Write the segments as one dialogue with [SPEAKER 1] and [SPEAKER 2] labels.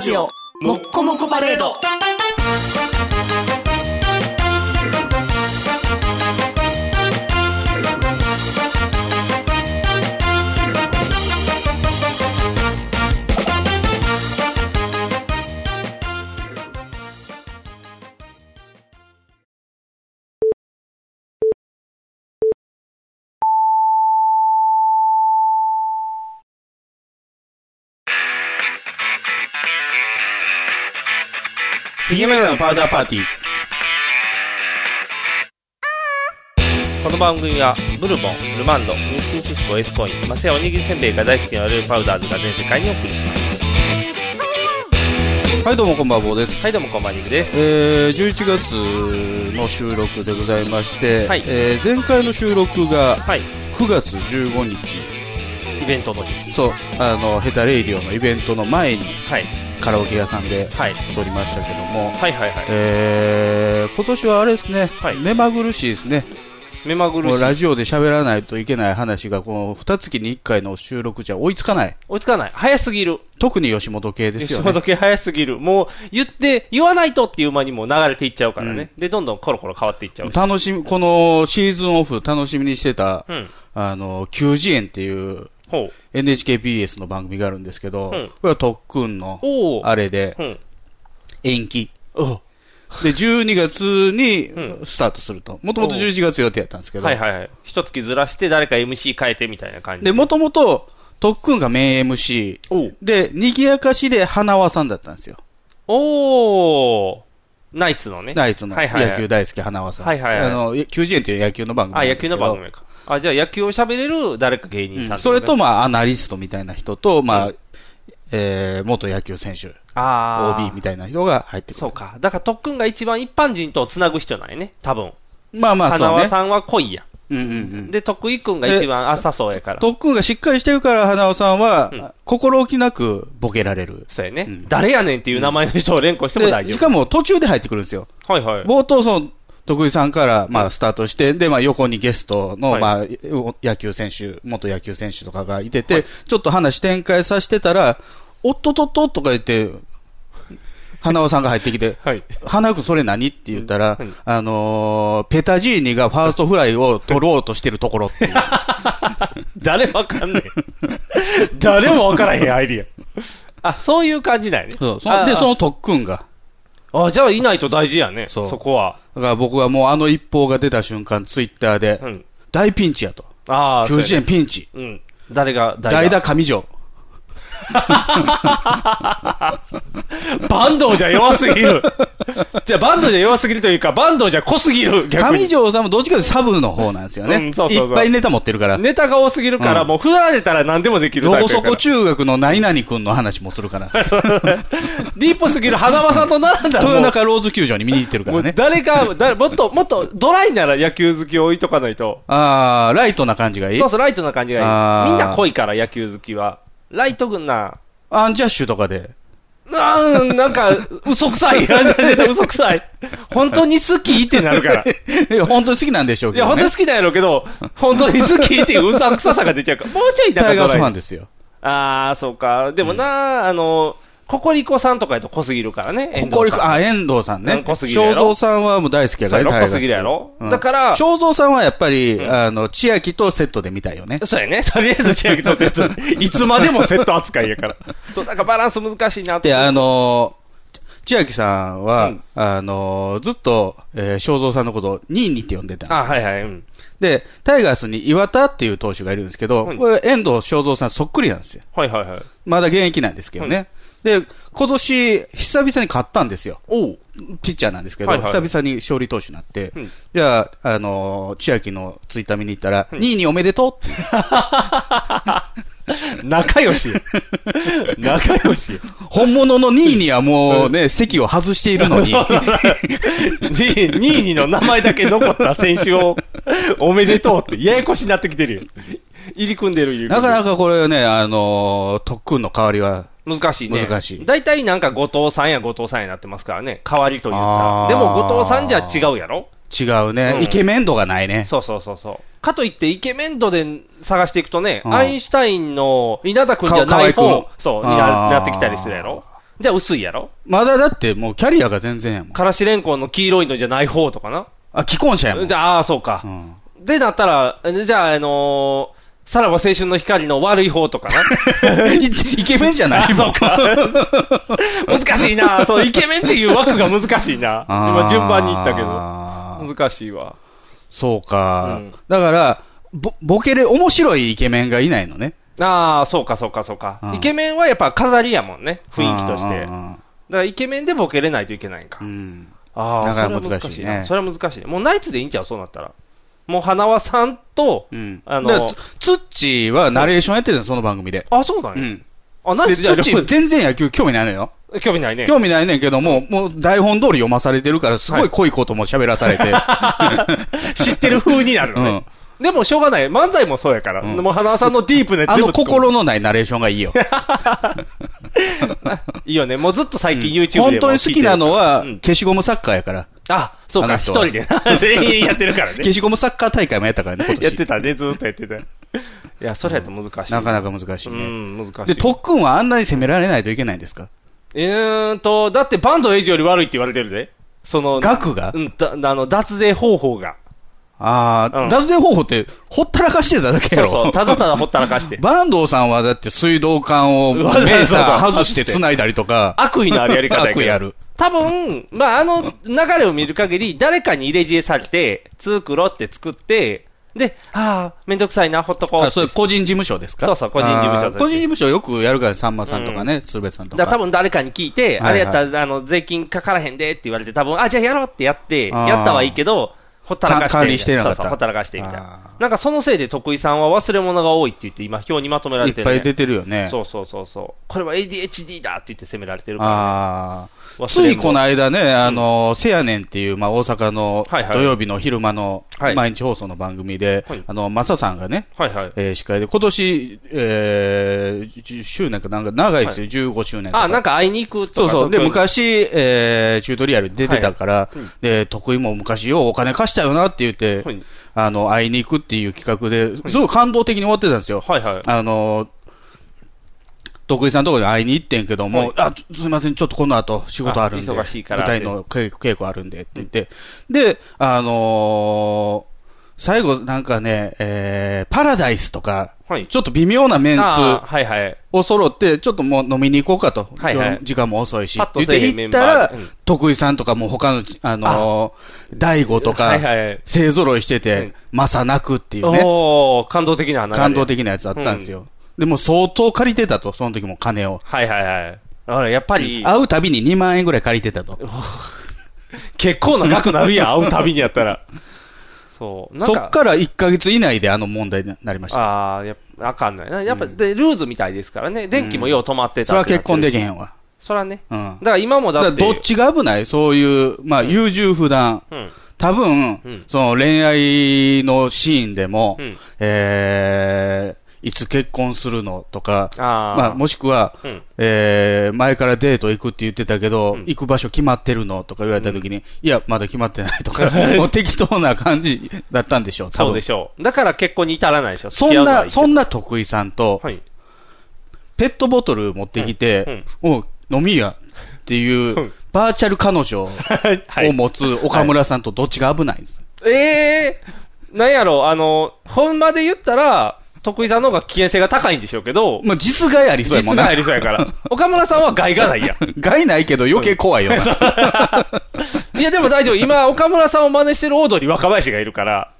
[SPEAKER 1] ジオもっこもこパレード
[SPEAKER 2] ひげメガネのパウダーパーティー。
[SPEAKER 3] この番組はブルボン、ルマンド、日清シスコ、エスコイン、マセオおにぎりせんべいが大好きなルーパウダーズが全世界にお送りします。
[SPEAKER 2] はい、どうもこんばんは、坊です。
[SPEAKER 3] はい、どうもこんばんは、ニグです。
[SPEAKER 2] えー、11月の収録でございまして、
[SPEAKER 3] はい
[SPEAKER 2] えー前回の収録が
[SPEAKER 3] はい、
[SPEAKER 2] 9月15日、
[SPEAKER 3] イベントの日。
[SPEAKER 2] そう、あの、ヘタレイディオのイベントの前に
[SPEAKER 3] はい、
[SPEAKER 2] カラオケ屋さんで
[SPEAKER 3] はい、
[SPEAKER 2] 撮りましたけども、
[SPEAKER 3] はい、はい、は
[SPEAKER 2] えー、今年はあれですね、
[SPEAKER 3] はい
[SPEAKER 2] 目まぐるしいですね。
[SPEAKER 3] い。目まぐる
[SPEAKER 2] もう
[SPEAKER 3] しい。
[SPEAKER 2] ラジオで喋らないといけない話が、この2月に1回の収録じゃ追いつかない。
[SPEAKER 3] 追いつかない。早すぎる。
[SPEAKER 2] 特に吉本系ですよ
[SPEAKER 3] 吉
[SPEAKER 2] ね。
[SPEAKER 3] 本系早すぎる。もう、言って、言わないとっていう間にもう流れていっちゃうからね。で、どんどんコロコロ変わっていっちゃうし。
[SPEAKER 2] 楽しみ、このシーズンオフ楽しみにしてた、
[SPEAKER 3] うん。
[SPEAKER 2] あの、球児園っていう
[SPEAKER 3] ほう。
[SPEAKER 2] NHKBS の番組があるんですけど、
[SPEAKER 3] うん
[SPEAKER 2] これは特訓の、
[SPEAKER 3] おお。
[SPEAKER 2] あれで
[SPEAKER 3] うん。
[SPEAKER 2] 延期。
[SPEAKER 3] お
[SPEAKER 2] で、12月
[SPEAKER 3] う
[SPEAKER 2] にスタートすると。もともと11月予定やったんですけど、
[SPEAKER 3] はいはいはい。一月ずらして誰か MC 変えてみたいな感じ。
[SPEAKER 2] で、もともと特訓がメイン MC、
[SPEAKER 3] おう
[SPEAKER 2] で、賑やかしで花輪さんだったんですよ。
[SPEAKER 3] おおナイツのね。
[SPEAKER 2] ナイツの
[SPEAKER 3] はいはいはい
[SPEAKER 2] 野球大好き花輪さん。
[SPEAKER 3] はいはいはい
[SPEAKER 2] あの、球児園っていう野球の番組な
[SPEAKER 3] あ、
[SPEAKER 2] んで
[SPEAKER 3] 野
[SPEAKER 2] すけ
[SPEAKER 3] 球
[SPEAKER 2] ど。
[SPEAKER 3] の番組か。あ、じゃあ野球を喋れる誰か芸人さん、
[SPEAKER 2] うんそれと、、まあ、アナリストみたいな人と、まあ、えー元野球選手、
[SPEAKER 3] ああ。
[SPEAKER 2] OB みたいな人が入ってくる。
[SPEAKER 3] そうか。だから特訓が一番一般人とつなぐ人なんやね。多分。
[SPEAKER 2] まあまあ、
[SPEAKER 3] 花
[SPEAKER 2] そう
[SPEAKER 3] 輪
[SPEAKER 2] ね。
[SPEAKER 3] さんは濃いや。
[SPEAKER 2] うんうんうん。
[SPEAKER 3] で、徳井くんが一番浅そうやから。
[SPEAKER 2] 特訓がしっかりしてるから、花尾さんは、
[SPEAKER 3] うん
[SPEAKER 2] 心置きなくボケられる。
[SPEAKER 3] そうやね、
[SPEAKER 2] うん
[SPEAKER 3] 誰やねんっていう名前の人を連呼しても大
[SPEAKER 2] で、
[SPEAKER 3] 丈
[SPEAKER 2] し
[SPEAKER 3] 夫。
[SPEAKER 2] かも途中で入ってくるんですよ。
[SPEAKER 3] はいはい。
[SPEAKER 2] 冒頭、その、徳井さんから、まあ、スタートして、で、まあ、横にゲストの、
[SPEAKER 3] はい
[SPEAKER 2] まあ、野球選手、元野球選手とかがいてて、ちょっと話展開させてたら、おっとっとっととか言って、花尾さんが入ってきて、
[SPEAKER 3] はい。
[SPEAKER 2] 花尾くんそれ何って言ったら、
[SPEAKER 3] うん
[SPEAKER 2] あのーペタジーニがファーストフライを取ろうとしてるところっていう。
[SPEAKER 3] 誰わかんねえ。誰もわからへんアイディア。あ、 そういう感じだよね。
[SPEAKER 2] そうそので、
[SPEAKER 3] あ
[SPEAKER 2] その特訓が。
[SPEAKER 3] あ、じゃあいないと大事やね。
[SPEAKER 2] そ
[SPEAKER 3] そうこは。
[SPEAKER 2] だから僕はもうあの一報が出た瞬間、ツイッターで
[SPEAKER 3] う、ん。
[SPEAKER 2] 大ピンチやと。
[SPEAKER 3] ああ、
[SPEAKER 2] 9
[SPEAKER 3] そう
[SPEAKER 2] 時
[SPEAKER 3] やね
[SPEAKER 2] 円ピンチ。
[SPEAKER 3] うん。誰が、
[SPEAKER 2] 代
[SPEAKER 3] 誰が。
[SPEAKER 2] 打上条。
[SPEAKER 3] バンドじゃ弱すぎ る。じゃあバンドじゃ弱すぎるというか、バンドじゃ濃すぎる、逆
[SPEAKER 2] 上
[SPEAKER 3] に。
[SPEAKER 2] 条さんもどっちかというとサブの方なんですよね。
[SPEAKER 3] うんそうそうそう
[SPEAKER 2] いっぱいネタ持ってるから。
[SPEAKER 3] ネタが多すぎるから、
[SPEAKER 2] うん
[SPEAKER 3] もう振られたら何でもできる
[SPEAKER 2] ど
[SPEAKER 3] タイ
[SPEAKER 2] こ
[SPEAKER 3] プや
[SPEAKER 2] そ
[SPEAKER 3] から
[SPEAKER 2] こ中学の何々君の話もする から。
[SPEAKER 3] ディープすぎる花輪さんと並んだらもう
[SPEAKER 2] 豊中ローズ球場に見に行ってるか
[SPEAKER 3] も
[SPEAKER 2] ら
[SPEAKER 3] う
[SPEAKER 2] ね。
[SPEAKER 3] 誰か、誰もっと、もっとドライなら野球好きを置いとかないと。
[SPEAKER 2] あー、ライトな感じがいい
[SPEAKER 3] そうそう、ライトな感じ
[SPEAKER 2] あ
[SPEAKER 3] がい
[SPEAKER 2] ー
[SPEAKER 3] い。みんな濃いから、野球好きは。ライト軍な。
[SPEAKER 2] アンジャッシュとかで。
[SPEAKER 3] あーなんか、 嘘くさい。感じで嘘くさい。本当に好きってなるから。い
[SPEAKER 2] いや本当に好き なんでしょうけ
[SPEAKER 3] や、
[SPEAKER 2] ど
[SPEAKER 3] 本当
[SPEAKER 2] ね
[SPEAKER 3] に。好きなんやろうけど、本当に好きっていううさんくささが出ちゃうから。もうちょいだか
[SPEAKER 2] タ
[SPEAKER 3] ら
[SPEAKER 2] イガースファン
[SPEAKER 3] ドライ
[SPEAKER 2] ですよ。
[SPEAKER 3] ああ、そうか。でもな、あの、ココリコさんとかやと濃すぎるからね。
[SPEAKER 2] ココリ
[SPEAKER 3] 遠
[SPEAKER 2] コ、
[SPEAKER 3] 藤さん
[SPEAKER 2] あ、遠藤さん
[SPEAKER 3] う
[SPEAKER 2] ね
[SPEAKER 3] ん。小杉だ
[SPEAKER 2] 正
[SPEAKER 3] よ
[SPEAKER 2] 蔵さんはもう大好きやからね、
[SPEAKER 3] そう
[SPEAKER 2] タイ
[SPEAKER 3] や
[SPEAKER 2] ガー
[SPEAKER 3] ろ
[SPEAKER 2] ス。
[SPEAKER 3] 小杉だやろ
[SPEAKER 2] うん
[SPEAKER 3] だから
[SPEAKER 2] 正蔵さんはやっぱり、
[SPEAKER 3] ん
[SPEAKER 2] あの、千秋とセットで見たいよね。
[SPEAKER 3] そうやね。と りあえず千秋とセット。いつまでもセット扱いやから。 そう、なんかバランス難しいなって。
[SPEAKER 2] で、あのー、千秋さんは、
[SPEAKER 3] うん
[SPEAKER 2] あのー、ずっと、えー、正蔵さんのことをニーニって呼んでたんです
[SPEAKER 3] あ、はいはい。うん。
[SPEAKER 2] で、タイガースに岩田っていう投手がいるんですけど、
[SPEAKER 3] うん
[SPEAKER 2] これ遠藤正蔵さんそっくりなんですよ。
[SPEAKER 3] はいはいはい。
[SPEAKER 2] まだ現役なんですけどね。で、今年、久々に勝ったんですよ。
[SPEAKER 3] おう。
[SPEAKER 2] ピッチャーなんですけど、
[SPEAKER 3] はいはい
[SPEAKER 2] 久々に勝利投手になって、
[SPEAKER 3] うん
[SPEAKER 2] じゃあ、あのー、千秋のツイッター見に行ったら、ニーニおめでとうって
[SPEAKER 3] 仲良 し。仲良し。
[SPEAKER 2] 本物のニーニはもうね、席を外しているの に、
[SPEAKER 3] 2位 にの名前だけ残った選手を、おめでとうって、ややこしになってきてるよ。入り組んでるいう
[SPEAKER 2] なかなかこれね、あのー、特訓の代わりは、
[SPEAKER 3] 難しいね。
[SPEAKER 2] 難しい
[SPEAKER 3] 大体なんか後藤さんや後藤さんになってますからね。代わりという
[SPEAKER 2] あ
[SPEAKER 3] か
[SPEAKER 2] ー。
[SPEAKER 3] でも後藤さんじゃ違うやろ
[SPEAKER 2] 違うね、
[SPEAKER 3] うん
[SPEAKER 2] イケメン度がないね。
[SPEAKER 3] そうそうそうそう。かといってイケメン度で探していくとね、
[SPEAKER 2] うん
[SPEAKER 3] アインシュタインの稲田くんじゃない
[SPEAKER 2] か河合
[SPEAKER 3] 方
[SPEAKER 2] くん、
[SPEAKER 3] そう、に
[SPEAKER 2] あ
[SPEAKER 3] な
[SPEAKER 2] ー
[SPEAKER 3] なってきたりするやろ。じゃあ薄いやろ
[SPEAKER 2] まだだってもうキャリアが全然やもん。
[SPEAKER 3] からしれんこんの黄色いのじゃない方とかな。
[SPEAKER 2] あ、既婚者やもん。
[SPEAKER 3] じゃあ、ああ、そうか
[SPEAKER 2] う。ん。
[SPEAKER 3] で、なったら、じゃあ、あのー、さらば青春の光の悪い方とかな。
[SPEAKER 2] イイケメンじゃな
[SPEAKER 3] あ
[SPEAKER 2] いも。
[SPEAKER 3] そうんか。 難しいな。そう、イケメンっていう枠が難しいな。今順番に言ったけど。
[SPEAKER 2] ど。
[SPEAKER 3] 難しいわ。
[SPEAKER 2] そうか。
[SPEAKER 3] うん
[SPEAKER 2] だから、ボボケれ、面白いイケメンがいないのね。
[SPEAKER 3] ああ、そうか、そうか、そうか
[SPEAKER 2] う。ん
[SPEAKER 3] イケメンはやっぱ飾りやもんね。雰囲気として。だか
[SPEAKER 2] あ
[SPEAKER 3] らイケメンでボケれないといけないんか
[SPEAKER 2] ー。うん。
[SPEAKER 3] ああ、
[SPEAKER 2] なかな
[SPEAKER 3] そ
[SPEAKER 2] か
[SPEAKER 3] れは
[SPEAKER 2] 難
[SPEAKER 3] 難
[SPEAKER 2] し
[SPEAKER 3] し
[SPEAKER 2] い
[SPEAKER 3] い
[SPEAKER 2] ね
[SPEAKER 3] な。それは難しいね。もうナイツでいいんちゃうそうなったら。もう花輪さんと、
[SPEAKER 2] うん。
[SPEAKER 3] あの
[SPEAKER 2] だからツツッチーはナレーションやってたの、その番組で。
[SPEAKER 3] あ、そうだ
[SPEAKER 2] う
[SPEAKER 3] ね。
[SPEAKER 2] ん。
[SPEAKER 3] あ、ナイ
[SPEAKER 2] で、
[SPEAKER 3] ツ
[SPEAKER 2] ツ
[SPEAKER 3] じゃあ
[SPEAKER 2] ッチー全然野球興味ないのよ。
[SPEAKER 3] 興味ないね。
[SPEAKER 2] 興味ないねんけども、もう台本通り読まされてるから、すごい濃いことも喋らされて。
[SPEAKER 3] 知ってる風になるのね。でもしょうがない。漫才もそうやから。
[SPEAKER 2] うん
[SPEAKER 3] もう花輪さんのディープね、
[SPEAKER 2] あ
[SPEAKER 3] 全
[SPEAKER 2] の
[SPEAKER 3] 部突っ込む。
[SPEAKER 2] 心のないナレーションがいいよ。
[SPEAKER 3] いいよね。もうずっと最近 YouTube でも聞い
[SPEAKER 2] 本
[SPEAKER 3] てる
[SPEAKER 2] 当に好きなのは
[SPEAKER 3] うん、
[SPEAKER 2] 消しゴムサッカーやから。
[SPEAKER 3] あ、そう
[SPEAKER 2] あ
[SPEAKER 3] か、
[SPEAKER 2] の
[SPEAKER 3] 一
[SPEAKER 2] 人は
[SPEAKER 3] 人で な。全員やってるからね
[SPEAKER 2] 消。しゴムサッカー大会もやったからね、今年。
[SPEAKER 3] やってたね、ずっとやってた。いや、それやと難しい。
[SPEAKER 2] なかなか難しいうね。
[SPEAKER 3] ん、難し
[SPEAKER 2] で、
[SPEAKER 3] い。
[SPEAKER 2] 特訓はあんなに攻められないといけないんですか
[SPEAKER 3] えーんと、だってバンドエイジより悪いって言われてるで。その、
[SPEAKER 2] 額が
[SPEAKER 3] うん、だあの、脱税方法が。
[SPEAKER 2] あ
[SPEAKER 3] う
[SPEAKER 2] あ、
[SPEAKER 3] ん
[SPEAKER 2] 脱税方法って、ほったらかしてただけや
[SPEAKER 3] そ
[SPEAKER 2] ろ。。
[SPEAKER 3] うそう、ただただほったらかして
[SPEAKER 2] バンドーさんはだって水道管をメ
[SPEAKER 3] うわそうそうそう
[SPEAKER 2] ーター外して繋いだりとか、
[SPEAKER 3] 悪意のあるやり方やけど
[SPEAKER 2] 悪意ある。
[SPEAKER 3] 多分、まあ、あの流れを見る限り、誰かに入れ知恵されて、ツークロって作って、で、ああ、めんどくさいな、ほっとこう。
[SPEAKER 2] あそれ個人事務所ですか
[SPEAKER 3] そうそう個人事務所
[SPEAKER 2] あー個人事務所よくやるから、さんまさんとかね、鶴瓶さんと
[SPEAKER 3] だ
[SPEAKER 2] か。
[SPEAKER 3] から多分誰かに聞いて、
[SPEAKER 2] はいはい
[SPEAKER 3] あれやったら、あの、税金かからへんでって言われて、多分、あ、じゃあやろうってやって、
[SPEAKER 2] あー
[SPEAKER 3] やったはいいけど、ほったらかして。
[SPEAKER 2] か管理してなかった
[SPEAKER 3] そうそう、ほったらかしてみたい
[SPEAKER 2] あ
[SPEAKER 3] な。なんかそのせいで徳井さんは忘れ物が多いって言って、今表にまとめら
[SPEAKER 2] い
[SPEAKER 3] れ
[SPEAKER 2] って
[SPEAKER 3] る、
[SPEAKER 2] ぱ
[SPEAKER 3] ね。
[SPEAKER 2] い出てるよね。
[SPEAKER 3] そうそうそうそう。これは ADHD だって言って責められてるか
[SPEAKER 2] ああ。
[SPEAKER 3] 忘
[SPEAKER 2] つ
[SPEAKER 3] れ
[SPEAKER 2] い
[SPEAKER 3] んぼ
[SPEAKER 2] この間ね、あの、せやねんっていう、まあ、大阪の
[SPEAKER 3] はいはい
[SPEAKER 2] 土曜日の昼間の
[SPEAKER 3] はい
[SPEAKER 2] 毎日放送の番組で
[SPEAKER 3] はい、
[SPEAKER 2] あの、マサさんがね、
[SPEAKER 3] ら、はいはい。
[SPEAKER 2] えー司会で、今年、えー、10周年かなんか長いですよ、15周年とか。
[SPEAKER 3] あ、なんか会いに行くと
[SPEAKER 2] そう
[SPEAKER 3] か
[SPEAKER 2] そう。で、
[SPEAKER 3] いの
[SPEAKER 2] 昔、えー、チュートリアルに出てたから、
[SPEAKER 3] うん
[SPEAKER 2] で、得意も昔よ、お金貸したよなって言って、
[SPEAKER 3] はい
[SPEAKER 2] あの、会いに行くっていう企画で、すごい感動的に終わってたんですよ。
[SPEAKER 3] はいはい。
[SPEAKER 2] あの、徳井さんのところに会いに行ってんけども、
[SPEAKER 3] はい
[SPEAKER 2] あ、すすいません、ちょっとこの後仕事あるんで、
[SPEAKER 3] あ忙しいから
[SPEAKER 2] 舞台の稽稽古あるんでって言って、で、あのー最後なんかね、えー、パラダイスとか、
[SPEAKER 3] はい。
[SPEAKER 2] ちょっと微妙なメンツ
[SPEAKER 3] あーはいはい。
[SPEAKER 2] を揃って、ちょっともう飲みに行こうかと。
[SPEAKER 3] はいはい
[SPEAKER 2] 夜時間も遅いし。
[SPEAKER 3] パ
[SPEAKER 2] っ
[SPEAKER 3] ッ
[SPEAKER 2] て言
[SPEAKER 3] と
[SPEAKER 2] っ
[SPEAKER 3] せ
[SPEAKER 2] て
[SPEAKER 3] えへんメ
[SPEAKER 2] 行っ
[SPEAKER 3] ン
[SPEAKER 2] た
[SPEAKER 3] バー
[SPEAKER 2] ら
[SPEAKER 3] うん、
[SPEAKER 2] 徳井さんとかもう他の、あのー、大悟と
[SPEAKER 3] は
[SPEAKER 2] か
[SPEAKER 3] い、はい。
[SPEAKER 2] 勢揃いして
[SPEAKER 3] う
[SPEAKER 2] て
[SPEAKER 3] ん、
[SPEAKER 2] まさなくっていうね、
[SPEAKER 3] おー、感動的な話。
[SPEAKER 2] 感動。的なやつあったんですよ。でも相当借りてたと、その時も金を。
[SPEAKER 3] はいはいはい。だからやっぱり、
[SPEAKER 2] 会うたびに2万円ぐらい借りてたと。
[SPEAKER 3] 結構な額なるやん、 会うたびにやったら。そう。なん
[SPEAKER 2] そ
[SPEAKER 3] か
[SPEAKER 2] っ、から1ヶ月以内であの問題になりました。
[SPEAKER 3] ああ、やっぱあかんないな。やっぱ、で、ルーズみたいですからね。電気もよう止まってた
[SPEAKER 2] それは
[SPEAKER 3] ってな
[SPEAKER 2] 結
[SPEAKER 3] ってるし
[SPEAKER 2] 婚できへんわ。
[SPEAKER 3] そらね。
[SPEAKER 2] う
[SPEAKER 3] だ
[SPEAKER 2] ん。
[SPEAKER 3] から今も
[SPEAKER 2] だ
[SPEAKER 3] だ
[SPEAKER 2] から
[SPEAKER 3] って。
[SPEAKER 2] どっちが危ないそういう、まあ、優柔不断。
[SPEAKER 3] うん。
[SPEAKER 2] 多分、
[SPEAKER 3] うん
[SPEAKER 2] その恋愛のシーンでも、
[SPEAKER 3] うん
[SPEAKER 2] えー、いつ結婚するのとか、
[SPEAKER 3] ああ。
[SPEAKER 2] まあ、もしくは、
[SPEAKER 3] うん。
[SPEAKER 2] えー、前からデート行くって言ってたけど、
[SPEAKER 3] うん
[SPEAKER 2] 行く場所決まってるのとか言われた時に、いや、まだ決まってないと か、もう適当な感じだったんでしょう、多
[SPEAKER 3] そうで
[SPEAKER 2] 分。
[SPEAKER 3] しょう。だから結婚に至らないでしょ。
[SPEAKER 2] そんな、そ
[SPEAKER 3] ん
[SPEAKER 2] んな得意さんと、
[SPEAKER 3] はい。
[SPEAKER 2] ペットボトル持ってきて、おう飲みやっていう、
[SPEAKER 3] うん
[SPEAKER 2] バーチャル彼女を
[SPEAKER 3] はい。
[SPEAKER 2] 持つ岡村さんとどっちが危ないんですか
[SPEAKER 3] ええー、なんやろ、あの、ほんまで言ったら、徳井さんの方が危険性が高いんでしょうけど、
[SPEAKER 2] まあ、実害ありそうやも
[SPEAKER 3] 実
[SPEAKER 2] んな
[SPEAKER 3] がありそう やから。岡村さんは害がないやん。
[SPEAKER 2] 害ないけど余計怖いよな。
[SPEAKER 3] いや、でも大丈夫。今、岡村さんを真似してるオードリー若林がいるから、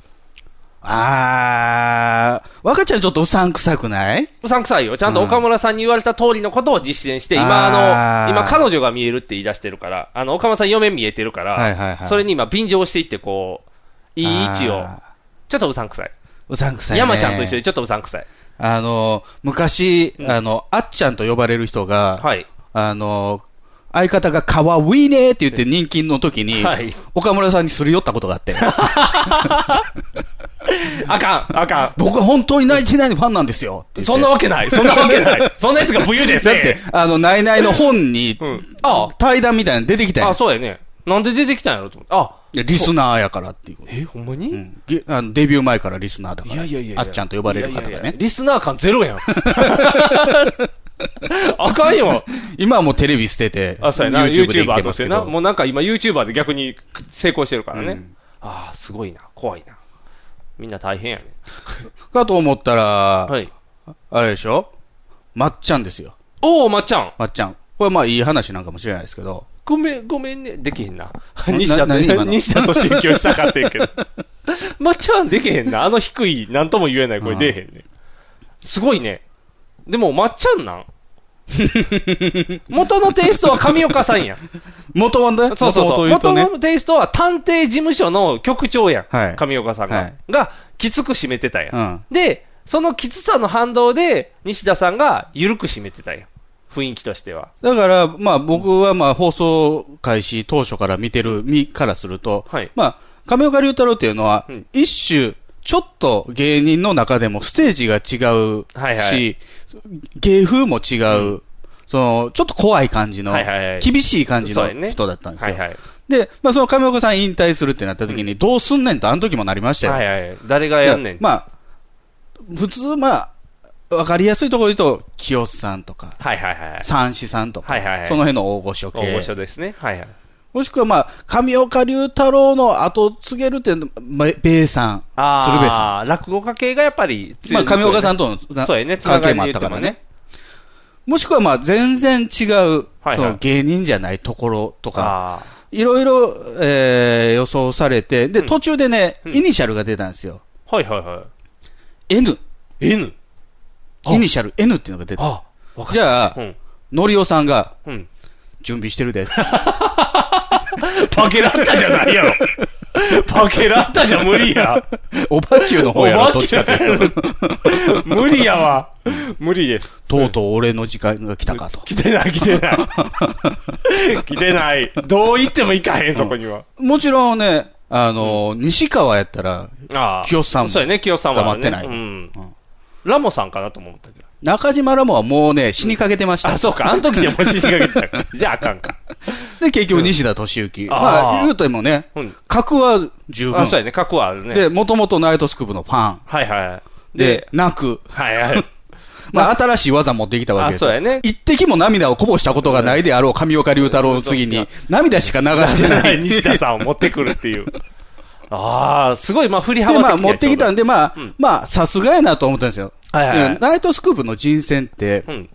[SPEAKER 2] あー、若ちゃんちょっとうさんくさくないう
[SPEAKER 3] さんくさいよ。ちゃんと岡村さんに言われた通りのことを実践して、
[SPEAKER 2] うん
[SPEAKER 3] 今、あ
[SPEAKER 2] あー
[SPEAKER 3] の、今、彼女が見えるって言い出してるから、あの、岡村さん嫁見えてるから、
[SPEAKER 2] はいはいはい
[SPEAKER 3] それに今、便乗していって、こう、いい位置を、
[SPEAKER 2] あ
[SPEAKER 3] ちょっとうさんくさい。
[SPEAKER 2] ーうさんくさいね。
[SPEAKER 3] 山ちゃんと一緒でちょっとうさんくさい。
[SPEAKER 2] あの、昔、あの、あっちゃんと呼ばれる人が、
[SPEAKER 3] はい。
[SPEAKER 2] あの、相方がかわいいねって言って人気の時に、
[SPEAKER 3] はい
[SPEAKER 2] 岡村さんにすり寄ったことがあって、
[SPEAKER 3] あかん、あか
[SPEAKER 2] 僕は本当にナイチナイのファンなんですよって言
[SPEAKER 3] ん。
[SPEAKER 2] って。
[SPEAKER 3] そんなわけない。そんなわけない。 そんなやつが武勇です
[SPEAKER 2] だって、あの、ナイナイの本に、
[SPEAKER 3] うん。あ
[SPEAKER 2] 対談みたいなの出てきた
[SPEAKER 3] あ、
[SPEAKER 2] やん
[SPEAKER 3] あ、そうやね。なんで出てきたんやろと思って。あ、
[SPEAKER 2] いやリスナーやからっていうこと。
[SPEAKER 3] え、ほんま
[SPEAKER 2] う
[SPEAKER 3] に
[SPEAKER 2] んげあのデビュー前からリスナーだから。
[SPEAKER 3] いやいやいやいや
[SPEAKER 2] あっちゃんと呼ばれる方
[SPEAKER 3] いや
[SPEAKER 2] が
[SPEAKER 3] いやいや
[SPEAKER 2] ね。
[SPEAKER 3] リスナー感ゼロやん。あかんよ。
[SPEAKER 2] い今はもうテレビ捨てて、
[SPEAKER 3] あ、そうやな、
[SPEAKER 2] YouTube で生き
[SPEAKER 3] YouTuber
[SPEAKER 2] て
[SPEAKER 3] と
[SPEAKER 2] ます
[SPEAKER 3] して
[SPEAKER 2] け
[SPEAKER 3] な。
[SPEAKER 2] ど。
[SPEAKER 3] もうなんか今 YouTuber で逆に成功してるからね。
[SPEAKER 2] うん
[SPEAKER 3] ああ、すごいな。怖いな。みんな大変やね。
[SPEAKER 2] かと思ったら、
[SPEAKER 3] はい。
[SPEAKER 2] あれでしょまっちゃんですよ。
[SPEAKER 3] おお、まっちゃん。
[SPEAKER 2] まっちゃん。これまあいい話なんかもしれないですけど、
[SPEAKER 3] ごめん、ごめんね。できへんな。 西田と、
[SPEAKER 2] 何今の
[SPEAKER 3] 西田と心境したかってん けど。まっちゃんできへんな。あの低い、なんとも言えない声出えへんね。すごいね。でも、まっちゃんなん 元のテイストは上岡さんや。
[SPEAKER 2] 元はね、
[SPEAKER 3] そうそうそ
[SPEAKER 2] 元々
[SPEAKER 3] う。元
[SPEAKER 2] 言うとね、
[SPEAKER 3] のテイストは探偵事務所の局長やん。
[SPEAKER 2] はい
[SPEAKER 3] 上岡さんが、
[SPEAKER 2] はい
[SPEAKER 3] が、きつく締めてたやん,、
[SPEAKER 2] うん
[SPEAKER 3] で、そのきつさの反動で、西田さんが緩く締めてたやん。雰囲気としては。
[SPEAKER 2] だから、まあ僕はまあ放送開始当初から見てる身からすると、
[SPEAKER 3] はい
[SPEAKER 2] まあ亀岡龍太郎っていうのは、
[SPEAKER 3] うん
[SPEAKER 2] 一種、ちょっと芸人の中でもステージが違うし、
[SPEAKER 3] はいはい
[SPEAKER 2] 芸風も違う、その、ちょっと怖い感じの、
[SPEAKER 3] はいはいはい
[SPEAKER 2] 厳しい感じ
[SPEAKER 3] そう
[SPEAKER 2] の
[SPEAKER 3] やね
[SPEAKER 2] 人だったんですよ。
[SPEAKER 3] はいはい。
[SPEAKER 2] で、まあその亀岡さん引退するってなった時に、どうすんねんとあの時もなりましたよ。
[SPEAKER 3] はいはい。誰がやんねん。
[SPEAKER 2] まあ、普通、まあ、わかりやすいところで言うと、清須さんとか、
[SPEAKER 3] はいはいはい。
[SPEAKER 2] 三枝さんとか、
[SPEAKER 3] はいはいはい
[SPEAKER 2] その辺の大御所系。
[SPEAKER 3] 大御所ですね。はいはい。
[SPEAKER 2] もしくは、まあ、上岡龍太郎の後を継げるっていうの、まあ、米さん、鶴瓶さ
[SPEAKER 3] ああ、落語家系がやっぱり
[SPEAKER 2] ん。まあ、上岡さん
[SPEAKER 3] と。
[SPEAKER 2] とのな
[SPEAKER 3] そうやね。
[SPEAKER 2] 関係もあったからね。。もしくは、まあ、全然違う、
[SPEAKER 3] はいはい
[SPEAKER 2] その芸人じゃないところとか、
[SPEAKER 3] ああ。
[SPEAKER 2] いろいろ、えー予想されて、で、
[SPEAKER 3] うん
[SPEAKER 2] 途中でね、
[SPEAKER 3] うん
[SPEAKER 2] イニシャルが出たんですよ。
[SPEAKER 3] はいはいは
[SPEAKER 2] N。
[SPEAKER 3] い。N? あ
[SPEAKER 2] イニシャル N っていうのが出た。
[SPEAKER 3] あ、わか
[SPEAKER 2] じゃあ
[SPEAKER 3] う、ん。
[SPEAKER 2] のりおさんが、
[SPEAKER 3] うん。
[SPEAKER 2] 準備してるで。
[SPEAKER 3] パケラッタじゃない やろ。パケラッタじゃ無理や。
[SPEAKER 2] おばきゅうの方やろ、どっちかというと。
[SPEAKER 3] 無理やわ。無理です。
[SPEAKER 2] とうとう俺の時間が来たか と。
[SPEAKER 3] 来てない、来てない。 来てない。どう言っても行かへん、そこには。
[SPEAKER 2] もちろんね、あの、西川やったら、
[SPEAKER 3] ああ。
[SPEAKER 2] 清さんも
[SPEAKER 3] そうやね、清さんは、
[SPEAKER 2] 黙
[SPEAKER 3] ね。
[SPEAKER 2] ってない
[SPEAKER 3] うん
[SPEAKER 2] うん。
[SPEAKER 3] ラモさんかなとも思ったけど。
[SPEAKER 2] 中島らもはもうね、死にかけてました。
[SPEAKER 3] あ、そうか。あの時でも死にかけてた から。じゃああかんか。
[SPEAKER 2] で、結局西田敏行。
[SPEAKER 3] あ
[SPEAKER 2] ま
[SPEAKER 3] ー
[SPEAKER 2] あ、言うともね
[SPEAKER 3] うん、
[SPEAKER 2] 格は十
[SPEAKER 3] あ、
[SPEAKER 2] 分
[SPEAKER 3] そう。やね。格はあるね。
[SPEAKER 2] で、もともとナイトスクープのファン。
[SPEAKER 3] はいはい。
[SPEAKER 2] で
[SPEAKER 3] で、、
[SPEAKER 2] 泣く。
[SPEAKER 3] はい はい。
[SPEAKER 2] まあ、新しい技持ってきたわけですよ。
[SPEAKER 3] あそうやね
[SPEAKER 2] 一滴も涙をこぼしたことがないであろう、上岡龍太郎の次
[SPEAKER 3] う
[SPEAKER 2] に
[SPEAKER 3] ん、
[SPEAKER 2] 涙しか流してない。
[SPEAKER 3] 西田さんを持ってくるっていう。ああ、すごい、まあ、振り幅
[SPEAKER 2] で、
[SPEAKER 3] 的に
[SPEAKER 2] まあ、
[SPEAKER 3] は
[SPEAKER 2] 持ってきたんで、まあ、
[SPEAKER 3] うん
[SPEAKER 2] まあ、さすがやなと思ったんですよ。
[SPEAKER 3] はいはいはい
[SPEAKER 2] でナイトスクープの人選って
[SPEAKER 3] ち、ょうどうん。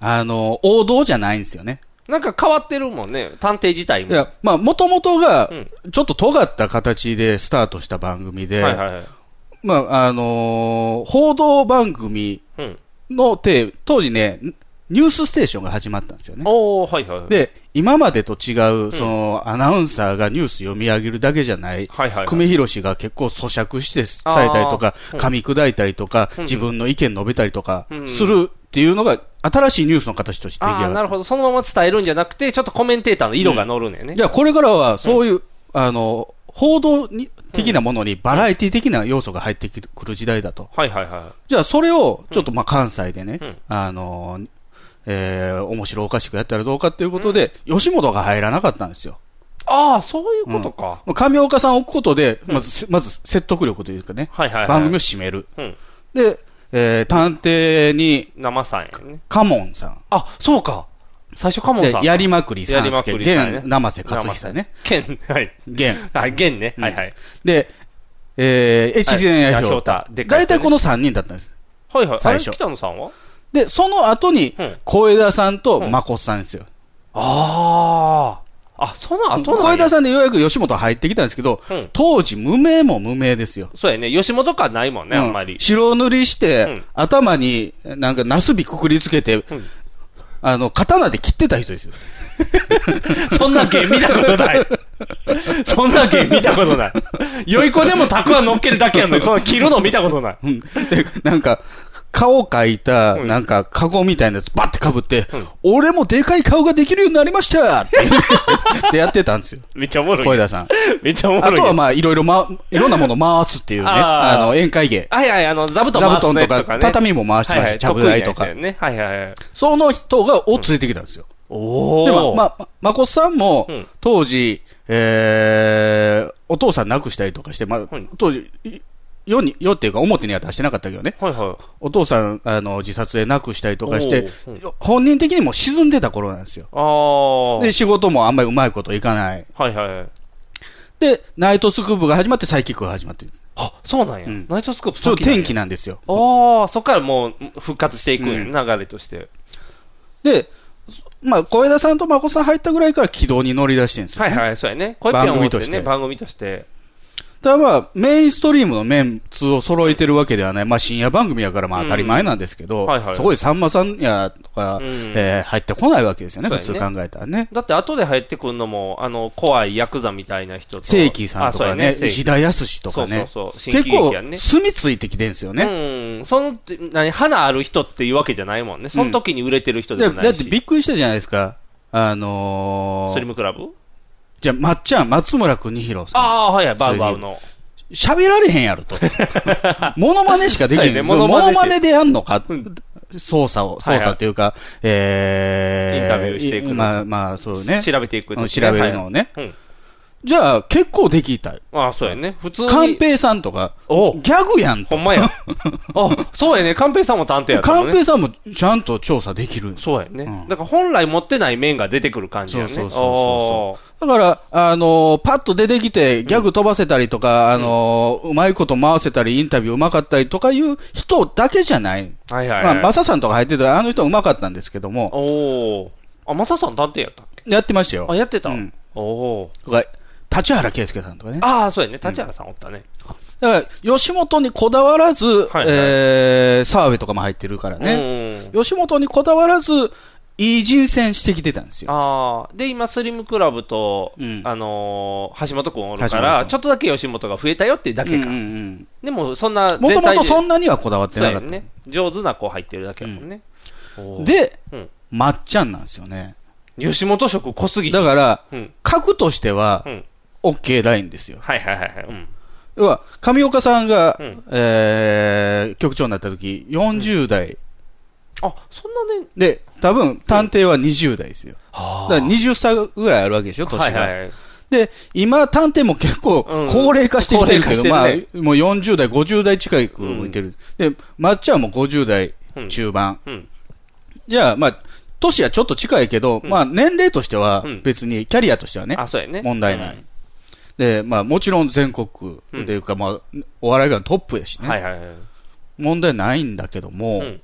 [SPEAKER 2] あの、王道じゃないんですよね。
[SPEAKER 3] なんか変わってるもんね。探偵自体も。
[SPEAKER 2] いや、まあ、もともとが
[SPEAKER 3] うん、
[SPEAKER 2] ちょっと尖った形でスタートした番組で、
[SPEAKER 3] はいはいはい。
[SPEAKER 2] まあ、あのー報道番組
[SPEAKER 3] うん。
[SPEAKER 2] の手、当時ね、ニュースステーションが始まったんですよね。
[SPEAKER 3] おおはいはいはい。
[SPEAKER 2] で、今までと違う、その、アナウンサーがニュース読み上げるだけじゃない、
[SPEAKER 3] はいはいはい。
[SPEAKER 2] 久米宏が結構咀嚼して伝えたりとか
[SPEAKER 3] あ、ー
[SPEAKER 2] 噛み砕いたりとか、
[SPEAKER 3] うん
[SPEAKER 2] 自分の意見述べたりとか
[SPEAKER 3] うん、
[SPEAKER 2] するっていうのが、新しいニュースの形として出来
[SPEAKER 3] ああ、
[SPEAKER 2] 上
[SPEAKER 3] な
[SPEAKER 2] が
[SPEAKER 3] る
[SPEAKER 2] っ
[SPEAKER 3] ほど。そのまま伝えるんじゃなくて、ちょっとコメンテーターの色が乗るねね
[SPEAKER 2] た。じ。ゃあ、これからは、そういう、あの、報道に的なものにバラエティ的な要素が入ってくる時代だと。
[SPEAKER 3] はいはいは
[SPEAKER 2] じゃあ、それを、ちょっとまあ関西でね、
[SPEAKER 3] うん
[SPEAKER 2] あのー、えー、面白おかしくやったらどうかっていうことで、吉本が入らなかったんですよ。
[SPEAKER 3] い。ああ、そういうことか。
[SPEAKER 2] もう上岡さんを置くことで、まず、せまず説得力というかね、
[SPEAKER 3] はいはいはい。
[SPEAKER 2] 番組を締める。
[SPEAKER 3] うん。
[SPEAKER 2] で、えー、探偵に、
[SPEAKER 3] 生さんやね。
[SPEAKER 2] カモンさん。
[SPEAKER 3] あ、そうか。最初カモン
[SPEAKER 2] で
[SPEAKER 3] さん。、
[SPEAKER 2] やりまくりさんすけ、
[SPEAKER 3] やりまくりさんね
[SPEAKER 2] 現、生瀬勝久ね。
[SPEAKER 3] ケン、はい。
[SPEAKER 2] 現。
[SPEAKER 3] はい、ゲンね。
[SPEAKER 2] うん
[SPEAKER 3] はいはい。
[SPEAKER 2] で、えー、越前
[SPEAKER 3] はい
[SPEAKER 2] やひょうた
[SPEAKER 3] やひょうた。でか
[SPEAKER 2] 大
[SPEAKER 3] い人ね
[SPEAKER 2] 体この3人だったんです。
[SPEAKER 3] はいはい。
[SPEAKER 2] 最
[SPEAKER 3] 最
[SPEAKER 2] 初
[SPEAKER 3] 初。北野さんは
[SPEAKER 2] で、その後に
[SPEAKER 3] うん、
[SPEAKER 2] 小枝さんと
[SPEAKER 3] うん
[SPEAKER 2] まこさんですよ。
[SPEAKER 3] ああ。あ、その後なんや
[SPEAKER 2] 小枝さんでようやく吉本入ってきたんですけど、
[SPEAKER 3] うん
[SPEAKER 2] 当時無名も無名ですよ。
[SPEAKER 3] そうやね。吉本感ないもんね、
[SPEAKER 2] うん
[SPEAKER 3] あんまり。
[SPEAKER 2] 白塗りして、
[SPEAKER 3] うん
[SPEAKER 2] 頭になんかナスビくくりつけて、
[SPEAKER 3] ん
[SPEAKER 2] あの、刀で切ってた人ですよ。
[SPEAKER 3] そんな芸見たことない。そんな芸見たことない。良い子でもたくあん乗っけるだ けやのに、その着るの見たことない。
[SPEAKER 2] うんで、なんか、顔描いた、
[SPEAKER 3] うん
[SPEAKER 2] なんか、カゴみたいなやつバッて被って、
[SPEAKER 3] うん
[SPEAKER 2] 俺もでかい顔ができるようになりました ってってやってたんですよ。
[SPEAKER 3] めっちゃおもろ
[SPEAKER 2] 小
[SPEAKER 3] い。
[SPEAKER 2] 枝さん。
[SPEAKER 3] めっちゃおもろい。
[SPEAKER 2] あとはまあ、いろいろま、いろんなもの回すっていうね、
[SPEAKER 3] あ
[SPEAKER 2] あ
[SPEAKER 3] ー
[SPEAKER 2] の、宴会芸。
[SPEAKER 3] はいはい、あの、座布団
[SPEAKER 2] 座
[SPEAKER 3] 回
[SPEAKER 2] 布
[SPEAKER 3] す
[SPEAKER 2] 団
[SPEAKER 3] のや
[SPEAKER 2] と
[SPEAKER 3] つと
[SPEAKER 2] か、
[SPEAKER 3] かね。
[SPEAKER 2] 畳も回して
[SPEAKER 3] はい
[SPEAKER 2] ま
[SPEAKER 3] は
[SPEAKER 2] した
[SPEAKER 3] い
[SPEAKER 2] し、ちゃぶ台と
[SPEAKER 3] 得
[SPEAKER 2] か
[SPEAKER 3] 意。なやつやねはいはいはい。
[SPEAKER 2] その人が、を連れてきたんですよ。
[SPEAKER 3] お
[SPEAKER 2] でも、
[SPEAKER 3] お。
[SPEAKER 2] まあ、ままこっさんも
[SPEAKER 3] うん、
[SPEAKER 2] 当時、えーお父さん亡くしたりとかして、まあ
[SPEAKER 3] はい、
[SPEAKER 2] 当時、い世に、世っていうか表には出してなかったけどね。
[SPEAKER 3] はいは
[SPEAKER 2] お父さん、あの、自殺で亡くしたりとかして
[SPEAKER 3] おう、
[SPEAKER 2] 本人的にも沈んでた頃なんですよ。
[SPEAKER 3] い。
[SPEAKER 2] で、仕事もあんまりうまいこといかない。
[SPEAKER 3] ああ。はいはい。
[SPEAKER 2] で、ナイトスクープが始まってサイキックが始まってる。
[SPEAKER 3] あ、そうなんや。
[SPEAKER 2] うん
[SPEAKER 3] ナイトスクープ
[SPEAKER 2] そういう
[SPEAKER 3] 先なんや
[SPEAKER 2] 天気なんですよ。
[SPEAKER 3] ああ、そっからもう復活していくんや、
[SPEAKER 2] うん
[SPEAKER 3] 流れとして。
[SPEAKER 2] で、まあ、小枝さんと真子さん入ったぐらいから軌道に乗り出してるんですよ、
[SPEAKER 3] は
[SPEAKER 2] ね。
[SPEAKER 3] いはい、そうやね。こういうピアノを持ってね、番
[SPEAKER 2] 番
[SPEAKER 3] 組として。
[SPEAKER 2] ただまあ、メインストリームのメンツを揃えてるわけではない。まあ、深夜番組やからまあ当たり前なんですけど、
[SPEAKER 3] うんはいはい
[SPEAKER 2] そこでさんまさんやとか、
[SPEAKER 3] うん
[SPEAKER 2] えー入ってこないわけですよね、
[SPEAKER 3] そう
[SPEAKER 2] 普
[SPEAKER 3] やね
[SPEAKER 2] 通考えたらね。
[SPEAKER 3] だって後で入ってくるのも、あの、怖いヤクザみたいな人と。
[SPEAKER 2] 正規さんと
[SPEAKER 3] あ
[SPEAKER 2] か
[SPEAKER 3] そうや
[SPEAKER 2] ね、石田康とかね。
[SPEAKER 3] そうそうそう新
[SPEAKER 2] 結
[SPEAKER 3] 喜
[SPEAKER 2] 構
[SPEAKER 3] 劇やんね、
[SPEAKER 2] 住みついてきてるんですよね。
[SPEAKER 3] うん。その、何、花ある人っていうわけじゃないもんね。その時に売れてる人で
[SPEAKER 2] で
[SPEAKER 3] もな
[SPEAKER 2] だ
[SPEAKER 3] い
[SPEAKER 2] って
[SPEAKER 3] し。
[SPEAKER 2] びっくりしたじゃないですか。あの
[SPEAKER 3] スリ
[SPEAKER 2] ー、
[SPEAKER 3] ムクラブ
[SPEAKER 2] じゃあ、まっちゃん、松村邦弘さん。
[SPEAKER 3] ああー、はいはい、バウバウの。
[SPEAKER 2] 喋られへんやろ と。モノマネしかでき
[SPEAKER 3] そう
[SPEAKER 2] へ
[SPEAKER 3] や
[SPEAKER 2] ん。
[SPEAKER 3] ね
[SPEAKER 2] そ
[SPEAKER 3] モ
[SPEAKER 2] の
[SPEAKER 3] ノ
[SPEAKER 2] モ
[SPEAKER 3] マネ
[SPEAKER 2] ノ
[SPEAKER 3] し
[SPEAKER 2] マネでやんのか
[SPEAKER 3] うん
[SPEAKER 2] 操作を、
[SPEAKER 3] はいは
[SPEAKER 2] 操
[SPEAKER 3] い
[SPEAKER 2] 作っていうか、え
[SPEAKER 3] インタビューしていくの
[SPEAKER 2] まあまあ、そうね。
[SPEAKER 3] 調べていくと
[SPEAKER 2] う
[SPEAKER 3] ね
[SPEAKER 2] ん調べるのをね。
[SPEAKER 3] はいうん。
[SPEAKER 2] じゃあ、結構できた。
[SPEAKER 3] ああ、そうやね。普通に。
[SPEAKER 2] 寛平さんとか、
[SPEAKER 3] お
[SPEAKER 2] ギャグやんと。
[SPEAKER 3] ほ んまや。あ、そうやね。カンペイさんも探偵やったもん
[SPEAKER 2] 寛
[SPEAKER 3] ね。
[SPEAKER 2] 平さんもちゃんと調査できるんです
[SPEAKER 3] そうやね。
[SPEAKER 2] うん
[SPEAKER 3] だから本来持ってない面が出てくる感じやね。
[SPEAKER 2] そうそうそうそ
[SPEAKER 3] あー
[SPEAKER 2] だから、あのーパッと出てきて、ギャグ飛ばせたりとか、あのーうまいこと回せたり、インタビューうまかったりとかいう人だけじゃない。
[SPEAKER 3] はいはい、はい。
[SPEAKER 2] まあ、マサさんとか入ってたあの人はうまかったんですけども、
[SPEAKER 3] おお。あ、マサさん探偵やったっけ
[SPEAKER 2] やってましたよ。
[SPEAKER 3] あ、やってた。
[SPEAKER 2] うん
[SPEAKER 3] おおー。
[SPEAKER 2] とか、立原圭介さんとかね。
[SPEAKER 3] ああ、そうやね。立原さんおったね。
[SPEAKER 2] だから、吉本にこだわらず、
[SPEAKER 3] はい
[SPEAKER 2] えー、澤部とかも入ってるからね。
[SPEAKER 3] うん。
[SPEAKER 2] 吉本にこだわらず、いい人選してきてたんですよ。
[SPEAKER 3] ああ。で、今、スリムクラブと、
[SPEAKER 2] うん
[SPEAKER 3] あのー橋本くんおるか
[SPEAKER 2] 橋本
[SPEAKER 3] ら、
[SPEAKER 2] 君
[SPEAKER 3] ちょっとだけ吉本が増えたよってだけか。でも、そんな
[SPEAKER 2] もと
[SPEAKER 3] 全
[SPEAKER 2] も
[SPEAKER 3] 体
[SPEAKER 2] と
[SPEAKER 3] で、
[SPEAKER 2] そんなにはこだわって
[SPEAKER 3] そう
[SPEAKER 2] なか
[SPEAKER 3] や
[SPEAKER 2] った。
[SPEAKER 3] ね。上手な子入ってるだけやもんね。おー、
[SPEAKER 2] で、
[SPEAKER 3] うん
[SPEAKER 2] まっちゃんなんですよね。
[SPEAKER 3] 吉本職濃すぎ
[SPEAKER 2] だから、
[SPEAKER 3] うん。
[SPEAKER 2] 格としては
[SPEAKER 3] うん、
[SPEAKER 2] OK ラインですよ。
[SPEAKER 3] はいはいはいはい。うん。
[SPEAKER 2] 要は、上岡さんが、
[SPEAKER 3] うん
[SPEAKER 2] えー、局長になった時、40代。
[SPEAKER 3] あ、そんなね、
[SPEAKER 2] で、多分、探偵は20代ですよ。
[SPEAKER 3] は
[SPEAKER 2] だから20歳ぐらいあるわけでしょ、年が。
[SPEAKER 3] はいはい、
[SPEAKER 2] で、今、探偵も結構、
[SPEAKER 3] うん
[SPEAKER 2] 高齢化してきてるけど、
[SPEAKER 3] 高齢
[SPEAKER 2] ま
[SPEAKER 3] 化
[SPEAKER 2] あ、
[SPEAKER 3] して
[SPEAKER 2] もう40代、50代近く向いてる。で、マッチはもう50代
[SPEAKER 3] うん
[SPEAKER 2] 中盤。
[SPEAKER 3] うん
[SPEAKER 2] じゃあ、まあ、年はちょっと近いけど、
[SPEAKER 3] うん
[SPEAKER 2] まあ、年齢としては
[SPEAKER 3] うん、
[SPEAKER 2] 別に、キャリアとしてはね、
[SPEAKER 3] あ、そうやね。
[SPEAKER 2] 問題ない。で、まあ、もちろん全国というか、まあ、お笑い界のトップやし
[SPEAKER 3] うん
[SPEAKER 2] ね、
[SPEAKER 3] はいはいはい。
[SPEAKER 2] 問題ないんだけども、
[SPEAKER 3] うん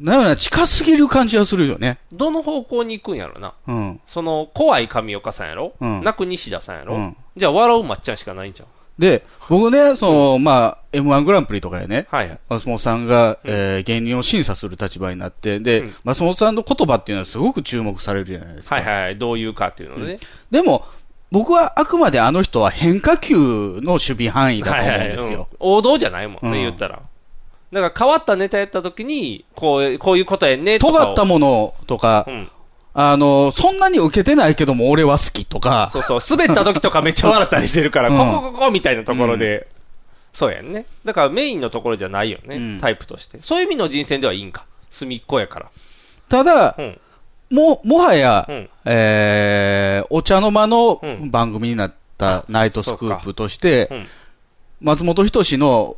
[SPEAKER 2] なんやろな近すぎる感じはするよね。
[SPEAKER 3] どの方向に行くんやろな。
[SPEAKER 2] うん。
[SPEAKER 3] その、怖い上岡さんやろ、
[SPEAKER 2] うん
[SPEAKER 3] 泣く西田さんやろ、
[SPEAKER 2] うん
[SPEAKER 3] じゃあ、笑うまっちゃんしかないんじゃん。
[SPEAKER 2] で、僕ね、その、まあ、M1 グランプリとかやね、
[SPEAKER 3] はいはい。
[SPEAKER 2] 松本さんが、えー芸人を審査する立場になって、で、
[SPEAKER 3] うん
[SPEAKER 2] 松本さんの言葉っていうのはすごく注目されるじゃないですか。
[SPEAKER 3] はいはい。どういうかっていうのね。
[SPEAKER 2] でも、僕はあくまであの人は変化球の守備範囲だと思うんですよ。
[SPEAKER 3] うん王道じゃないもんね、
[SPEAKER 2] うん
[SPEAKER 3] 言ったら。だから、変わったネタやった時に、こう、こういうことやねとかを。
[SPEAKER 2] 尖ったものとか
[SPEAKER 3] う、ん。
[SPEAKER 2] あの、そんなに受けてないけども俺は好きとか、
[SPEAKER 3] そうそう。滑った時とかめっちゃ笑ったりしてるから、
[SPEAKER 2] うん
[SPEAKER 3] ここここここみたいなところで。そうやんね。だから、メインのところじゃないよね、
[SPEAKER 2] うん
[SPEAKER 3] タイプとして。そういう意味の人選ではいいんか。隅っこやから。
[SPEAKER 2] ただ
[SPEAKER 3] う、ん。
[SPEAKER 2] も、もはや、
[SPEAKER 3] うん
[SPEAKER 2] えー、お茶の間の
[SPEAKER 3] うん
[SPEAKER 2] 番組になったナイトスクープとして、
[SPEAKER 3] うん。
[SPEAKER 2] 松本人志の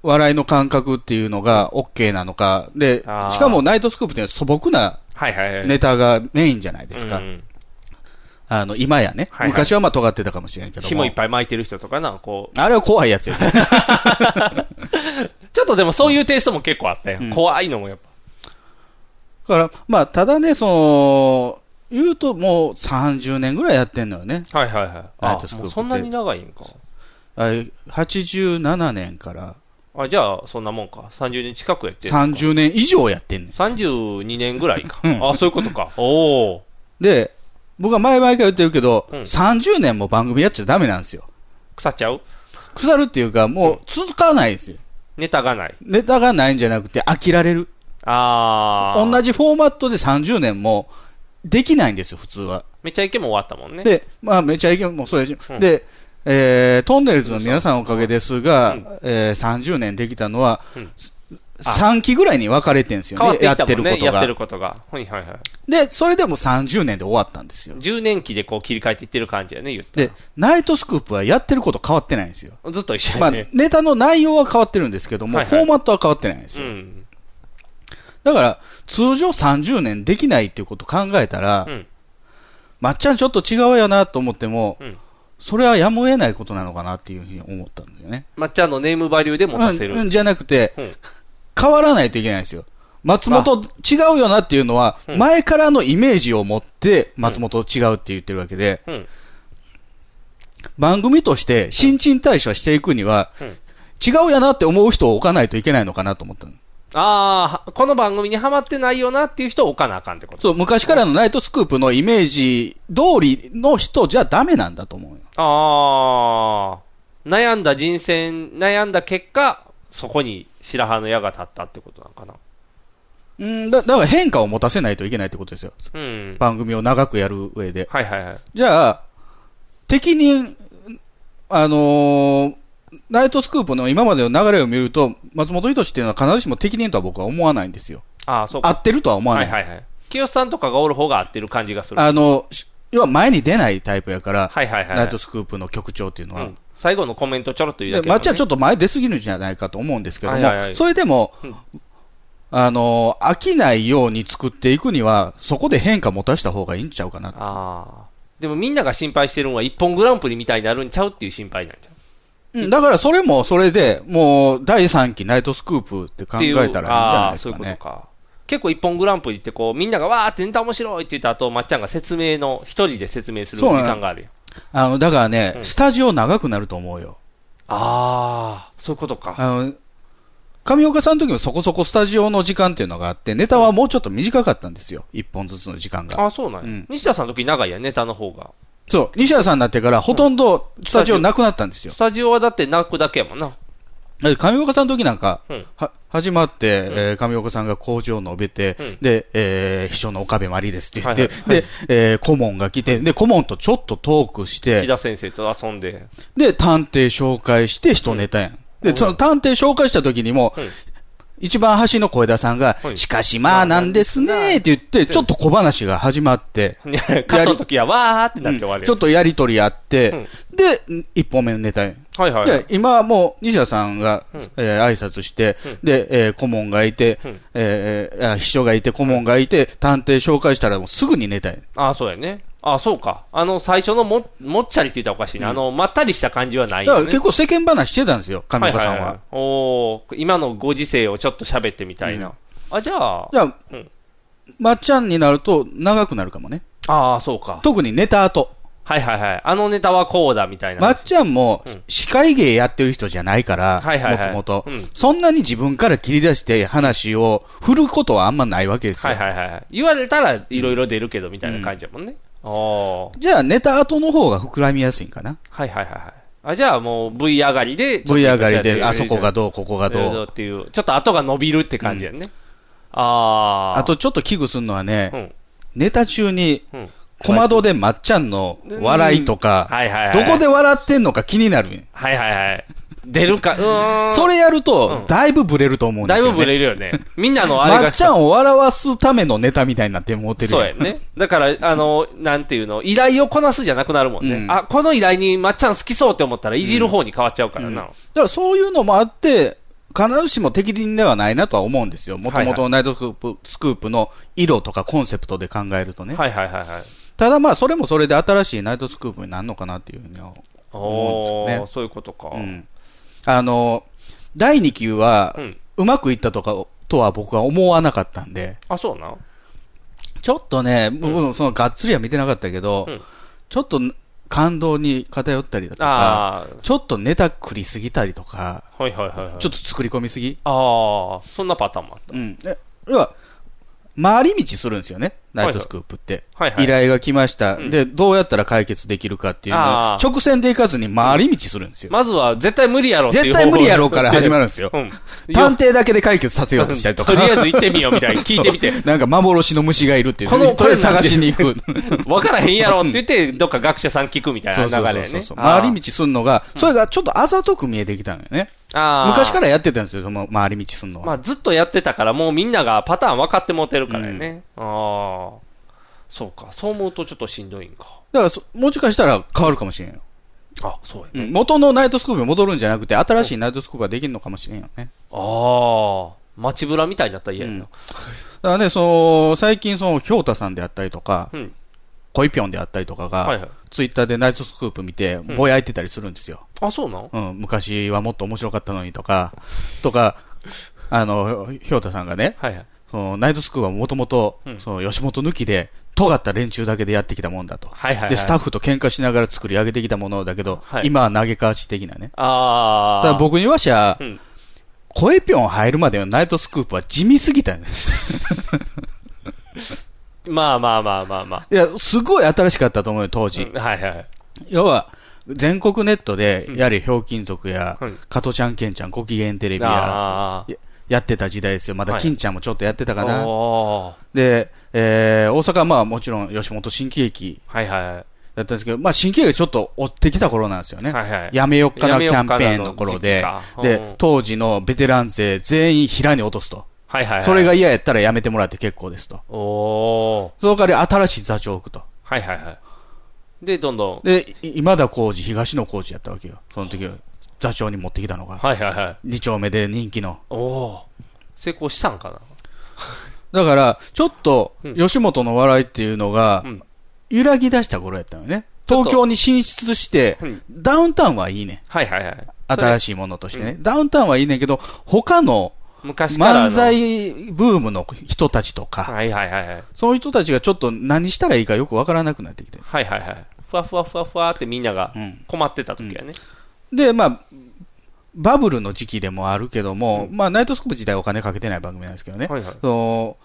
[SPEAKER 2] 笑いの感覚っていうのが OK なのか、で、し
[SPEAKER 3] あー
[SPEAKER 2] かもナイトスクープっていうのは素朴な
[SPEAKER 3] はいはいはい。
[SPEAKER 2] ネタがメインじゃないですか。
[SPEAKER 3] うんうん
[SPEAKER 2] あの、今やね、
[SPEAKER 3] はいはい
[SPEAKER 2] 昔はまあ尖ってたかもしれんけど
[SPEAKER 3] 紐
[SPEAKER 2] も
[SPEAKER 3] いっ。ぱい巻いてる人とかな、こ
[SPEAKER 2] あれは怖いやつや。
[SPEAKER 3] う。ちょっとでもそういうテイストも結構あったよ。
[SPEAKER 2] うん
[SPEAKER 3] 怖いのもやっぱ。
[SPEAKER 2] だから、まあ、ただね、その、言うともう30年ぐらいやってんのよね。
[SPEAKER 3] はいはいはい。
[SPEAKER 2] ナイ
[SPEAKER 3] あ
[SPEAKER 2] トス、クープ
[SPEAKER 3] もうそんなに長いんか。
[SPEAKER 2] あれ87年から
[SPEAKER 3] あ、じゃあ、そんなもんか。30年近くやってる。
[SPEAKER 2] 30年以上やってんねん。
[SPEAKER 3] 32年ぐらいか。
[SPEAKER 2] うん
[SPEAKER 3] あ、そういうことか。おお。
[SPEAKER 2] で、僕は前々から言ってるけど、
[SPEAKER 3] うん
[SPEAKER 2] 30年も番組やっちゃダメなんですよ。
[SPEAKER 3] 腐っちゃう
[SPEAKER 2] 腐るっていうか、もう続かないんですよ。
[SPEAKER 3] ネタがない。
[SPEAKER 2] ネタがないんじゃなくて飽きられる。
[SPEAKER 3] あー。
[SPEAKER 2] 同じフォーマットで30年もできないんですよ、普通は。
[SPEAKER 3] めちゃイケも終わったもんね。
[SPEAKER 2] で、まあ、めちゃイケもそうやし、
[SPEAKER 3] うん
[SPEAKER 2] で、えートンネルズの皆さんおかげですが、えー30年できたのは、
[SPEAKER 3] うんあ
[SPEAKER 2] 3期ぐらいに分かれてるんですよ
[SPEAKER 3] 変わっ
[SPEAKER 2] ね。
[SPEAKER 3] てい
[SPEAKER 2] やっ
[SPEAKER 3] った
[SPEAKER 2] て
[SPEAKER 3] もん
[SPEAKER 2] る
[SPEAKER 3] ね。
[SPEAKER 2] こと
[SPEAKER 3] やっ
[SPEAKER 2] が
[SPEAKER 3] て。ることが。はいはいはい。
[SPEAKER 2] で、それでも30年で終わったんですよ。
[SPEAKER 3] 10年期でこう切り替えていってる感じやね、言った
[SPEAKER 2] で、ナイトスクープはやってること変わってないんですよ。
[SPEAKER 3] ら。ずっと一緒
[SPEAKER 2] まあ、
[SPEAKER 3] やね。
[SPEAKER 2] ネタの内容は変わってるんですけども、
[SPEAKER 3] はいはい
[SPEAKER 2] フォーマットは変わってないんです
[SPEAKER 3] う
[SPEAKER 2] よ。
[SPEAKER 3] ん。
[SPEAKER 2] だから、通常30年できないっていうことを考えたら、
[SPEAKER 3] うん
[SPEAKER 2] まっちゃんちょっと違うやなと思っても、
[SPEAKER 3] うん
[SPEAKER 2] それはやむを得ないことなのかなっていうふうに思ったんだよね。
[SPEAKER 3] 抹茶のネームバリューで持たせる。
[SPEAKER 2] うんうん、じゃなくて、
[SPEAKER 3] うん
[SPEAKER 2] 変わらないといけないんですよ。松本違うよなっていうのは、
[SPEAKER 3] うん
[SPEAKER 2] 前からのイメージを持って、松本違うって言ってるわけで、
[SPEAKER 3] うん。
[SPEAKER 2] 番組として新陳代謝していくには、
[SPEAKER 3] うん
[SPEAKER 2] 違うやなって思う人を置かないといけないのかなと思ったの
[SPEAKER 3] ああ、この番組にハマってないよなっていう人を置かなあかんってこと。
[SPEAKER 2] そう、昔からのナイトスクープのイメージ通りの人じゃダメなんだと思うよ。
[SPEAKER 3] ああ、悩んだ人選、悩んだ結果、そこに白羽の矢が立ったってことなのかな。
[SPEAKER 2] うんだ、だから変化を持たせないといけないってことですよ。
[SPEAKER 3] うん。
[SPEAKER 2] 番組を長くやる上で。
[SPEAKER 3] はいはいはい。
[SPEAKER 2] じゃあ、適任、あのーナイトスクープの今までの流れを見ると、松本人志っていうのは必ずしも適任とは僕は思わないんですよ。
[SPEAKER 3] ああ、そう
[SPEAKER 2] 合
[SPEAKER 3] か。
[SPEAKER 2] ってるとは思わ
[SPEAKER 3] は
[SPEAKER 2] ない。
[SPEAKER 3] いはいはい。清さんとかがおる方が合ってる感じがする。
[SPEAKER 2] あの、し要は前に出ないタイプやから、
[SPEAKER 3] はいはいはい。
[SPEAKER 2] ナイトスクープの局長っていうの
[SPEAKER 3] う
[SPEAKER 2] は。
[SPEAKER 3] ん最後のコメントちょろっと言うだ
[SPEAKER 2] で
[SPEAKER 3] け、ね。
[SPEAKER 2] 町はちょっと前出すぎるんじゃないかと思うんですけども、
[SPEAKER 3] はいはいはい
[SPEAKER 2] それでも、
[SPEAKER 3] うん
[SPEAKER 2] あの飽きないように作っていくには、そこで変化持たした方がいいんちゃうかな、
[SPEAKER 3] ああ。でもみんなが心配してるのは一本グランプリみたいになるんちゃうっていう心配なんじゃう
[SPEAKER 2] うんだからそれもそれで、もう第3期ナイトスクープって考えたらいいんじゃないですか
[SPEAKER 3] ああそういう
[SPEAKER 2] ね
[SPEAKER 3] こと。か。結構一本グランプリってこう、みんながわーってネタ面白いって言った後、まっちゃんが説明の、一人で説明する時
[SPEAKER 2] そうなの
[SPEAKER 3] 間があるよ。
[SPEAKER 2] あのだからね、
[SPEAKER 3] うん
[SPEAKER 2] スタジオ長くなると思うよ。
[SPEAKER 3] ああ、そういうことか。
[SPEAKER 2] あの上岡さんの時もそこそこスタジオの時間っていうのがあって、ネタはもうちょっと短かったんですよ。1本ずつの時間が。
[SPEAKER 3] ああ、そうなん
[SPEAKER 2] う
[SPEAKER 3] や。
[SPEAKER 2] ん
[SPEAKER 3] 西田さんの時長いやん、ネタの方が。
[SPEAKER 2] そう。西田さんになってからほとんどスタジオなくなったんですよ
[SPEAKER 3] ス。タジオはだって泣くだけやもんな。
[SPEAKER 2] だって上岡さんの時なんか、
[SPEAKER 3] うん
[SPEAKER 2] は始まって、えー上岡さんが工場を述べて、
[SPEAKER 3] うん
[SPEAKER 2] で、えー秘書の岡部真理ですって言って、
[SPEAKER 3] はいはい
[SPEAKER 2] で、えー顧問が来て、で、顧問とちょっとトークし
[SPEAKER 3] 木
[SPEAKER 2] て、
[SPEAKER 3] 田先生と遊んで。
[SPEAKER 2] で、探偵紹介して人ネタやん。
[SPEAKER 3] う
[SPEAKER 2] で、
[SPEAKER 3] ん
[SPEAKER 2] その探偵紹介した時にも、
[SPEAKER 3] うん
[SPEAKER 2] 一番端の小枝さんが、
[SPEAKER 3] はい
[SPEAKER 2] しかしまあなんですねって言って、ちょっと小話が始まって、
[SPEAKER 3] ねカットの時はわーってなって終わ
[SPEAKER 2] うん
[SPEAKER 3] る
[SPEAKER 2] ちょ
[SPEAKER 3] や
[SPEAKER 2] っとやりとりあって、で、一本目のネタやん。
[SPEAKER 3] つ。はいはいはい
[SPEAKER 2] で。、今はもう、西田さんが、えー挨拶して、で、えー顧問がいて、
[SPEAKER 3] うん
[SPEAKER 2] えーえーあ秘書がいて、顧問がいて、探偵紹介したらもうすぐに寝たい。
[SPEAKER 3] ああ、そうやね。ああ、そうか。あの、最初のも、もっちゃりって言ったらおかしいな。あの、まったりした感じはない
[SPEAKER 2] だか
[SPEAKER 3] よ
[SPEAKER 2] ら
[SPEAKER 3] ね。
[SPEAKER 2] 結構世間話してたんですよ、上
[SPEAKER 3] はい
[SPEAKER 2] 岡
[SPEAKER 3] は
[SPEAKER 2] さん
[SPEAKER 3] いはい
[SPEAKER 2] は。
[SPEAKER 3] おお今のご時世をちょっと喋ってみたいな。
[SPEAKER 2] うん
[SPEAKER 3] あ、じゃあ、
[SPEAKER 2] じゃあ
[SPEAKER 3] うん、
[SPEAKER 2] まっちゃんになると長くなるかもね。
[SPEAKER 3] ああ、そうか。
[SPEAKER 2] 特に寝た後。
[SPEAKER 3] はいはいはい。あのネタはこうだみたいな。
[SPEAKER 2] まっちゃんも
[SPEAKER 3] うん
[SPEAKER 2] 司会芸やってる人じゃないから、
[SPEAKER 3] はいはいはい
[SPEAKER 2] もともと
[SPEAKER 3] うん。
[SPEAKER 2] そんなに自分から切り出して話を振ることはあんまないわけです
[SPEAKER 3] は
[SPEAKER 2] よ
[SPEAKER 3] い。はいはいはい。言われたらいろいろ出るけどみたいな感じやもんね。おお
[SPEAKER 2] じゃあ寝た後の方が膨らみやすいんかな。
[SPEAKER 3] はいはいはいはい。あ、じゃあもう V 上がりで、
[SPEAKER 2] V 上がりで、あそこがどう、ここが
[SPEAKER 3] どう
[SPEAKER 2] どう。
[SPEAKER 3] っていう、ちょっと後が伸びるって感じやね。ああ。
[SPEAKER 2] あ、とちょっと危惧するのはね、
[SPEAKER 3] うん。
[SPEAKER 2] ネタ中に
[SPEAKER 3] うん。
[SPEAKER 2] 小窓でまっちゃんの笑いとか、
[SPEAKER 3] はいはいはい。
[SPEAKER 2] どこで笑ってんのか気になるんや
[SPEAKER 3] はいはいはい。出る か、うーん。
[SPEAKER 2] それやると
[SPEAKER 3] うん、
[SPEAKER 2] だいぶブレると思うんだ
[SPEAKER 3] だい
[SPEAKER 2] けど、
[SPEAKER 3] ぶ
[SPEAKER 2] ね。
[SPEAKER 3] ブレるよね。みんなのあれ が。
[SPEAKER 2] まっちゃんを笑わすためのネタみたいになって思ってる
[SPEAKER 3] そうや
[SPEAKER 2] やん。
[SPEAKER 3] ね。だから、あの、なんていうの、依頼をこなすじゃなくなるもんね。
[SPEAKER 2] うん
[SPEAKER 3] あ、この依頼にまっちゃん好きそうって思ったら、いじる方に変わっちゃうからな。
[SPEAKER 2] だからそういうのもあって、必ずしも敵陣ではないなとは思うんですよ。もともとナイトスクープスクープの色とかコンセプトで考えるとね。
[SPEAKER 3] はいはいはいはい。
[SPEAKER 2] ただまあ、それもそれで新しいナイトスクープになるのかなっていうふうには思うん
[SPEAKER 3] おー、
[SPEAKER 2] ですよね
[SPEAKER 3] そういうことか。
[SPEAKER 2] うんあの、第2期は
[SPEAKER 3] う、ん
[SPEAKER 2] うまくいったとか、とは僕は思わなかったんで、
[SPEAKER 3] あ、そうな。
[SPEAKER 2] ちょっとね、僕もそのがっつりは見てなかったけど、
[SPEAKER 3] うん
[SPEAKER 2] ちょっと感動に偏ったりだとか、
[SPEAKER 3] あ
[SPEAKER 2] ちょっとネタくりすぎたりとか、
[SPEAKER 3] あ、はいはいはいはい。
[SPEAKER 2] ちょっと作り込みすぎ、
[SPEAKER 3] ああ、そんなパターンもあっ
[SPEAKER 2] うん。え要は、回り道するんですよね、ナイトスクープって。
[SPEAKER 3] た。はいはい。
[SPEAKER 2] 依頼が来ました、
[SPEAKER 3] うん
[SPEAKER 2] で、どうやったら解決できるかっていうのを
[SPEAKER 3] あー
[SPEAKER 2] 直線で行かずに回り道するんですよ。
[SPEAKER 3] まずは、絶対無理やろってい
[SPEAKER 2] 絶
[SPEAKER 3] う方法
[SPEAKER 2] 対無理やろうから始ま
[SPEAKER 3] る。
[SPEAKER 2] るんですよ。
[SPEAKER 3] うん。
[SPEAKER 2] 探偵だけで解決させようとしたりとか。
[SPEAKER 3] りあえず行ってみようみたいに聞いて みて。
[SPEAKER 2] なんか幻の虫がいるっていう。
[SPEAKER 3] この
[SPEAKER 2] それ探しに行く。
[SPEAKER 3] わからへんやろって言って、どっか学者さん聞くみたいな流れやね。
[SPEAKER 2] 回り
[SPEAKER 3] 道。
[SPEAKER 2] 道すんのが、それがちょっとあざとく見えてきたのよね。
[SPEAKER 3] あー
[SPEAKER 2] 昔からやってたんですよ、その回り道すんのは。
[SPEAKER 3] まあ、ずっとやってたから、もうみんながパターン分かってもうてるからやね。ああ。そうか。そう思うとちょっとしんどいんか。
[SPEAKER 2] だからそ、もしかしたら変わるかもしれんよ。
[SPEAKER 3] あ、そうや。
[SPEAKER 2] うん、元のナイトスクープに戻るんじゃなくて、新しいナイトスクープができるのかもしれんよね。
[SPEAKER 3] ああ。街ぶらみたいになったら嫌やな。
[SPEAKER 2] だからね、その、最近、その、ひょうたさんであったりとか、
[SPEAKER 3] うん。
[SPEAKER 2] コイピョンであったりとかが、
[SPEAKER 3] はいはい。
[SPEAKER 2] ツイッターでナイトスクープ見て、
[SPEAKER 3] ん
[SPEAKER 2] ぼやいてたりするんですよ。
[SPEAKER 3] あ、そうなん
[SPEAKER 2] うん、昔はもっと面白かったのにとか、とか、あの、ひょうたさんがね、
[SPEAKER 3] はいはい。
[SPEAKER 2] そのナイトスクープはもともと
[SPEAKER 3] う、ん
[SPEAKER 2] その吉本抜きで、尖った連中だけでやってきたもんだと。
[SPEAKER 3] はいはい、はい。
[SPEAKER 2] で、スタッフと喧嘩しながら作り上げてきたものだけど、
[SPEAKER 3] はい
[SPEAKER 2] 今は投げ返し的なね。
[SPEAKER 3] ああ。
[SPEAKER 2] ただ僕にはしゃ、
[SPEAKER 3] うん
[SPEAKER 2] コエピョン入るまでのナイトスクープは地味すぎたよね。
[SPEAKER 3] まあまあまあまあまあ。
[SPEAKER 2] いや、すごい新しかったと思うよ、当時。
[SPEAKER 3] うんはいはい。
[SPEAKER 2] 要は、全国ネットで、やはり、ひょうきん族や
[SPEAKER 3] はい、
[SPEAKER 2] 加トちゃん、けんちゃん、ご機嫌テレビや、
[SPEAKER 3] ああ。
[SPEAKER 2] やってた時代ですよ。まだ、
[SPEAKER 3] はい
[SPEAKER 2] 金ちゃんもちょっとやってたかな。
[SPEAKER 3] おー
[SPEAKER 2] で、えー大阪はまあもちろん吉本新喜劇
[SPEAKER 3] はいはいはい。
[SPEAKER 2] だったんですけど、まあ新喜劇ちょっと追ってきた頃なんですよね。
[SPEAKER 3] はいはい。
[SPEAKER 2] やめよっかな
[SPEAKER 3] や
[SPEAKER 2] キ
[SPEAKER 3] めよっ
[SPEAKER 2] ャ
[SPEAKER 3] か
[SPEAKER 2] ン
[SPEAKER 3] な
[SPEAKER 2] ペーンの頃で
[SPEAKER 3] の時期か、う
[SPEAKER 2] で
[SPEAKER 3] ん、
[SPEAKER 2] 当時のベテラン勢全員平に落とすと。
[SPEAKER 3] はいはいはい。
[SPEAKER 2] それが、嫌やったらやめてもらって結構ですと。
[SPEAKER 3] おお
[SPEAKER 2] その代わり新しい座長を置くと。
[SPEAKER 3] ーはいはいはい。で、どんどん。
[SPEAKER 2] で、い今田耕司、東野耕司やったわけよ。その時は座長に持ってきたのが。
[SPEAKER 3] はいはいはい。
[SPEAKER 2] 二丁目で人気の。
[SPEAKER 3] おお成功したんかな
[SPEAKER 2] だから、ちょっと
[SPEAKER 3] うん
[SPEAKER 2] 吉本の笑いっていうのが
[SPEAKER 3] うん、
[SPEAKER 2] 揺らぎ出した頃やったのね。
[SPEAKER 3] ちょっと
[SPEAKER 2] 東京に進出して
[SPEAKER 3] うん、
[SPEAKER 2] ダウンタウンはいいね。
[SPEAKER 3] はいはいはい。
[SPEAKER 2] 新
[SPEAKER 3] しい。
[SPEAKER 2] しいものとしてね、ダウンタウンはいいねんけど、他の
[SPEAKER 3] 昔からの。
[SPEAKER 2] 漫才ブームの人たちとか、
[SPEAKER 3] はいはいはいはい。
[SPEAKER 2] そういう人たちがちょっと何したらいいかよくわからなくなってきて、
[SPEAKER 3] はいはいはい。ふわふわふわふわってみんなが
[SPEAKER 2] うん
[SPEAKER 3] 困ってた時やね。
[SPEAKER 2] で、まあ、バブルの時期でもあるけども、まあ、ナイトスコープ自体はお金かけてない番組なんですけどね、
[SPEAKER 3] はいはい。
[SPEAKER 2] その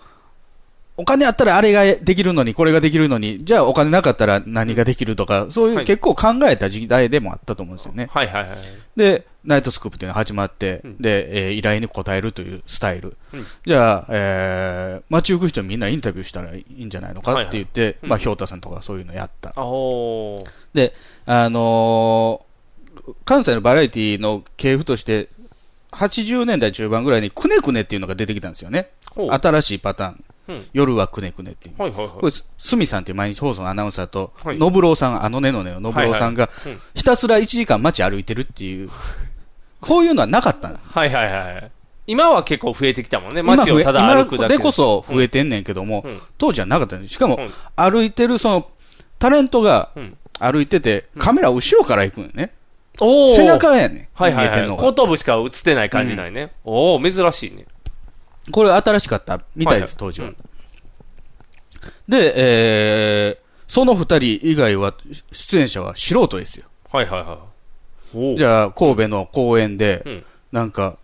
[SPEAKER 2] お金あったらあれができるのに、これができるのに、じゃあお金なかったら何ができるとか、そういう
[SPEAKER 3] はい
[SPEAKER 2] 結構考えた時代でもあったと思うんですよね。
[SPEAKER 3] はいはいはい。
[SPEAKER 2] で、ナイトスクープというのが始まって、
[SPEAKER 3] うん
[SPEAKER 2] で、えー依頼に応えるというスタイル。
[SPEAKER 3] うん
[SPEAKER 2] じゃあ、えー街行く人にみんなインタビューしたらいいんじゃないのか
[SPEAKER 3] はい
[SPEAKER 2] っ
[SPEAKER 3] はい
[SPEAKER 2] て言って、
[SPEAKER 3] うん
[SPEAKER 2] まあ、ひょうたさんとかそういうのやった。
[SPEAKER 3] あおー
[SPEAKER 2] で、あのー関西のバラエティの系譜として、80年代中盤ぐらいにくねくねっていうのが出てきたんですよね。
[SPEAKER 3] ほう。
[SPEAKER 2] 新しいパターン。
[SPEAKER 3] うん
[SPEAKER 2] 夜はくねくねっていう。
[SPEAKER 3] はいはい
[SPEAKER 2] こ
[SPEAKER 3] は
[SPEAKER 2] れ、すすみさんっていう毎日放送のアナウンサーと、
[SPEAKER 3] はい
[SPEAKER 2] のぶろうさん、あのねのねののぶろうさんが
[SPEAKER 3] はいはいうん、
[SPEAKER 2] ひたすら1時間街歩いてるっていう、こういうのはなかったの。
[SPEAKER 3] い。はいはいはい。今は結構増えてきたもんね。街をただ歩くだけ。
[SPEAKER 2] 今でこそ増えてんねんけども、
[SPEAKER 3] うん
[SPEAKER 2] 当時はなかったのしかも
[SPEAKER 3] うん、
[SPEAKER 2] 歩いてるその、タレントが
[SPEAKER 3] うん。
[SPEAKER 2] 歩いてて、カメラ後ろから行くんよね。
[SPEAKER 3] おお
[SPEAKER 2] 背中やねん。
[SPEAKER 3] はいはい
[SPEAKER 2] 見えてん
[SPEAKER 3] はい。
[SPEAKER 2] の
[SPEAKER 3] 後
[SPEAKER 2] が。
[SPEAKER 3] 頭部しか映ってない感じないね。おお珍しいね。
[SPEAKER 2] これ新しかったみたいです、
[SPEAKER 3] は
[SPEAKER 2] 当
[SPEAKER 3] い
[SPEAKER 2] 時
[SPEAKER 3] は。
[SPEAKER 2] はいで、えーその二人以外は、出演者は素人ですよ。
[SPEAKER 3] はいはいはい。おお
[SPEAKER 2] じゃあ、神戸の公園で、
[SPEAKER 3] うん。
[SPEAKER 2] なんか、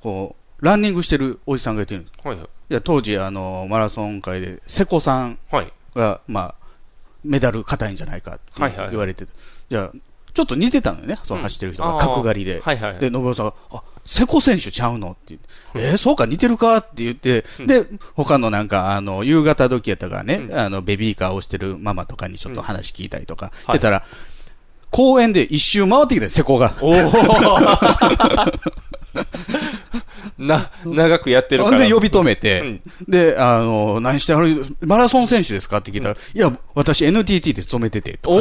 [SPEAKER 2] こう、ランニングしてるおじさんがいてるんです。
[SPEAKER 3] はいはい。
[SPEAKER 2] いや、当時、あの、マラソン界で、瀬古さん
[SPEAKER 3] はい。
[SPEAKER 2] が、まあ、メダル硬いんじゃないかって
[SPEAKER 3] はいはいはい
[SPEAKER 2] 言われてて、じゃあ、ちょっと似てたのよね、その
[SPEAKER 3] うん
[SPEAKER 2] 走ってる人
[SPEAKER 3] あ
[SPEAKER 2] が、
[SPEAKER 3] ー
[SPEAKER 2] 角刈りで。
[SPEAKER 3] はいはいはい
[SPEAKER 2] で、信夫さんが、あ、瀬古選手ちゃうのって言って、えーそうか、似てるかって言って、で、他のなんか、あの、夕方時やったからね、あの、ベビーカーをしてるママとかにちょっと話聞いたりとかしてたら、公園で一周回ってきたよ瀬古が。
[SPEAKER 3] おお な、長くやってる
[SPEAKER 2] ほ
[SPEAKER 3] か
[SPEAKER 2] ん
[SPEAKER 3] ら。
[SPEAKER 2] で呼び止めて、
[SPEAKER 3] うん
[SPEAKER 2] で、あの、何してはる、マラソン選手ですかって聞いたら、いや、私 NTT で勤めてて、と
[SPEAKER 3] おお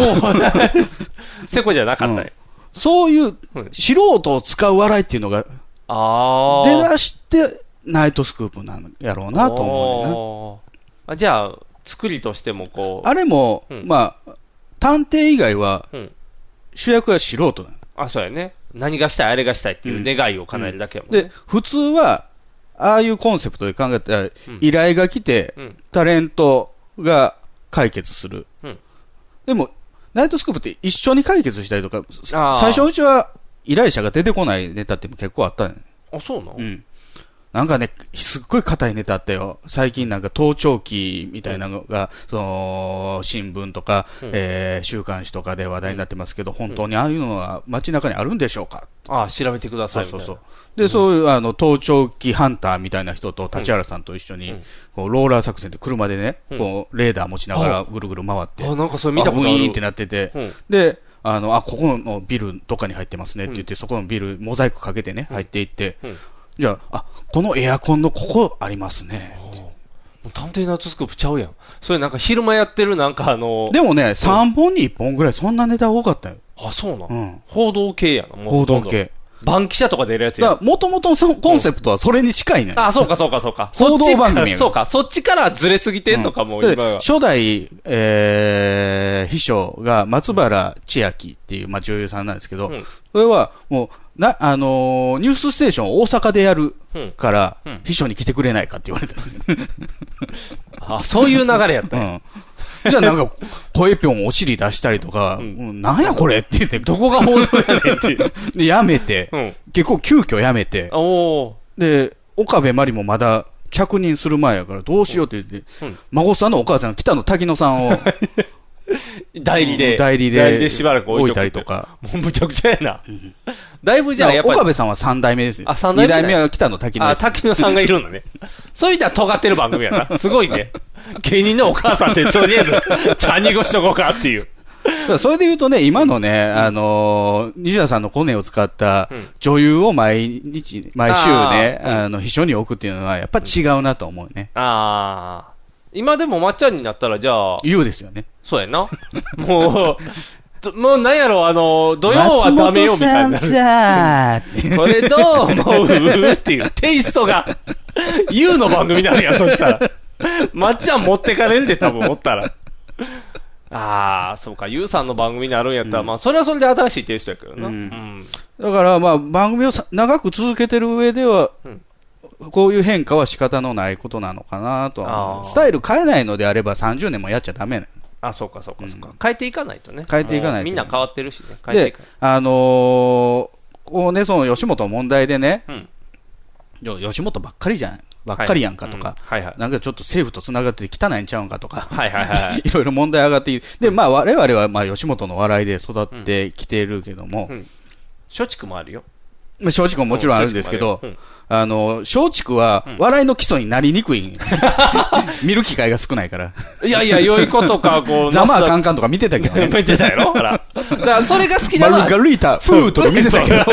[SPEAKER 3] セコじゃなかったね。
[SPEAKER 2] そういう
[SPEAKER 3] うん
[SPEAKER 2] 素人を使う笑いっていうのが
[SPEAKER 3] ああ。
[SPEAKER 2] 出だして、ナイトスクープなんやろうなと思うねんな。
[SPEAKER 3] 思うあじゃあ、作りとしてもこう。
[SPEAKER 2] あれも、
[SPEAKER 3] うん
[SPEAKER 2] まあ、探偵以外は
[SPEAKER 3] うん。
[SPEAKER 2] 主役は素人なの。
[SPEAKER 3] あ、そうやね。何がしたい、あれがしたいっていう願いを叶えるだけやもんね。
[SPEAKER 2] で、普通は、ああいうコンセプトで考えたら、依頼が来て、
[SPEAKER 3] うん。
[SPEAKER 2] タレントが解決する。
[SPEAKER 3] うん
[SPEAKER 2] でも、ナイトスクープって一緒に解決したりとか、
[SPEAKER 3] あー
[SPEAKER 2] 最初のうちは依頼者が出てこないネタって結構あったね。
[SPEAKER 3] あ、そうなの、
[SPEAKER 2] うん。なんかね、すっごい硬いネタあったよ。最近なんか盗聴器みたいなのが、その、新聞とか、
[SPEAKER 3] うん
[SPEAKER 2] えー週刊誌とかで話題になってますけど、本当にああいうのは街中にあるんでしょうか
[SPEAKER 3] ああ、調べてくだ
[SPEAKER 2] そ
[SPEAKER 3] さいうみたい
[SPEAKER 2] そうそ
[SPEAKER 3] な。
[SPEAKER 2] う。で、そういう、あの、盗聴器ハンターみたいな人と、立原さんと一緒に、
[SPEAKER 3] うん
[SPEAKER 2] こう、ローラー作戦で車でね、
[SPEAKER 3] うん
[SPEAKER 2] こう、レーダー持ちながらぐるぐる回って、
[SPEAKER 3] あ、なんかそれ見たことある。
[SPEAKER 2] あウィーンってなってて、
[SPEAKER 3] うん
[SPEAKER 2] で、あの、あ、ここのビルとかに入ってますねって言って、そこのビル、モザイクかけてね、入っていって、
[SPEAKER 3] うん
[SPEAKER 2] じゃあ、あ、このエアコンのここありますね。
[SPEAKER 3] もう探偵ナイトスクープちゃうやん。それなんか昼間やってるなんかあの、
[SPEAKER 2] でもね、3本に1本ぐらい、そんなネタ多かったよ。
[SPEAKER 3] あ、そうなん。
[SPEAKER 2] うん。
[SPEAKER 3] 報道系やな、もう
[SPEAKER 2] 報
[SPEAKER 3] ほと
[SPEAKER 2] 道
[SPEAKER 3] んど。
[SPEAKER 2] 系。
[SPEAKER 3] 番記者とか出るやつ
[SPEAKER 2] だ
[SPEAKER 3] や
[SPEAKER 2] から、もともとそのコンセプトはそれに近いね。
[SPEAKER 3] あ、そうか、そうか、そうか。
[SPEAKER 2] 報道番組やん
[SPEAKER 3] そっちからそうか、そっちからずれすぎてんのか、もう今
[SPEAKER 2] で
[SPEAKER 3] は。
[SPEAKER 2] 初代、えー秘書が松原千秋っていう、まあ、女優さんなんですけど、
[SPEAKER 3] うん
[SPEAKER 2] それはもう、な、あのーニュースステーションを大阪でやる
[SPEAKER 3] うん
[SPEAKER 2] から、
[SPEAKER 3] うん
[SPEAKER 2] 秘書に来てくれないかって言われた。
[SPEAKER 3] あ、そういう流れやったんや。
[SPEAKER 2] うん。じゃあなんか、声ぴょんお尻出したりとか、
[SPEAKER 3] うん
[SPEAKER 2] うんなんやこれって言って、
[SPEAKER 3] どこが報道やねんっていう。
[SPEAKER 2] でやめて、
[SPEAKER 3] うん。
[SPEAKER 2] 結構急遽やめて、
[SPEAKER 3] おー。
[SPEAKER 2] で、岡部真理もまだ、着任する前やから、どうしようって言って、
[SPEAKER 3] うん
[SPEAKER 2] 孫さんのお母さん、北野滝野さんを
[SPEAKER 3] 代理で。
[SPEAKER 2] 代理で
[SPEAKER 3] 代理でしばらく置
[SPEAKER 2] 置い
[SPEAKER 3] いとく
[SPEAKER 2] たりと。か、
[SPEAKER 3] もうむちゃくちゃやな。だいぶじゃあ、やっぱり。
[SPEAKER 2] 岡部さんは3代目ですよ。
[SPEAKER 3] あ三代目
[SPEAKER 2] 2代目は北野滝野
[SPEAKER 3] あ、
[SPEAKER 2] です。
[SPEAKER 3] 滝野さんがいるのね。そういう意味では尖ってる番組やな。すご いね。芸人のお母さんって、とりあえず、茶濁しとこうかっていう。
[SPEAKER 2] だからそれで言うとね、今のね、あのー、西田さんのコネを使った
[SPEAKER 3] うん
[SPEAKER 2] 女優を毎日、毎週ね、
[SPEAKER 3] あー
[SPEAKER 2] あの、秘書に置くっていうのは、やっぱ違うなと思うね。
[SPEAKER 3] ああ。今でもまっちゃんになったら、じゃあ、
[SPEAKER 2] 言うですよね。
[SPEAKER 3] そうやな。 もう、ともうなんやろ、あの、土曜はダメよ、みたいな
[SPEAKER 2] 松。本さんさーって
[SPEAKER 3] これどう思うっていうテイストが、 言うの番組なのや、そしたら。まっちゃん持ってかれんで、多分、持ったら。ああ、そうか、ゆうさんの番組になるんやったら、まあ、それはそれで新しいテイストやけどな。う
[SPEAKER 2] うん
[SPEAKER 3] ん。
[SPEAKER 2] だから、まあ、番組をさ長く続けてる上では、
[SPEAKER 3] うん
[SPEAKER 2] こういう変化は仕方のないことなのかなとは思う
[SPEAKER 3] あー
[SPEAKER 2] スタイル変えないのであれば30年もやっちゃダメなの
[SPEAKER 3] あ、そうか、そうか、そうか。変えていかないとね。
[SPEAKER 2] 変えていかないと
[SPEAKER 3] もうみんな変わってるしね。変えて
[SPEAKER 2] で
[SPEAKER 3] いかない。、
[SPEAKER 2] あのーこうね、その吉本の問題でね、
[SPEAKER 3] うん
[SPEAKER 2] いや吉本ばっかりじゃん、ばっかりやんかとか、
[SPEAKER 3] はいうんはいはい。
[SPEAKER 2] なんかちょっと政府とつながって汚いんちゃうんかとか、
[SPEAKER 3] はいはい はい。
[SPEAKER 2] いろいろ問題上がっている、で、まあ、我々はまあ吉本の笑いで育ってきているけども、
[SPEAKER 3] うん松竹もあるよ。
[SPEAKER 2] まあ、松竹ももちろんあるんですけど
[SPEAKER 3] う、ん
[SPEAKER 2] あの、松竹は
[SPEAKER 3] うん
[SPEAKER 2] 笑いの基礎になりにくい、 見る機会が少ないから、
[SPEAKER 3] いやいや、良いことか、こう、
[SPEAKER 2] ざまあカ
[SPEAKER 3] ん
[SPEAKER 2] ンカンとか見てたけどね、
[SPEAKER 3] 見てたやろほら。だから、それが好きな
[SPEAKER 2] マ
[SPEAKER 3] のは
[SPEAKER 2] ルガリータ、フーとか見てたけど。
[SPEAKER 3] だか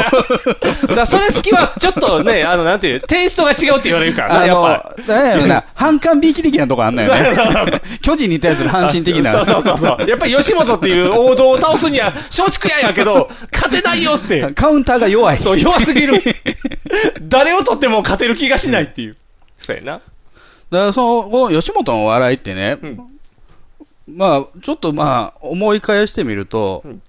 [SPEAKER 3] らそれ好きは、ちょっとね、あの、なんていう、テイストが違うって言われるから
[SPEAKER 2] あ
[SPEAKER 3] ね、やっぱ
[SPEAKER 2] の、なんやろな、反感びいき的なとこあんのよ ね。巨人に対する
[SPEAKER 3] り。
[SPEAKER 2] 反心的な。
[SPEAKER 3] そうそうそうそう。やっぱり吉本っていう王道を倒すには、松竹やんやけど、勝てないよ って。
[SPEAKER 2] カウンターが弱い。
[SPEAKER 3] そう、弱すぎる。誰をとっても勝てる気がしないっていう。そうやな。
[SPEAKER 2] だからその、この吉本の笑いってね、
[SPEAKER 3] うん
[SPEAKER 2] まあ、ちょっとまあ、思い返してみると、
[SPEAKER 3] うん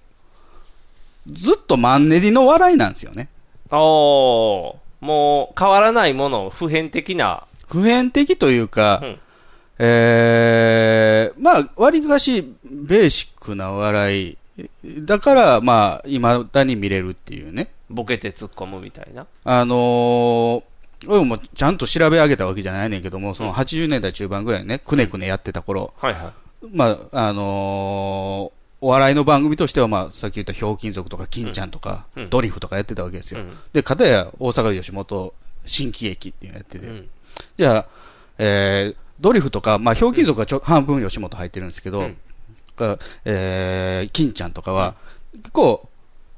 [SPEAKER 2] ずっとマンネリの笑いなんですよね。
[SPEAKER 3] おー。もう、変わらないもの、普遍的な。
[SPEAKER 2] 普遍的というか、
[SPEAKER 3] うん
[SPEAKER 2] ええまあ、割りかし、ベーシックな笑い。だから、まあ、未だに見れるっていうね。
[SPEAKER 3] ボケて突っ込むみたいな。
[SPEAKER 2] あのー、俺もちゃんと調べ上げたわけじゃないねんけども、その80年代中盤ぐらいね、くねくねやってた頃、
[SPEAKER 3] はいはい。
[SPEAKER 2] まあ、あのーお笑いの番組としては、まあ、さっき言ったひょうきん族とか、金ちゃんとか、
[SPEAKER 3] うん
[SPEAKER 2] ドリフとかやってたわけですよ。
[SPEAKER 3] うん
[SPEAKER 2] で、片や大阪吉本新喜劇っていうのやってて、
[SPEAKER 3] うん
[SPEAKER 2] じゃあ、えードリフとか、まあ、ひょうきん族はちょ、半分吉本入ってるんですけど、
[SPEAKER 3] うん
[SPEAKER 2] がえー金ちゃんとかは、結構、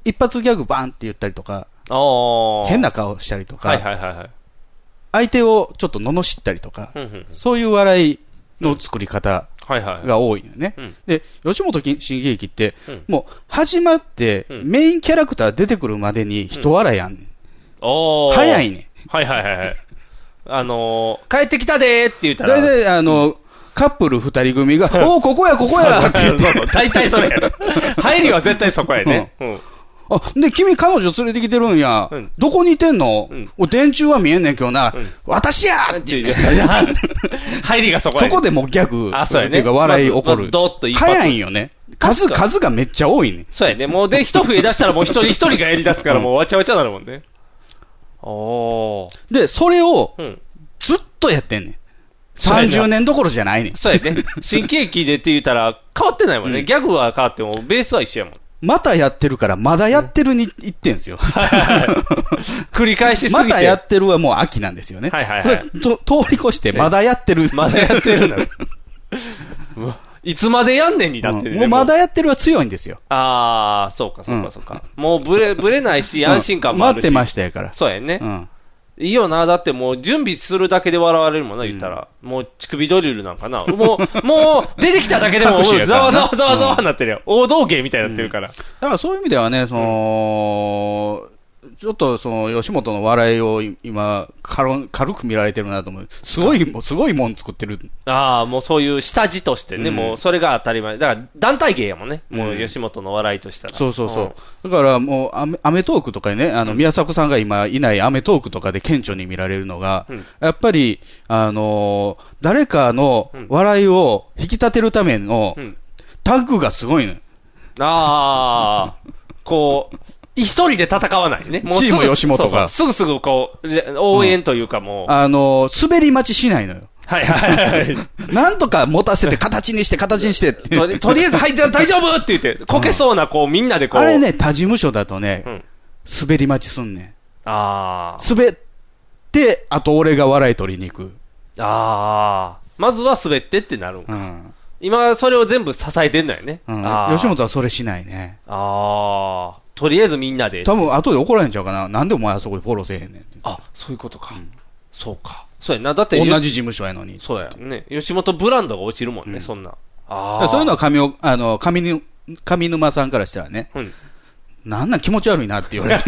[SPEAKER 2] 一発ギャグバンって言ったりとか、
[SPEAKER 3] おー。
[SPEAKER 2] 変な顔したりとか、
[SPEAKER 3] はいはいはいはい。
[SPEAKER 2] 相手をちょっと罵ったりとか、
[SPEAKER 3] うんうん。
[SPEAKER 2] そういう笑いの作り方
[SPEAKER 3] はいはい。
[SPEAKER 2] が多いのよね。
[SPEAKER 3] うん
[SPEAKER 2] で、吉本新喜劇って、
[SPEAKER 3] うん
[SPEAKER 2] もう始まって、
[SPEAKER 3] うん
[SPEAKER 2] メインキャラクター出てくるまでに人笑いやんねん。
[SPEAKER 3] おー。
[SPEAKER 2] 早いねん。
[SPEAKER 3] はいはいはいはい。あのー、帰ってきたでーって言ったら。
[SPEAKER 2] 大体、あの、カップル二人組が、おお、ここや、ここやって言って、
[SPEAKER 3] そうそう大体それやろ。入りは絶対そこやね。うん。
[SPEAKER 2] あ、で、君彼女連れてきてるんや。
[SPEAKER 3] うん
[SPEAKER 2] どこにいてんの、
[SPEAKER 3] うん
[SPEAKER 2] お電柱は見えんねんけどな。
[SPEAKER 3] うん
[SPEAKER 2] 私やって
[SPEAKER 3] いやいや入りがそこや
[SPEAKER 2] そ
[SPEAKER 3] ね。
[SPEAKER 2] こでもうギャグ、
[SPEAKER 3] あそうやね
[SPEAKER 2] っていうか笑い起
[SPEAKER 3] ま
[SPEAKER 2] こ
[SPEAKER 3] ずま
[SPEAKER 2] る。
[SPEAKER 3] ずドッと一発
[SPEAKER 2] 早いんよね。数、
[SPEAKER 3] 確か
[SPEAKER 2] 数がめっちゃ多いねん。
[SPEAKER 3] そうやね。もうで、人増え出したらもう一人一人がやり出すからもうわちゃわちゃなるもんね。おー。
[SPEAKER 2] で、それを
[SPEAKER 3] うん。
[SPEAKER 2] ずっとやってんねん。
[SPEAKER 3] そうやな
[SPEAKER 2] 30年どころじゃないねん。
[SPEAKER 3] そうやね。新喜劇でって言ったら変わってないもんね。
[SPEAKER 2] うん
[SPEAKER 3] ギャグは変わってもベースは一緒やもん。
[SPEAKER 2] またやってるから、まだやってるに言ってんすよ。
[SPEAKER 3] 繰り返しすぎて。
[SPEAKER 2] またやってるはもう秋なんですよね。
[SPEAKER 3] はいはいはい
[SPEAKER 2] それと通り越して、まだやってる。
[SPEAKER 3] まだやってるんだ。うわいつまでやんねんになってる、ね
[SPEAKER 2] もうまだやってるは強いんですよ。
[SPEAKER 3] ああ、そうか、そう
[SPEAKER 2] う
[SPEAKER 3] か、
[SPEAKER 2] ん
[SPEAKER 3] そうか。もうブレ、ブレないし、安心感もあるし。
[SPEAKER 2] うん待ってましたやから。
[SPEAKER 3] そうやね、
[SPEAKER 2] うん。
[SPEAKER 3] いいよな。だってもう準備するだけで笑われるもんな、言ったら。もう乳首ドリルなんかな。もう、もう出てきただけ でも、
[SPEAKER 2] 拍手や
[SPEAKER 3] ざ
[SPEAKER 2] から
[SPEAKER 3] わ
[SPEAKER 2] な
[SPEAKER 3] ざわざわざわなってるよ。大道芸みたいになってるから。
[SPEAKER 2] だからそういう意味ではね、その、ちょっとその吉本の笑いを今、軽軽く見られてるなと思う。すごい、もうすごいもん作ってる。
[SPEAKER 3] ああ、もうそういう下地としてね、
[SPEAKER 2] うん
[SPEAKER 3] もうそれが当たり前。だから団体芸やもんね。もう
[SPEAKER 2] うん
[SPEAKER 3] 吉本の笑いとしたら。
[SPEAKER 2] そうそうそう。だからもうアメ、アメトークとかにね、あの、宮迫さんが今いないアメトークとかで顕著に見られるのが、
[SPEAKER 3] うん
[SPEAKER 2] やっぱり、あのー誰かの笑いを引き立てるための
[SPEAKER 3] うん
[SPEAKER 2] タッグがすごいのよ。
[SPEAKER 3] うん。ああ、こう。一人で戦わないね。もうすぐ
[SPEAKER 2] チーム吉本が
[SPEAKER 3] そうそうすぐすぐこう、じゃ応援というかもう、
[SPEAKER 2] あのー滑り待ちしないのよ。
[SPEAKER 3] はいはいはい。
[SPEAKER 2] なんとか持たせて、形にして、形にしてって。
[SPEAKER 3] とりとりあえず入ってた大丈夫って言って、こけそうな、こう、みんなでこう。
[SPEAKER 2] あれ。ね、他事務所だとね、
[SPEAKER 3] うん
[SPEAKER 2] 滑り待ちすんねん。
[SPEAKER 3] あー
[SPEAKER 2] 滑って、あと俺が笑い取りに行く。
[SPEAKER 3] あー。まずは滑ってってなるんか。
[SPEAKER 2] うん。
[SPEAKER 3] 今、それを全部支えてんのよね。
[SPEAKER 2] うん
[SPEAKER 3] あー
[SPEAKER 2] 吉。本はそれしないね。
[SPEAKER 3] あーとりあえずみんなで。
[SPEAKER 2] 多分後で怒られんちゃうかな。なんでお前あそこでフォローせえへんねんって。
[SPEAKER 3] あ、そういうことか。そうか。そうやな。だって、
[SPEAKER 2] 同
[SPEAKER 3] よ
[SPEAKER 2] じ事務所やのに。
[SPEAKER 3] そうや。ね。吉本ブランドが落ちるもんね、そんな。ああ。
[SPEAKER 2] そういうの
[SPEAKER 3] は、
[SPEAKER 2] は上をあの上に上沼さんからしたらね、
[SPEAKER 3] うん。
[SPEAKER 2] なんなん気持ち悪いなって言わ れる。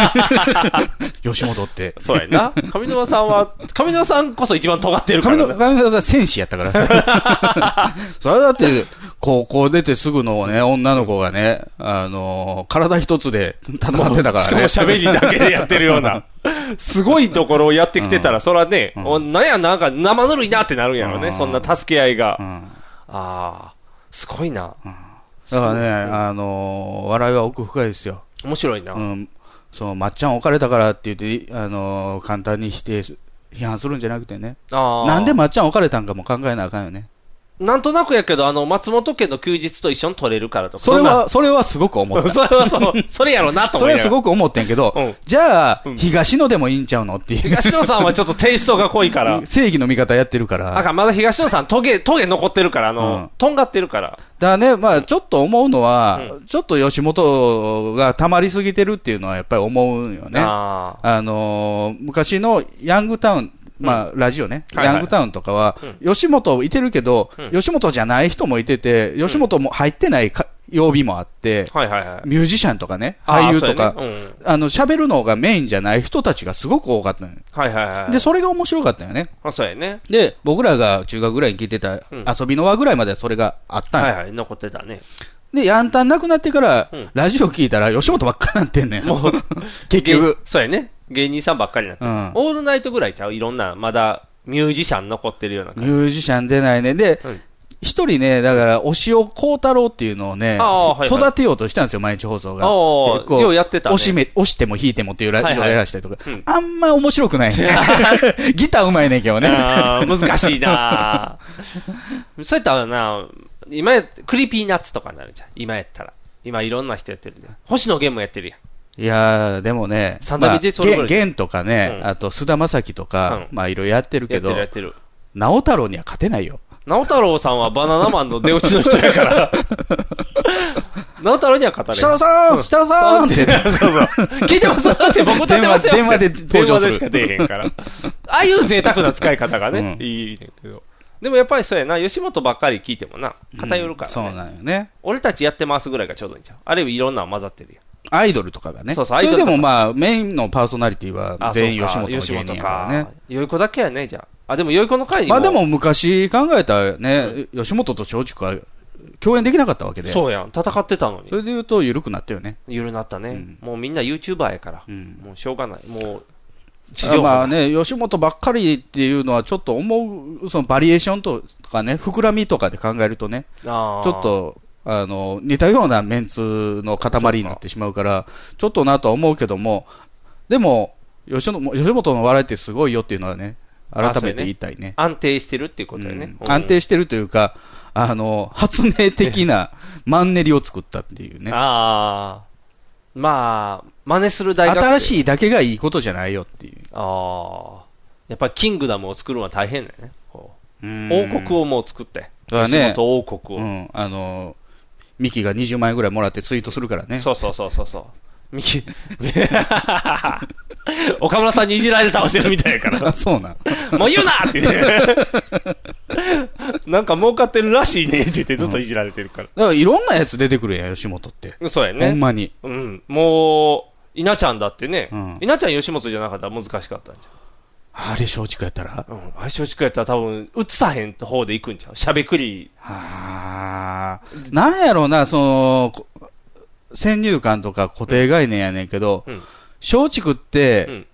[SPEAKER 2] 吉本って。
[SPEAKER 3] そうや な。上沼さんは、上沼さんこそ一番尖ってるか
[SPEAKER 2] 上
[SPEAKER 3] ら
[SPEAKER 2] 沼
[SPEAKER 3] な。
[SPEAKER 2] 上沼さん戦士やったから。 それだって、高校出てすぐのね、女の子がね、あの、体一つで戦ってたからね。
[SPEAKER 3] しかも喋りだけでやってるような。すごいところをやってきてたら、そらね、おなんや、なんか生ぬるいなってなるんやろね。
[SPEAKER 2] うん
[SPEAKER 3] そんな助け合いが。
[SPEAKER 2] う
[SPEAKER 3] あ
[SPEAKER 2] ん
[SPEAKER 3] あー、すごいな。
[SPEAKER 2] だからね、あのー笑いは奥深いですよ。
[SPEAKER 3] 面白いな。
[SPEAKER 2] うん。そう、まっちゃん置かれたからって言って、あのー簡単に否定す、批判するんじゃなくてね。
[SPEAKER 3] ああ。
[SPEAKER 2] なんでまっちゃん置かれたんかも考えなあかんよね。
[SPEAKER 3] なんとなくやけど、あの、松本家の休日と一緒に撮れるからとか。
[SPEAKER 2] それは、それはすごく思
[SPEAKER 3] そん
[SPEAKER 2] っ
[SPEAKER 3] な、それはそう、それやろな
[SPEAKER 2] た。
[SPEAKER 3] と
[SPEAKER 2] そ
[SPEAKER 3] 思
[SPEAKER 2] れは
[SPEAKER 3] いながら
[SPEAKER 2] すごく思ってんけど、
[SPEAKER 3] うん
[SPEAKER 2] じゃあ、
[SPEAKER 3] うん
[SPEAKER 2] 東野でもいいんちゃうのっていう。
[SPEAKER 3] 東野さんはちょっとテイストが濃いから。
[SPEAKER 2] 正義の味方やってるから。
[SPEAKER 3] あかん、まだ東野さん、トゲ、トゲ残ってるから、あ
[SPEAKER 2] う
[SPEAKER 3] の、
[SPEAKER 2] ん
[SPEAKER 3] とんがってるから。
[SPEAKER 2] だからね、まあ、ちょっと思うのは、ちょっと吉本が溜まりすぎてるっていうのはやっぱり思うよね。
[SPEAKER 3] ああ。
[SPEAKER 2] あのー昔のヤングタウン、まあ、ラジオね、
[SPEAKER 3] はいはい
[SPEAKER 2] ヤングタウンとかは、吉本いてるけど、
[SPEAKER 3] うん
[SPEAKER 2] 吉本じゃない人もいてて、吉本も入ってないか曜日もあって、
[SPEAKER 3] はいはいはい。
[SPEAKER 2] ミュージシャンとかね、
[SPEAKER 3] あー
[SPEAKER 2] 俳優とか、
[SPEAKER 3] そうやねうん
[SPEAKER 2] あの、喋るのがメインじゃない人たちがすごく多かったのよ。
[SPEAKER 3] はいはいはい。
[SPEAKER 2] で、それが面白かったよね。
[SPEAKER 3] あ、そうやね。
[SPEAKER 2] で、僕らが中学ぐらいに聞いてた、
[SPEAKER 3] うん
[SPEAKER 2] 遊びの輪ぐらいまではそれがあったんよ
[SPEAKER 3] はいはい、残ってたね。
[SPEAKER 2] で、ヤンタンなくなってから、
[SPEAKER 3] うん
[SPEAKER 2] ラジオ聞いたら吉本ばっかなってんねん。
[SPEAKER 3] もう
[SPEAKER 2] 結局
[SPEAKER 3] 芸。そうやね。芸人さんばっかりになってる、
[SPEAKER 2] うん
[SPEAKER 3] オールナイトぐらいちゃういろんな、まだ、ミュージシャン残ってるような感
[SPEAKER 2] ミ
[SPEAKER 3] じ。
[SPEAKER 2] ュージシャン出ないね。で
[SPEAKER 3] うん、
[SPEAKER 2] 一、人ね、だから、押尾幸太郎っていうのをね、
[SPEAKER 3] ああはいはい
[SPEAKER 2] 育てようとしたんですよ、毎日放送が。
[SPEAKER 3] ああ
[SPEAKER 2] 結構
[SPEAKER 3] ようやってたね
[SPEAKER 2] 押しめ、押しても引いてもっていうラ
[SPEAKER 3] はいはい
[SPEAKER 2] ジオやらしたりとか、
[SPEAKER 3] うん
[SPEAKER 2] あんま面白く ないね。ギターうまいねんけどね。
[SPEAKER 3] あー難しいなぁそうやったらな、今や、クリーピーナッツとかになるじゃん。今やったら。今いろんな人やってるで。星野源もやってるやん。
[SPEAKER 2] いやー、でもね、
[SPEAKER 3] サンダルジェイソウルブレイク
[SPEAKER 2] ゲンとかね、
[SPEAKER 3] うん
[SPEAKER 2] あと菅田将暉とか、
[SPEAKER 3] う
[SPEAKER 2] まあいろいろやってる
[SPEAKER 3] や
[SPEAKER 2] け
[SPEAKER 3] って
[SPEAKER 2] ど
[SPEAKER 3] るや、ってる。
[SPEAKER 2] 直太郎には勝てないよ。
[SPEAKER 3] 直太郎さんはバナナマンの出落ちの人 やから。直太郎には語れへん
[SPEAKER 2] 設楽さん設楽さんって。
[SPEAKER 3] そうそう。聞いてますって僕歌ってますよって
[SPEAKER 2] 電話で登場する
[SPEAKER 3] 電話でしか出えへんから。ああいう贅沢な使い方がね、
[SPEAKER 2] うん
[SPEAKER 3] いいねんけど。でもやっぱりそうやな、吉本ばっかり聞いてもな、偏るから、ね
[SPEAKER 2] そうなんよね。
[SPEAKER 3] 俺たちやってますぐらいがちょうどいいんちゃうあるいはいろんなの混ざってるやん。
[SPEAKER 2] アイドルとかがね。
[SPEAKER 3] そうそう
[SPEAKER 2] れ
[SPEAKER 3] アイドル
[SPEAKER 2] で
[SPEAKER 3] と
[SPEAKER 2] も
[SPEAKER 3] か
[SPEAKER 2] まあ、メインのパーソナリティは
[SPEAKER 3] あ
[SPEAKER 2] 全員
[SPEAKER 3] そう
[SPEAKER 2] 吉
[SPEAKER 3] か
[SPEAKER 2] 本の芸人やから
[SPEAKER 3] 吉
[SPEAKER 2] ね
[SPEAKER 3] 本。よい子だけやね、じゃあ。あ、でもよい子の会に
[SPEAKER 2] まあでも昔考えたらね、吉本と松竹は共演できなかったわけで。そ
[SPEAKER 3] そうやん。戦ってたのに。
[SPEAKER 2] れで言うと緩くなったよね。
[SPEAKER 3] ゆるなったね、
[SPEAKER 2] うん
[SPEAKER 3] もうみんな YouTuber やから。
[SPEAKER 2] うん
[SPEAKER 3] もうしょうがない。もう、地
[SPEAKER 2] あ
[SPEAKER 3] 上波
[SPEAKER 2] まあね、吉本ばっかりっていうのはちょっと思う、そのバリエーションとかね、膨らみとかで考えるとね、
[SPEAKER 3] あー
[SPEAKER 2] ちょっと、あの、似たようなメンツの塊になってしまうから、ちょっとなとは思うけども、でも、吉本吉本の笑いってすごいよっていうのはね、改めて言いたいね。
[SPEAKER 3] 安定してるっていうことやね。
[SPEAKER 2] うん安定してるというか、あの、発明的な マンネリを作ったっていうね。
[SPEAKER 3] ああ。まあ、真似する大学生。
[SPEAKER 2] 新
[SPEAKER 3] い。
[SPEAKER 2] しいだけがいいことじゃないよっていう。
[SPEAKER 3] ああ。やっぱりキングダムを作るのは大変だよね。こう
[SPEAKER 2] 王
[SPEAKER 3] 王国をもう作って。
[SPEAKER 2] だから
[SPEAKER 3] 吉
[SPEAKER 2] ね、
[SPEAKER 3] 本王国
[SPEAKER 2] う
[SPEAKER 3] を。
[SPEAKER 2] ん、あの、ミキが20万円ぐらいもらってツイートするからね。
[SPEAKER 3] そうそうそうそうそう。みき、 岡村さんにいじられ倒してるみたいやから。
[SPEAKER 2] あ そうなん。
[SPEAKER 3] もう言うなって言って。なんか儲かってるらしいねって言ってずっといじられてるから。
[SPEAKER 2] だからいろんなやつ出てくるやん、吉本って。
[SPEAKER 3] そうや
[SPEAKER 2] ほん
[SPEAKER 3] ね。
[SPEAKER 2] まに。
[SPEAKER 3] うん。もう、稲ちゃんだってね
[SPEAKER 2] うん。
[SPEAKER 3] 稲ちゃん吉本じゃなかったら難しかったんじ
[SPEAKER 2] あれ、松竹やったら。
[SPEAKER 3] ゃん。うん。あれ松竹やったら多分、映さへん方で行くんちゃう。しゃべくり。
[SPEAKER 2] はあ。なんやろうな、その、こ先入観とか固定概念やねんけど、
[SPEAKER 3] うん
[SPEAKER 2] 松竹っ
[SPEAKER 3] う
[SPEAKER 2] て
[SPEAKER 3] ん、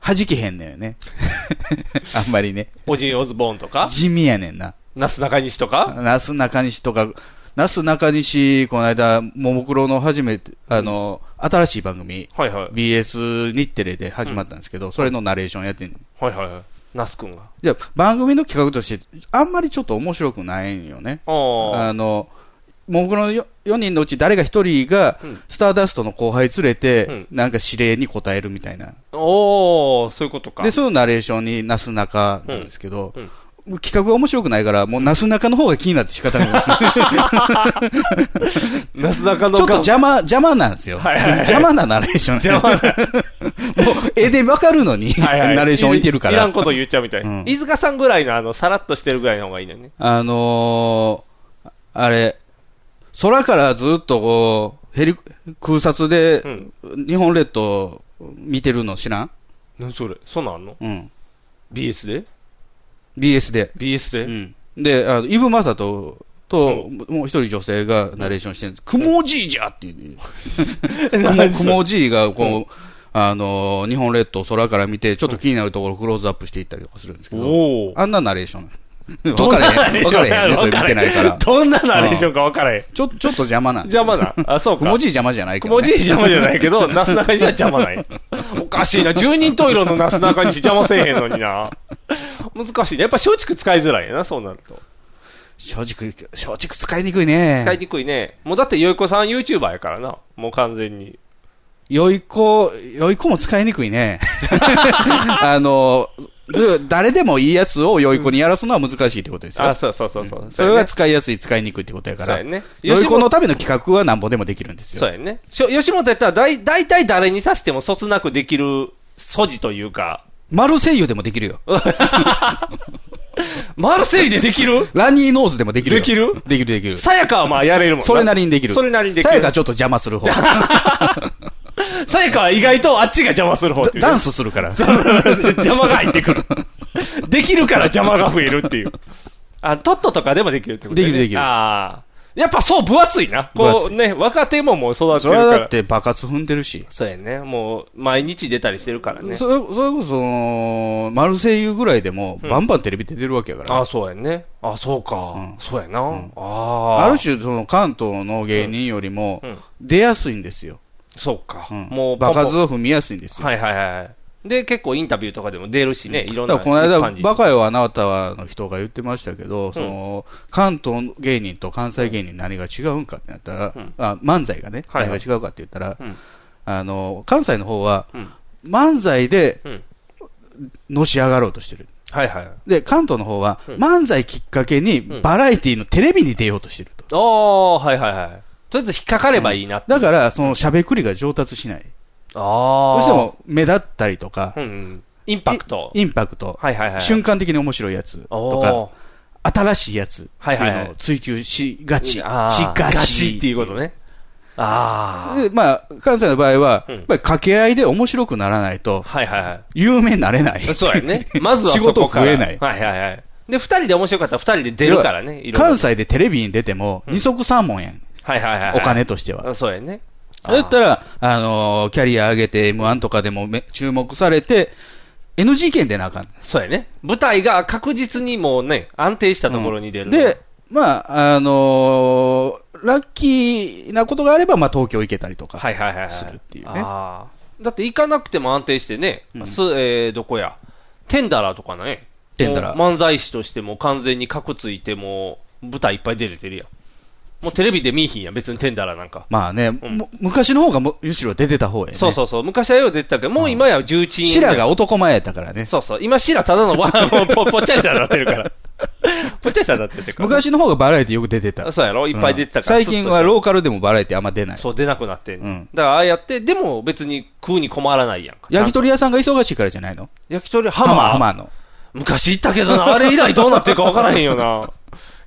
[SPEAKER 2] 弾けへんねんよね。 あんまりね。
[SPEAKER 3] オジン・オズボーンとか、
[SPEAKER 2] 地味やねんな。
[SPEAKER 3] なすなかにしとか。
[SPEAKER 2] なすなかにしとか、なすなかにし、この間、ももクロの初めて、あの、新しい番組、
[SPEAKER 3] はいはい。
[SPEAKER 2] BS 日テレで始まったんですけど、それのナレーションやってんの
[SPEAKER 3] はいはいはい。なすくんが。
[SPEAKER 2] じゃあ番組の企画として、あんまりちょっと面白くないんよね。
[SPEAKER 3] あ
[SPEAKER 2] あの、ももクロの 4, 人のうち誰か1人が
[SPEAKER 3] うん、
[SPEAKER 2] スターダストの後輩連れて、
[SPEAKER 3] うん
[SPEAKER 2] なんか指令に答えるみたいな。
[SPEAKER 3] あ。おー、そういうことか。
[SPEAKER 2] で、そのナレーションになすなかなんですけど、
[SPEAKER 3] うん
[SPEAKER 2] 企画が面白くないから、もうなすなかの方が気になって仕方ない。
[SPEAKER 3] なすなかの
[SPEAKER 2] ちょっと
[SPEAKER 3] が
[SPEAKER 2] 邪魔、邪魔なんですよ。
[SPEAKER 3] はいはいはい
[SPEAKER 2] 邪魔なナレーション。
[SPEAKER 3] 邪魔な
[SPEAKER 2] もう、絵でわかるのに、
[SPEAKER 3] はいはい
[SPEAKER 2] ナレーション置いてるから。
[SPEAKER 3] いらんこと言っちゃうみたい。
[SPEAKER 2] うん
[SPEAKER 3] 飯塚さんぐらいの、あの、さらっとしてるぐらいの方がいいのよね。
[SPEAKER 2] あのー、あれ、空からずっとこう、ヘリ、空撮で
[SPEAKER 3] う、ん。
[SPEAKER 2] 日本列島見てるの知らん
[SPEAKER 3] 何それそんなんあんの
[SPEAKER 2] うん。
[SPEAKER 3] ?BS で
[SPEAKER 2] BS で。
[SPEAKER 3] ?BS で、
[SPEAKER 2] うん。で、あの、イブマサトと、もう一人女性がナレーションしてるんです。クモじいじゃって いう、ね。クモじいが、こう、あのー、日本列島を空から見て、ちょっと気になるところをクローズアップしていったりとかするんですけど、
[SPEAKER 3] おお。
[SPEAKER 2] あんなナレーション。分
[SPEAKER 3] どん
[SPEAKER 2] かれ
[SPEAKER 3] な
[SPEAKER 2] へん。分かれへんね。そ
[SPEAKER 3] ナレーション
[SPEAKER 2] れ見てないから。ちょ
[SPEAKER 3] どんなナレーションか分からへん。
[SPEAKER 2] ちょっと邪魔なんです
[SPEAKER 3] 邪
[SPEAKER 2] よ。
[SPEAKER 3] 魔な。あ、そう
[SPEAKER 2] ク
[SPEAKER 3] か。
[SPEAKER 2] モじい邪魔じゃないけど、
[SPEAKER 3] 雲
[SPEAKER 2] ね。
[SPEAKER 3] じい邪魔じゃないけ ど、なすなかにしは邪魔ない。おかしいな。十人十色のなすなかにし邪魔せえへんのにな。難しいね。やっぱ松竹使いづらいな、そうなると。
[SPEAKER 2] 正直、正直使いにくいね。
[SPEAKER 3] 使いにくいね。もうだって、よいこさん YouTuber やからな。もう完全に。
[SPEAKER 2] よい子、よい子も使いにくい ね。あの、ず誰でもいいやつをよい子にやらすのは難しいってことです
[SPEAKER 3] あ、
[SPEAKER 2] よ。
[SPEAKER 3] そうそうそうそう。
[SPEAKER 2] それは使いやすい、使いにくいってことや
[SPEAKER 3] そ
[SPEAKER 2] か
[SPEAKER 3] うや
[SPEAKER 2] ら。
[SPEAKER 3] ね。
[SPEAKER 2] よい
[SPEAKER 3] 吉
[SPEAKER 2] 子の
[SPEAKER 3] 本、
[SPEAKER 2] ための企画はなんぼでもできるんです
[SPEAKER 3] そ
[SPEAKER 2] よ。
[SPEAKER 3] うやね。しょ吉本やったら、だい、大体誰に刺してもそつなくできる素地というか、
[SPEAKER 2] マルセイユでもできるよ。
[SPEAKER 3] マルセイでできる
[SPEAKER 2] ラニーノーズでもできるよ。
[SPEAKER 3] できる
[SPEAKER 2] できるできる。
[SPEAKER 3] さやかはまあやれるもん
[SPEAKER 2] それなりにできる。
[SPEAKER 3] それなりにでき
[SPEAKER 2] さやか
[SPEAKER 3] る。
[SPEAKER 2] ちょっと邪魔する方。
[SPEAKER 3] さやかは意外とあっちが邪魔する方っていうね
[SPEAKER 2] ダンスするから。
[SPEAKER 3] 邪魔が入ってくる。できるから邪魔が増えるっていう。あ、トットとかでもできるってことだよね
[SPEAKER 2] できるできる
[SPEAKER 3] ああ。やっぱそう分厚いな。こうね、若手ももう育て
[SPEAKER 2] そ
[SPEAKER 3] る
[SPEAKER 2] れ
[SPEAKER 3] か
[SPEAKER 2] はだ
[SPEAKER 3] ら
[SPEAKER 2] っ。て爆発踏んでるし。
[SPEAKER 3] そうやね。もう、毎日出たりしてるからね。
[SPEAKER 2] それそれこそその、マルセイユぐらいでも、バンバンテレビ出てるわけやから。
[SPEAKER 3] ああ、そうやね。ああ、そうか。
[SPEAKER 2] うん
[SPEAKER 3] そうやな。ああ。
[SPEAKER 2] ある種、その関東の芸人よりも
[SPEAKER 3] うんうん、
[SPEAKER 2] 出やすいんですよ。
[SPEAKER 3] そうか。
[SPEAKER 2] うん
[SPEAKER 3] もう、
[SPEAKER 2] 場数
[SPEAKER 3] ポン
[SPEAKER 2] を踏みやすいんです
[SPEAKER 3] ポン
[SPEAKER 2] よ。
[SPEAKER 3] はいはいはい。で、結構インタビューとかでも出るしね。いろ
[SPEAKER 2] だ
[SPEAKER 3] ん
[SPEAKER 2] か
[SPEAKER 3] な
[SPEAKER 2] らこの間、
[SPEAKER 3] 感じ。
[SPEAKER 2] バカよあなたの人が言ってましたけど、その、関東芸人と関西芸人何が違うんかってなったら
[SPEAKER 3] うん、
[SPEAKER 2] あ漫才がね、
[SPEAKER 3] はい
[SPEAKER 2] 何
[SPEAKER 3] は
[SPEAKER 2] が
[SPEAKER 3] い
[SPEAKER 2] 違うかって言ったら
[SPEAKER 3] うん、
[SPEAKER 2] あの、関西の方は
[SPEAKER 3] うん、
[SPEAKER 2] 漫才で
[SPEAKER 3] うん、
[SPEAKER 2] のし上がろうとしてる。
[SPEAKER 3] はいはい。
[SPEAKER 2] で、関東の方は、
[SPEAKER 3] うん
[SPEAKER 2] 漫才きっかけに
[SPEAKER 3] うん、
[SPEAKER 2] バラエティのテレビに出ようとしてると。
[SPEAKER 3] ああ、はいはいはい。とりあえず引っかかればいいなっていう
[SPEAKER 2] だから、その、しゃべくりが上達しない。
[SPEAKER 3] あ
[SPEAKER 2] ど
[SPEAKER 3] あ。
[SPEAKER 2] うしても、目立ったりとか
[SPEAKER 3] う、んうん、インパクト。
[SPEAKER 2] インパクト、
[SPEAKER 3] はいはいはい。
[SPEAKER 2] 瞬間的に面白いやつと
[SPEAKER 3] お
[SPEAKER 2] か、
[SPEAKER 3] ー
[SPEAKER 2] 新しいやつって
[SPEAKER 3] はいいはいうはい
[SPEAKER 2] のを追求しがち、し
[SPEAKER 3] あー
[SPEAKER 2] がち
[SPEAKER 3] っていうことね。あ
[SPEAKER 2] で、まあ、関西の場合は、
[SPEAKER 3] うん
[SPEAKER 2] やっぱり掛け合いで面白くならないと
[SPEAKER 3] あ。、はいはいは
[SPEAKER 2] 有名になれない。
[SPEAKER 3] い。 そう やね。まずは
[SPEAKER 2] 仕
[SPEAKER 3] そ
[SPEAKER 2] 事
[SPEAKER 3] こから。
[SPEAKER 2] 増えない
[SPEAKER 3] はいはいはい。で、二人で面白かったら二人で出るからね。いろいろ
[SPEAKER 2] 関西でテレビに出ても、二足三門やん、
[SPEAKER 3] はいはいはいはい。
[SPEAKER 2] お金としては。
[SPEAKER 3] あ。そうやね。
[SPEAKER 2] だった
[SPEAKER 3] ら、
[SPEAKER 2] ら、あのーキャリア上げて M1 とかでもめ注目されて、NG 権でなあかん。
[SPEAKER 3] そうやね。舞台が確実にもうね、安定したところに出る。
[SPEAKER 2] で、、まあ、あのーラッキーなことがあれば、まあ、東京行けたりとか。
[SPEAKER 3] はいはいはいはい。
[SPEAKER 2] するっていうね
[SPEAKER 3] ああ。だって行かなくても安定してね、
[SPEAKER 2] うん
[SPEAKER 3] す、えー、どこや。テンダラーとかね。
[SPEAKER 2] テンダラー
[SPEAKER 3] もう漫才師としても完全に格ついても、舞台いっぱい出れてるやん。もうテレビで見いひんやん、別にテンダラーなんか。
[SPEAKER 2] まあね、
[SPEAKER 3] ん
[SPEAKER 2] む昔の方がもむしろ出てた方やね。
[SPEAKER 3] そうそうそう。昔はよう出てたけど、もう今や重鎮。
[SPEAKER 2] シラが。男前やったからね。
[SPEAKER 3] そうそう。今シラただのわ、もうぽぽっちゃりたになってるから。ポチャさんだっててか。
[SPEAKER 2] 昔の方がバラエティよく出てた。
[SPEAKER 3] そうやろいっぱい出てたから。
[SPEAKER 2] 最近はローカルでもバラエティあんま出ない。
[SPEAKER 3] そう、出なくなってんね
[SPEAKER 2] うん
[SPEAKER 3] だから、ああやって、でも別に食うに困らないやんか。
[SPEAKER 2] 焼き鳥屋さんが忙しいからじゃないの
[SPEAKER 3] 焼き鳥、ハマ
[SPEAKER 2] 浜
[SPEAKER 3] ー。
[SPEAKER 2] 浜の。
[SPEAKER 3] 昔行ったけど な、あれ以来どうなってるか分からへんよな。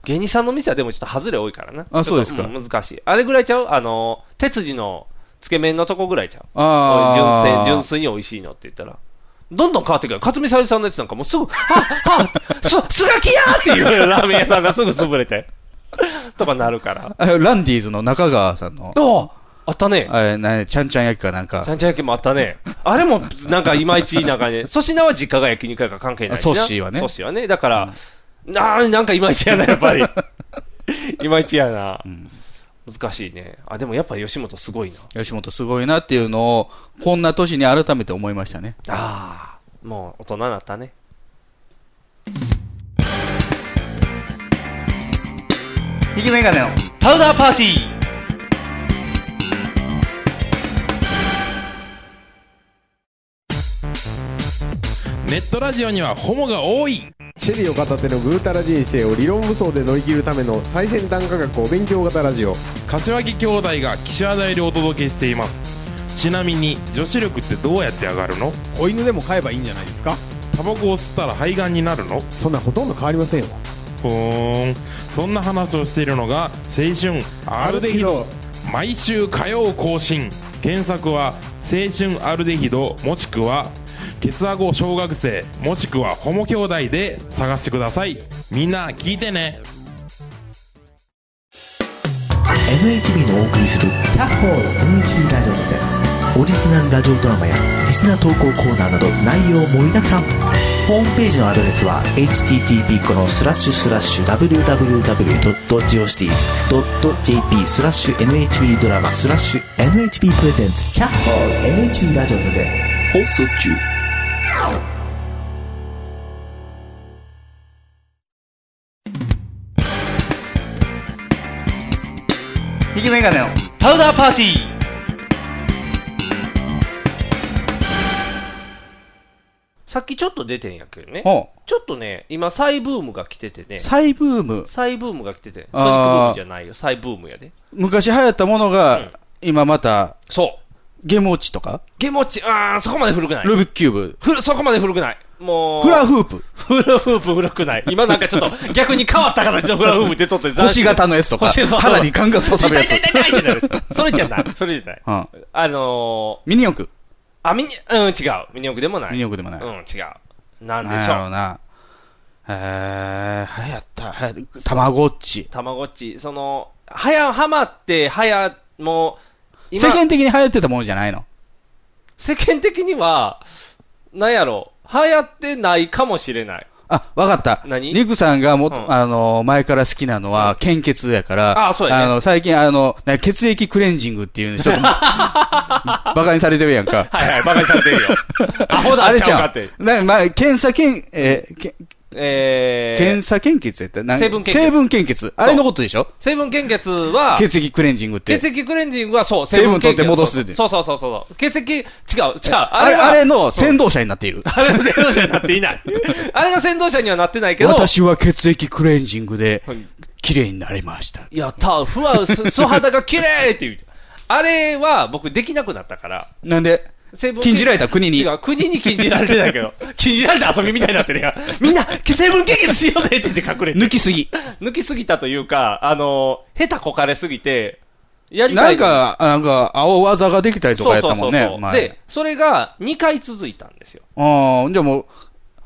[SPEAKER 3] 芸人さんの店はでもちょっと外れ多いからな。
[SPEAKER 2] あそうですか
[SPEAKER 3] ちょっとん難しい。あれぐらいちゃうあの、鉄次のつけ麺のとこぐらいちゃう
[SPEAKER 2] あ
[SPEAKER 3] 純
[SPEAKER 2] あ。
[SPEAKER 3] 粋、純粋に美味しいのって言ったら。どんどん変わってくる。勝見さゆりさんのやつなんかもうすぐ、あ、 あ、す、すがきやーっていうラーメン屋さんがすぐ潰れて。とかなるから。
[SPEAKER 2] あランディーズの中川さんの、
[SPEAKER 3] ああったね。
[SPEAKER 2] あれ、なちゃんちゃん焼きかなん
[SPEAKER 3] ちゃ
[SPEAKER 2] か、
[SPEAKER 3] んちゃん焼きもあった ね。あれも、なんかいまいちなんかね、 粗品は実家が焼肉やから関係ないしな。
[SPEAKER 2] あソッシーはね
[SPEAKER 3] ソッシーはね。だから、なあ、なんかいまいちやな、やっぱり。 いまいちやな。難しいね。あ、でもやっぱ吉本すごいな。
[SPEAKER 2] 吉本すごいなっていうのを、こんな年に改めて思いましたね。
[SPEAKER 3] ああ、もう大人になったね。
[SPEAKER 2] 引きメガネの。
[SPEAKER 3] パウダーパーティー
[SPEAKER 4] ネットラジオにはホモが多い
[SPEAKER 5] シェリーを片手のぐうたら人生を理論武装で乗り切るための最先端科学お勉強型ラジオ
[SPEAKER 4] 柏木兄弟が岸和田よりお届けしていますちなみに女子力ってどうやって上がるの
[SPEAKER 5] 子犬でも飼えばいいんじゃないですか
[SPEAKER 4] タバコを吸ったら肺がんになるの
[SPEAKER 5] そんなほとんど変わりませんよ
[SPEAKER 4] ふーんそんな話をしているのが青春アルデヒド毎週火曜更新検索は青春アルデヒドもしくはケツアゴ小学生もしくはホモ兄弟で探してくださいみんな聞いてね
[SPEAKER 6] NHB のお送りする「キャッホール NHB ラジオ」でオリジナルラジオドラマやリスナー投稿コーナーなど内容盛りだくさんホームページのアドレスは http このスラッシュスラッシュ www.geocities.jp スラッシュ NHB ドラマスラッシュ NHB プレゼンツキャッホール NHB ラジオで
[SPEAKER 1] 放送中
[SPEAKER 2] 引きメガネの。
[SPEAKER 3] パウダーパーティーさっきちょっと出てんやけどね。
[SPEAKER 2] ほ
[SPEAKER 3] ちょっとね、今、サイブームが来ててね
[SPEAKER 2] う。。再ブーム。
[SPEAKER 3] サイブームが来てて。ソニックブー
[SPEAKER 2] あー
[SPEAKER 3] ムじゃないよ。サイブームやで。
[SPEAKER 2] 昔流行ったものが、
[SPEAKER 3] うん
[SPEAKER 2] 今また、
[SPEAKER 3] そう。
[SPEAKER 2] ゲームウォッチとか、
[SPEAKER 3] ゲモチ、あー、そこまで古くない。
[SPEAKER 2] ルービックキューブ、
[SPEAKER 3] ふる、そこまで古くない。もう。
[SPEAKER 2] フラフープ、
[SPEAKER 3] フラフープ古くない。今なんかちょっ と逆に変わった形のフラフープ出とって斬新
[SPEAKER 2] 星型のやつとか、
[SPEAKER 3] 星そう
[SPEAKER 2] 腹にガンガン刺さるやつ
[SPEAKER 3] 痛い。痛い痛い痛いってなるや つそれじゃない。それじゃない。
[SPEAKER 2] うん
[SPEAKER 3] あの
[SPEAKER 2] ミニ四駆。
[SPEAKER 3] ー、あ、ミニ、うん、違う。ミニオクでもない。
[SPEAKER 2] ミニ四駆でもない
[SPEAKER 3] うん、違う。なんで
[SPEAKER 2] なん
[SPEAKER 3] し
[SPEAKER 2] やろ
[SPEAKER 3] ょ
[SPEAKER 2] う
[SPEAKER 3] う。
[SPEAKER 2] な。えー、流行った、流行った。たまごっち。
[SPEAKER 3] たまごっち、その、はや、はまって、はや、もう、
[SPEAKER 2] 世間的に流行ってたものじゃないの。
[SPEAKER 3] 世間的には、なんやろう、流行ってないかもしれない。
[SPEAKER 2] あ、わかった。
[SPEAKER 3] 何
[SPEAKER 2] リクさんがもっと、
[SPEAKER 3] うん
[SPEAKER 2] あの、前から好きなのは、献血やから、
[SPEAKER 3] あそうやね
[SPEAKER 2] の、最近、あの、な血液クレンジングっていうの、ちょ っと、バカにされてるやんか。
[SPEAKER 3] はいはい、バカにされて るよ。アホだ、
[SPEAKER 2] あれ
[SPEAKER 3] ち
[SPEAKER 2] ち
[SPEAKER 3] ゃうか
[SPEAKER 2] ゃ
[SPEAKER 3] って。
[SPEAKER 2] う。なまあ、検査検、えーけ
[SPEAKER 3] えー、
[SPEAKER 2] 検査献血やったな
[SPEAKER 3] 成分献血
[SPEAKER 2] 成分献血。あれのことでしょ
[SPEAKER 3] 成分献血は、
[SPEAKER 2] 血液クレンジングって。
[SPEAKER 3] 血液クレンジングはそう、
[SPEAKER 2] 成分取って
[SPEAKER 3] 成分献血
[SPEAKER 2] 戻すで
[SPEAKER 3] そうそうそうそう。血液、違う、違う。
[SPEAKER 2] あ
[SPEAKER 3] あ
[SPEAKER 2] れ、
[SPEAKER 3] は
[SPEAKER 2] あれ、の先導者になっている。
[SPEAKER 3] あれの先導者になって いない。あれの先導者にはなってないけど、
[SPEAKER 2] 私は血液クレンジングで
[SPEAKER 3] はい、
[SPEAKER 2] 綺麗になれました。
[SPEAKER 3] いや、た、ふわ、す素肌が綺麗っていう。あれは僕できなくなったから、
[SPEAKER 2] なんで、
[SPEAKER 3] 成分
[SPEAKER 2] 禁じられた国に
[SPEAKER 3] 違う、国に禁じられてな いけど、禁じられた遊びみたいになってるやん。みんな、成分献血しようぜって言って隠れて。
[SPEAKER 2] 抜きすぎ。
[SPEAKER 3] 抜きすぎたというか、あの、下手こかれすぎて、やりた
[SPEAKER 2] ないんか、なんか、青技ができたりとかやったもん
[SPEAKER 3] そうそう
[SPEAKER 2] ね
[SPEAKER 3] そ、うそう
[SPEAKER 2] 前
[SPEAKER 3] で。、それが2回続いたんですよ。
[SPEAKER 2] ああ、じゃあもう、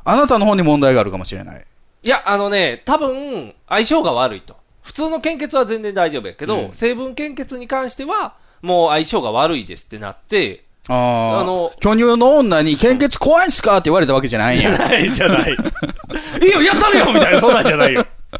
[SPEAKER 2] あなたの方に問題があるかもしれない。
[SPEAKER 3] いや、あのね、多分、相性が悪いと。普通の献血は全然大丈夫やけど、成分献血に関しては、もう相性が悪いですってなって、
[SPEAKER 2] ああ、
[SPEAKER 3] あの
[SPEAKER 2] 巨乳の女に献血怖いんすかって言われたわけじゃないんや。
[SPEAKER 3] ない じゃない。いいよ、やったるよみたいな、そんなんじゃないよ。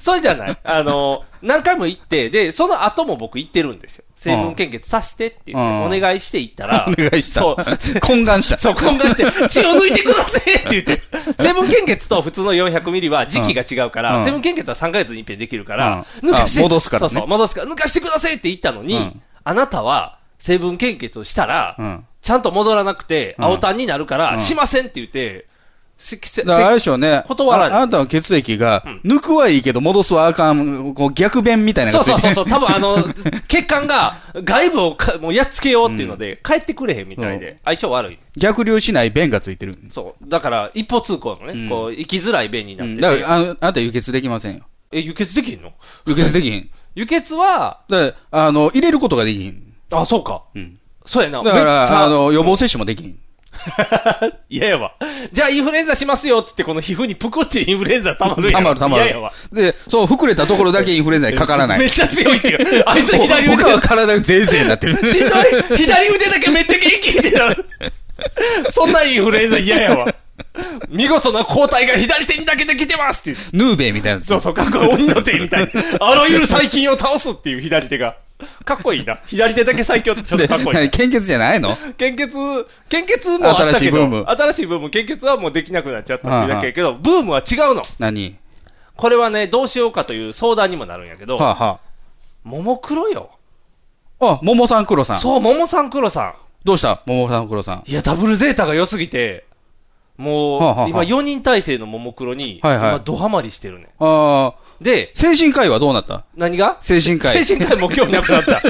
[SPEAKER 3] それじゃない。あの、何回も行って、で、その後も僕行ってるんですよ。成分献血さしてって言って、
[SPEAKER 2] うん
[SPEAKER 3] お願いして行ったら、
[SPEAKER 2] お願いした
[SPEAKER 3] そう。
[SPEAKER 2] 懇願 した。
[SPEAKER 3] そう、混乱して、血を抜いてくださいって言 って、成分献血と普通の400ミリは時期が違うから、
[SPEAKER 2] うん
[SPEAKER 3] 成分献血は3ヶ月に一遍できるから、
[SPEAKER 2] うん
[SPEAKER 3] 抜かして、
[SPEAKER 2] あ戻すからね
[SPEAKER 3] そうそう、戻すから、抜かしてくださいって言ったのに、
[SPEAKER 2] うん
[SPEAKER 3] あなたは成分献血をしたら、
[SPEAKER 2] うん
[SPEAKER 3] ちゃんと戻らなくて、
[SPEAKER 2] うん
[SPEAKER 3] 青タンになるから、
[SPEAKER 2] うん
[SPEAKER 3] しませんって言って、せせ
[SPEAKER 2] だからあれでしょうね。
[SPEAKER 3] 断らない
[SPEAKER 2] ああなたの血液が
[SPEAKER 3] ん、
[SPEAKER 2] 抜くはいいけど戻すはあかん、こう逆弁みたいなの
[SPEAKER 3] そう
[SPEAKER 2] がつい
[SPEAKER 3] そう
[SPEAKER 2] て
[SPEAKER 3] そ
[SPEAKER 2] る
[SPEAKER 3] うそう、多分あの、血管が外部をかもうやっつけようっていうので、帰ってくれへんみたいで、相性悪い。
[SPEAKER 2] 逆流しない弁がついてる。
[SPEAKER 3] そう。だから、一方通行のね、
[SPEAKER 2] うん
[SPEAKER 3] こう、行きづらい便にな
[SPEAKER 2] う
[SPEAKER 3] って
[SPEAKER 2] ん
[SPEAKER 3] て
[SPEAKER 2] だから、ああなた輸血できませんよ。
[SPEAKER 3] え、輸血できんの
[SPEAKER 2] 輸血できひん。
[SPEAKER 3] 輸血は、
[SPEAKER 2] だから、あの、入れることができひん。
[SPEAKER 3] あ、そうか。
[SPEAKER 2] うん。
[SPEAKER 3] そうやな。
[SPEAKER 2] だか
[SPEAKER 3] めっちゃ
[SPEAKER 2] ら、あの、予防接種もできひん。
[SPEAKER 3] 嫌やわ。じゃあ、インフルエンザしますよっつって、この皮膚にぷくってインフルエンザ溜まるやん。
[SPEAKER 2] たまるたま
[SPEAKER 3] 嫌
[SPEAKER 2] る
[SPEAKER 3] やわ。。
[SPEAKER 2] で、そう、膨れたところだけインフルエンザにかからな
[SPEAKER 3] めっ
[SPEAKER 2] い。
[SPEAKER 3] ちゃ強いっ ていう。あいつ左腕
[SPEAKER 2] 僕は体がゼーゼーにな ってる。
[SPEAKER 3] しんどい左腕だけめっちゃ元気ってなる。そんなインフルエンザ嫌やわ。見事な抗体が左手にだけできてますっていう。
[SPEAKER 2] ヌーベイみたいなやつ。
[SPEAKER 3] そうそう、かっこいい。鬼の手みたいに。あらゆる細菌を倒すっていう左手が。かっこいいな。左手だけ最強ってちょっと
[SPEAKER 2] で、
[SPEAKER 3] かっこいいな
[SPEAKER 2] 何。献血じゃないの
[SPEAKER 3] 献血、献血もあったけど
[SPEAKER 2] 新しいブーム
[SPEAKER 3] 新しいブーム、献血はもうできなくなっちゃったっていうだけやけど、ブームは違うの。
[SPEAKER 2] 何
[SPEAKER 3] これはね、どうしようかという相談にもなるんやけど、
[SPEAKER 2] はあ、は
[SPEAKER 3] ももクロよ。
[SPEAKER 2] あ、あ、桃さん黒さん。
[SPEAKER 3] そう、ももさんクロさ
[SPEAKER 2] どうした桃さん黒さん。
[SPEAKER 3] ん。いや、ダブルゼータが良すぎて、もう、
[SPEAKER 2] はあはあ
[SPEAKER 3] 今4人体制のももクロに、
[SPEAKER 2] はいはい
[SPEAKER 3] 今ドハマりしてるね。
[SPEAKER 2] ああ、
[SPEAKER 3] で、
[SPEAKER 2] 精神科医はどうなった
[SPEAKER 3] 何が
[SPEAKER 2] 精神科医。
[SPEAKER 3] 精神科医も興味なく なった。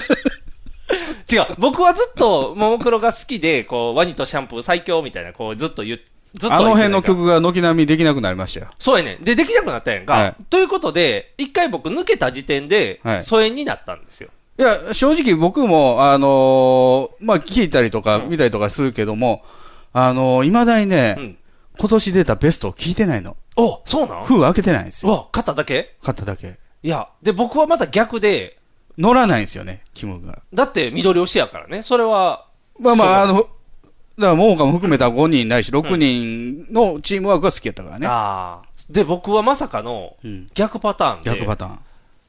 [SPEAKER 3] 違う、僕はずっと、ももクロが好きで、こう、ワニとシャンプー最強みたいな、こう、ずっと言っずっと言ってた
[SPEAKER 2] あ
[SPEAKER 3] やん
[SPEAKER 2] の
[SPEAKER 3] か
[SPEAKER 2] 辺の曲が軒並みできなくなりましたよ。
[SPEAKER 3] そうやねん。で、できなくなったやんか。
[SPEAKER 2] はい
[SPEAKER 3] ということで、一回僕抜けた時点で
[SPEAKER 2] は、い
[SPEAKER 3] 疎遠になったんですよ。
[SPEAKER 2] いや、正直僕も、あのーまあ、聞いたりとか、見たりとかするけども、あのー、未だにね、
[SPEAKER 3] うん。
[SPEAKER 2] 今年出たベストを聞いてないの。
[SPEAKER 3] お、そうなん
[SPEAKER 2] 封開けてないんです
[SPEAKER 3] う
[SPEAKER 2] よ。
[SPEAKER 3] わ、肩だけ
[SPEAKER 2] 買っただけ。
[SPEAKER 3] いや、で、僕はまた逆で、
[SPEAKER 2] 乗らないんですよね、キムが。
[SPEAKER 3] だって緑推しやからね。それは、
[SPEAKER 2] まあまあ、あ
[SPEAKER 3] そ
[SPEAKER 2] の、だから、桃花も含めた5人ないし、6人のチームワークが好きやったからね。
[SPEAKER 3] ああ。で、僕はまさかの
[SPEAKER 2] うん、
[SPEAKER 3] 逆パターンで、
[SPEAKER 2] 逆パターン。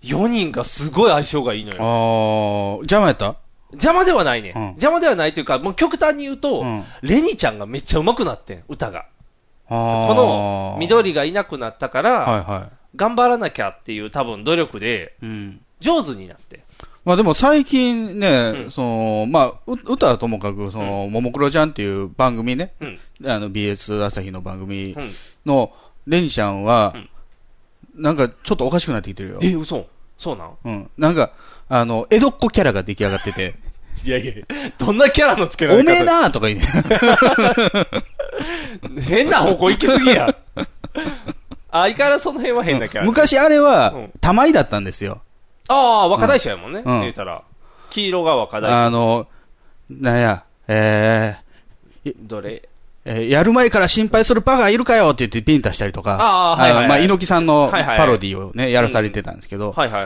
[SPEAKER 3] 4人がすごい相性がいいのよ。
[SPEAKER 2] ああ、邪魔やった
[SPEAKER 3] 邪魔ではないね、
[SPEAKER 2] うん
[SPEAKER 3] 邪魔ではないというか、もう極端に言うと、
[SPEAKER 2] うん
[SPEAKER 3] レニちゃんがめっちゃ上手くなってん、歌が。
[SPEAKER 2] こ
[SPEAKER 3] この、緑がいなくなったから、
[SPEAKER 2] はいは
[SPEAKER 3] 頑張らなきゃっていう多分努力で、
[SPEAKER 2] い。うん。
[SPEAKER 3] 上手になって。
[SPEAKER 2] まあでも最近ね、
[SPEAKER 3] うん
[SPEAKER 2] その、まあ、う歌はともかく、その、ももクロちゃんっていう番組ね、
[SPEAKER 3] うん。
[SPEAKER 2] あの、BS 朝日の番組
[SPEAKER 3] うん。
[SPEAKER 2] の、レニちゃんは
[SPEAKER 3] うん、
[SPEAKER 2] なんかちょっとおかしくなってきてるよ。
[SPEAKER 3] え、嘘そうなん
[SPEAKER 2] うん。なんか、あの、江戸っ子キャラが出来上がってて、
[SPEAKER 3] いやいや、どん なキャラの付けら
[SPEAKER 2] お
[SPEAKER 3] れ方
[SPEAKER 2] めえなーとか言って、
[SPEAKER 3] 変な方 向行きすぎや。あ相変わらずその辺は変なキャラ。
[SPEAKER 2] 昔あれ
[SPEAKER 3] う
[SPEAKER 2] は
[SPEAKER 3] ん、
[SPEAKER 2] 玉井だったんですよ。
[SPEAKER 3] ああ、若大将やもんね。
[SPEAKER 2] うん
[SPEAKER 3] 言うたら。黄色が若大
[SPEAKER 2] あの、なんや、えー
[SPEAKER 3] 将。どれ
[SPEAKER 2] えーやる前から心配するバカいるかよって言ってビンタしたりとか、
[SPEAKER 3] あーはいはいはい
[SPEAKER 2] のまあ、猪木さんの
[SPEAKER 3] はいはい
[SPEAKER 2] パロディをね、やらされてたんですけど、
[SPEAKER 3] はいはい。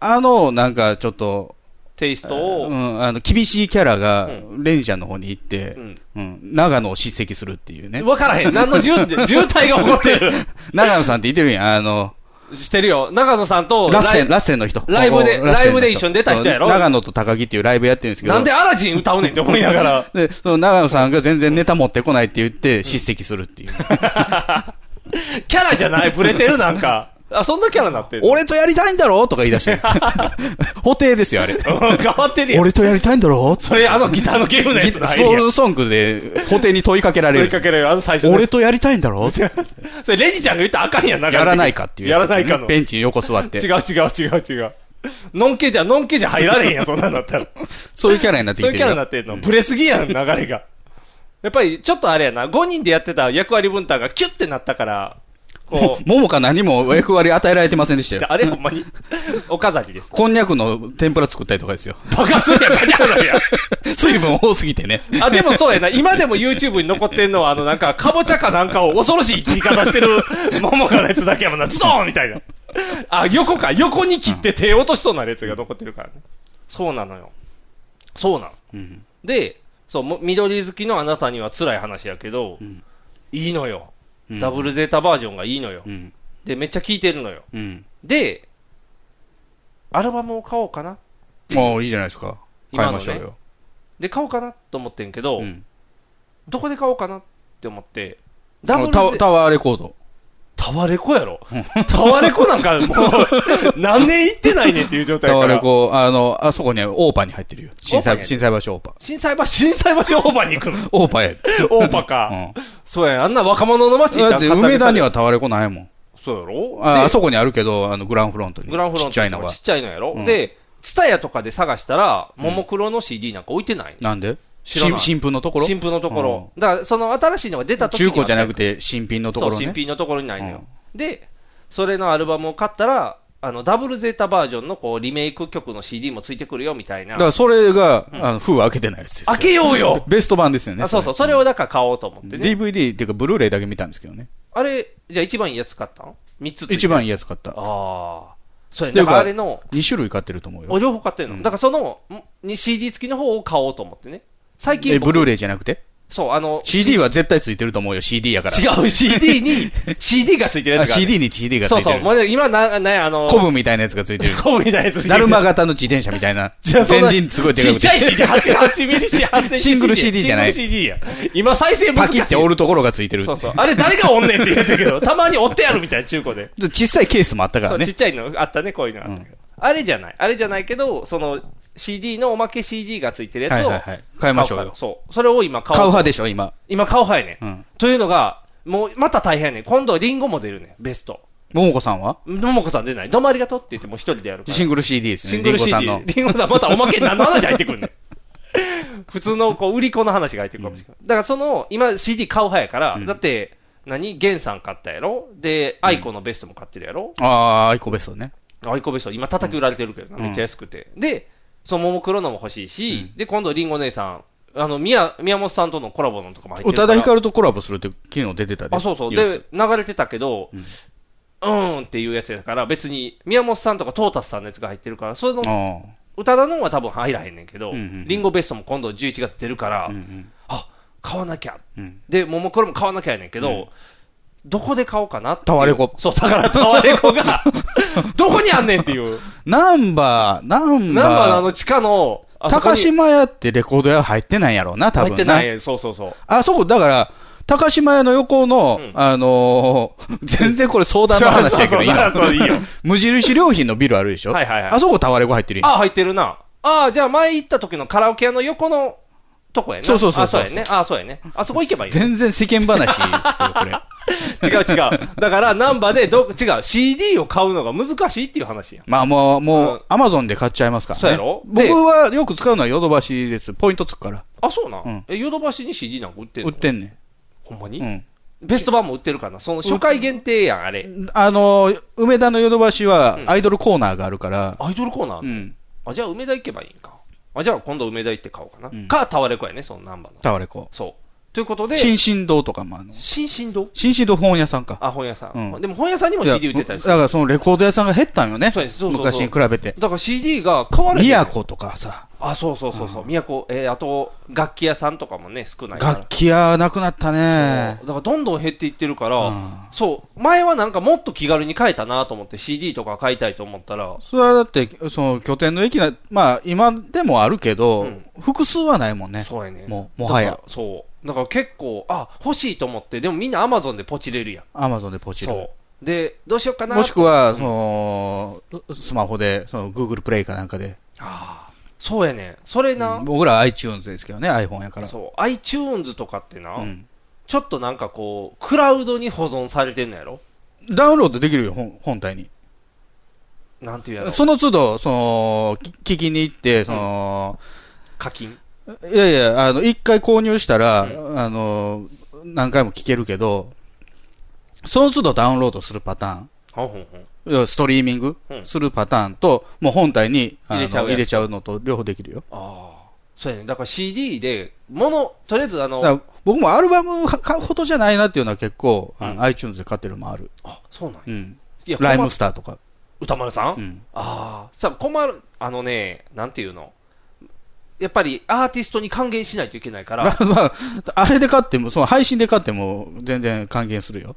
[SPEAKER 2] あの、なんかちょっと、
[SPEAKER 3] テイストを。
[SPEAKER 2] うん、あの、厳しいキャラが
[SPEAKER 3] う、
[SPEAKER 2] レンジャーの方に行って、
[SPEAKER 3] う
[SPEAKER 2] うんん、長野を叱責するっていうね。
[SPEAKER 3] わからへん。何 の渋滞渋滞が起こってる。
[SPEAKER 2] 長野さんって言ってるやん、あの、
[SPEAKER 3] してるよ。長野さんと、
[SPEAKER 2] ラッセン、
[SPEAKER 3] ライ
[SPEAKER 2] ラッセンの人。
[SPEAKER 3] ライブで
[SPEAKER 2] ここラッセンの人
[SPEAKER 3] ライブで一緒に出た人やろ
[SPEAKER 2] そう長野と高木っていうライブやってるんですけど、。
[SPEAKER 3] なんでアラジン歌うねんって思いながら
[SPEAKER 2] で、その長野さんが全然ネタ持ってこないって言って、叱責するっていう。
[SPEAKER 3] キャラじゃないブレてるなんか。あ、そんなキャラになってる。
[SPEAKER 2] 俺とやりたいんだろとか言い出して。 補定ですよ、 あれ。
[SPEAKER 3] うん 変わってるやん。
[SPEAKER 2] 俺とやりたいんだろ
[SPEAKER 3] それあのギターのゲームのや
[SPEAKER 2] ギ
[SPEAKER 3] つ
[SPEAKER 2] ソ
[SPEAKER 3] だ。アイ
[SPEAKER 2] ウ
[SPEAKER 3] デア
[SPEAKER 2] ルソングで、固定に問いかけられ
[SPEAKER 3] 追いか
[SPEAKER 2] る。
[SPEAKER 3] けられる。あの最初のや
[SPEAKER 2] 俺
[SPEAKER 3] つ。
[SPEAKER 2] とやりたいんだろって
[SPEAKER 3] それレジちゃんが言ったらあかんやん、
[SPEAKER 2] やらないかっていう
[SPEAKER 3] や
[SPEAKER 2] つ
[SPEAKER 3] ら
[SPEAKER 2] です
[SPEAKER 3] な
[SPEAKER 2] よね
[SPEAKER 3] いかの。
[SPEAKER 2] ベンチに横座って
[SPEAKER 3] 違。う違う違う違う。のんけじゃ、のんけじゃ入られへんやん、そんなん だったら。
[SPEAKER 2] そういうキャラになってき
[SPEAKER 3] そう
[SPEAKER 2] て
[SPEAKER 3] いう
[SPEAKER 2] る
[SPEAKER 3] キャラにな
[SPEAKER 2] よ。
[SPEAKER 3] ってんの。ブレすぎやん、流れが。やっぱり、ちょっとあれやな、5人でやってた役割分担がキュッてなったから、こう、
[SPEAKER 2] ももか何も役割与えられてませんでしたよ。
[SPEAKER 3] あれほん まに、お飾りです。
[SPEAKER 2] こんにゃくの天ぷら作ったりとかです よ。
[SPEAKER 3] バカすんやん、バカなんや。
[SPEAKER 2] 水分多すぎてね。
[SPEAKER 3] あ、でもそうやな、今でも YouTube に残ってんのは、あの、なんか、かぼちゃかなんかを恐ろしい切り方してる、桃かのやつだけやもんな、ズドーンみたいな。あ、横か、横に切って手落としそうなやつが残ってるからね。そうなのよ。そうなの。
[SPEAKER 2] うん
[SPEAKER 3] で、そう、も緑好きのあなたには辛い話やけど、
[SPEAKER 2] ん
[SPEAKER 3] いいのよ。
[SPEAKER 2] うん
[SPEAKER 3] ダブルゼータバージョンがいいのよ。
[SPEAKER 2] うん。
[SPEAKER 3] で、めっちゃ聴いてるのよ。
[SPEAKER 2] うん。
[SPEAKER 3] で、アルバムを買おうかな。
[SPEAKER 2] もういいじゃないですか。
[SPEAKER 3] 今
[SPEAKER 2] 買
[SPEAKER 3] の
[SPEAKER 2] い
[SPEAKER 3] ね
[SPEAKER 2] ましょうよ。
[SPEAKER 3] で、買おうかなと思ってんけど、
[SPEAKER 2] うん
[SPEAKER 3] どこで買おうかなって思って、
[SPEAKER 2] あ
[SPEAKER 3] ダブ
[SPEAKER 2] の
[SPEAKER 3] ル
[SPEAKER 2] タ
[SPEAKER 3] ゼ
[SPEAKER 2] ワタワーレコード。
[SPEAKER 3] タワレコやろ。タワレコなんかもう、何年行ってないねんっていう状態
[SPEAKER 2] タ
[SPEAKER 3] やか
[SPEAKER 2] ワ
[SPEAKER 3] ら。
[SPEAKER 2] レコ、あの、あそこにはオーパーに入ってるよ。震
[SPEAKER 3] オーパーに入って
[SPEAKER 2] 災、
[SPEAKER 3] る
[SPEAKER 2] 震災橋オーパー。
[SPEAKER 3] 震災橋、震災橋オーバーに行くの。
[SPEAKER 2] オーパーやで。
[SPEAKER 3] オーバーか。
[SPEAKER 2] う
[SPEAKER 3] そうやん、あんな若者の街行
[SPEAKER 2] ん。
[SPEAKER 3] っ
[SPEAKER 2] だ
[SPEAKER 3] た
[SPEAKER 2] っ
[SPEAKER 3] ら
[SPEAKER 2] て、
[SPEAKER 3] 活躍され
[SPEAKER 2] 梅
[SPEAKER 3] る
[SPEAKER 2] 田にはタワレコないもん。
[SPEAKER 3] そうやろ
[SPEAKER 2] あ、
[SPEAKER 3] で
[SPEAKER 2] あそこにあるけど、あの、グランフロントに。
[SPEAKER 3] グランフロント
[SPEAKER 2] ちっちゃいのは
[SPEAKER 3] ちっ。ちゃいのやろ、
[SPEAKER 2] うん
[SPEAKER 3] で、ツタヤとかで探したら、ももクロの CD なんか置いてない、
[SPEAKER 2] なんで
[SPEAKER 3] 知らな
[SPEAKER 2] 新
[SPEAKER 3] い
[SPEAKER 2] 新婦のところ
[SPEAKER 3] 新婦のところ。だから、その新しいのが出た時に
[SPEAKER 2] 中古じゃなく
[SPEAKER 3] て、
[SPEAKER 2] て新品のと
[SPEAKER 3] そ
[SPEAKER 2] こ
[SPEAKER 3] う、
[SPEAKER 2] ろ
[SPEAKER 3] 新
[SPEAKER 2] ね。
[SPEAKER 3] 品のところにないのよ。で、それのアルバムを買ったら、あの、ダブルゼータバージョンのこう、リメイク曲の CD もついてくるよ、みたいな
[SPEAKER 2] だか。らそれが、あの、封開けてないやつですよ。
[SPEAKER 3] 開けようよ
[SPEAKER 2] ベスト版ですよね。
[SPEAKER 3] あそうそう、それをだから買おうと思ってね。
[SPEAKER 2] DVD っていうか、ブルーレイだけ見たんですけどね。
[SPEAKER 3] あれ、じゃあ一番いいやつ買ったん三つついてる
[SPEAKER 2] 一番いいやつ買った。
[SPEAKER 3] ああ。そう
[SPEAKER 2] っていう
[SPEAKER 3] やね。だ
[SPEAKER 2] か
[SPEAKER 3] からあれの、
[SPEAKER 2] 2種類買ってると思うよ
[SPEAKER 3] お。両方買ってんの。だからその、んに CD 付きの方を買おうと思ってね。最近
[SPEAKER 2] え、
[SPEAKER 3] 僕、
[SPEAKER 2] ブルーレイじゃなくて
[SPEAKER 3] そう、あの、
[SPEAKER 2] ?CD は絶対ついてると思うよ、CD やから。
[SPEAKER 3] 違う、CD に、CD が付いてるや
[SPEAKER 2] あ
[SPEAKER 3] つがある。
[SPEAKER 2] CD に CD がつ
[SPEAKER 3] そう
[SPEAKER 2] いて
[SPEAKER 3] そう、
[SPEAKER 2] る
[SPEAKER 3] も。うね今、な、ね、あの、
[SPEAKER 2] コブみたいなやつがついてる。
[SPEAKER 3] コブみたいなやつ付いて
[SPEAKER 2] だ
[SPEAKER 3] る
[SPEAKER 2] るま型の自転車みたいな。
[SPEAKER 3] じゃ あそんな
[SPEAKER 2] 前輪すごいでか
[SPEAKER 3] ちっ
[SPEAKER 2] く
[SPEAKER 3] ち
[SPEAKER 2] て
[SPEAKER 3] ゃ。い CD、88ミリし、8
[SPEAKER 2] シングル CD じゃない
[SPEAKER 3] シングル CD や。今再生難
[SPEAKER 2] パ
[SPEAKER 3] しい
[SPEAKER 2] キって折るところがついてる。
[SPEAKER 3] そうそう。あれ誰がおんねんって言ってるけど、たまに折ってやるみたいな中古で。
[SPEAKER 2] で小さいケースもあったか
[SPEAKER 3] そ
[SPEAKER 2] ら
[SPEAKER 3] う、ちっ
[SPEAKER 2] ね。
[SPEAKER 3] ちゃいのあったね、こういうのあったけど。あれじゃない。あれじゃないけど、その、CD のおまけ CD が付いてるや
[SPEAKER 2] は
[SPEAKER 3] つ
[SPEAKER 2] い
[SPEAKER 3] を。
[SPEAKER 2] はいはい。買いましょう
[SPEAKER 3] 買
[SPEAKER 2] よ
[SPEAKER 3] か。そう。それを今買
[SPEAKER 2] 買う
[SPEAKER 3] おう
[SPEAKER 2] 派でしょ、今。
[SPEAKER 3] 今買う派やね、
[SPEAKER 2] うんん。
[SPEAKER 3] というのが、もう、また大変やねん。今度リンゴも出るねん、ベスト。
[SPEAKER 2] 桃子さんは
[SPEAKER 3] ももこさん出ない。どうもありがとうって言ってもう一人でやるから。
[SPEAKER 2] シングル CD です
[SPEAKER 3] シ
[SPEAKER 2] ね。
[SPEAKER 3] ング
[SPEAKER 2] リン
[SPEAKER 3] ル
[SPEAKER 2] ゴ
[SPEAKER 3] CD。
[SPEAKER 2] さんの。
[SPEAKER 3] リンゴさん、またおまけに何の話入ってくんねん。 普通の、こう、売り子の話が入ってくるかもしれない。だからその、今 CD 買う派やから、だって、何ゲンさん買ったやろで、アイコのベストも買ってるやろ、
[SPEAKER 2] あー、アイコベストね。
[SPEAKER 3] アイコベスト、今叩き売られてるけどな、
[SPEAKER 2] うん
[SPEAKER 3] めっちゃ安くて。で、そのももクロのも欲しいし、で、今度リンゴ姉さん、あの、宮、宮本さんとのコラボのとかも入って
[SPEAKER 2] 宇
[SPEAKER 3] るから。
[SPEAKER 2] 多田ヒカルとコラボするって昨日出てたで。
[SPEAKER 3] あ、そうそう。
[SPEAKER 2] ニュース
[SPEAKER 3] で、流れてたけど、うーんっていうやつやから、別に、宮本さんとかトータスさんのやつが入ってるから、それの
[SPEAKER 2] あ、ー
[SPEAKER 3] 宇多田のは多分入らへんねんけど、
[SPEAKER 2] うんうんうん
[SPEAKER 3] リンゴベストも今度11月出るから、あ、買わなきゃ。
[SPEAKER 2] うん
[SPEAKER 3] で、ももクロも買わなきゃやねんけど、どこで買おうかなっていう
[SPEAKER 2] タワレコ
[SPEAKER 3] そう、だからタワレ コが、どこにあんねんっていう。
[SPEAKER 2] ナンバー、ナン
[SPEAKER 3] ナンバーのあ
[SPEAKER 2] バー、
[SPEAKER 3] の地下の、あそこ
[SPEAKER 2] 高
[SPEAKER 3] に
[SPEAKER 2] 島屋ってレコード屋入ってないんやろうな、多
[SPEAKER 3] 入って
[SPEAKER 2] 分
[SPEAKER 3] な。
[SPEAKER 2] ない
[SPEAKER 3] ねんそうそうそう。
[SPEAKER 2] あそこ、だから、高島屋の横の、
[SPEAKER 3] うん
[SPEAKER 2] あのー 全然これ相談の話やけどいい
[SPEAKER 3] そうそう
[SPEAKER 2] な。
[SPEAKER 3] そうそう いいよ。
[SPEAKER 2] 無印良品のビルあるでしょ
[SPEAKER 3] はいはいはい
[SPEAKER 2] あそこタワレコ入ってるやん。
[SPEAKER 3] あ、入ってるな。あじゃあ前行った時のカラオケ屋の横のとこやね。
[SPEAKER 2] そうそうそうそう
[SPEAKER 3] あ、そうやね。あ、そうやね。あそこ行けばいいね。
[SPEAKER 2] 全然世間話ですけど、これ。
[SPEAKER 3] 違う違う。だから、ナンバーでど、違う、CD を買うのが難しいっていう話やん。
[SPEAKER 2] まあもう、も
[SPEAKER 3] うん
[SPEAKER 2] う、アマゾンで買っちゃいますからね。
[SPEAKER 3] そうやろ
[SPEAKER 2] 僕
[SPEAKER 3] で
[SPEAKER 2] はよく使うのはヨドバシです。ポイントつくから。
[SPEAKER 3] あ、そうなん。
[SPEAKER 2] うん
[SPEAKER 3] え、ヨドバシに CD なんか売ってん
[SPEAKER 2] 売
[SPEAKER 3] の
[SPEAKER 2] ってんね
[SPEAKER 3] ほんまに、
[SPEAKER 2] ん。うん。
[SPEAKER 3] ベスト版も売ってるからな。その初回限定やん、あれ。
[SPEAKER 2] あのー、梅田のヨドバシは
[SPEAKER 3] ん
[SPEAKER 2] アイドルコーナーがあるから、
[SPEAKER 3] アイドルコーナーあ
[SPEAKER 2] うん
[SPEAKER 3] の、
[SPEAKER 2] ん。
[SPEAKER 3] あ、じゃあ梅田行けばいいんか。あ、じゃあ今度梅田行って買おうかな。
[SPEAKER 2] ん
[SPEAKER 3] か、タワレコやね、そのナンバーの。
[SPEAKER 2] タワレコ。
[SPEAKER 3] そう。ということで、
[SPEAKER 2] 新進堂とかもあるの。
[SPEAKER 3] 新進堂
[SPEAKER 2] 新進堂本屋さんか。
[SPEAKER 3] あ、本屋さん,、
[SPEAKER 2] うん
[SPEAKER 3] でも本屋さんにも CD 売ってた
[SPEAKER 2] だ
[SPEAKER 3] りす
[SPEAKER 2] か
[SPEAKER 3] る。だから
[SPEAKER 2] そのレコード屋さんが減ったんよね。
[SPEAKER 3] そうですそうそうそう
[SPEAKER 2] 昔に比べて。
[SPEAKER 3] ら CD が買われへんねん
[SPEAKER 2] 宮古とかさ、
[SPEAKER 3] あ、そうそうそうそう、都、えーあと、楽器屋さんとかもね、少ないから。
[SPEAKER 2] 楽器屋なくなったね
[SPEAKER 3] そう。だからどんどん減っていってるから、
[SPEAKER 2] うん
[SPEAKER 3] そう、前はなんかもっと気軽に買えたなと思って CD とか買いたいと思ったら、
[SPEAKER 2] それはだって、その拠点の駅な、まあ今でもあるけど、
[SPEAKER 3] うん
[SPEAKER 2] 複数はないもんね。
[SPEAKER 3] そうやね。
[SPEAKER 2] もう、もは
[SPEAKER 3] だ
[SPEAKER 2] や
[SPEAKER 3] か、らそう。だから結構、あ、欲しいと思って、でもみんな Amazon でポチれるやん。
[SPEAKER 2] アマゾンでポチる。
[SPEAKER 3] そう。で、どうしようかな。
[SPEAKER 2] もしく、は、その、スマホで、その Google プレイかなんかで。
[SPEAKER 3] ああ、そうやね。それな、
[SPEAKER 2] 僕ら iTunes ですけどね、iPhone やから。
[SPEAKER 3] そう、iTunes とかってな、
[SPEAKER 2] うん
[SPEAKER 3] ちょっとなんかこう、クラウドに保存されてんのやろ
[SPEAKER 2] ダウンロードできるよ、本本体に。
[SPEAKER 3] なんていうやろ
[SPEAKER 2] その都度、その、き聞きに行って、その、
[SPEAKER 3] 課金。
[SPEAKER 2] いやいや、あの、一回購入したら、あの、何回も聞けるけど、その都度ダウンロードするパターン
[SPEAKER 3] あほんほん。
[SPEAKER 2] 要は、ストリーミング
[SPEAKER 3] うん
[SPEAKER 2] するパターンと、もう本体にあの
[SPEAKER 3] 入れちゃうやつ
[SPEAKER 2] 入れちゃうのと両方できるよ。
[SPEAKER 3] ああ。そうやね。だから CD で、もの、とりあえず
[SPEAKER 2] だか
[SPEAKER 3] あの、
[SPEAKER 2] ら僕もアルバムは買うほどじゃないなっていうのは結構、あの
[SPEAKER 3] うん
[SPEAKER 2] iTunes で買ってるのもある。
[SPEAKER 3] あ、そうなんや。
[SPEAKER 2] うん。
[SPEAKER 3] いや、
[SPEAKER 2] ライ
[SPEAKER 3] 困
[SPEAKER 2] ム
[SPEAKER 3] る
[SPEAKER 2] スターとか。
[SPEAKER 3] 歌丸さん、
[SPEAKER 2] うん。
[SPEAKER 3] ああ。さ、困る、あのね、なんていうの。やっぱりアーティストに還元しないといけないか
[SPEAKER 2] ま
[SPEAKER 3] ら、
[SPEAKER 2] あ、あれで買っても、その配信で買っても全然還元するよ。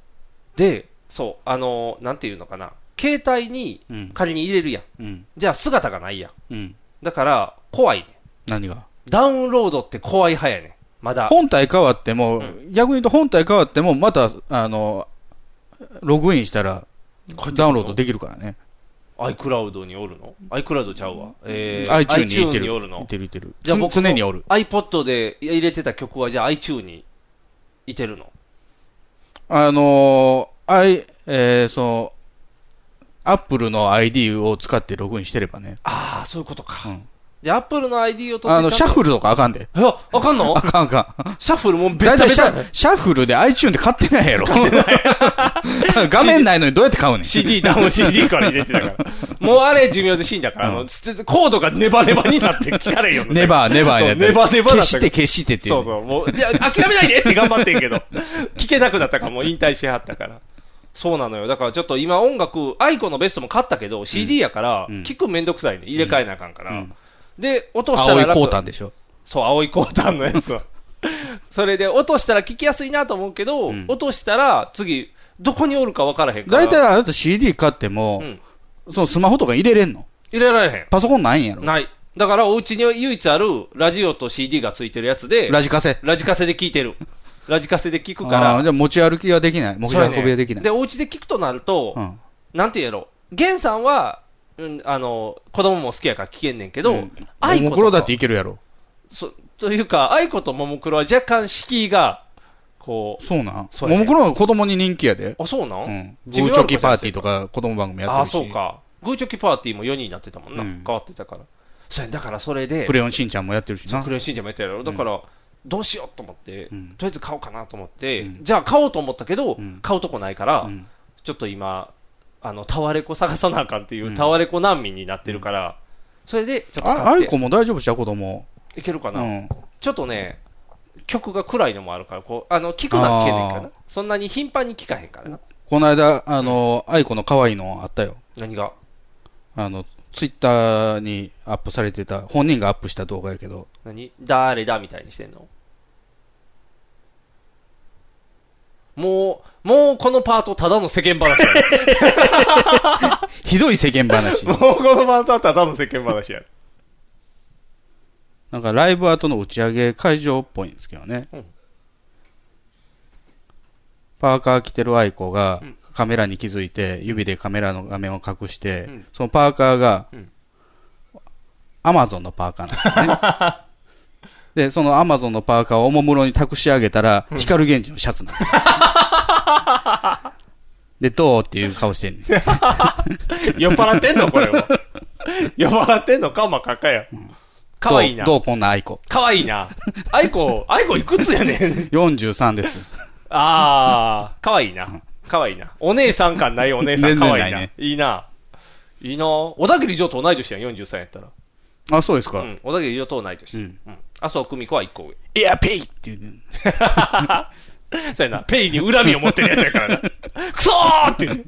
[SPEAKER 3] で、そう、あの、なんていうのかな。携帯に
[SPEAKER 2] うん。
[SPEAKER 3] 仮に入れるやん。
[SPEAKER 2] うん。
[SPEAKER 3] じゃあ姿がないやん。
[SPEAKER 2] うん。
[SPEAKER 3] だから、怖いね。
[SPEAKER 2] 何が
[SPEAKER 3] ダウンロードって怖い派やね。まだ。
[SPEAKER 2] 本体変わっても、逆に言うと本体変わっても、また、あの、ログインしたら、ダウンロードできるからね。
[SPEAKER 3] iCloud におるの ?iCloud ちゃうわ。えー、
[SPEAKER 2] iTune に行ってる。
[SPEAKER 3] iTune におるの
[SPEAKER 2] いてるいてる。
[SPEAKER 3] じゃあ僕
[SPEAKER 2] つ常におる。
[SPEAKER 3] iPod で入れてた曲はじゃあ iTune にいてるの
[SPEAKER 2] あのー、あい、えー、その、アップルの ID を使ってログインしてればね。
[SPEAKER 3] ああ、そういうことか。
[SPEAKER 2] うん
[SPEAKER 3] じゃあ Apple の ID を取って
[SPEAKER 2] あの、シャッフルとかあかんで。
[SPEAKER 3] ル。あ、あかんの
[SPEAKER 2] あかんあ かん。
[SPEAKER 3] シャッフルもベ
[SPEAKER 2] だいた
[SPEAKER 3] タ
[SPEAKER 2] い
[SPEAKER 3] ベ
[SPEAKER 2] シ
[SPEAKER 3] タ。
[SPEAKER 2] ャシャッフルで iTune で買ってないやろ。 画面ないのにどうやって買うねん。
[SPEAKER 3] CD ダウン CD から入れて たから。もうあれ寿命で死んだから、あの、つつコードがネバネバになって聞かれんようになっ
[SPEAKER 2] ネ
[SPEAKER 3] て。
[SPEAKER 2] バー、ネバー
[SPEAKER 3] そう
[SPEAKER 2] やって
[SPEAKER 3] ネバネバ
[SPEAKER 2] 消
[SPEAKER 3] だった
[SPEAKER 2] して消してって。
[SPEAKER 3] そうそう。もう、いや、諦めないでって頑張ってん けど。聞けなくなったから、もう引退しはったから。そうなのよ。だからちょっと今音楽、アイコのベストも買ったけど、CD やから、
[SPEAKER 2] ん
[SPEAKER 3] 聞くめんどくさいね。入れ替えなあかんから。
[SPEAKER 2] うん
[SPEAKER 3] で、落とした
[SPEAKER 2] 青
[SPEAKER 3] ら
[SPEAKER 2] い
[SPEAKER 3] 楽。
[SPEAKER 2] コータンでしょ。
[SPEAKER 3] そう、青いコータンのや つは。それで、落としたら聞きやすいなと思うけど、
[SPEAKER 2] ん
[SPEAKER 3] 落としたら、次、どこにおるか分からへんか
[SPEAKER 2] だ
[SPEAKER 3] ら。
[SPEAKER 2] いたいあなた CD 買っても
[SPEAKER 3] う、ん。
[SPEAKER 2] そのスマホとか入れれんの
[SPEAKER 3] 入れられへん。
[SPEAKER 2] パソコンないんやろ
[SPEAKER 3] ない。だから、お家に唯一ある、ラジオと CD がついてるやつで、
[SPEAKER 2] ラジカセ。
[SPEAKER 3] ラジカセで聞いてる。ラジカセで聞くか
[SPEAKER 2] あ
[SPEAKER 3] ら
[SPEAKER 2] ー、じゃあ持ち歩きはできない。持ち
[SPEAKER 3] そうや
[SPEAKER 2] 運
[SPEAKER 3] ね
[SPEAKER 2] びはできない。
[SPEAKER 3] で、お家で聞くとなると、
[SPEAKER 2] うん
[SPEAKER 3] なんて言うやろ。源さんは、うん、あの、子供も好きやから聞けんねんけど、アイ
[SPEAKER 2] も
[SPEAKER 3] コ
[SPEAKER 2] も
[SPEAKER 3] と
[SPEAKER 2] クロ
[SPEAKER 3] か
[SPEAKER 2] だっていけるやろ。
[SPEAKER 3] そというか、アイコとももクロは若干敷居が、こ
[SPEAKER 2] そうなん。
[SPEAKER 3] そうや
[SPEAKER 2] も
[SPEAKER 3] ね
[SPEAKER 2] もクロは子供に人気やで。
[SPEAKER 3] う、あ、そうなん、
[SPEAKER 2] うん。グ
[SPEAKER 3] ち
[SPEAKER 2] ーチョ
[SPEAKER 3] びまる子ち
[SPEAKER 2] キ
[SPEAKER 3] ゃん好き
[SPEAKER 2] パーティーとか子供番組やって
[SPEAKER 3] あ、
[SPEAKER 2] るし。
[SPEAKER 3] そうか。グーチョキパーティーも4人になってたもんな。
[SPEAKER 2] うん
[SPEAKER 3] 変わってたから。そうやねだからそれで、
[SPEAKER 2] クレヨンしんちゃんもやってるしな
[SPEAKER 3] ク。レヨンしんちゃんもやったやろ。だから、どうしようと思って、
[SPEAKER 2] ん
[SPEAKER 3] とりあえず買おうかなと思って、
[SPEAKER 2] うん
[SPEAKER 3] じゃあ買おうと思ったけど、
[SPEAKER 2] うん
[SPEAKER 3] 買うとこないから、
[SPEAKER 2] うん
[SPEAKER 3] ちょっと今、あの、タワレコ探さなあかんっていう、タワレコ難民になってるから、それで、ちょっと
[SPEAKER 2] あ、ア
[SPEAKER 3] 買
[SPEAKER 2] イ
[SPEAKER 3] って
[SPEAKER 2] コも大丈夫じゃう子供。
[SPEAKER 3] いけるか
[SPEAKER 2] う
[SPEAKER 3] な、
[SPEAKER 2] ん。
[SPEAKER 3] ちょっとね、曲が暗いのもあるから、こう、あの、聞くのは聞けないから
[SPEAKER 2] あー
[SPEAKER 3] な。そんなに頻繁に聞かへんからな。
[SPEAKER 2] この間、あの、アイコの可愛いのあったよ。
[SPEAKER 3] 何が
[SPEAKER 2] あの、ツイッターにアップされてた、本人がアップした動画やけど、
[SPEAKER 3] 何誰だみたいにしてんのもう、もうこのパートただの世間話やね
[SPEAKER 2] ひどい世間 話。
[SPEAKER 3] もうこのパートはただの世間話やね
[SPEAKER 2] なんかライブ後の打ち上げ会場っぽいんですけどね。
[SPEAKER 3] うん
[SPEAKER 2] パーカー着てる愛子が
[SPEAKER 3] ん
[SPEAKER 2] カメラに気づいて、指でカメラの画面を隠して、
[SPEAKER 3] うん
[SPEAKER 2] そのパーカーが
[SPEAKER 3] うん、
[SPEAKER 2] アマゾンのパーカーなんですね。 で、そのアマゾンのパーカーをおもむろに託し上げたら、光源氏のシャツなんですよ。 で、どうっていう顔してんねん。
[SPEAKER 3] 酔っ払ってんのこ れは。酔っ払ってんのかまかかや。かわいいな。
[SPEAKER 2] どうどうこんな愛子。
[SPEAKER 3] かわいいな。アイコ、アイコいくつやねん。
[SPEAKER 2] 43です。
[SPEAKER 3] あー、かわいいな。かわいいな。お姉さん感ないお姉さん。
[SPEAKER 2] 全然
[SPEAKER 3] かわいい
[SPEAKER 2] な
[SPEAKER 3] な。
[SPEAKER 2] い
[SPEAKER 3] い
[SPEAKER 2] ね
[SPEAKER 3] いな。いいな。小田切城と同い年やん、43やったら。
[SPEAKER 2] あ、そうですか。
[SPEAKER 3] うん、小田切城と同い年。
[SPEAKER 2] う
[SPEAKER 3] うんん。麻生久美子は一個上。
[SPEAKER 2] エアペイっていうね、
[SPEAKER 3] そうやな。ペイに恨みを持ってるやつやからな。 クソーってね。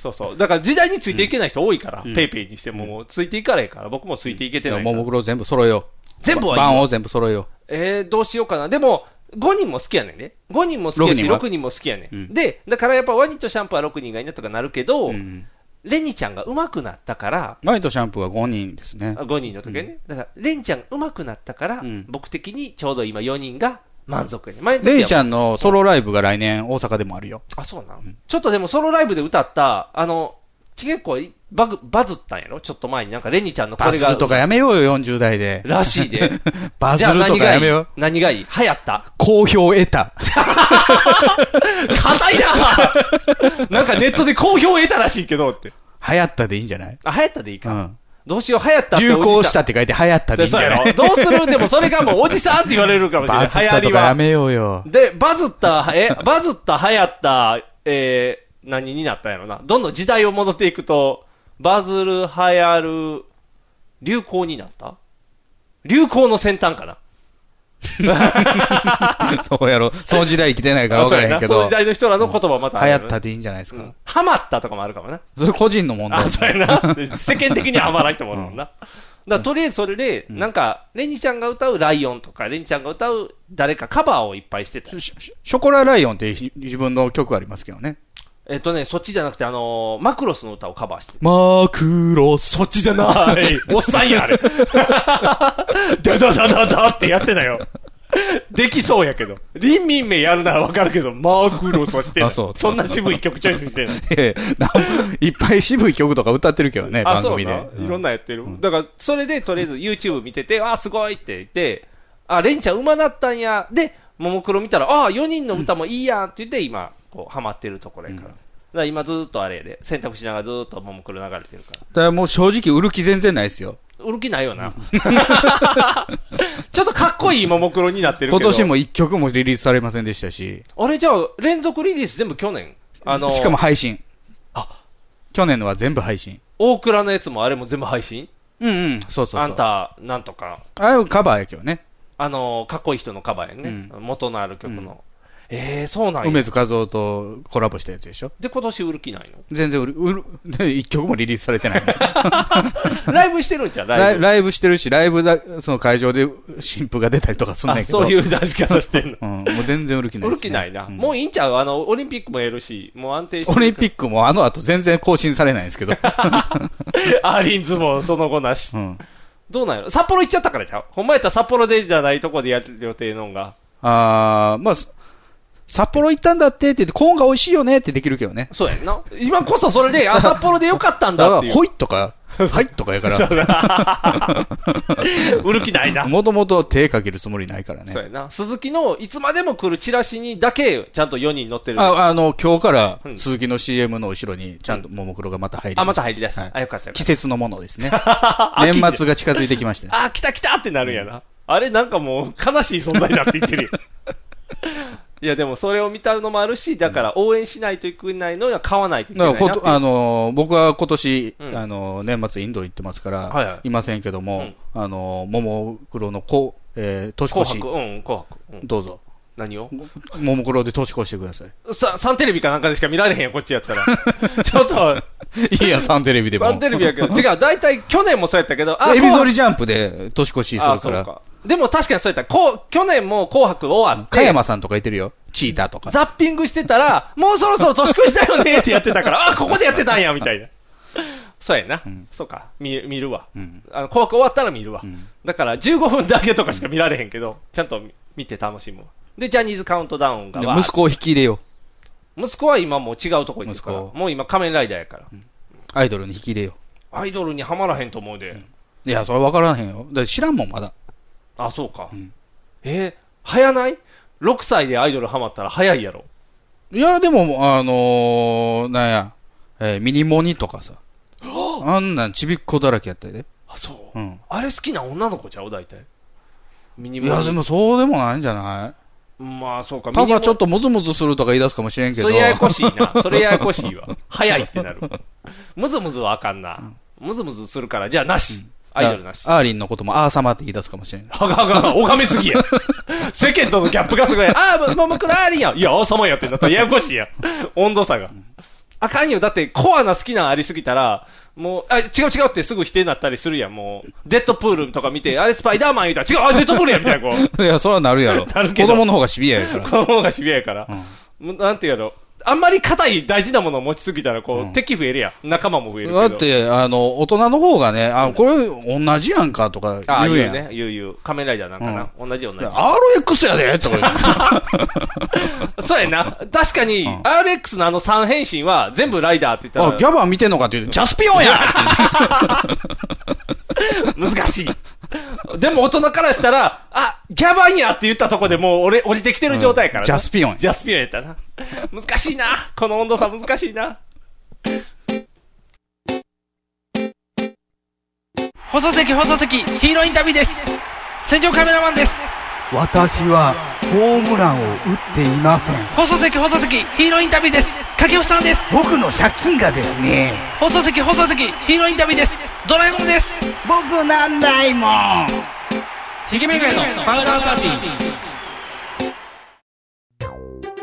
[SPEAKER 3] そうそう。だから時代についていけない人多いから、
[SPEAKER 2] ん
[SPEAKER 3] ペイペイにしても、もうついていかれへんから、僕もついていけてないか
[SPEAKER 2] も
[SPEAKER 3] ら
[SPEAKER 2] もクロ全部揃えよう。
[SPEAKER 3] 全部はいいよ
[SPEAKER 2] 番を全部揃えよ
[SPEAKER 3] えー、どうしようかな。でも、5人も好きやねんね。5人も好きやし、
[SPEAKER 2] 六人は
[SPEAKER 3] 6人も好きやねん。
[SPEAKER 2] うん
[SPEAKER 3] で、だからやっぱワニとシャンプーは6人がいいなとかなるけど、
[SPEAKER 2] う。うん。
[SPEAKER 3] レニちゃんが上手くなったから、
[SPEAKER 2] ナイトシャンプーは5人ですね。
[SPEAKER 3] 5人の時はね。だから、レニちゃんが上手くなったから、
[SPEAKER 2] うん
[SPEAKER 3] 僕的にちょうど今4人が満足やねん。前の時は
[SPEAKER 2] レイちゃんのソロライブが来年大阪でもあるよ。
[SPEAKER 3] あ、そうなん、ちょっとでもソロライブで歌った、あの、ちげっこバグ、バズったんやろちょっと前になんかレニちゃんのこ
[SPEAKER 2] バ
[SPEAKER 3] れ
[SPEAKER 2] ズ
[SPEAKER 3] が
[SPEAKER 2] る。とかやめようよ、40代で。
[SPEAKER 3] らし いで。
[SPEAKER 2] バズ
[SPEAKER 3] じゃあ
[SPEAKER 2] ると
[SPEAKER 3] 何
[SPEAKER 2] か
[SPEAKER 3] が
[SPEAKER 2] や
[SPEAKER 3] い
[SPEAKER 2] め
[SPEAKER 3] い
[SPEAKER 2] よう。
[SPEAKER 3] 何がいい流行った
[SPEAKER 2] 好評を得た。
[SPEAKER 3] 硬い ななんかネットで好評を得たらしいけどって。
[SPEAKER 2] 流行ったでいいんじゃない
[SPEAKER 3] あ、流行ったでいいうか。
[SPEAKER 2] ん。
[SPEAKER 3] どうしよう、流行ったって
[SPEAKER 2] 流行した
[SPEAKER 3] っ
[SPEAKER 2] って書いて流行ったでいいんじ
[SPEAKER 3] そう
[SPEAKER 2] ゃ
[SPEAKER 3] や
[SPEAKER 2] な
[SPEAKER 3] ろ。
[SPEAKER 2] い
[SPEAKER 3] どうするでもそれがもうおじさんって言われるかもしれな
[SPEAKER 2] バ
[SPEAKER 3] い。
[SPEAKER 2] ズったとかやめようよ。
[SPEAKER 3] で、バズった、え、バズった、流行った、えー何になったんやろな。どんどん時代を戻っていくと、バズる、流行る、流行になった流行の先端かな。
[SPEAKER 2] どうやろう。その時代生きてないから分からへんけ
[SPEAKER 3] そうやなその
[SPEAKER 2] ど。
[SPEAKER 3] 時代の人らの言葉またあ
[SPEAKER 2] 流行
[SPEAKER 3] るよね
[SPEAKER 2] ったでいいんじゃないですか。
[SPEAKER 3] ハマったとかもあるかもな。
[SPEAKER 2] それ個人の問題
[SPEAKER 3] あ、。そうやな。世間的にはハマらん人もおるもん な。だからとりあえずそれで、なんか、レニちゃんが歌うライオンとか、レニちゃんが歌う誰かカバーをいっぱいしてた。
[SPEAKER 2] ショショコラライオンってひ自分の曲ありますけどね。
[SPEAKER 3] えっとね、そっちじゃなくて、あのーマクロスの歌をカバーしてる。
[SPEAKER 2] マクロス。
[SPEAKER 3] そっちじゃ ない。おっさんや、あれ。ダダダダダってやってなよ。できそうやけど。林民名やるならわかるけど、マグロさしてない
[SPEAKER 2] あそう
[SPEAKER 3] そんな渋い曲チョイスしてない。
[SPEAKER 2] ええなんいっぱい渋い曲とか歌ってるけどね、
[SPEAKER 3] あ、
[SPEAKER 2] 番
[SPEAKER 3] そう
[SPEAKER 2] 組
[SPEAKER 3] な。
[SPEAKER 2] で。
[SPEAKER 3] いろんなやってる。だから、それでとりあえず YouTube 見てて、あ、すごいって言って、あ、レンちゃん馬なったんや。で、ももクロ見たら、あ、4人の歌もいいやんって言って、今、こう、ハマってるところやから。だから今ずっとあれやで、選択しながらずっとももクロ流れてるから。
[SPEAKER 2] だからもう正直売る気全然ないですよ。
[SPEAKER 3] 売る気ないよな。 ちょっとかっこいいももクロになってるけど。
[SPEAKER 2] 今年も一曲もリリースされませんでしたし、
[SPEAKER 3] あれじゃあ、連続リリース全部去年あの、
[SPEAKER 2] しかも配信。
[SPEAKER 3] あ
[SPEAKER 2] 去年のは全部配信。
[SPEAKER 3] 大倉のやつもあれも全部配信
[SPEAKER 2] うんうん、そうそうそう。
[SPEAKER 3] あんた、なんとか、
[SPEAKER 2] あれカバーやけどね。
[SPEAKER 3] あの、かっこいい人のカバーやね。元のある曲の。ええー、そうなんや
[SPEAKER 2] 梅。津和夫とコラボしたやつでしょ
[SPEAKER 3] で、今年売る気ない
[SPEAKER 2] 全然売る、売る、 で、一曲もリリースされて ない。
[SPEAKER 3] のライブしてるんちゃう
[SPEAKER 2] ラ
[SPEAKER 3] ライ
[SPEAKER 2] イ
[SPEAKER 3] ブ。
[SPEAKER 2] ライブしてるし、ライブだ、その会場で新譜が出たりとかすんね
[SPEAKER 3] あ
[SPEAKER 2] んけど。
[SPEAKER 3] そういう出し方してんの。
[SPEAKER 2] うん、もう全然売る気ないで
[SPEAKER 3] 売る
[SPEAKER 2] すね、
[SPEAKER 3] 気ないな。
[SPEAKER 2] うん
[SPEAKER 3] もういいんちゃうあの、オリンピックもやるし、もう安定して
[SPEAKER 2] オ
[SPEAKER 3] る。
[SPEAKER 2] リンピックもあの後全然更新されないんですけど。
[SPEAKER 3] アーリンズもその後なし
[SPEAKER 2] う。ん。
[SPEAKER 3] どうなんやろ札幌行っちゃったからちゃうほんまやったら札幌でじゃないとこでやる予定のんが。
[SPEAKER 2] あー、まあ、す札幌行ったんだってって言って、コーンが美味しいよねってできるけどね。
[SPEAKER 3] そうやんな。今こそそれで、 あ、札幌でよかったん
[SPEAKER 2] だ
[SPEAKER 3] だ
[SPEAKER 2] か
[SPEAKER 3] ってい
[SPEAKER 2] ら、
[SPEAKER 3] う。
[SPEAKER 2] ほいと か、はいとかやから、
[SPEAKER 3] 売る気ないな。
[SPEAKER 2] もともと手かけるつもりないから
[SPEAKER 3] そう
[SPEAKER 2] ね。
[SPEAKER 3] やな。鈴木のいつまでも来るチラシにだけ、ちゃんと4人載ってる。あ、
[SPEAKER 2] あ、あの、今日から
[SPEAKER 3] うん、
[SPEAKER 2] 鈴木の CM の後ろに、ちゃんとももクロがまた入りす
[SPEAKER 3] また入り出した。
[SPEAKER 2] はい
[SPEAKER 3] あ、よかったよか
[SPEAKER 2] 季
[SPEAKER 3] っ
[SPEAKER 2] 節のものですね。
[SPEAKER 3] た。
[SPEAKER 2] 年
[SPEAKER 3] 秋
[SPEAKER 2] 末が近づいてきましたね。
[SPEAKER 3] あ、来た来たってなるんやな。あれなんかもう悲しい存在だって言ってるよ。 いやでもそれを見たのもあるし、だから応援しないといけないのは買わないといけな
[SPEAKER 2] だ
[SPEAKER 3] いなっ
[SPEAKER 2] か
[SPEAKER 3] て
[SPEAKER 2] ら
[SPEAKER 3] いう
[SPEAKER 2] こ、あのー僕は今年、
[SPEAKER 3] うん
[SPEAKER 2] あのー年末インド行ってますから、
[SPEAKER 3] はいはい
[SPEAKER 2] いませんけども、あのーももクロのこう、えー年越
[SPEAKER 3] 紅
[SPEAKER 2] し
[SPEAKER 3] 白、、うん、紅白。うん
[SPEAKER 2] どうぞ、
[SPEAKER 3] 何を
[SPEAKER 2] ももクロで年越してください。
[SPEAKER 3] さ、サンテレビかなんかでしか見られへんよ、こっちやった ら。ちょっと、
[SPEAKER 2] いいや、サンテレビでも。
[SPEAKER 3] サンテレビ やけど、違う、大体去年もそうやったけど、
[SPEAKER 2] エビ
[SPEAKER 3] 紅
[SPEAKER 2] ゾ
[SPEAKER 3] 白
[SPEAKER 2] リジャンプで年越しす
[SPEAKER 3] あ
[SPEAKER 2] る
[SPEAKER 3] そ
[SPEAKER 2] か
[SPEAKER 3] う
[SPEAKER 2] ら、
[SPEAKER 3] か。でも確かにそうやった。こう、去年も紅白終わって、
[SPEAKER 2] 加山さんとかいてるよ。チーターとか。
[SPEAKER 3] ザッピングしてたら、もうそろそろ年越したよねってやってた から、あ、ここでやってたんや、みたいな。 そうやな。そうか。見、見るわ。
[SPEAKER 2] ん
[SPEAKER 3] あの、紅白終わったら見るわ。だから、15分だけとかしか見られへんけど、ちゃんと見て楽しむわ。で、ジャニーズカウントダウンが
[SPEAKER 2] で
[SPEAKER 3] わーっ
[SPEAKER 2] 息子を引き入れよう。
[SPEAKER 3] 息子は今もう違うとこ行ってるから。
[SPEAKER 2] 息子
[SPEAKER 3] もう今仮面ライダーやから。
[SPEAKER 2] アイドルに引き入れよ
[SPEAKER 3] アイドルにはまらへんと思うで。
[SPEAKER 2] う。いや、それ分からへんよ。だって知らんもん、まだ。
[SPEAKER 3] あ、そうか。えー早ない ?6 歳でアイドルハマったら早いやろ。
[SPEAKER 2] いや、でも、あのー、なんや、えーミニモニとかさ。あんなんちびっこだらけやったで。
[SPEAKER 3] あ、そう。
[SPEAKER 2] うん。
[SPEAKER 3] あれ好きな女の子ちゃう大体。ミニ
[SPEAKER 2] い
[SPEAKER 3] モ
[SPEAKER 2] や、でもそうでもないんじゃない
[SPEAKER 3] まあ、そうか。
[SPEAKER 2] パ
[SPEAKER 3] ミニ
[SPEAKER 2] パ
[SPEAKER 3] モ
[SPEAKER 2] ちょっとムズムズするとか言い出すかもしれんけ
[SPEAKER 3] そ
[SPEAKER 2] ど。
[SPEAKER 3] れややこしいな。それややこしいわ。早いってなる。むずむずはあかんな。むずむずするから、じゃあなし。アイドルなし。
[SPEAKER 2] アーリンのこともアー様って言い出すかもしれん。
[SPEAKER 3] はがはがは、拝みすぎや。世間とのギャップがすごい。ああ、ももクロありやん。いや、王様やってなったらややこしいや。温度差が。あかんよ。だって、コアな好きなんありすぎたら、もう、あ、違う違うってすぐ否定になったりするやん。もう、デッドプールとか見て、あれスパイダーマン言うたら、違う、あ、デッドプールや、みたいな、こう。
[SPEAKER 2] いや、それはなるやろ。
[SPEAKER 3] なる
[SPEAKER 2] 子
[SPEAKER 3] けど
[SPEAKER 2] 供の方がシビアやから。
[SPEAKER 3] この方がシビアやから、もうなんていうやろ、あんまり硬い大事なものを持ちすぎたら、こう、敵増えるやん。仲間も増えるけど。
[SPEAKER 2] だって、あの、大人の方がね、あ、これ、同じやんか、とか
[SPEAKER 3] ああ、
[SPEAKER 2] 言
[SPEAKER 3] 言
[SPEAKER 2] う
[SPEAKER 3] う
[SPEAKER 2] やん。
[SPEAKER 3] ね。言う言う。仮面ライダーなんかな。同じ同じ。
[SPEAKER 2] RX やでとか言う。
[SPEAKER 3] そうやな。確かに、RX のあの3変身は全部ライダーって 言
[SPEAKER 2] あ
[SPEAKER 3] っ、
[SPEAKER 2] ギ
[SPEAKER 3] たら、
[SPEAKER 2] ャバン見てんのかって言うて、ジャスピオンやって言って
[SPEAKER 3] 難しい。でも大人からしたら、あ、ギャバンやって言ったとこでもう俺、降りてきてる状態やからな、
[SPEAKER 2] うんジャスピオンや
[SPEAKER 3] ジャスピオンやったな。難しいな。この温度差難しいな。
[SPEAKER 7] 放送席放送席ヒーローインタビューです戦場カメラマンです
[SPEAKER 8] 私はホームランを打っていません
[SPEAKER 7] 放送席放送席ヒーローインタビューです掛布さんです
[SPEAKER 8] 僕の借金がですね
[SPEAKER 7] 放送席放送席ヒーローインタビューですドラえもんです
[SPEAKER 8] 僕なんないもん
[SPEAKER 7] ひげめがえのパウダーパーテ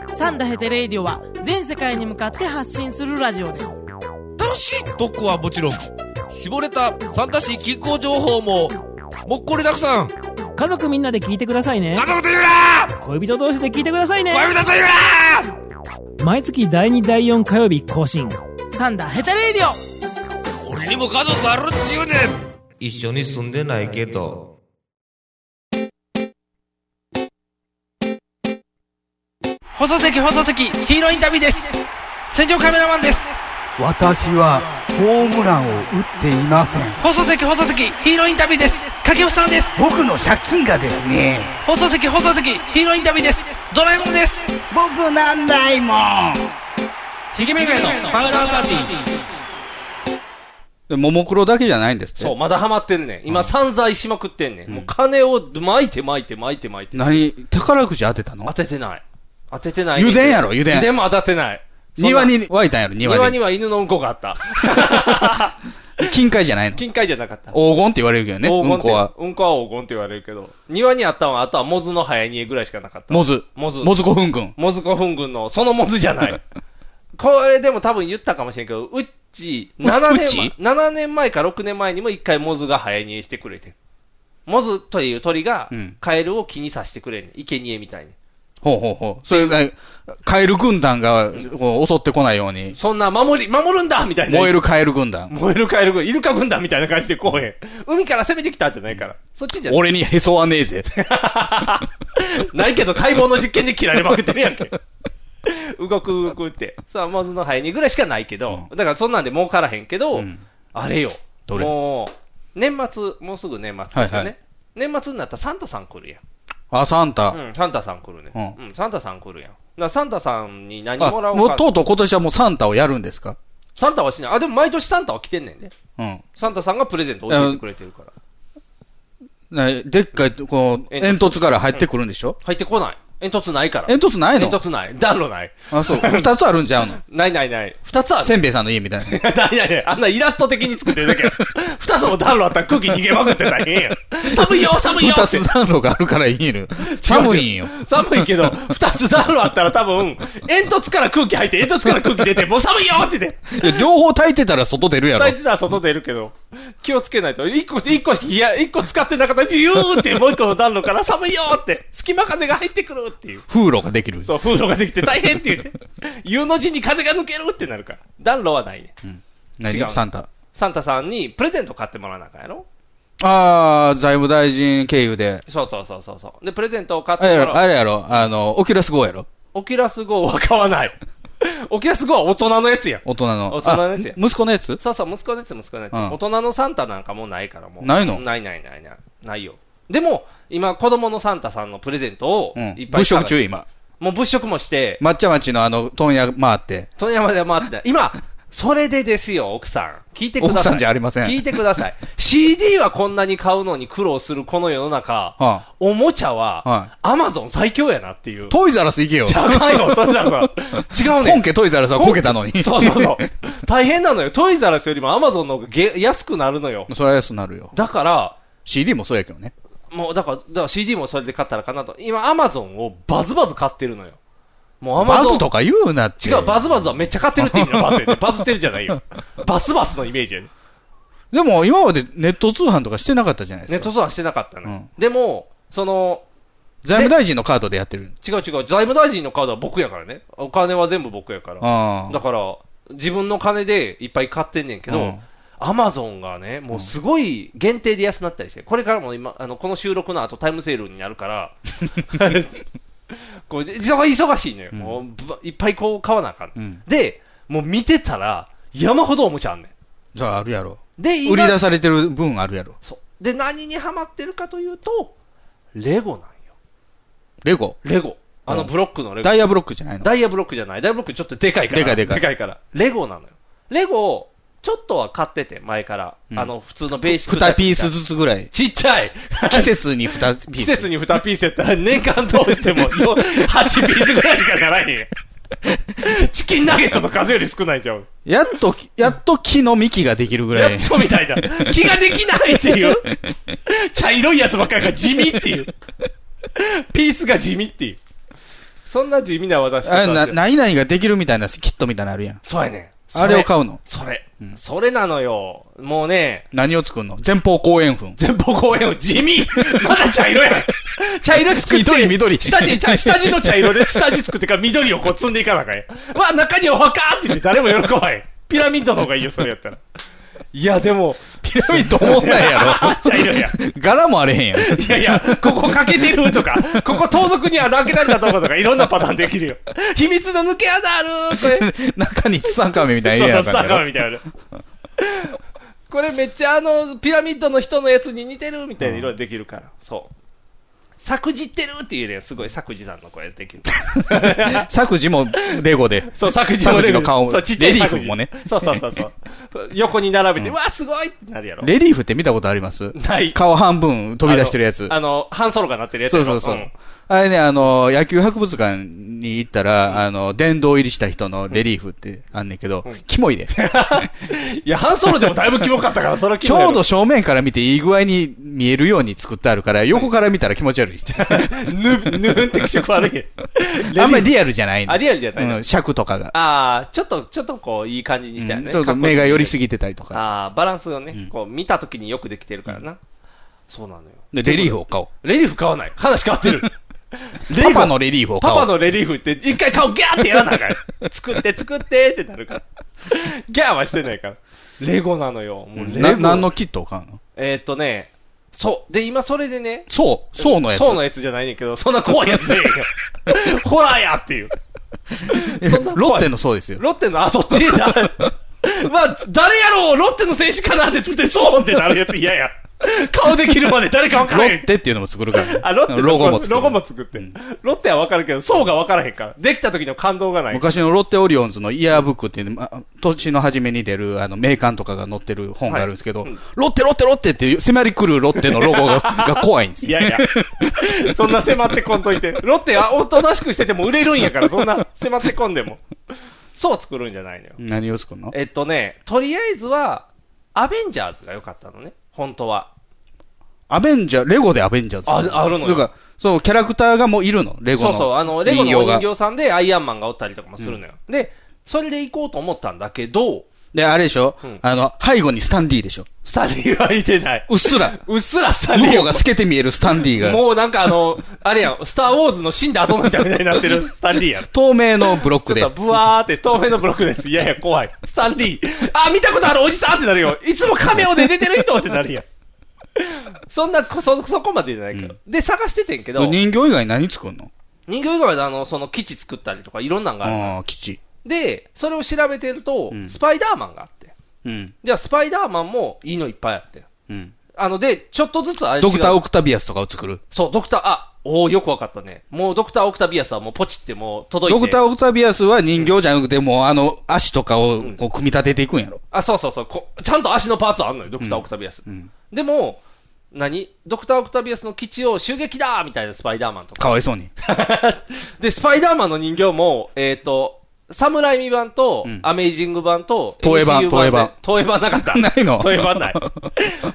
[SPEAKER 7] ィー
[SPEAKER 9] サンダヘテレイディオは全世界に向かって発信するラジオです
[SPEAKER 10] 楽しい特攻はもちろん、絞れた参加し気候情報も、もっこりたくさん
[SPEAKER 11] 家族みんなで聞いてくださいね
[SPEAKER 10] 家族と言うな
[SPEAKER 11] 恋人同士で聞いてくださいね
[SPEAKER 10] 恋人と言うな
[SPEAKER 11] 毎月第2第4火曜日更新
[SPEAKER 9] サンダヘテレイディオ
[SPEAKER 10] 俺にも家族あるっちゅうねん一緒に住んでないけど。
[SPEAKER 7] 放送席放送席ヒーローインタビューです戦場カメラマンです
[SPEAKER 8] 私はホームランを打っていません
[SPEAKER 7] 放送席放送席ヒーローインタビューです掛布さんです
[SPEAKER 8] 僕の借金がですね
[SPEAKER 7] 放送席放送席ヒーローインタビューですドラえもんです
[SPEAKER 8] 僕なんないもん
[SPEAKER 7] ひげめがえのパウダーパーティー
[SPEAKER 2] で、ももクロだけじゃないんですって。
[SPEAKER 3] そう、まだハマってんねん。今、散財しまくってんねん。もう金を巻いて巻いて巻いて巻いて。
[SPEAKER 2] 何宝くじ当てたの
[SPEAKER 3] 当ててない。当ててない。
[SPEAKER 2] 油田やろ、油田。
[SPEAKER 3] 油田も当たってない。
[SPEAKER 2] 庭に湧いたんやろ、
[SPEAKER 3] 庭
[SPEAKER 2] 庭
[SPEAKER 3] に
[SPEAKER 2] に。
[SPEAKER 3] は犬のうんこがあった。
[SPEAKER 2] 金塊じゃないの。
[SPEAKER 3] 金塊じゃなかった。
[SPEAKER 2] 黄金って言われるけどね、
[SPEAKER 3] 黄
[SPEAKER 2] う
[SPEAKER 3] 金っ
[SPEAKER 2] ん
[SPEAKER 3] て
[SPEAKER 2] こは。
[SPEAKER 3] うんこは黄金って言われるけど。庭にあったのは、あとはモズの生え煮えぐらいしかなかった。
[SPEAKER 2] モズ。
[SPEAKER 3] モズ。
[SPEAKER 2] モズ古墳群。
[SPEAKER 3] モズコフン軍の、そのモズじゃ ない。これでも多分言ったかもしれんけど、うっち、
[SPEAKER 2] う
[SPEAKER 3] 7
[SPEAKER 2] うっ
[SPEAKER 3] 年
[SPEAKER 2] ち
[SPEAKER 3] 前、7年前か6年前にも一回モズが生え煮えしてくれてる。モズという鳥が、カエルを木に刺してくれんねん。生贄みたいに。
[SPEAKER 2] ほうほうほう。それが、カエル軍団がこう襲ってこないように、
[SPEAKER 3] そんな、守り、守るんだみたいな。
[SPEAKER 2] 燃えるカエル軍団。
[SPEAKER 3] 燃えるカエル軍、イルカ軍団みたいな感じでこうへん。海から攻めてきたんじゃないから。そっちじゃない。
[SPEAKER 2] 俺にへそはねえ ぜ。
[SPEAKER 3] ないけど解剖の実験で切られまくってるや んけ。動く動くって。さあ、まずの生えにぐらいしかないけど、だからそんなんで儲からへんけど、あれよ。
[SPEAKER 2] どれ
[SPEAKER 3] もう、年末、もうすぐ年末です
[SPEAKER 2] は
[SPEAKER 3] よね。
[SPEAKER 2] いはい
[SPEAKER 3] 年末になったらサンタさん来るやん。
[SPEAKER 2] あ、サンタ。
[SPEAKER 3] うん、サンタさん来るね。うん、サンタさん来るやん。だからサンタさんに何
[SPEAKER 2] あ、
[SPEAKER 3] もらおう
[SPEAKER 2] も
[SPEAKER 3] か。
[SPEAKER 2] うとうとう今年はもうサンタをやるんですか
[SPEAKER 3] サンタはしない。あ、でも毎年サンタは来てんねんね。
[SPEAKER 2] うん。
[SPEAKER 3] サンタさんがプレゼントを教えてくれてるから。
[SPEAKER 2] ねでっかい、こう、煙突から入ってくるんでしょ
[SPEAKER 3] 入ってこない。煙突ないから。
[SPEAKER 2] 煙突ないの
[SPEAKER 3] 煙突ない。暖炉ない。
[SPEAKER 2] あ、 そう。二つあるんちゃうの
[SPEAKER 3] ないないない。二つある。
[SPEAKER 2] せんべいさんの家みたいな。
[SPEAKER 3] ないないない。あんなイラスト的に作ってるだけや。 二つも暖炉あったら空気逃げまくって大変 やん。寒いよ、寒いよ
[SPEAKER 2] 二
[SPEAKER 3] って
[SPEAKER 2] つ。暖炉があるからいいのよ。寒いんよ。
[SPEAKER 3] 寒いけど、二つ暖炉あったら多分、煙突から空気入って、煙突から空気出て、もう寒いよって言って、
[SPEAKER 2] いや両方炊いてたら外出るやろ
[SPEAKER 3] 叩。いてたら外出るけど、気をつけないと。一個、一個、いや、一個使ってなかったらビューって、もう一個の暖炉から寒いよって、隙間風が入ってくるっていう。
[SPEAKER 2] 風呂ができる。
[SPEAKER 3] そう、風呂ができて大変って言って、U の字に風が抜けるってなるから。暖炉はないね。違う
[SPEAKER 2] 何サンタ。
[SPEAKER 3] サンタさんにプレゼント買ってもらわなあかんやろ
[SPEAKER 2] あー、財務大臣経由で。
[SPEAKER 3] そうそうそうそうそう。で、プレゼントを買って
[SPEAKER 2] あれや
[SPEAKER 3] も
[SPEAKER 2] ろ、
[SPEAKER 3] らう。
[SPEAKER 2] あれやろ、あの、オキュラス号やろ。
[SPEAKER 3] オキュラス号は買わない。 オキュラス号は大人のやつやん。
[SPEAKER 2] 大人の。
[SPEAKER 3] 大人のやつや
[SPEAKER 2] あ息子のやつ
[SPEAKER 3] そうそう、息子のやつ、息子のやつ。
[SPEAKER 2] うん
[SPEAKER 3] 大人のサンタなんかもうないからもう。
[SPEAKER 2] ないの
[SPEAKER 3] ないないないない。ないよ。でも、今、子供のサンタさんのプレゼントを
[SPEAKER 2] うん
[SPEAKER 3] いっ。ぱい
[SPEAKER 2] 物
[SPEAKER 3] 探
[SPEAKER 2] 色
[SPEAKER 3] して
[SPEAKER 2] 中、。今。
[SPEAKER 3] もう物色もして、
[SPEAKER 2] 抹茶町のあの、問屋回って。
[SPEAKER 3] 富山で回ってた。今、それでですよ、奥さん。聞いてください。
[SPEAKER 2] 奥さんじゃありません
[SPEAKER 3] 聞いてください。CD はこんなに買うのに苦労するこの世の中、
[SPEAKER 2] は
[SPEAKER 3] おもちゃは、
[SPEAKER 2] は
[SPEAKER 3] アマゾン最強やなっていう。
[SPEAKER 2] い。トイザラス行けよ。
[SPEAKER 3] じゃあかんよ、トイ ザラスは。違うねん。
[SPEAKER 2] 本家トイザラスはこけたのに。
[SPEAKER 3] そうそうそう。大変なのよ。トイザラスよりもアマゾンの方がげ安くなるのよ。
[SPEAKER 2] それは安くなるよ。
[SPEAKER 3] だから、
[SPEAKER 2] CD もそうやけどね。
[SPEAKER 3] もうだから、だから CD もそれで買ったらかなと。今、アマゾンをバズバズ買ってるのよ。もうアマ
[SPEAKER 2] バ
[SPEAKER 3] ゾ
[SPEAKER 2] ズ
[SPEAKER 3] ン。
[SPEAKER 2] とか言うなって。
[SPEAKER 3] 違う、バズバズはめっちゃ買ってるって意味のバズやね。バズってるじゃな いよ。バスバスのイメージやね。
[SPEAKER 2] でも今までネット通販とかしてなかったじゃないです
[SPEAKER 3] ネ
[SPEAKER 2] か。
[SPEAKER 3] ット通販してなかったのよ。でも、その、
[SPEAKER 2] 財務大臣のカードでやってる。
[SPEAKER 3] 違う違う、財務大臣のカードは僕やからね。お金は全部僕やから。
[SPEAKER 2] あ
[SPEAKER 3] だから、自分の金でいっぱい買ってんねんけ
[SPEAKER 2] う
[SPEAKER 3] ど
[SPEAKER 2] ん、
[SPEAKER 3] アマゾンがね、もうすごい限定で安なったりして、これからも今、あの、この収録の後タイムセールになる から、こう、忙しいのよ。もうぶいっぱいこう買わなあかん。
[SPEAKER 2] うん
[SPEAKER 3] で、もう見てたら、山ほどおもちゃあんね
[SPEAKER 2] じゃああるやろ。
[SPEAKER 3] ん。で、今
[SPEAKER 2] 売り出されてる分あるやろ。
[SPEAKER 3] で、何にハマってるかというと、レゴなんよ。
[SPEAKER 2] レゴ。
[SPEAKER 3] レゴ。あの
[SPEAKER 2] うん
[SPEAKER 3] ブロックのレゴ。
[SPEAKER 2] ダイヤブロックじゃないの
[SPEAKER 3] ダイヤブロックじゃない。ダイヤブロックちょっとでかいから。
[SPEAKER 2] でかいでかい
[SPEAKER 3] から。レゴなのよ。レゴを、ちょっとは買ってて、前から。
[SPEAKER 2] うん
[SPEAKER 3] あの、普通のベーシックタイ
[SPEAKER 2] 二
[SPEAKER 3] プ。
[SPEAKER 2] ピースずつぐらい。
[SPEAKER 3] ちっちゃい。
[SPEAKER 2] 季節に二ピース。
[SPEAKER 3] 季節に2ピースやったら、年間通してもよ8ピースぐらいしかならへんやん。チキンナゲットの数より少ないじゃん。
[SPEAKER 2] やっと、やっと木の幹ができるぐらい。
[SPEAKER 3] そうみたいな。気ができないっていう。茶色いやつばっかりが地味っていう。ピースが地味っていう。そんな地味な私とさ
[SPEAKER 2] あな、何々ができるみたいな、キットみたいなのあるやん。
[SPEAKER 3] そうやねん。そ
[SPEAKER 2] あれを買うの
[SPEAKER 3] それ。それなのよ。もうね、
[SPEAKER 2] 何を作るの前方後円墳。
[SPEAKER 3] 前方公園を地味 まだ茶色やん茶色作って。
[SPEAKER 2] 緑緑
[SPEAKER 3] 下地、茶下地の茶色で下地作ってから緑をこう積んでいかなあかんやん。わ、中にお墓って言って誰も喜ばへん。ピラミッドの方がいいよ、それやったら。いや、でも、
[SPEAKER 2] ピラミッド思んないやろ。
[SPEAKER 3] 茶色や。
[SPEAKER 2] 柄もあれへんやん。
[SPEAKER 3] いやいや、ここ欠けてるとか、ここ盗賊に穴開けられたとことか、いろんなパターンできるよ。秘密の抜け穴あるこれ。
[SPEAKER 2] 中にツタンカーメンみたいな絵
[SPEAKER 3] そ
[SPEAKER 2] や
[SPEAKER 3] うそう、スタカーみたいな。 これめっちゃあの、ピラミッドの人のやつに似てるみたいな色々できるから。そう。作事ってるっていうね、すごい作事さんの声できる。
[SPEAKER 2] 作事もレゴで。
[SPEAKER 3] そう、作事も
[SPEAKER 2] 作事の顔
[SPEAKER 3] そう、ちっちゃい
[SPEAKER 2] レリー
[SPEAKER 3] 作事
[SPEAKER 2] フもね。
[SPEAKER 3] そうそうそうそう。 横に並べて、わあ、すごいってなるやろ。
[SPEAKER 2] レリーフって見たことあります
[SPEAKER 3] ない
[SPEAKER 2] 顔半分飛び出してるやつ。
[SPEAKER 3] あの、半ソロがなってるやつ
[SPEAKER 2] そ
[SPEAKER 3] や
[SPEAKER 2] う
[SPEAKER 3] ろ
[SPEAKER 2] そうそう。
[SPEAKER 3] ん
[SPEAKER 2] あれね、あの、野球博物館に行ったら、あの、殿堂入りした人のレリーフってあんねんけど、キモい で。
[SPEAKER 3] いや、半ソロでもだいぶキモかったから、それはキ
[SPEAKER 2] ち
[SPEAKER 3] モいや
[SPEAKER 2] ょ
[SPEAKER 3] ろ
[SPEAKER 2] うど正面から見ていい具合に見えるように作ってあるから、横から見たら気持 ち悪い。
[SPEAKER 3] ぬ、ぬんって気色悪い。
[SPEAKER 2] あんまりリアルじゃないの
[SPEAKER 3] あリアルじゃないの
[SPEAKER 2] うん尺とかが。
[SPEAKER 3] ああ、ちょっと、ちょっとこう、いい感じにしたよね。
[SPEAKER 2] ちょっと目が寄りすぎてたりとか。
[SPEAKER 3] ああ、バランスをね、こう、見たときによくできてるからな。そうなのよ。
[SPEAKER 2] で、レリーフを買おう。
[SPEAKER 3] レリーフ買わない。話変わってる。
[SPEAKER 2] パパ のレリーフを買
[SPEAKER 3] パ
[SPEAKER 2] おう。
[SPEAKER 3] パのレリーフって、一回顔ギャーってやらないから。作って、作ってってなるから。ギャーはしてないから。レゴなのよ。もうレゴ。
[SPEAKER 2] な、何のキットを買うの
[SPEAKER 3] えーっとね、そう。で、今それでね、
[SPEAKER 2] そう、そうのやつ。
[SPEAKER 3] そうのやつじゃないねんけど、そんな怖いやつでえ えよ。ホラーやっていう。そんな怖い
[SPEAKER 2] ロッテのそうですよ。
[SPEAKER 3] ロッテの、あ、そっちじゃん。 まあ、誰やろう、ロッテの選手かなって作って、そうってなるやつ嫌や。顔できるまで誰か分から
[SPEAKER 2] ロ
[SPEAKER 3] へん
[SPEAKER 2] ッ。テっていうのも作るからね。
[SPEAKER 3] あ、ロッテの
[SPEAKER 2] ロゴも作る。
[SPEAKER 3] ロゴも作って。ロッテは分かるけど、そうが分からへんから。できた時の感動がない。
[SPEAKER 2] 昔のロッテオリオンズのイヤーブックっていう、まあ、年の初めに出る、あの、名鑑とかが載ってる本があるんですけど、ロッテロッテロッテって迫り来るロッテのロゴ がが怖いんですよ
[SPEAKER 3] いや いや。そんな迫ってこんといて。ロッテはおとなしくしてても売れるんやから、そんな迫ってこんでも。そう作るんじゃないのよ。
[SPEAKER 2] 何を作るの
[SPEAKER 3] えっとね、とりあえずは、アベンジャーズが良かったのね。本当は。
[SPEAKER 2] アベンジャー、レゴでアベンジャーズ。
[SPEAKER 3] ああるのよ
[SPEAKER 2] というか、そのキャラクターがもういるの、レゴの。
[SPEAKER 3] そうそう、あの、レゴのお人
[SPEAKER 2] 人形が。
[SPEAKER 3] 形さんでアイアンマンがおったりとかもするのよ。で、それで行こうと思ったんだけど、
[SPEAKER 2] で、あれでしょ、
[SPEAKER 3] うん
[SPEAKER 2] あの、背後にスタンディーでしょ
[SPEAKER 3] スタディはいてない。
[SPEAKER 2] うっす ら。
[SPEAKER 3] うっすらスタデ
[SPEAKER 2] 向
[SPEAKER 3] ィ
[SPEAKER 2] こうが透けて見えるスタンディーが。
[SPEAKER 3] もうなんかあの、あれやん、スター・ウォーズの死んだ後のみたいになって るスタンリーやん。
[SPEAKER 2] 透明のブロック
[SPEAKER 3] ち
[SPEAKER 2] で
[SPEAKER 3] ょっ。とブワーって透明のブロックです。いやいや、怖い。スタンリー。あ、見たことあるおじさんってなるよ。いつもカメオで出てる人ってなるやん。そんな、こそ、そこまでじゃないけど。で、探しててんけど、
[SPEAKER 2] 人形以外何作るの
[SPEAKER 3] 人形以外であの、その基地作ったりとかいろんなんがあるのよ
[SPEAKER 2] ああ、基地。
[SPEAKER 3] で、それを調べてると、
[SPEAKER 2] うん
[SPEAKER 3] スパイダーマンがあって。
[SPEAKER 2] うん。
[SPEAKER 3] じゃあ、スパイダーマンもいいのいっぱいあって。
[SPEAKER 2] うん。
[SPEAKER 3] あの、で、ちょっとずつあれ違う
[SPEAKER 2] ドクター・オクタビアスとかを作る。
[SPEAKER 3] そう、ドクター、あ、おおよくわかったね。もうドクター・オクタビアスはもうポチってもう届い
[SPEAKER 2] ド
[SPEAKER 3] て。
[SPEAKER 2] クター・オクタビアスは人形じゃなくて、もうあの、足とかをこう組み立てていくんやろ。
[SPEAKER 3] あ、そうそうそうこ。ちゃんと足のパーツあんのよ、ドクター・オクタビアス。
[SPEAKER 2] ん
[SPEAKER 3] でも、何ドクター・オクタビアスの基地を襲撃だみたいなスパイダーマンとか。
[SPEAKER 2] かわいそう に。
[SPEAKER 3] で、スパイダーマンの人形も、えっ、と、サムライミ版と、
[SPEAKER 2] うん
[SPEAKER 3] アメイジング版と、
[SPEAKER 2] 東映版
[SPEAKER 3] MCU
[SPEAKER 2] 東映版
[SPEAKER 3] で東映版なかった。
[SPEAKER 2] ないの
[SPEAKER 3] 東映版ない。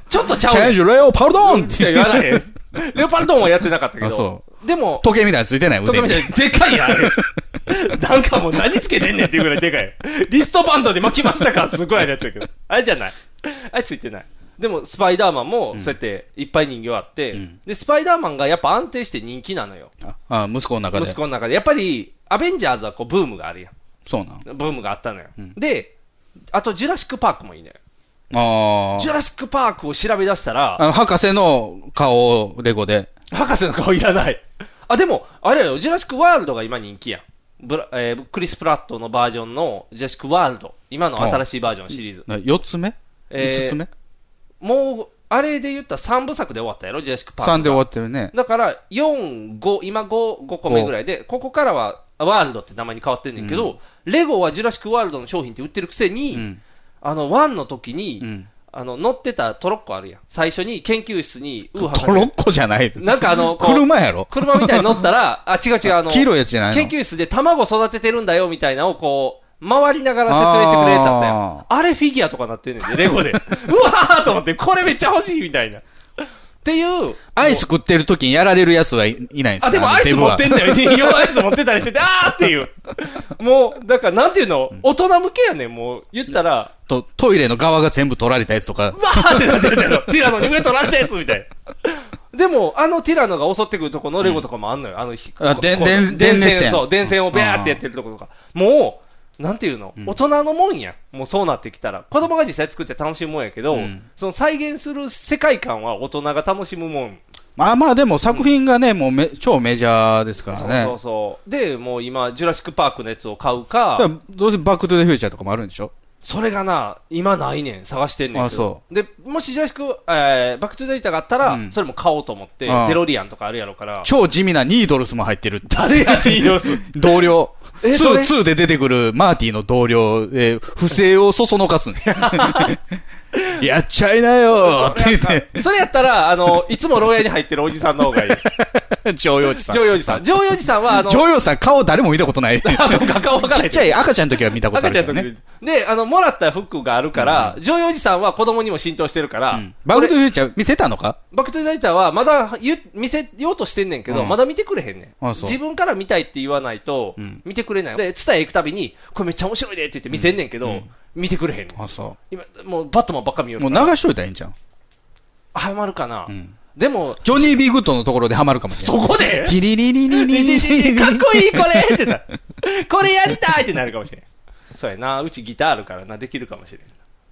[SPEAKER 3] ちょっとち
[SPEAKER 2] チ
[SPEAKER 3] ゃう
[SPEAKER 2] ェ
[SPEAKER 3] ね
[SPEAKER 2] ン
[SPEAKER 3] ん。
[SPEAKER 2] ジ・レオ・パルドンっ
[SPEAKER 3] いや
[SPEAKER 2] て
[SPEAKER 3] 言わない。 レオパルトンはやってなかったけ
[SPEAKER 2] あ
[SPEAKER 3] ど
[SPEAKER 2] そ。
[SPEAKER 3] でも、
[SPEAKER 2] 時計みたいなのついてない腕
[SPEAKER 3] とか
[SPEAKER 2] に
[SPEAKER 3] みたいなでかいやんあ れ。なんかもう何つけてんねんっていうぐらいでかい。リストバンドで巻きましたかすごいあれやつやけど。あれじゃない。あれついてない。でも、スパイダーマンも、そうやって、いっぱい人形あって、
[SPEAKER 2] うん
[SPEAKER 3] で、スパイダーマンがやっぱ安定して人気なのよ。
[SPEAKER 2] ああ、息子の中
[SPEAKER 3] 息
[SPEAKER 2] で。
[SPEAKER 3] 子の中で。やっぱり、アベンジャーズはこう、ブームがあるやん。
[SPEAKER 2] そうなん。
[SPEAKER 3] ブームがあったのよ。
[SPEAKER 2] ん
[SPEAKER 3] で、あと、ジュラシックパークもいいのよ。
[SPEAKER 2] あ
[SPEAKER 3] ジュ
[SPEAKER 2] あ。
[SPEAKER 3] ラシックパークを調べ出したら、
[SPEAKER 2] あの、博士の顔をレゴで。
[SPEAKER 3] 博士の顔いらない。あ、でも、あれやよ、ジュラシックワールドが今人気やん。ブラえークリス・プラットのバージョンのジュラシックワールド。今の新しいバージョンシリーズ。
[SPEAKER 2] 4つ目
[SPEAKER 3] えー
[SPEAKER 2] ?5 つ目
[SPEAKER 3] もう、あれで言ったら3部作で終わったやろ、ジュラシック・パークが。
[SPEAKER 2] ?3 で終わってるね。
[SPEAKER 3] だから、4、5、今5、5個目ぐらいで、ここからはワールドって名前に変わってんねんけど、レゴはジュラシックワールドの商品って売ってるくせに、
[SPEAKER 2] うん
[SPEAKER 3] あの、1の時に、
[SPEAKER 2] うん
[SPEAKER 3] あの、乗ってたトロッコあるやん。最初に研究室に、ウーハ
[SPEAKER 2] トロッコじゃない。
[SPEAKER 3] なんかあの、こう
[SPEAKER 2] 車やろ。
[SPEAKER 3] 車みたいに乗ったら、あ、違う違う、あの、
[SPEAKER 2] 黄色いやつじゃないの
[SPEAKER 3] 研究室で卵育ててるんだよみたいなのをこう、回りながら説明してくれるやつあったよ。あれフィギュアとかなってんねんで、レゴで。 うわーと思って、これめっちゃ欲しいみたいな。っていう。
[SPEAKER 2] アイス食ってる時にやられるやつはいいないんですか
[SPEAKER 3] あ、でもアイス持ってんだよ。 人形アイス持ってたりしてて、あーっていう。もう、だからなんていうの、大人向けやねん、もう。言ったら、
[SPEAKER 2] と、トイレの側が全部取られたやつとか
[SPEAKER 3] う、わーってなってるやつやろ。ティラノに上取られたやつみたいな。でも、あのティラノが襲ってくるとこのレゴとかもあんのよ。あのひ、
[SPEAKER 2] あでん
[SPEAKER 3] こう
[SPEAKER 2] でん電熱線
[SPEAKER 3] そう、電線をビャーってやってるとことか。もう、なんていうの、大人のもんやんもうそうなってきたら。子供が実際作って楽しむもんやけど、その再現する世界観は大人が楽しむもん。
[SPEAKER 2] まあまあ、でも作品がね、もうめ超メジャーですからね。
[SPEAKER 3] そうそう。で、もう今、ジュラシックパークのやつを買う
[SPEAKER 2] だ
[SPEAKER 3] か、
[SPEAKER 2] からどうせバックトゥーザフューチャーとかもあるんでしょ
[SPEAKER 3] それがな、今ないねん、探してんねんけ
[SPEAKER 2] あそ
[SPEAKER 3] ど。で、もしジュラシック、えー、バックトゥーザフューチャーがあったら、それも買おうと思って、
[SPEAKER 2] ああ
[SPEAKER 3] デロリアンとかあるやろから。
[SPEAKER 2] 超地味なニードルスも入ってる。
[SPEAKER 3] 誰がニードルス
[SPEAKER 2] 同僚。ツ
[SPEAKER 3] えそ
[SPEAKER 2] ー、
[SPEAKER 3] れ
[SPEAKER 2] ツーで出てくるマーティの同僚、えー不正をそそのか すね。やっちゃいなよーって言って。
[SPEAKER 3] それやったら、あの、いつも牢屋に入ってるおじさんの 方がいい。
[SPEAKER 2] 常用寺さん。
[SPEAKER 3] 常用寺さん常用寺さんはあの
[SPEAKER 2] 常用寺さん顔誰も見たこと ない。ちっちゃい赤ちゃんの時は見たことあるけどね。
[SPEAKER 3] で、あの、もらった服があるから、常用寺さんは子供にも浸透してるから、
[SPEAKER 2] バックトゥーフューチャー見せたのか
[SPEAKER 3] バックトゥーザイターはまだ言う見せようとしてんねんけど、
[SPEAKER 2] うん
[SPEAKER 3] まだ見てくれへんねん。
[SPEAKER 2] あそう
[SPEAKER 3] 自分から見たいって言わないと、見てくれない。で、伝え行くたびに、これめっちゃ面白いでって言って見せんねんけど、見てくれへんねん。
[SPEAKER 2] あ、そ
[SPEAKER 3] 今、もうバットマンばっか見よ
[SPEAKER 2] う。
[SPEAKER 3] る
[SPEAKER 2] もう
[SPEAKER 3] から
[SPEAKER 2] 流しといたらいいんじゃん。
[SPEAKER 3] ハマるかな。でも、
[SPEAKER 2] ジョニー・ビー・グッドのところでハマるかもしれない。
[SPEAKER 3] そこで
[SPEAKER 2] ギリリリリリリリリ
[SPEAKER 3] かっこいいこれってなこれやりたいってなるかもしれん。そうやな、うちギターあるからな、できるかもしれん。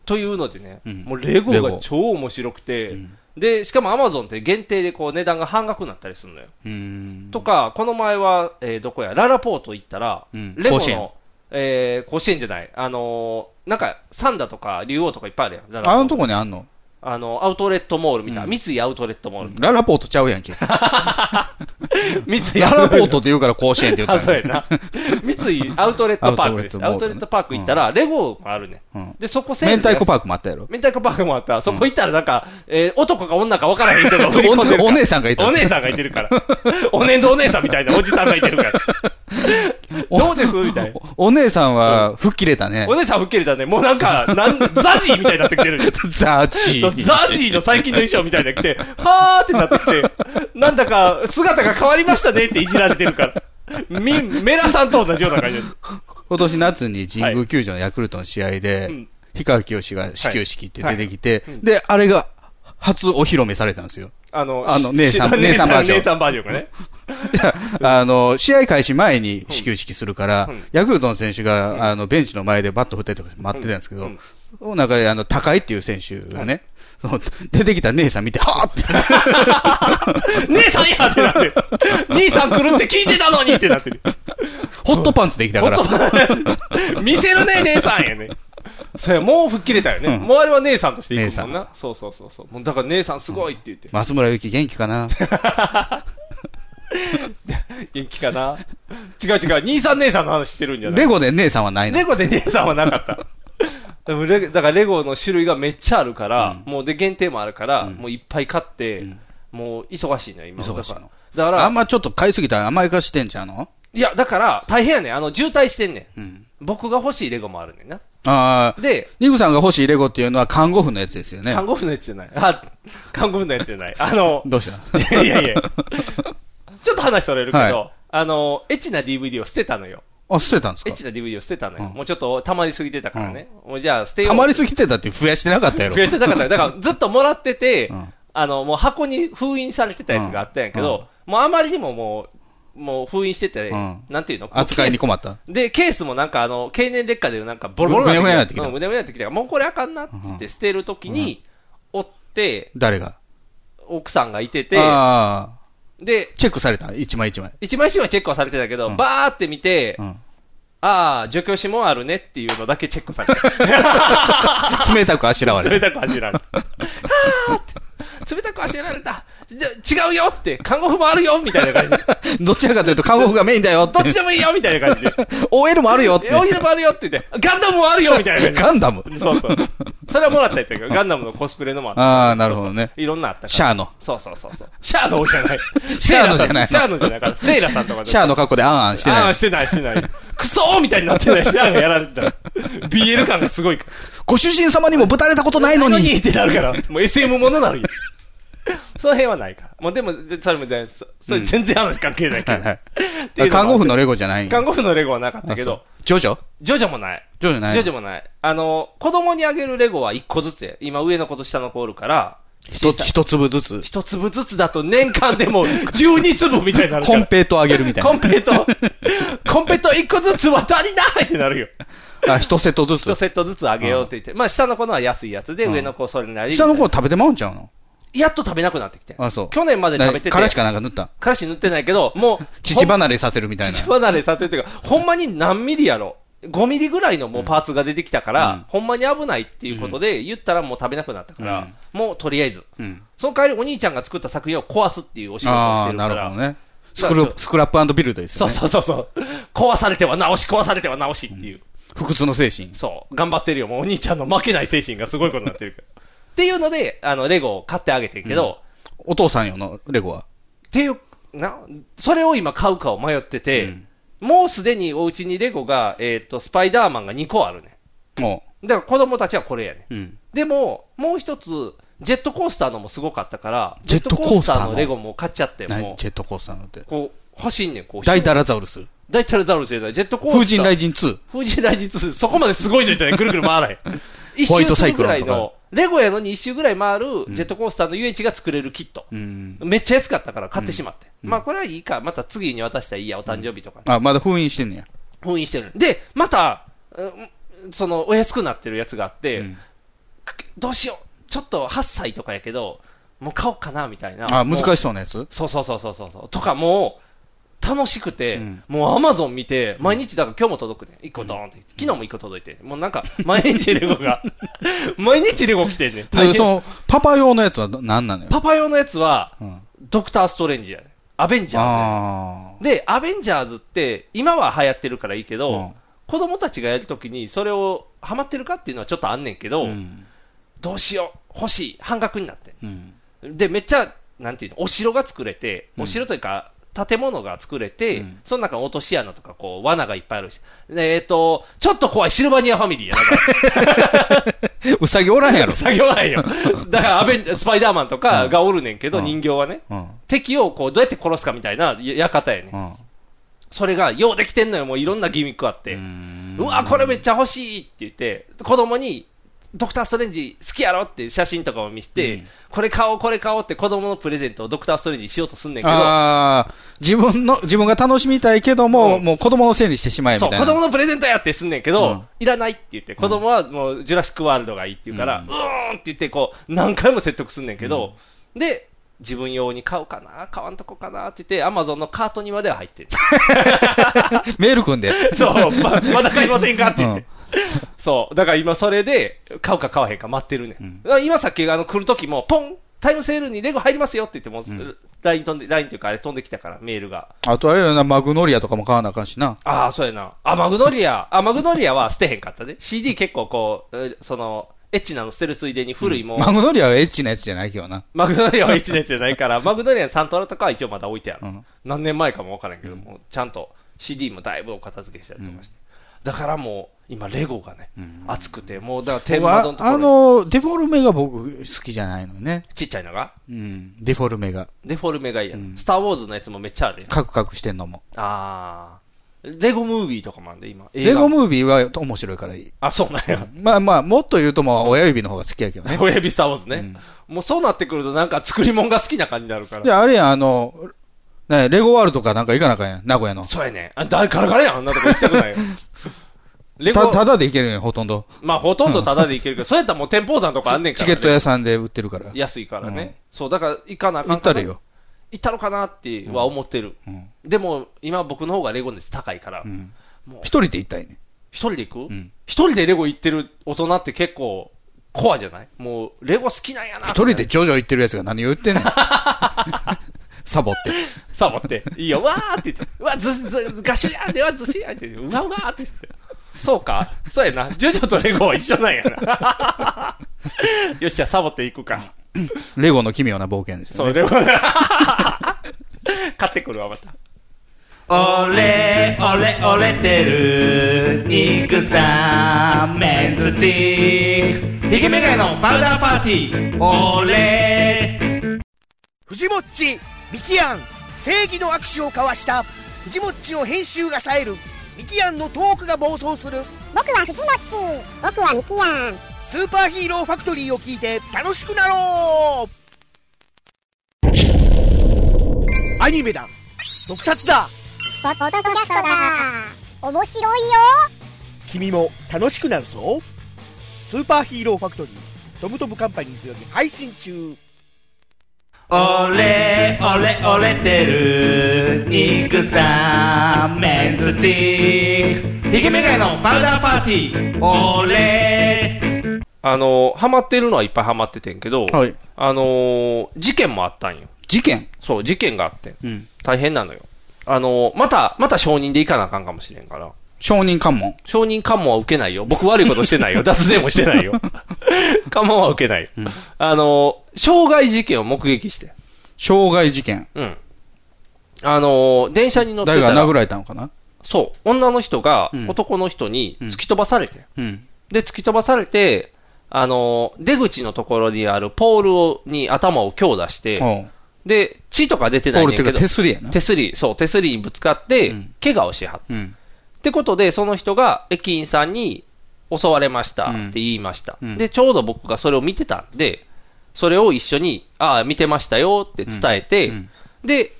[SPEAKER 3] というのでね、もうレゴ
[SPEAKER 2] レ
[SPEAKER 3] が
[SPEAKER 2] ゴ
[SPEAKER 3] 超面白くて、で、しかもアマゾンって限定でこう値段が半額になったりするのよ。
[SPEAKER 2] うん。
[SPEAKER 3] とか、この前は、えーどこや、ララポート行ったら、
[SPEAKER 2] うん
[SPEAKER 3] レゴ
[SPEAKER 2] 甲子園
[SPEAKER 3] の、えー甲子園じゃない、あのーなんか、サンダとか竜王とかいっぱいあるやん、ララポー
[SPEAKER 2] あ
[SPEAKER 3] ト
[SPEAKER 2] のとこにあんの
[SPEAKER 3] あの、アウトレットモールみたいな、三井アウトレットモール。
[SPEAKER 2] ララポートちゃうやんけ。
[SPEAKER 3] 三井
[SPEAKER 2] ラ
[SPEAKER 3] ア
[SPEAKER 2] ラ
[SPEAKER 3] ウト
[SPEAKER 2] ポ
[SPEAKER 3] レッ
[SPEAKER 2] ートって言うから甲子園って言
[SPEAKER 3] あ、
[SPEAKER 2] った
[SPEAKER 3] そう
[SPEAKER 2] の
[SPEAKER 3] や
[SPEAKER 2] に
[SPEAKER 3] な。 三井アウトレットパークです。ア
[SPEAKER 2] ア
[SPEAKER 3] ウ
[SPEAKER 2] ウ
[SPEAKER 3] ト
[SPEAKER 2] ト
[SPEAKER 3] レ
[SPEAKER 2] レ
[SPEAKER 3] ッ
[SPEAKER 2] ット
[SPEAKER 3] トパーク行ったら、レゴもあるね。
[SPEAKER 2] ん
[SPEAKER 3] で、そこ1000
[SPEAKER 2] 明
[SPEAKER 3] 円で
[SPEAKER 2] 太子パークもあったやろ。
[SPEAKER 3] 明太子パークもあった。そこ行ったらなんか、えー男か女か分からへん人が振り込んでるか ら。
[SPEAKER 2] おお姉さんがいてる
[SPEAKER 3] お姉さんがいて るから。おねんどお姉さんみたいなおじさんがいてるから。どうですみたいな。
[SPEAKER 2] お姉さんは吹っ切れたね
[SPEAKER 3] お。姉さん吹っ切れたね。もうなんか、なん、ザジーみたいになってきてる。
[SPEAKER 2] ザーチ
[SPEAKER 3] そう
[SPEAKER 2] ー。
[SPEAKER 3] ザジーの最近の衣装みたいなの着て、はーってなってきて、なんだか姿が変わりましたねっていじられてるから。み、メラさんと同じような感じです。
[SPEAKER 2] 今年夏に神宮球場のヤクルトの試合で、
[SPEAKER 3] うん
[SPEAKER 2] 氷川きよしが始球式って出てきて、で、あれが初お披露目されたんですよ。
[SPEAKER 3] あの、
[SPEAKER 2] あの姉さん
[SPEAKER 3] し
[SPEAKER 2] 姉さんバージョン
[SPEAKER 3] 姉さんバージョンがね。
[SPEAKER 2] いや、 あの、試合開始前に始球式するから、ヤクルトの選手が、あの、ベンチの前でバット振ったりとかして待ってたんですけど、の中で、あの、高井っていう選手がね、その出てきた姉さん見て、は ぁって。
[SPEAKER 3] 姉さんやってなってる。兄さん来るって聞いてたのにってなってる。
[SPEAKER 2] ホットパンツできたから。
[SPEAKER 3] 見せるね、姉さんやね。それもう吹っ切れたよね。
[SPEAKER 2] うん
[SPEAKER 3] もうあれは姉さんとしていくもん
[SPEAKER 2] 姉
[SPEAKER 3] な。そうそうそうそう。もうだから姉さんすごいって言って。
[SPEAKER 2] 松村ゆき元気か な
[SPEAKER 3] 元気かな違う違う。兄さん姉さんの話してるんじゃない
[SPEAKER 2] レゴで姉さんはないの
[SPEAKER 3] レゴで姉さんはなかった。でもレだからレゴの種類がめっちゃあるから、もうで限定もあるから、もういっぱい買って、もう忙しいのよ、今。
[SPEAKER 2] 忙しいの
[SPEAKER 3] だから、だから
[SPEAKER 2] あんまちょっと買いすぎたら甘やかしてんちゃうの
[SPEAKER 3] いや、だから、大変やねん。あの、渋滞してんねん。
[SPEAKER 2] ん
[SPEAKER 3] 僕が欲しいレゴもあるねんな。
[SPEAKER 2] ああ。
[SPEAKER 3] で、
[SPEAKER 2] ニグさんが欲しいレゴっていうのは看護婦のやつですよね。
[SPEAKER 3] 看護婦のやつじゃない。あ、看護婦のやつじゃない。あの、
[SPEAKER 2] どうした
[SPEAKER 3] いやいやいや。ちょっと話それるけど、
[SPEAKER 2] はい
[SPEAKER 3] あの、エッチな DVD を捨てたのよ。
[SPEAKER 2] あ、捨てたんです
[SPEAKER 3] エ
[SPEAKER 2] か
[SPEAKER 3] ッチな DVD を捨てたのよ。もうちょっと溜まりすぎてたからね。もうじゃあ捨てよう。
[SPEAKER 2] 溜まりすぎてたって増やしてなかったやろ。
[SPEAKER 3] 増やしてなかったよだからずっともらってて、
[SPEAKER 2] ん
[SPEAKER 3] あの、もう箱に封印されてたやつがあったんやけど、もうあまりにももう、もう封印してて、
[SPEAKER 2] うん
[SPEAKER 3] なんていうの
[SPEAKER 2] 扱いに困った。
[SPEAKER 3] で、ケースもなんかあの、経年劣化でなんかボロボロ
[SPEAKER 2] ぐにゃぐにゃなってきた
[SPEAKER 3] うんぐにゃぐにゃなってきたから、もうこれあかんなって言って捨てるときに、おって、
[SPEAKER 2] 誰が
[SPEAKER 3] 奥さんがいてて、
[SPEAKER 2] あ
[SPEAKER 3] で
[SPEAKER 2] あ。、チェックされた一枚一枚。
[SPEAKER 3] 一枚一枚チェックはされてたけど、
[SPEAKER 2] ん
[SPEAKER 3] バーって見て、
[SPEAKER 2] うん
[SPEAKER 3] ああ、除去指紋あるねっていうのだけチェックされて
[SPEAKER 2] 冷たくあしらわ
[SPEAKER 3] た。
[SPEAKER 2] れ
[SPEAKER 3] 冷
[SPEAKER 2] た。
[SPEAKER 3] たく走 られた。あーって冷たく走られた。じゃ違うよって、看護婦もあるよみたいな 感じで。
[SPEAKER 2] どちらかというと、看護婦がメインだよって
[SPEAKER 3] どっ。ちでもいいよみたいな感じで。
[SPEAKER 2] OL もあるよって。
[SPEAKER 3] えお 昼もあるよって言って、ガンダムもあるよみたいな感じで
[SPEAKER 2] ガンダム。
[SPEAKER 3] そうそう。それはもらったやつやけど、ガンダムのコスプレのもあった。
[SPEAKER 2] ああ、なるほどね。
[SPEAKER 3] いろんなあったから。
[SPEAKER 2] シャアの。
[SPEAKER 3] そうそうそうそう。シャアのじゃない。
[SPEAKER 2] シャアのじゃない
[SPEAKER 3] セイラさんシャアのじゃないから、セイラさんとかで
[SPEAKER 2] シャアの格好であんあんして
[SPEAKER 3] あ
[SPEAKER 2] な
[SPEAKER 3] あ、
[SPEAKER 2] い。
[SPEAKER 3] してない、してない。クソーみたいになってないし、なんかやられてたら。BL 感がすごいか
[SPEAKER 2] ご主人様にもぶたれたことない
[SPEAKER 3] ら。
[SPEAKER 2] の
[SPEAKER 3] 何
[SPEAKER 2] に
[SPEAKER 3] っ。てなるから、もう SM ものなのよ。その辺はないから。もうでも、でそれも全然、そそれ全然話関係ないけど。っていうのもあって
[SPEAKER 2] 看護婦のレゴじゃない
[SPEAKER 3] 看護婦のレゴはなかったけ
[SPEAKER 2] あ
[SPEAKER 3] ど
[SPEAKER 2] そ、うジョジョ
[SPEAKER 3] ジョジョもない。
[SPEAKER 2] ジョジョない
[SPEAKER 3] ジョジョもない。あの、子供にあげるレゴは一個ずつや今上の子と下の子おるから、
[SPEAKER 2] 一つ一粒ずつ。
[SPEAKER 3] 一粒ずつだと年間でも12粒みたいになるか
[SPEAKER 2] コ
[SPEAKER 3] ら。
[SPEAKER 2] ンペイトあげるみたいな。
[SPEAKER 3] コンペイト、コンペイト1個ずつは足りないってなるよ。
[SPEAKER 2] あ、一セットずつ
[SPEAKER 3] 1。セットずつあげようって言って。まあ下の子のは安いやつで、
[SPEAKER 2] うん
[SPEAKER 3] 上の子それなり。
[SPEAKER 2] 下の子食べてまうんちゃうの
[SPEAKER 3] やっと食べなくなってきて。
[SPEAKER 2] あ、そう。
[SPEAKER 3] 去年まで食べてて。
[SPEAKER 2] からしかなんか塗った。
[SPEAKER 3] 彼氏塗ってないけど、もう、
[SPEAKER 2] 乳離れさせるみたいな
[SPEAKER 3] 乳。離れさせてるっていうか、ほんまに何ミリやろ。5ミリぐらいのもうパーツが出てきたから、ほんまに危ないっていうことで、言ったらもう食べなくなったから、もうとりあえず。
[SPEAKER 2] うん。
[SPEAKER 3] その代わりお兄ちゃんが作った作品を壊すっていうお仕事を
[SPEAKER 2] あ
[SPEAKER 3] して
[SPEAKER 2] あ、
[SPEAKER 3] る
[SPEAKER 2] な
[SPEAKER 3] から。
[SPEAKER 2] るほどね。スクルスクラップビルドです
[SPEAKER 3] そ
[SPEAKER 2] よ
[SPEAKER 3] う
[SPEAKER 2] ね。
[SPEAKER 3] そうそうそう。壊されては直し、壊されては直しっていう。
[SPEAKER 2] 不屈の精神。
[SPEAKER 3] そう。頑張ってるよ。もうお兄ちゃんの負けない精神がすごいことになってるから。っていうので、あの、レゴを買ってあげてるけど、
[SPEAKER 2] お父さんよの、レゴは。
[SPEAKER 3] っていう、な、それを今買うかを迷ってて、もうすでにお家にレゴが、えっ、と、スパイダーマンが2個あるね。
[SPEAKER 2] も
[SPEAKER 3] だから子供たちはこれやね。
[SPEAKER 2] う。うん。
[SPEAKER 3] でも、もう一つ、ジェットコースターのもすごかったから、
[SPEAKER 2] ジェットコースターの
[SPEAKER 3] ジェットコのレゴも買っちゃって、も
[SPEAKER 2] 何
[SPEAKER 3] う、
[SPEAKER 2] ジェットコースターのって。
[SPEAKER 3] こう、欲しいねん、こう。
[SPEAKER 2] 大ダラザウルス。
[SPEAKER 3] 大体ザウルスじゃない。ジェットコースター。
[SPEAKER 2] 風神雷神2。
[SPEAKER 3] 風神雷神2、そこまですごいのじゃない、ぐるぐる回らへん。一
[SPEAKER 2] ホワイト
[SPEAKER 3] 周す
[SPEAKER 2] サ
[SPEAKER 3] る
[SPEAKER 2] イク
[SPEAKER 3] ぐ
[SPEAKER 2] ロン
[SPEAKER 3] ら
[SPEAKER 2] とか
[SPEAKER 3] いの、レゴやのに一周ぐらい回るジェットコースターの遊園地が作れるキット。めっちゃ安かったから買ってしまって。まあこれはいいか、また次に渡したらいいや、お誕生日とかに。
[SPEAKER 2] あ、まだ封印してんねや。
[SPEAKER 3] 封印してる。で、また、うんその、お安くなってるやつがあって、くどうしよう。ちょっと8歳とかやけど、もう買おうかな、みたいな。
[SPEAKER 2] あ、難し
[SPEAKER 3] い。
[SPEAKER 2] そうなやつ
[SPEAKER 3] そうそうそうそうそうそう。とかもう、楽しくて、もうアマゾン見て、毎日だから今日も届くね。1個ドーンって、昨日も1個届いて、もうなんか、毎日レゴ が、毎日レゴ来てんねん。
[SPEAKER 2] でその、パパ用のやつはな何なのよ。
[SPEAKER 3] パパ用のやつは、
[SPEAKER 2] うん
[SPEAKER 3] ドクター・ストレンジやねアベンジャーズやね
[SPEAKER 2] あ
[SPEAKER 3] で、アベンジャーズって、今は流行ってるからいいけど、子供たちがやるときに、それをハマってるかっていうのはちょっとあんねんけど、どうしよう、欲しい、半額になって。
[SPEAKER 2] あ。うん。
[SPEAKER 3] で、めっちゃ、なんていうの、お城が作れて、お城というか、建物が作れて、その中に落とし穴とか、こう、罠がいっぱいあるし、でえっ、と、ちょっと怖いシルバニアファミリーやな、
[SPEAKER 2] うさぎおらへんや ろ。
[SPEAKER 3] 作業な いよ。だからアベン、スパイダーマンとかがおるねんけど、
[SPEAKER 2] うん
[SPEAKER 3] 人形はね、
[SPEAKER 2] うん。
[SPEAKER 3] 敵をこう、どうやって殺すかみたいなや館やねん
[SPEAKER 2] うん。
[SPEAKER 3] それが、ようできてんのよ、もういろんなギミックあって。うわ、これめっちゃ欲しいって言って、子供に、ドクター・ストレンジ好きやろって写真とかを見せて、これ買おう、これ買おうって子供のプレゼントをドクター・ストレンジにしようとすんねんけど、
[SPEAKER 2] ああ、自分の、自分が楽しみたいけども、もう子供のせいにしてしまえみ
[SPEAKER 3] そ
[SPEAKER 2] た
[SPEAKER 3] う、
[SPEAKER 2] いな。
[SPEAKER 3] 子供のプレゼントやってすんねんけど、
[SPEAKER 2] うん
[SPEAKER 3] いらないって言って、子供はもうジュラシック・ワールドがいいって言うから、うーんって言って、こう、何回も説得すんねんけど、で、自分用に買うかな買わんとこかなって言って、アマゾンのカートにまでは入ってる。
[SPEAKER 2] メール組んで。
[SPEAKER 3] そう、ままだ買いませんかって言って。そう。だから今それで、買うか買わへんか待ってるねん。今さっきあの来る時も、ポンタイムセールにレゴ入りますよって言っても、ライン飛んで、ラインというかあれ飛んできたから、メールが。
[SPEAKER 2] あとあれよな、マグノリアとかも買わなあかんしな。
[SPEAKER 3] ああ、そうやな。あ、マグノリア。あ、マグノリアは捨てへんかったね。CD 結構こう、えその、エッチなの捨てるついでに古いもん。
[SPEAKER 2] マグノリアはエッチなやつじゃないけどな。
[SPEAKER 3] マグノリアは1年じゃないから、マグノリアのサントラとかは一応まだ置いてある。何年前かもわからんけど、もうちゃんと CD もだいぶお片付けしたりとかして。だからもう、今、レゴがね、熱くて、もう、だから天
[SPEAKER 2] 僕は
[SPEAKER 3] 窓のところ
[SPEAKER 2] あ
[SPEAKER 3] に
[SPEAKER 2] の、デフォルメが僕好きじゃないのね。
[SPEAKER 3] ちっちゃいのが、
[SPEAKER 2] うん。デフォルメが。
[SPEAKER 3] デフォルメがいいやん。スター・ウォーズのやつもめっちゃあるやん。
[SPEAKER 2] カクカクしてんのも。
[SPEAKER 3] あー。レゴムービーとかもあんで、今。
[SPEAKER 2] レゴ
[SPEAKER 3] ービー
[SPEAKER 2] ムービーは面白いからいい。
[SPEAKER 3] あ、そうなんや。
[SPEAKER 2] まあまあ、もっと言うともう親指の方が好きやけどね。
[SPEAKER 3] 親指スター・ウォーズね。もうそうなってくると、なんか作り物が好きな感じになるから。
[SPEAKER 2] で、あれやん、あの、ね、レゴワールドかなんか行かなあかんやん。名古屋の。
[SPEAKER 3] そうやね。あ、だ、ガラガラやん。あんなとこ行きた くないよ。レ
[SPEAKER 2] た、
[SPEAKER 3] ゴ、
[SPEAKER 2] ただで行けるんよ、ほとんど。
[SPEAKER 3] まあ、ほとんどタダで行けるけど、それやったらもう天保山とかあんねんか
[SPEAKER 2] チ
[SPEAKER 3] ら、
[SPEAKER 2] ケ
[SPEAKER 3] ね。
[SPEAKER 2] ット屋さんで売ってるから。
[SPEAKER 3] 安いからね。
[SPEAKER 2] うん
[SPEAKER 3] そう、だから行かなあか
[SPEAKER 2] 行
[SPEAKER 3] ん
[SPEAKER 2] ったれよ。。
[SPEAKER 3] 行ったのかなっては思ってる。
[SPEAKER 2] うん
[SPEAKER 3] でも、今僕の方がレゴ熱高いから、
[SPEAKER 2] ん
[SPEAKER 3] もう
[SPEAKER 2] 一、人で行ったいね。
[SPEAKER 3] 一人で行く一、
[SPEAKER 2] ん
[SPEAKER 3] 人でレゴ行ってる大人って結構、コアじゃないもう、レゴ好きなんやな
[SPEAKER 2] 一人でジョジョ行ってるやつが何を言 ってんねん。サボって。
[SPEAKER 3] サボって、いいよ、わーって言って、うわ、ず、ず、ガシュやーではずしやーって言って、うわうわーって言って。そうかそうやな。ジョジョとレゴは一緒なんやな。よっしゃ、サボっていくか。
[SPEAKER 2] レゴの奇妙な冒険です
[SPEAKER 3] そ
[SPEAKER 2] よ
[SPEAKER 3] う、
[SPEAKER 2] ね。
[SPEAKER 3] レゴ。買ってくるわ、また。
[SPEAKER 1] 俺、俺、俺てる、肉さん、メンズスティック。ヒゲメガネのパウダーパーティー。俺、
[SPEAKER 12] 藤もっちミキアン正義の握手を交わした藤もっちの編集が冴えるミキアンのトークが暴走する僕は藤もっち僕はミキアンスーパーヒーローファクトリーを聞いて楽しくなろうアニメだ特撮だ
[SPEAKER 13] ポッドキャストだ面白いよ
[SPEAKER 12] 君も楽しくなるぞスーパーヒーローファクトリートムトムカンパニーズより配信中
[SPEAKER 1] オレオレオレてる肉さんメンズティーヒゲメガネのパウダーパーティーオレ
[SPEAKER 3] あの、ハマってるのはいっぱいハマっててんけど、あのー、事件もあったんよ。
[SPEAKER 2] 事件
[SPEAKER 3] そう、事件があって、大変なのよ。あのー、また、また承認でいかなあかんかもしれんから。
[SPEAKER 2] 承認喚問。
[SPEAKER 3] 承認喚問は受けないよ。僕悪いことして ないよ。脱税もしてないよ。喚問は受けないよ。あのー、傷害事件を目撃して。
[SPEAKER 2] 傷害事件。
[SPEAKER 3] うん。あのー、電車に乗ってた
[SPEAKER 2] 誰
[SPEAKER 3] ら。
[SPEAKER 2] が殴られたのかな
[SPEAKER 3] そう。女の人が男の人に突き飛ばされて。
[SPEAKER 2] うん。
[SPEAKER 3] で、突き飛ばされて、あのー、出口のところにあるポールをに頭を強打して、で、血とか出てないねんけど。
[SPEAKER 2] ポールっていうか手すりやな
[SPEAKER 3] 手すり、そう、手すりにぶつかって、怪我をしはった。
[SPEAKER 2] うん。
[SPEAKER 3] ってことで、その人が駅員さんに襲われましたって言いました。
[SPEAKER 2] うん
[SPEAKER 3] で、ちょうど僕がそれを見てたんで、それを一緒に、ああ、見てましたよって伝えて、で、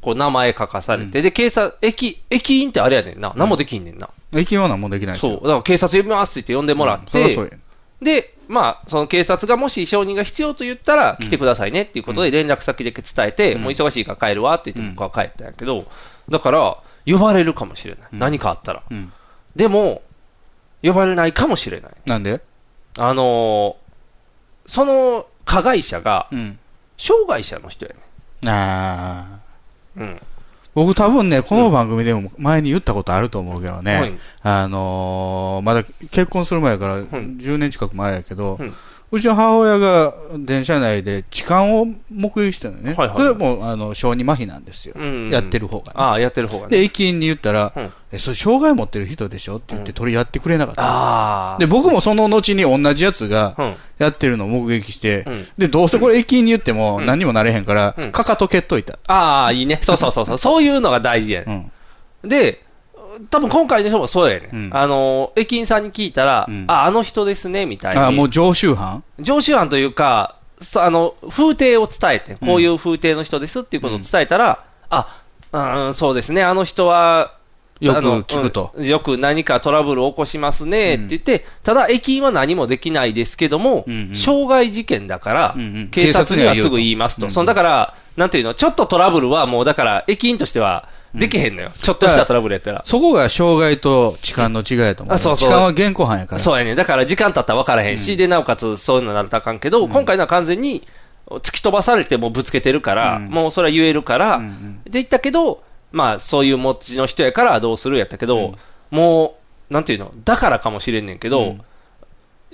[SPEAKER 3] こう名前書かされて、で、警察、駅、駅員ってあれやねんな。何もできんねんな。
[SPEAKER 2] 駅は何もできないです
[SPEAKER 3] そう。
[SPEAKER 2] よ。
[SPEAKER 3] だから警察呼びますって言って呼んでもらって、
[SPEAKER 2] うんそりゃそうや
[SPEAKER 3] で、まあ、その警察がもし証人が必要と言ったら来てくださいねっていうことで連絡先だけ伝えて、もう忙しいから帰るわって言って僕は帰ったんやけど、だから、呼ばれるかもしれない。何かあったら。
[SPEAKER 2] うん。
[SPEAKER 3] でも、呼ばれないかもしれない。
[SPEAKER 2] なんで
[SPEAKER 3] あのーその加害者が、
[SPEAKER 2] うん。
[SPEAKER 3] 障害者の人やね。
[SPEAKER 2] ああ。
[SPEAKER 3] うん。
[SPEAKER 2] 僕多分ね、この番組でも前に言ったことあると思うけどね、
[SPEAKER 3] はい
[SPEAKER 2] あのーまだ結婚する前やから、10年近く前やけど、うちの母親が電車内で痴漢を目撃したのよね。
[SPEAKER 3] はいはい
[SPEAKER 2] それはもう、あの、小児麻痺なんですよ。
[SPEAKER 3] うん
[SPEAKER 2] やってる方が、ね。
[SPEAKER 3] ああ、やってる方が
[SPEAKER 2] で、
[SPEAKER 3] ね。
[SPEAKER 2] 駅員に言ったら、え、それ障害持ってる人でしょって言って取り合ってくれなかった。
[SPEAKER 3] あー
[SPEAKER 2] で、僕もその後に同じやつがやってるのを目撃して、で、どうせこれ駅員に言っても何にもなれへんから、かかと蹴っといた。
[SPEAKER 3] ああ、いいね。そうそうそ うそう。そういうのが大事やね。で、多分今回の人もそうやね。あのー駅員さんに聞いたら、あ、あの人ですね、みたいに。
[SPEAKER 2] あーもう常習犯
[SPEAKER 3] 常習犯というか、そあの風景を伝えて、こういう風景の人ですっていうことを伝えたら、あ、うん、そうですね、あの人は、
[SPEAKER 2] よく
[SPEAKER 3] あの
[SPEAKER 2] 聞くと
[SPEAKER 3] うんよく何かトラブルを起こしますねって言って、ただ駅員は何もできないですけども、傷害事件だから、
[SPEAKER 2] ん
[SPEAKER 3] 警察にはすぐ言います
[SPEAKER 2] 警察には言う
[SPEAKER 3] と。
[SPEAKER 2] と
[SPEAKER 3] そのだから、なんていうの、ちょっとトラブルはもうだから、駅員としてはできへんのよ。ちょっとしたトラブルやったら。
[SPEAKER 2] そこが障害と痴漢の違いやと思う。
[SPEAKER 3] あそうそう
[SPEAKER 2] 痴漢は現行犯やから。
[SPEAKER 3] そうやね。だから時間経ったら分からへんし、で、なおかつそういうのならたらあかんけど、今回のは完全に突き飛ばされてもうぶつけてるから、もうそれは言えるから、で言ったけど、まあそういう持ちの人やからどうするやったけど、もう、なんていうの、だからかもしれんねんけど、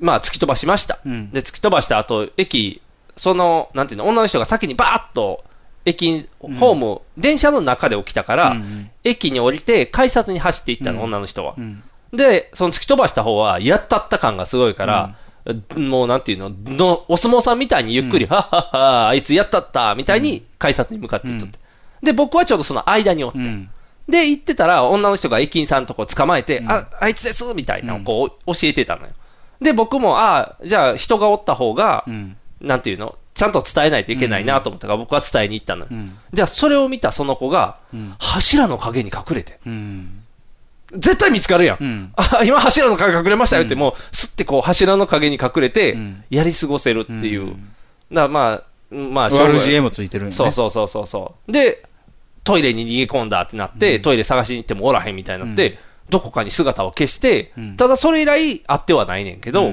[SPEAKER 3] まあ突き飛ばしました。
[SPEAKER 2] ん
[SPEAKER 3] で、突き飛ばした後、駅、その、なんていうの、女の人が先にバーッと、駅に、ホーム、電車の中で起きたから、駅に降りて、改札に走っていったの、女の人は。で、その突き飛ばした方は、やったった感がすごいから、もうなんていうの、のお相撲さんみたいにゆっくり、はっはっは、あいつやったった、みたいに改札に向かっていっとって。で、僕はちょうどその間におって。で、行ってたら、女の人が駅員さんのとこ捕まえて、あ、あいつですみたいなのをこう、教えてたのよ。で、僕も、ああ、じゃあ人がおった方が、なんていうのちゃんと伝えないといけないなと思ったから、僕は伝えに行ったのよ。じゃあ、それを見たその子が、柱の陰に隠れて、絶対見つかるやん。あ、今柱の陰隠れましたよって、もう、すってこう柱の陰に隠れて、やり過ごせるっていう。だからまあ、まあ、
[SPEAKER 2] 悪知恵もついてるんやね
[SPEAKER 3] そうそうそうそうそう。で、トイレに逃げ込んだってなって、トイレ探しに行ってもおらへんみたいになって、どこかに姿を消して、ただそれ以来会ってはないねんけど、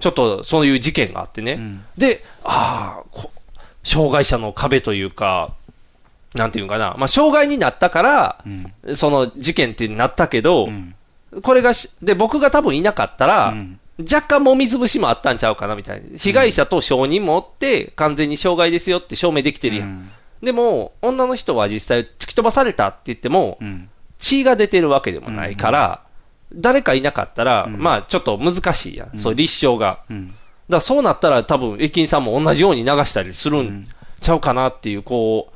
[SPEAKER 3] ちょっとそういう事件があってね。で、ああ、こ障害者の壁というか、なんていうんかな、まあ、障害になったから、その事件ってなったけど、これがし、で、僕が多分いなかったら、若干もみ潰しもあったんちゃうかなみたいな。被害者と証人もおって、完全に障害ですよって証明できてるやん。でも、女の人は実際突き飛ばされたって言っても、血が出てるわけでもないから、誰かいなかったら、まあちょっと難しいやん。そう、立証が。だからそうなったら多分駅員さんも同じように流したりするんちゃうかなっていう、こう、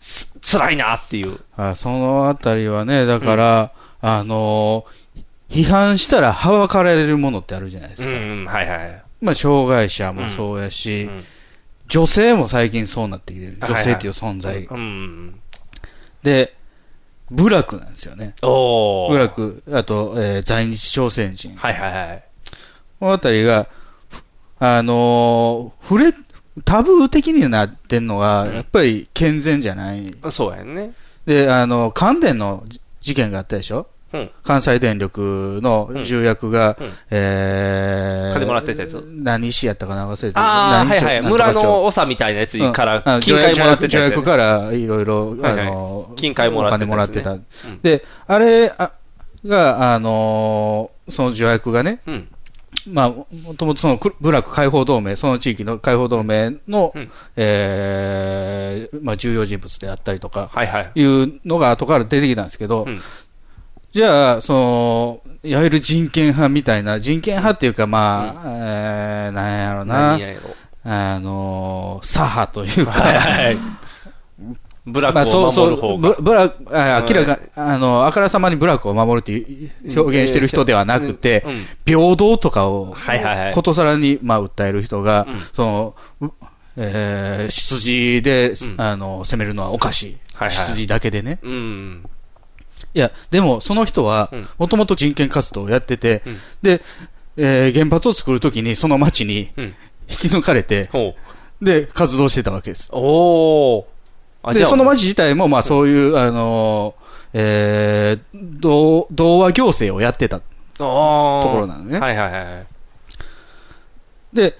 [SPEAKER 3] す辛いなっていう。
[SPEAKER 2] あそのあたりはね、だから、あのー批判したらはばかられるものってあるじゃないですか。
[SPEAKER 3] うん、はいはい。
[SPEAKER 2] まあ、障害者もそうやし、女性も最近そうなってきてる。女性っていう存在。
[SPEAKER 3] はいはいうん。
[SPEAKER 2] で、部落なんですよね。
[SPEAKER 3] おー
[SPEAKER 2] 部落、あと、えー在日朝鮮人。
[SPEAKER 3] はいはいはい。
[SPEAKER 2] このあたりが、ふあのー触れ、タブー的になってんのが、やっぱり健全じゃない。
[SPEAKER 3] そうやんね。
[SPEAKER 2] で、あの、関電のじ事件があったでしょ
[SPEAKER 3] うん。
[SPEAKER 2] 関西電力の重役が、
[SPEAKER 3] うんうん
[SPEAKER 2] えー、
[SPEAKER 3] 金もらってたやつ
[SPEAKER 2] 何市やったかな忘れてた
[SPEAKER 3] ああ、
[SPEAKER 2] 何
[SPEAKER 3] はい
[SPEAKER 2] 市
[SPEAKER 3] は
[SPEAKER 2] な
[SPEAKER 3] い。
[SPEAKER 2] んとか
[SPEAKER 3] 村
[SPEAKER 2] 町
[SPEAKER 3] の長みたいなやつから
[SPEAKER 2] うん、
[SPEAKER 3] 金塊もらってた
[SPEAKER 2] 助
[SPEAKER 3] やつやね
[SPEAKER 2] 役からいろいろ、
[SPEAKER 3] はい
[SPEAKER 2] あ
[SPEAKER 3] はい
[SPEAKER 2] の、
[SPEAKER 3] 金塊もらってたや
[SPEAKER 2] お金
[SPEAKER 3] つね
[SPEAKER 2] もらってた。で、あれあが、あのーその助役がね、
[SPEAKER 3] うん
[SPEAKER 2] まあ、もともとそのく部落解放同盟、その地域の解放同盟の、えーまあ、重要人物であったりとか、、
[SPEAKER 3] はいはい
[SPEAKER 2] うのが後から出てきたんですけど、
[SPEAKER 3] うん
[SPEAKER 2] じゃあ、その、いわゆる人権派みたいな、人権派っていうか、まあ、えーなんやろうな
[SPEAKER 3] 何やろ、
[SPEAKER 2] あのー左派というか、
[SPEAKER 3] はいはい部落を
[SPEAKER 2] まあそうそう
[SPEAKER 3] 守る方が
[SPEAKER 2] ぶ部落あ明らか
[SPEAKER 3] は、
[SPEAKER 2] あの、あからさまに部落を守るという表現してる人ではなくて
[SPEAKER 3] うんうん、
[SPEAKER 2] 平等とかを
[SPEAKER 3] はいはいはい、
[SPEAKER 2] ことさらに、まあ、訴える人が、その、うえー出自で、あの、攻めるのはおかし
[SPEAKER 3] はい
[SPEAKER 2] い。
[SPEAKER 3] はい
[SPEAKER 2] 出自だけでね。
[SPEAKER 3] うん。
[SPEAKER 2] いや、でも、その人は、もともと人権活動をやってて、で、えー原発を作るときに、その町に
[SPEAKER 3] うん。
[SPEAKER 2] 引き抜かれて、で、活動してたわけです。
[SPEAKER 3] おー。あ
[SPEAKER 2] で、
[SPEAKER 3] じゃあ
[SPEAKER 2] その町自体も、まあ、そういう、あのー、えー、同同和行政をやってた。
[SPEAKER 3] とこ
[SPEAKER 2] ろなのね。
[SPEAKER 3] はいはいはい。
[SPEAKER 2] で、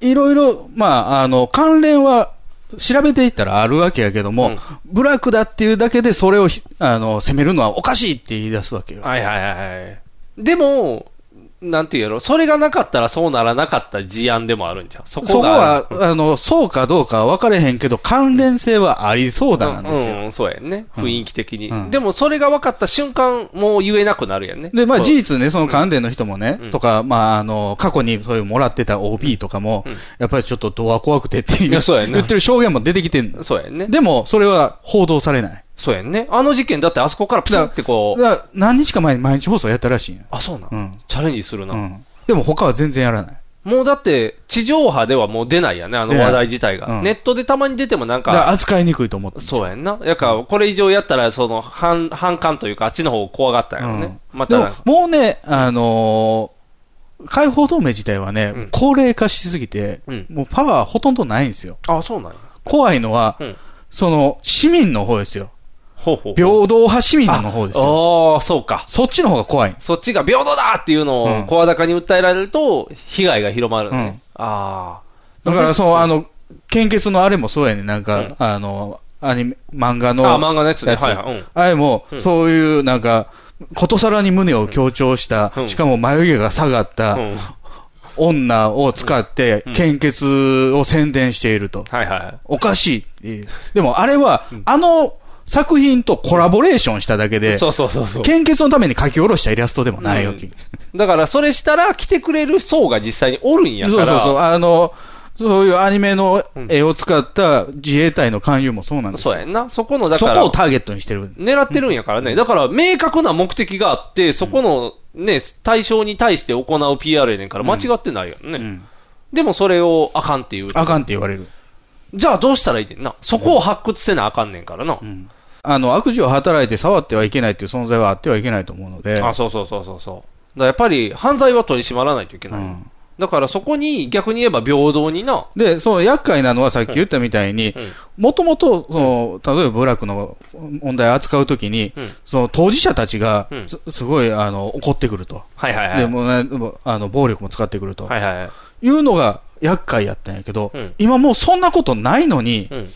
[SPEAKER 2] いろいろ、まあ、あの、関連は、調べていったらあるわけやけども、ブラックだっていうだけでそれをひ、あの、責めるのはおかしいって言い出すわけよ。
[SPEAKER 3] はいはいはいはい。でも、なんていうやろ、それがなかったらそうならなかった事案でもあるんじゃん。そ
[SPEAKER 2] そこ
[SPEAKER 3] こが。
[SPEAKER 2] は、あの、そうかどうかは分かれへんけど、関連性はありそうだなんですよ。
[SPEAKER 3] うん、そうやんね。雰囲気的に。
[SPEAKER 2] うん
[SPEAKER 3] でも、それが分かった瞬間、もう言えなくなるやんね。
[SPEAKER 2] で、まあ
[SPEAKER 3] そう
[SPEAKER 2] 事実ね、その関連の人もね、とか、まああの、過去にそういうもらってた OB とかも、やっぱりちょっとドア怖くてっていう
[SPEAKER 3] いやそうやんな
[SPEAKER 2] 言ってる証言も出てきてん
[SPEAKER 3] そうやんね。
[SPEAKER 2] でも、それは報道されない。
[SPEAKER 3] そうやんね。あの事件だってあそこからプスってこ
[SPEAKER 2] だから何日か前に毎日放送やったらしいんや。
[SPEAKER 3] あ、そうなん、
[SPEAKER 2] うん。
[SPEAKER 3] チャレンジするな。
[SPEAKER 2] うんでも他は全然やらない。
[SPEAKER 3] う、もうだって、地上波ではもう出ないやんね、あの
[SPEAKER 2] 出ない
[SPEAKER 3] 話題自体が。
[SPEAKER 2] うん
[SPEAKER 3] ネットでたまに出てもなん
[SPEAKER 2] だから
[SPEAKER 3] か、
[SPEAKER 2] 扱いにくいと思って。
[SPEAKER 3] そうやんな。やから、これ以上やったら、その、反、反感というか、あっちの方怖がったんやろね。ま
[SPEAKER 2] で
[SPEAKER 3] た
[SPEAKER 2] も
[SPEAKER 3] なんか、
[SPEAKER 2] もうね、あのー解放同盟自体はね、高齢化しすぎて、もうパワーほとんどないんですよ。
[SPEAKER 3] あ、そうなんや。
[SPEAKER 2] 怖いのは、
[SPEAKER 3] うん
[SPEAKER 2] その、市民の方ですよ。
[SPEAKER 3] ほうほう。
[SPEAKER 2] 平等派市民の方ですよ。
[SPEAKER 3] ああ、そうか。
[SPEAKER 2] そっちの方が怖い。
[SPEAKER 3] そっちが平等だっていうのを声高に訴えられると、被害が広まるのね。あ
[SPEAKER 2] だから、そう、あの、献血のあれもそうやね。なんか、あの、アニメ、漫画の。
[SPEAKER 3] あ漫画のやつねはいはいうん
[SPEAKER 2] あれも
[SPEAKER 3] う、ん
[SPEAKER 2] そういう、なんか、ことさらに胸を強調した、
[SPEAKER 3] うん
[SPEAKER 2] しかも眉毛が下がった、女を使って、献血を宣伝していると。
[SPEAKER 3] はいはい。
[SPEAKER 2] おかしいっていう。でも、あれは、あの、作品とコラボレーションしただけで、
[SPEAKER 3] そうそうそうそう
[SPEAKER 2] 献血のために書き下ろしたイラストでもないわけ。
[SPEAKER 3] あ。だから、それしたら来てくれる層が実際におるんやか
[SPEAKER 2] そう
[SPEAKER 3] ら。
[SPEAKER 2] そうそう。あの、そういうアニメの絵を使った自衛隊の勧誘もそうなんですよ。
[SPEAKER 3] そうやんな。そこの、だから。
[SPEAKER 2] そこをターゲットにしてる。
[SPEAKER 3] 狙ってるんやからね。だから、明確な目的があって、そこのね、対象に対して行う PR やねんから間違ってないよね。でもそれをあかんっていう。
[SPEAKER 2] あかんって言われる。
[SPEAKER 3] じゃあどうしたらいいねんな。そこを発掘せなあかんねんからな。
[SPEAKER 2] あの、悪事を働いて触ってはいけないっていう存在はあってはいけないと思うので。
[SPEAKER 3] あ、そうそうそうそうそう。だからやっぱり犯罪は取り締まらないといけない。だからそこに逆に言えば平等にな。
[SPEAKER 2] で、その厄介なのはさっき言ったみたいに、もともと、その、例えば部落の問題を扱うときに、その当事者たちが
[SPEAKER 3] うん
[SPEAKER 2] す、すごい、あの、怒ってくると。
[SPEAKER 3] はいはいはい。
[SPEAKER 2] で、もうね、もうあの、暴力も使ってくると。
[SPEAKER 3] はいはいはい。
[SPEAKER 2] いうのが厄介やったんやけど、
[SPEAKER 3] うん
[SPEAKER 2] 今もうそんなことないのに、
[SPEAKER 3] うん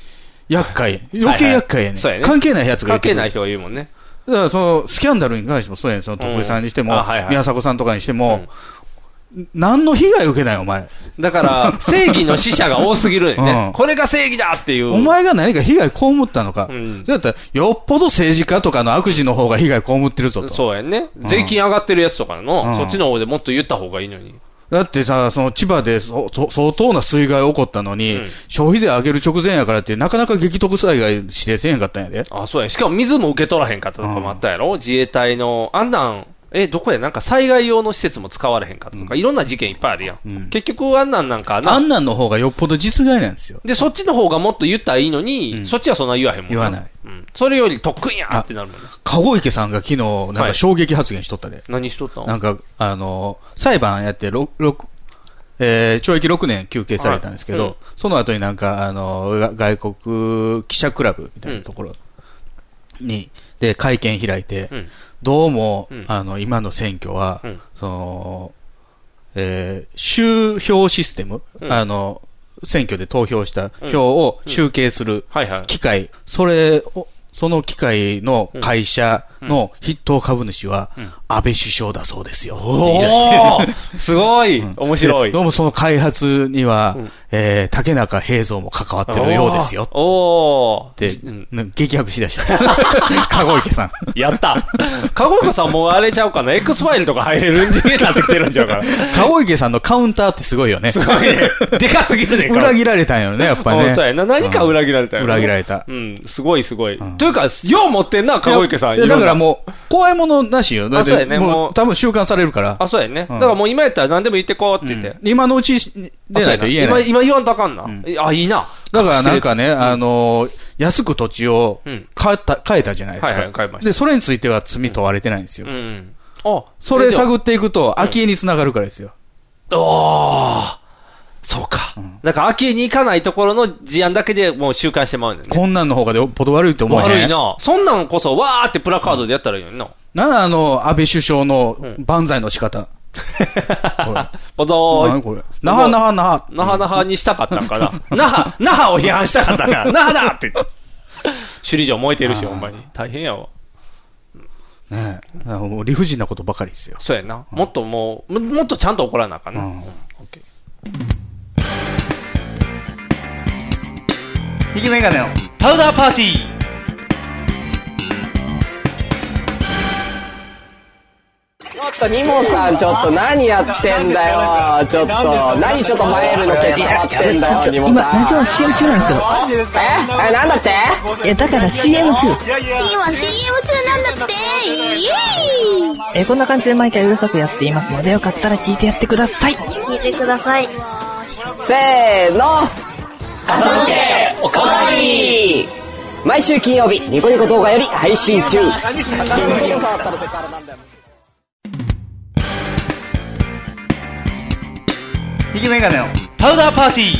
[SPEAKER 2] 厄介。余計厄介やねん。
[SPEAKER 3] そうやね
[SPEAKER 2] 関係ないやつが
[SPEAKER 3] 関
[SPEAKER 2] いて
[SPEAKER 3] 係
[SPEAKER 2] くる
[SPEAKER 3] ない人が言うもんね。
[SPEAKER 2] だからそのスキャンダルに関してもそうやねん。その徳井さんにしても、
[SPEAKER 3] うんあはいはい
[SPEAKER 2] 宮迫さんとかにしても、何の被害を受けないお前。
[SPEAKER 3] だから、正義の死者が多すぎるんやね。
[SPEAKER 2] うん
[SPEAKER 3] これが正義だっていう。
[SPEAKER 2] お前が何か被害被ったのか。だったら、よっぽど政治家とかの悪事の方が被害被ってるぞと。
[SPEAKER 3] そうやんね。
[SPEAKER 2] うん
[SPEAKER 3] 税金上がってるやつとかの、
[SPEAKER 2] うん
[SPEAKER 3] そっちの方でもっと言った方がいいのに。
[SPEAKER 2] だってさ、その千葉でそそ相当な水害起こったのに、消費税上げる直前やからって、なかなか激得災害指定せえへんかったんやで。
[SPEAKER 3] あ、そうや。しかも水も受け取らへんかったとかもあったやろ、自衛隊の、あんなん、え、どこやなんか災害用の施設も使われへんかったとか、いろんな事件いっぱいあるやん。結局、あんなんなんかな。
[SPEAKER 2] あんなんの方がよっぽど実害なんですよ。
[SPEAKER 3] で、そっちの方がもっと言ったらいいのに、そっちはそんな言わへんもん
[SPEAKER 2] 言わない。
[SPEAKER 3] うん。それより特訓やってなるもんね。
[SPEAKER 2] 籠池さんが昨日、なん
[SPEAKER 3] は
[SPEAKER 2] か
[SPEAKER 3] い
[SPEAKER 2] 衝撃発言しとったで。
[SPEAKER 3] 何しとったの
[SPEAKER 2] なんか、あの、裁判やって、ろろくえー懲役6年求刑されたんですけど、
[SPEAKER 3] はいうん
[SPEAKER 2] その後になんか、あの、が外国記者クラブみたいなところに、で、会見開いて、
[SPEAKER 3] うん
[SPEAKER 2] どうも、
[SPEAKER 3] うん
[SPEAKER 2] あの、今の選挙は、
[SPEAKER 3] うん
[SPEAKER 2] その、えー集票システム、
[SPEAKER 3] うん
[SPEAKER 2] あの、選挙で投票した票を集計する機械、それを、その機械の会社の筆頭株主は
[SPEAKER 3] うん、
[SPEAKER 2] 安倍首相だそうですよ。って言い出して
[SPEAKER 3] おーすごい面白
[SPEAKER 2] で
[SPEAKER 3] い。
[SPEAKER 2] どうもその開発には、えー竹中平蔵も関わってるようですよ。っ
[SPEAKER 3] お
[SPEAKER 2] て、なんか激白しだした。 籠池さん。
[SPEAKER 3] ーや った。かごこさんもうあれちゃうかな。X ファイルとか入れるんじゃになってきてるんちゃうか
[SPEAKER 2] 籠池さんのカウンターってすごいよね。
[SPEAKER 3] すご いね。でかすぎるね。
[SPEAKER 2] 裏切られたんよね、やっぱ
[SPEAKER 3] う
[SPEAKER 2] ね
[SPEAKER 3] ん。そうやな。何か裏切られたよね。
[SPEAKER 2] 裏切られた
[SPEAKER 3] うん、すごいすごい。というか、よう持ってんな、籠池さん。
[SPEAKER 2] いやだから
[SPEAKER 3] う
[SPEAKER 2] もう、怖いものなしよ。だっ
[SPEAKER 3] あそうや
[SPEAKER 2] て、
[SPEAKER 3] ねも
[SPEAKER 2] も
[SPEAKER 3] う
[SPEAKER 2] う、多分収監されるから。
[SPEAKER 3] あ、そうやね。
[SPEAKER 2] う
[SPEAKER 3] だ
[SPEAKER 2] ん
[SPEAKER 3] からもう今やったら何でも言ってこうって言って。
[SPEAKER 2] 今のうちに出ないと言え
[SPEAKER 3] あそう
[SPEAKER 2] ない。
[SPEAKER 3] や今、今言わんとあかんな。あ、いいな。
[SPEAKER 2] だからなんかね、あのー、安く土地を買った、買えたじゃないです
[SPEAKER 3] はいはい買いま
[SPEAKER 2] か。
[SPEAKER 3] した
[SPEAKER 2] で、それについては罪問われてないんですよ
[SPEAKER 3] う。ん。あ、
[SPEAKER 2] それ探
[SPEAKER 3] ぐ
[SPEAKER 2] っていくと、空き家につながるからですよ。
[SPEAKER 3] おーそうか。なんか、秋に行かないところの事案だけでもう習慣してまうんだよね。
[SPEAKER 2] こんなんの方がよっぽど悪いと思うね。
[SPEAKER 3] 悪いな。そんなんこそ、わーってプラカードでやったらいいのにな。
[SPEAKER 2] なんだあの、安倍首相の万歳の仕方。
[SPEAKER 3] ボドーイ
[SPEAKER 2] 何これなはなはなは。
[SPEAKER 3] 那覇那覇にしたかったんかな。那覇、那覇を批判したかったんかな。那覇だって言って。首里城燃えてるし、ほんまに。大変やわ。
[SPEAKER 2] ねえあのもう理不尽なことばかりですよ。
[SPEAKER 3] そうやな。もっともう、ももっとちゃんと怒らなあかんな。うん
[SPEAKER 1] ひげメガネのパウダーパーティー
[SPEAKER 14] ちょっとニモさん、ちょっと何やってんだよ。ちょっと、何ちょっと前るの手触ってんだよ、ニモ
[SPEAKER 15] 今、ラジ
[SPEAKER 14] さん。
[SPEAKER 15] オ CM 中なんですけど。
[SPEAKER 14] ええ、なんだって
[SPEAKER 15] え、だから CM 中。
[SPEAKER 13] 今 CM 中なんだってイエーイ
[SPEAKER 15] え、こんな感じで毎回うるさくやっていますので、よかったら聞いてやってください。
[SPEAKER 13] 聞いてください
[SPEAKER 14] せーの。朝向け、おかわり毎週金曜日、ニコニコ動画より配信中。
[SPEAKER 1] ひげメガネのパウダーパーティー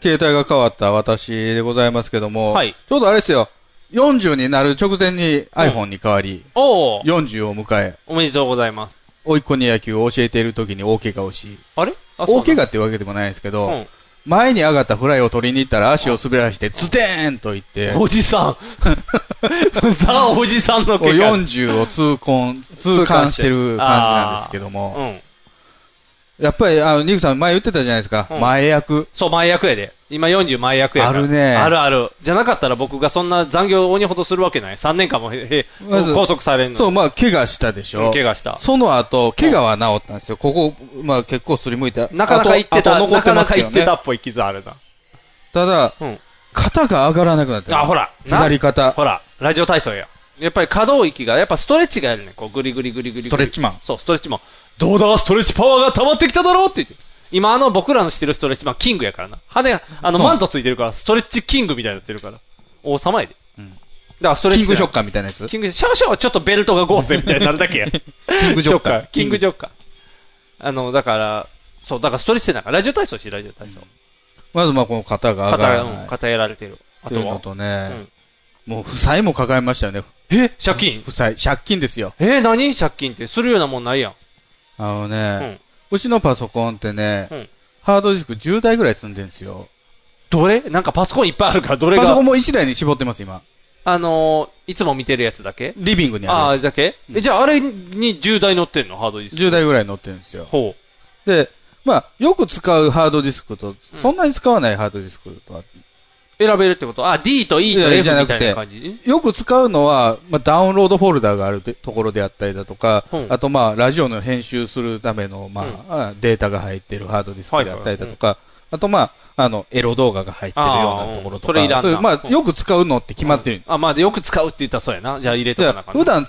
[SPEAKER 2] 携帯が変わった私でございますけども、
[SPEAKER 3] はい
[SPEAKER 2] ちょうどあれですよ、40になる直前に iPhone に変わり、
[SPEAKER 3] おお
[SPEAKER 2] 40を迎え、
[SPEAKER 3] おめでとうございます。
[SPEAKER 2] 甥っ子に野球を教えている時に大怪我をし、
[SPEAKER 3] あれあそう
[SPEAKER 2] 大怪我ってわけでもないですけど、
[SPEAKER 3] うん
[SPEAKER 2] 前に上がったフライを取りに行ったら足を滑らして、ズテーンと言って、
[SPEAKER 3] おじさん。 ザ・おじさんの
[SPEAKER 2] こう
[SPEAKER 3] 結果。
[SPEAKER 2] 40を痛恨、痛感してる感じなんですけども、
[SPEAKER 3] うん。
[SPEAKER 2] やっぱり、あの、ニクさん前言ってたじゃないですか、
[SPEAKER 3] うん
[SPEAKER 2] 前役。
[SPEAKER 3] そう、前役やで。今40前役やから。
[SPEAKER 2] あるね
[SPEAKER 3] あるある。じゃなかったら僕がそんな残業を鬼ほどするわけない。3年間もへ、へ、
[SPEAKER 2] まず
[SPEAKER 3] 拘束されんの。
[SPEAKER 2] そう、まあ、怪我したでし
[SPEAKER 3] う
[SPEAKER 2] ょ。
[SPEAKER 3] ん怪我した
[SPEAKER 2] その後、怪我は治ったんですよ。ここ、まあ結構すりむいた。
[SPEAKER 3] なかなか言って
[SPEAKER 2] あ
[SPEAKER 3] た、
[SPEAKER 2] とあと残
[SPEAKER 3] な
[SPEAKER 2] って
[SPEAKER 3] か
[SPEAKER 2] ま
[SPEAKER 3] な
[SPEAKER 2] す
[SPEAKER 3] か
[SPEAKER 2] け
[SPEAKER 3] 言
[SPEAKER 2] ど
[SPEAKER 3] って
[SPEAKER 2] ね
[SPEAKER 3] た。っぽい傷あるな。
[SPEAKER 2] ただ、肩が上がらなくなってる
[SPEAKER 3] あ、ほら。な
[SPEAKER 2] 左肩。
[SPEAKER 3] ほら、ラジオ体操や。やっぱり可動域が、やっぱストレッチがやるねん。こう、グリグリグリグリグリ。ストレッチ
[SPEAKER 2] マン。
[SPEAKER 3] そう、ストレッチマン。どうだ、ストレッチパワーが溜まってきただろうって言って。今、あの、僕らのしてるストレッチマン、キングやからな。羽、あの、
[SPEAKER 2] そう
[SPEAKER 3] マントついてるから、ストレッチキングみたいになってるから。王様やで。
[SPEAKER 2] うん
[SPEAKER 3] だから、ストレッチ。
[SPEAKER 2] キングショッカーみたいなやつ
[SPEAKER 3] キング、シャワシャワちょっとベルトがゴーゼみたいになるだけや。キン
[SPEAKER 2] グジョッカー
[SPEAKER 3] キングジョッカー。あの、だから、そう、だからストレッチしてないから、ラジオ体操して、ラジオ体操。
[SPEAKER 2] まずまあこの肩が上がら
[SPEAKER 3] 肩、
[SPEAKER 2] な
[SPEAKER 3] う
[SPEAKER 2] い
[SPEAKER 3] ん。肩やられてる。あ
[SPEAKER 2] って
[SPEAKER 3] と
[SPEAKER 2] いう
[SPEAKER 3] は
[SPEAKER 2] のとね、もう負債も抱えましたよね。
[SPEAKER 3] え借金
[SPEAKER 2] 負債、借金ですよ。
[SPEAKER 3] えー、何借金ってするようなもんないやん。
[SPEAKER 2] あのね、うちのパソコンってね、
[SPEAKER 3] うん
[SPEAKER 2] ハードディスク10台ぐらい積んでるんですよ。
[SPEAKER 3] どれなんかパソコンいっぱいあるから、どれが。
[SPEAKER 2] パソコンも1台に絞ってます、今。
[SPEAKER 3] あのー、いつも見てるやつだけ
[SPEAKER 2] リビングに
[SPEAKER 3] あ
[SPEAKER 2] あ
[SPEAKER 3] あ
[SPEAKER 2] る
[SPEAKER 3] ー、だけえ、じゃああれに10台乗ってんのハードディスク。
[SPEAKER 2] 10台ぐらい乗ってるんですよ。
[SPEAKER 3] ほ
[SPEAKER 2] で、まあ、よく使うハードディスクと、そんなに使わないハードディスクとあって
[SPEAKER 3] 選べるってことあ、D と E と F みたいな感じ
[SPEAKER 2] よく使うのは、まあ、ダウンロードフォルダがあるとところであったりだとか、
[SPEAKER 3] うん
[SPEAKER 2] あと、まあ、ラジオの編集するための、まあ、データが入っているハードディスクであったりだとか、あと、まあ、あの、エロ動画が入ってるようなところとか。
[SPEAKER 3] あーうんそれいらんな
[SPEAKER 2] ういうまあ、よく使うのって決まってる。
[SPEAKER 3] あ、まあ、でよく使うって言ったらそうやな。じゃあ入れとかなあかん
[SPEAKER 2] 普段、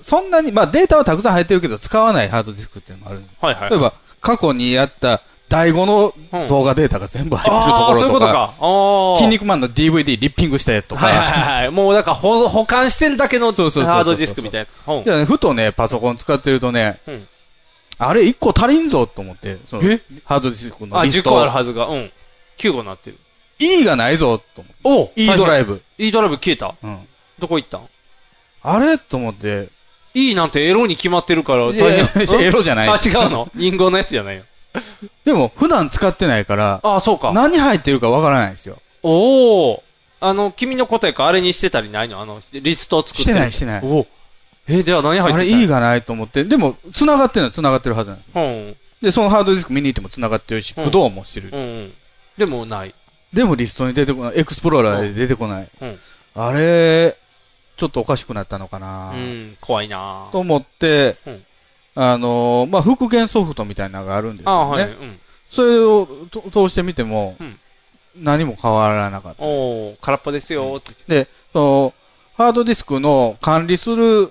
[SPEAKER 2] そんなに、まあ、データはたくさん入ってるけど、使わないハードディスクっていうのもある。
[SPEAKER 3] はいはい。
[SPEAKER 2] 例えば、過去にやった、第5の動画データが全部入ってると
[SPEAKER 3] あ
[SPEAKER 2] こ
[SPEAKER 3] あ、
[SPEAKER 2] ろ
[SPEAKER 3] そういうこととか
[SPEAKER 2] か。。
[SPEAKER 3] あー
[SPEAKER 2] 筋肉マンの DVD リッピングしたやつとか。
[SPEAKER 3] はいはいはい。もうだからほ保管してるだけのハ
[SPEAKER 2] そうそうそう
[SPEAKER 3] ードディスクみたいなやつ。ほん
[SPEAKER 2] いやねふとね、パソコン使ってるとね、
[SPEAKER 3] うん
[SPEAKER 2] あれ1個足りんぞと思って、そのハードディスクの
[SPEAKER 3] あ、
[SPEAKER 2] リス
[SPEAKER 3] 10
[SPEAKER 2] ト
[SPEAKER 3] 個あるはずが、うん。9個になってる。
[SPEAKER 2] E がないぞと思って。
[SPEAKER 3] お
[SPEAKER 2] E ドライブ。。
[SPEAKER 3] E ドライブ消えた
[SPEAKER 2] うん。
[SPEAKER 3] どこ行ったん
[SPEAKER 2] あれと思って、
[SPEAKER 3] ?E なんてエロに決まってるから大
[SPEAKER 2] い やいや
[SPEAKER 3] 変。
[SPEAKER 2] エロじゃない
[SPEAKER 3] あ、違うの隠語のやつじゃないよ。
[SPEAKER 2] でも普段使ってないから、
[SPEAKER 3] あ、そうか。
[SPEAKER 2] 何入ってるかわからないんですよ。
[SPEAKER 3] おお。あの、君の答えか、あれにしてたりないのあの、リストを作って。
[SPEAKER 2] してないしてない
[SPEAKER 3] おえ、じゃあ何入っ
[SPEAKER 2] あ
[SPEAKER 3] てた
[SPEAKER 2] れ E がないと思って、でも繋がってるのは繋がってるはずなんですよ。
[SPEAKER 3] うん。
[SPEAKER 2] で、そのハードディスク見に行っても繋がってるし、
[SPEAKER 3] うん
[SPEAKER 2] 駆動もしてる。
[SPEAKER 3] うんうん。でもない。
[SPEAKER 2] でもリストに出てこない。エクスプローラーで出てこない。
[SPEAKER 3] うん。
[SPEAKER 2] あれ、ちょっとおかしくなったのかな、
[SPEAKER 3] うん、怖いな
[SPEAKER 2] と思って、
[SPEAKER 3] うん
[SPEAKER 2] あのーまあ、復元ソフトみたいなのがあるんです
[SPEAKER 3] あ
[SPEAKER 2] よ
[SPEAKER 3] は
[SPEAKER 2] ね。
[SPEAKER 3] い。うん。
[SPEAKER 2] それをと通してみても、
[SPEAKER 3] うん
[SPEAKER 2] 何も変わらなかった。
[SPEAKER 3] おお空っぽですよって。
[SPEAKER 2] で、その、ハードディスクの管理する、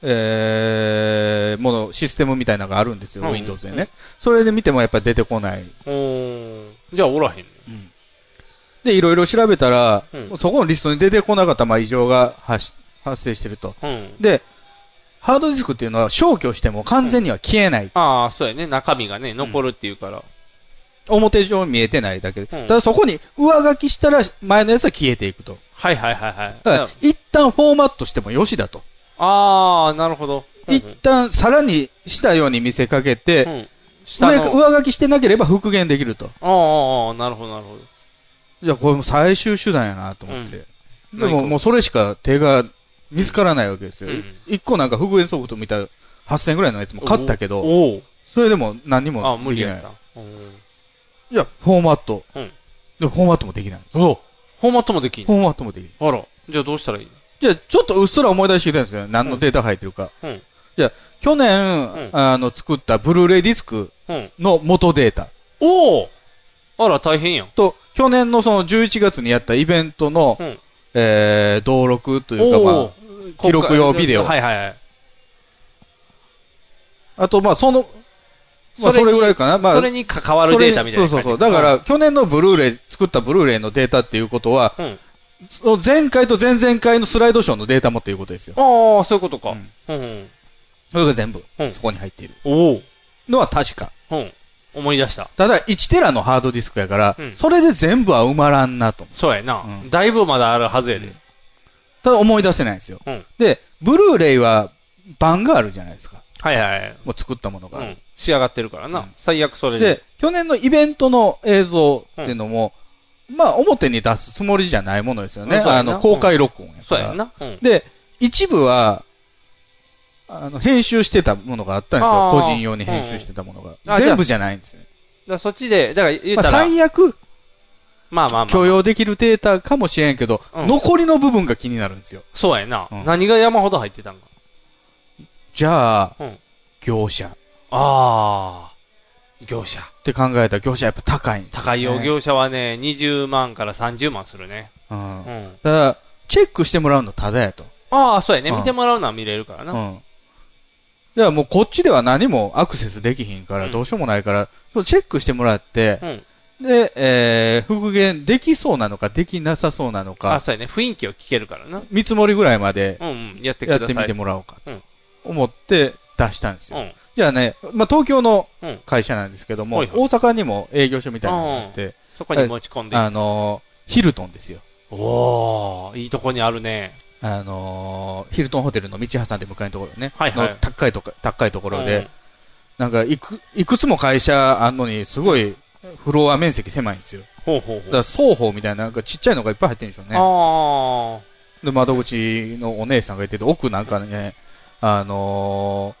[SPEAKER 2] えー、もの、システムみたいなのがあるんですよ、
[SPEAKER 3] うん
[SPEAKER 2] Windows でね、
[SPEAKER 3] うん
[SPEAKER 2] それで見てもやっぱり出てこない。
[SPEAKER 3] おーじゃあおらへん。
[SPEAKER 2] で、いろいろ調べたら、
[SPEAKER 3] うん
[SPEAKER 2] そこのリストに出てこなかった、まあ、異常が発し発生してると。
[SPEAKER 3] うん。
[SPEAKER 2] で、ハードディスクっていうのは消去しても完全には消えない。
[SPEAKER 3] ああ、そうやね。中身がね、残るっていうから。
[SPEAKER 2] 表上見えてないだけで。
[SPEAKER 3] うん
[SPEAKER 2] ただそこに上書きしたら前のやつは消えていくと。
[SPEAKER 3] はいはいはいはい。
[SPEAKER 2] だから一旦フォーマットしてもよしだと。
[SPEAKER 3] ああ、なるほど。
[SPEAKER 2] 一旦さらにしたように見せかけて、
[SPEAKER 3] 下
[SPEAKER 2] 上
[SPEAKER 3] の
[SPEAKER 2] 上書きしてなければ復元できると。
[SPEAKER 3] ああああ、なるほどなるほど。
[SPEAKER 2] いや、これも最終手段やなと思って。
[SPEAKER 3] うん
[SPEAKER 2] でも
[SPEAKER 3] 何
[SPEAKER 2] もうそれしか手が見つからないわけですよ。
[SPEAKER 3] う
[SPEAKER 2] い
[SPEAKER 3] ん
[SPEAKER 2] 一、個なんか復元ソフト見た8000ぐらいのやつも買ったけど、
[SPEAKER 3] おお
[SPEAKER 2] それでも何に
[SPEAKER 3] あ
[SPEAKER 2] も
[SPEAKER 3] 無
[SPEAKER 2] でき
[SPEAKER 3] 理や
[SPEAKER 2] な
[SPEAKER 3] っ
[SPEAKER 2] い。
[SPEAKER 3] た。うん
[SPEAKER 2] いや、フォーマット。
[SPEAKER 3] うん
[SPEAKER 2] でもフォーマットもできない。
[SPEAKER 3] おフォーマットもできん
[SPEAKER 2] フォーマットもできない。
[SPEAKER 3] あら、じゃあどうしたらいい
[SPEAKER 2] じゃあ、ちょっとうっすら思い出してきたんですよ。何のデータ入ってるか。
[SPEAKER 3] うん。
[SPEAKER 2] じゃあ、去年、
[SPEAKER 3] ん
[SPEAKER 2] あの、作ったブルーレイディスク
[SPEAKER 3] うん。
[SPEAKER 2] の元データ
[SPEAKER 3] おおあら、大変やん。
[SPEAKER 2] と、去年のその11月にやったイベントの、
[SPEAKER 3] うん
[SPEAKER 2] えー、登録というか、まあ、
[SPEAKER 3] あ
[SPEAKER 2] 記録用ビデオ
[SPEAKER 3] はいはいはい。
[SPEAKER 2] あと、まあ、その、まあ、それぐらいかな。まあ、
[SPEAKER 3] それに関わるデータみたいな感じ。
[SPEAKER 2] それにそうそうそう。だから、去年のブルーレイ、作ったブルーレイのデータっていうことは、
[SPEAKER 3] うん
[SPEAKER 2] その前回と前々回のスライドショーのデータもっていうことですよ。
[SPEAKER 3] ああ、そういうことか。うんうん。
[SPEAKER 2] それが全部、そこに入っている。
[SPEAKER 3] お
[SPEAKER 2] のは確か。
[SPEAKER 3] うん。思い出した。
[SPEAKER 2] ただ、1テラのハードディスクやから、
[SPEAKER 3] うん
[SPEAKER 2] それで全部は埋まらんなと。
[SPEAKER 3] そうやな。だいぶまだあるはずやで。
[SPEAKER 2] ただ、思い出せないんですよ。
[SPEAKER 3] うん。
[SPEAKER 2] で、ブルーレイは、版があるじゃないですか。
[SPEAKER 3] はいはい。
[SPEAKER 2] もう作ったものが
[SPEAKER 3] う
[SPEAKER 2] ある
[SPEAKER 3] ん。仕上がってるからな。最悪それ
[SPEAKER 2] で
[SPEAKER 3] で。、
[SPEAKER 2] 去年のイベントの映像っていうのも、まあ、表に出すつもりじゃないものですよね。
[SPEAKER 3] うんそうや
[SPEAKER 2] あ
[SPEAKER 3] な
[SPEAKER 2] の、公開録音やか
[SPEAKER 3] そう
[SPEAKER 2] ら。
[SPEAKER 3] やんな。うん。
[SPEAKER 2] で、一部は、あの、編集してたものがあったんです
[SPEAKER 3] あ
[SPEAKER 2] よ。
[SPEAKER 3] ー
[SPEAKER 2] 個人用に編集してたもの
[SPEAKER 3] うんあ
[SPEAKER 2] が。全部じゃないんですよ。
[SPEAKER 3] だからそっちで、だから言
[SPEAKER 2] ま
[SPEAKER 3] っ
[SPEAKER 2] あ、
[SPEAKER 3] たら。
[SPEAKER 2] 最悪、
[SPEAKER 3] まあまあまあ。
[SPEAKER 2] 許容できるデータかもしれんけど、
[SPEAKER 3] うん
[SPEAKER 2] 残りの部分が気になるんですよ。
[SPEAKER 3] そうやな。何が山ほど入ってたんか。
[SPEAKER 2] じゃあ、
[SPEAKER 3] うん
[SPEAKER 2] 業者っ
[SPEAKER 3] ああ。業者。
[SPEAKER 2] て考えたら業者やっぱ高いんですよ、ね。
[SPEAKER 3] 高いよ、業者はね、20万から30万するね。
[SPEAKER 2] うん。
[SPEAKER 3] うん。
[SPEAKER 2] ただ、チェックしてもらうのただやと。
[SPEAKER 3] ああ、そうやね。
[SPEAKER 2] うん
[SPEAKER 3] 見てもらうのは見れるから
[SPEAKER 2] う
[SPEAKER 3] な。
[SPEAKER 2] ん。じゃあもうこっちでは何もアクセスできひんから、どうしようもないから、ちょっとチェックしてもらって、
[SPEAKER 3] うん。
[SPEAKER 2] で、えー、復元できそうなのか、できなさそうなの
[SPEAKER 3] あ、
[SPEAKER 2] か、
[SPEAKER 3] そうやね。雰囲気を聞けるからな。
[SPEAKER 2] 見積もりぐらいまで
[SPEAKER 3] うんうん。やってく
[SPEAKER 2] や
[SPEAKER 3] だ
[SPEAKER 2] っ
[SPEAKER 3] さい。
[SPEAKER 2] てみてもらおうか
[SPEAKER 3] うん。
[SPEAKER 2] と思って出したんですよ。
[SPEAKER 3] うん。
[SPEAKER 2] じゃあね、まあ、東京の
[SPEAKER 3] うん
[SPEAKER 2] 会社なんですけども、
[SPEAKER 3] はいはい
[SPEAKER 2] 大阪にも営業所みたいなのがあって、
[SPEAKER 3] そこに持ち込んでいく
[SPEAKER 2] あのーヒルトンですよ。
[SPEAKER 3] おー、いいとこにあるね。
[SPEAKER 2] あのーヒルトンホテルの道挟んで向かいのところね。
[SPEAKER 3] はいはい
[SPEAKER 2] の高いとこ、高いところで、
[SPEAKER 3] うん
[SPEAKER 2] なんか、いく、いくつも会社あんのに、すごい、フロア面積狭いんですよ。
[SPEAKER 3] ほうほうほ
[SPEAKER 2] だ
[SPEAKER 3] う。
[SPEAKER 2] から、双方みたいな、なんかちっちゃいのがいっぱい入ってるんでしょうね。
[SPEAKER 3] あ
[SPEAKER 2] で、窓口のお姉さんがいてて、奥なんかね、あの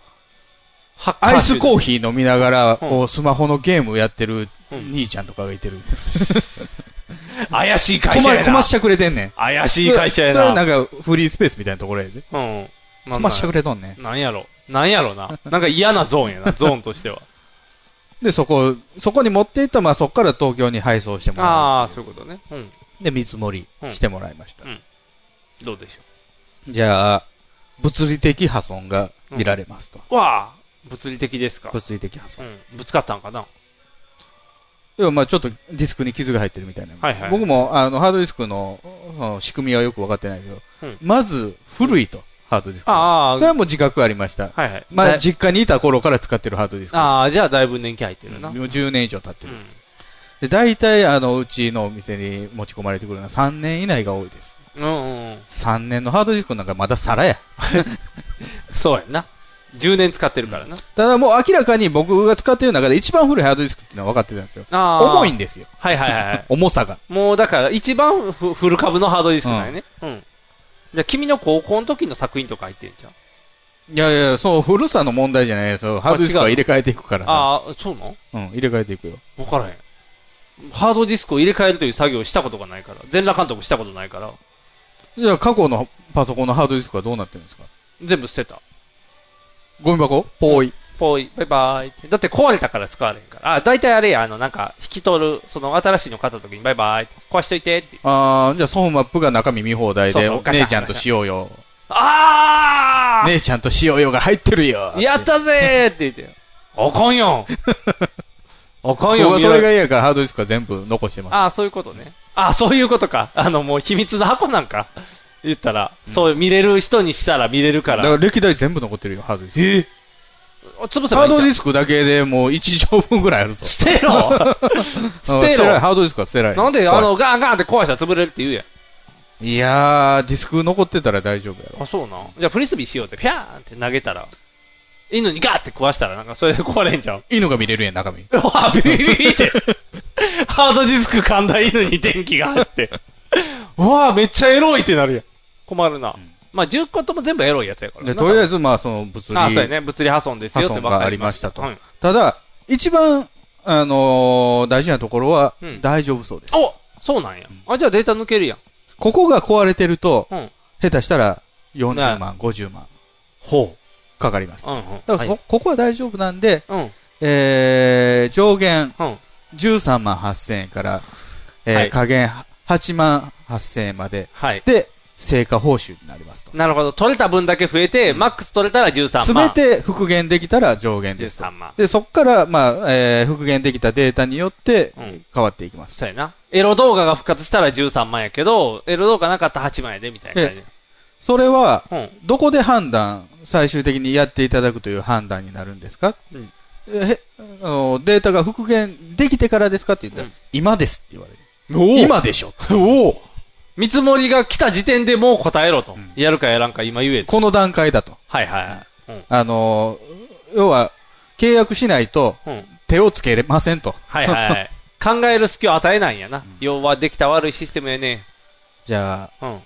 [SPEAKER 2] ー、アイスコーヒー飲みながら、こう、スマホのゲームやってる兄ちゃんとかがいてる。
[SPEAKER 3] ー。怪しい会社やな。
[SPEAKER 2] こまこましゃくれてんねん。
[SPEAKER 3] 怪しい会社やな
[SPEAKER 2] それそれなんか、フリースペースみたいなところやで。
[SPEAKER 3] うん。
[SPEAKER 2] こましゃくれとんねん。
[SPEAKER 3] なんやろ。なんやろな。なんか嫌なゾーンやな、ゾーンとしては。
[SPEAKER 2] で、そこ、そこに持っていった、まあそこから東京に配送してもらう。
[SPEAKER 3] ああ、そういうことね。うん。
[SPEAKER 2] で、見積もりしてもらいました。
[SPEAKER 3] うん。どうでしょ
[SPEAKER 2] じゃあ、物理的破損が見られますと。
[SPEAKER 3] う。わあ、物理的ですか。
[SPEAKER 2] 物理的破損。
[SPEAKER 3] うん。ぶつかったんかな。
[SPEAKER 2] 要はまあちょっとディスクに傷が入ってるみたいな。
[SPEAKER 3] はいはい
[SPEAKER 2] 僕もあのハードディスクのその仕組みはよく分かってないけど、
[SPEAKER 3] うん
[SPEAKER 2] まず古いと、ハードディスク。
[SPEAKER 3] ああ、
[SPEAKER 2] それはもう自覚ありました。
[SPEAKER 3] はいはい。
[SPEAKER 2] ま
[SPEAKER 3] だ
[SPEAKER 2] あ
[SPEAKER 3] い
[SPEAKER 2] 実家にいた頃から使ってるハードディスク。
[SPEAKER 3] ああ、じゃあだいぶ年季入ってるな。
[SPEAKER 2] もう10年以上経ってる。
[SPEAKER 3] うん
[SPEAKER 2] で大体あのうちのお店に持ち込まれてくるのは3年以内が多いです。
[SPEAKER 3] うん、うん。
[SPEAKER 2] 3年のハードディスクなんかまだ皿や。
[SPEAKER 3] そうやんな。10年使ってるからな。
[SPEAKER 2] ただもう明らかに僕が使ってる中で一番古いハードディスクっていうのは分かってたんですよ。
[SPEAKER 3] あー
[SPEAKER 2] 重いんですよ。
[SPEAKER 3] はいはい はい。
[SPEAKER 2] 重さが。
[SPEAKER 3] もうだから一番ふフル株のハードディスクなんやね。うん。じゃあ君の高校の時の作品とか入ってんじゃん。
[SPEAKER 2] いやいや、そう、古さの問題じゃないですよ。ハードディスクは入れ替えていくからな。
[SPEAKER 3] ああ、そうなの
[SPEAKER 2] うん、入れ替えていくよ。
[SPEAKER 3] わからへん。ハードディスクを入れ替えるという作業をしたことがないから。全裸監督したことないから。
[SPEAKER 2] じゃあ、過去のパソコンのハードディスクはどうなってるんですか
[SPEAKER 3] 全部捨てた。
[SPEAKER 2] ゴミ箱ぽい。
[SPEAKER 3] ぽい、バイバイって。だって壊れたから使われへんから。あ、大体あれや、あの、なんか、引き取る、その、新しいの買った時にバイバイって、壊しといてって。
[SPEAKER 2] あー、じゃあ、ソフマップが中身見放題
[SPEAKER 3] そう
[SPEAKER 2] で、
[SPEAKER 3] そうガシャン
[SPEAKER 2] 姉ちゃんとしようよ。
[SPEAKER 3] あ
[SPEAKER 2] 姉ちゃんとしようよが入ってるよ。
[SPEAKER 3] ーやったぜーって言って。あかんや ん。あかん
[SPEAKER 2] 僕
[SPEAKER 3] やん。
[SPEAKER 2] はそれが
[SPEAKER 3] い
[SPEAKER 2] 嫌やから、ハードディスクは全部残してます。
[SPEAKER 3] ああ、そういうことね。ああ、そういうことか。あの、もう秘密の箱なんか。言ったら、そう、見れる人にしたら見れるか
[SPEAKER 2] だから
[SPEAKER 3] ら。
[SPEAKER 2] 歴代全部残ってるよ、ハードディスク。
[SPEAKER 3] え潰せば
[SPEAKER 2] ハ
[SPEAKER 3] い
[SPEAKER 2] ー
[SPEAKER 3] いじゃん
[SPEAKER 2] ドディスクだけでもう1畳分ぐらいあるぞ。捨
[SPEAKER 3] てろ 捨てろ
[SPEAKER 2] ハードディスクは捨てない。
[SPEAKER 3] なんで、
[SPEAKER 2] 怖い
[SPEAKER 3] あの、ガンガンって壊したら潰れるって言うやん。
[SPEAKER 2] いやー、ディスク残ってたら大丈夫やろ。
[SPEAKER 3] あ、そうなん。じゃあ、フリスビーしようって、ピャーンって投げたら、犬にガーって壊したら、なんか、それで壊れんじゃん。
[SPEAKER 2] 犬が見れるやん、中身。
[SPEAKER 3] わ、ビビビビ って。ハードディスク噛んだ犬に電気が走って。うわめっちゃエロいってなるやん。困るな。まあ、10個とも全部エロいやつやからな。
[SPEAKER 2] でとりあえず、まあ、その物理
[SPEAKER 3] あ、そうやね。物理破損です
[SPEAKER 2] 破
[SPEAKER 3] よって
[SPEAKER 2] 損
[SPEAKER 3] ばっ
[SPEAKER 2] が
[SPEAKER 3] か
[SPEAKER 2] あ
[SPEAKER 3] り
[SPEAKER 2] りましたと。
[SPEAKER 3] はい
[SPEAKER 2] ただ、一番、あのー大事なところは
[SPEAKER 3] うん、
[SPEAKER 2] 大丈夫そうです。
[SPEAKER 3] おそうなんや。あ、じゃあデータ抜けるやん。
[SPEAKER 2] ここが壊れてると、
[SPEAKER 3] うん
[SPEAKER 2] 下手したら40万、50万。
[SPEAKER 3] ほ
[SPEAKER 2] う。かかります。
[SPEAKER 3] うんうん
[SPEAKER 2] だからそ、
[SPEAKER 3] はい
[SPEAKER 2] ここは大丈夫なんで、
[SPEAKER 3] うん
[SPEAKER 2] えー、上限、
[SPEAKER 3] うん
[SPEAKER 2] 13万8000円から、えー
[SPEAKER 3] はい
[SPEAKER 2] 下限8万8000円まで、
[SPEAKER 3] はい
[SPEAKER 2] で、成果報酬になりますと。
[SPEAKER 3] なるほど。取れた分だけ増えて、マックス取れたら13
[SPEAKER 2] す
[SPEAKER 3] 万。
[SPEAKER 2] べて復元できたら上限ですと
[SPEAKER 3] 13万。
[SPEAKER 2] で、そこから、まあ、えー復元できたデータによって
[SPEAKER 3] ん、
[SPEAKER 2] 変わっていきます。
[SPEAKER 3] そうやな。エロ動画が復活したら13万やけど、エロ動画なかったら8万やで、みたいな感じ
[SPEAKER 2] え。それは、
[SPEAKER 3] うん
[SPEAKER 2] どこで判断、最終的にやっていただくという判断になるんですか、
[SPEAKER 3] うん
[SPEAKER 2] えへあのデータが復元できてからですかって言ったら、今ですって言われ
[SPEAKER 3] お
[SPEAKER 2] る。今でしょ。
[SPEAKER 3] おお見積もりが来た時点でもう答えろと。やるかやらんか今言えと。
[SPEAKER 2] この段階だと。
[SPEAKER 3] はいはいはい。うん。
[SPEAKER 2] あの、要は、契約しないと
[SPEAKER 3] うん、
[SPEAKER 2] 手をつけれませんと。
[SPEAKER 3] はいはい はい。考える隙を与えないんやな。要はできた悪いシステムやね。
[SPEAKER 2] じゃ
[SPEAKER 3] あ、うん。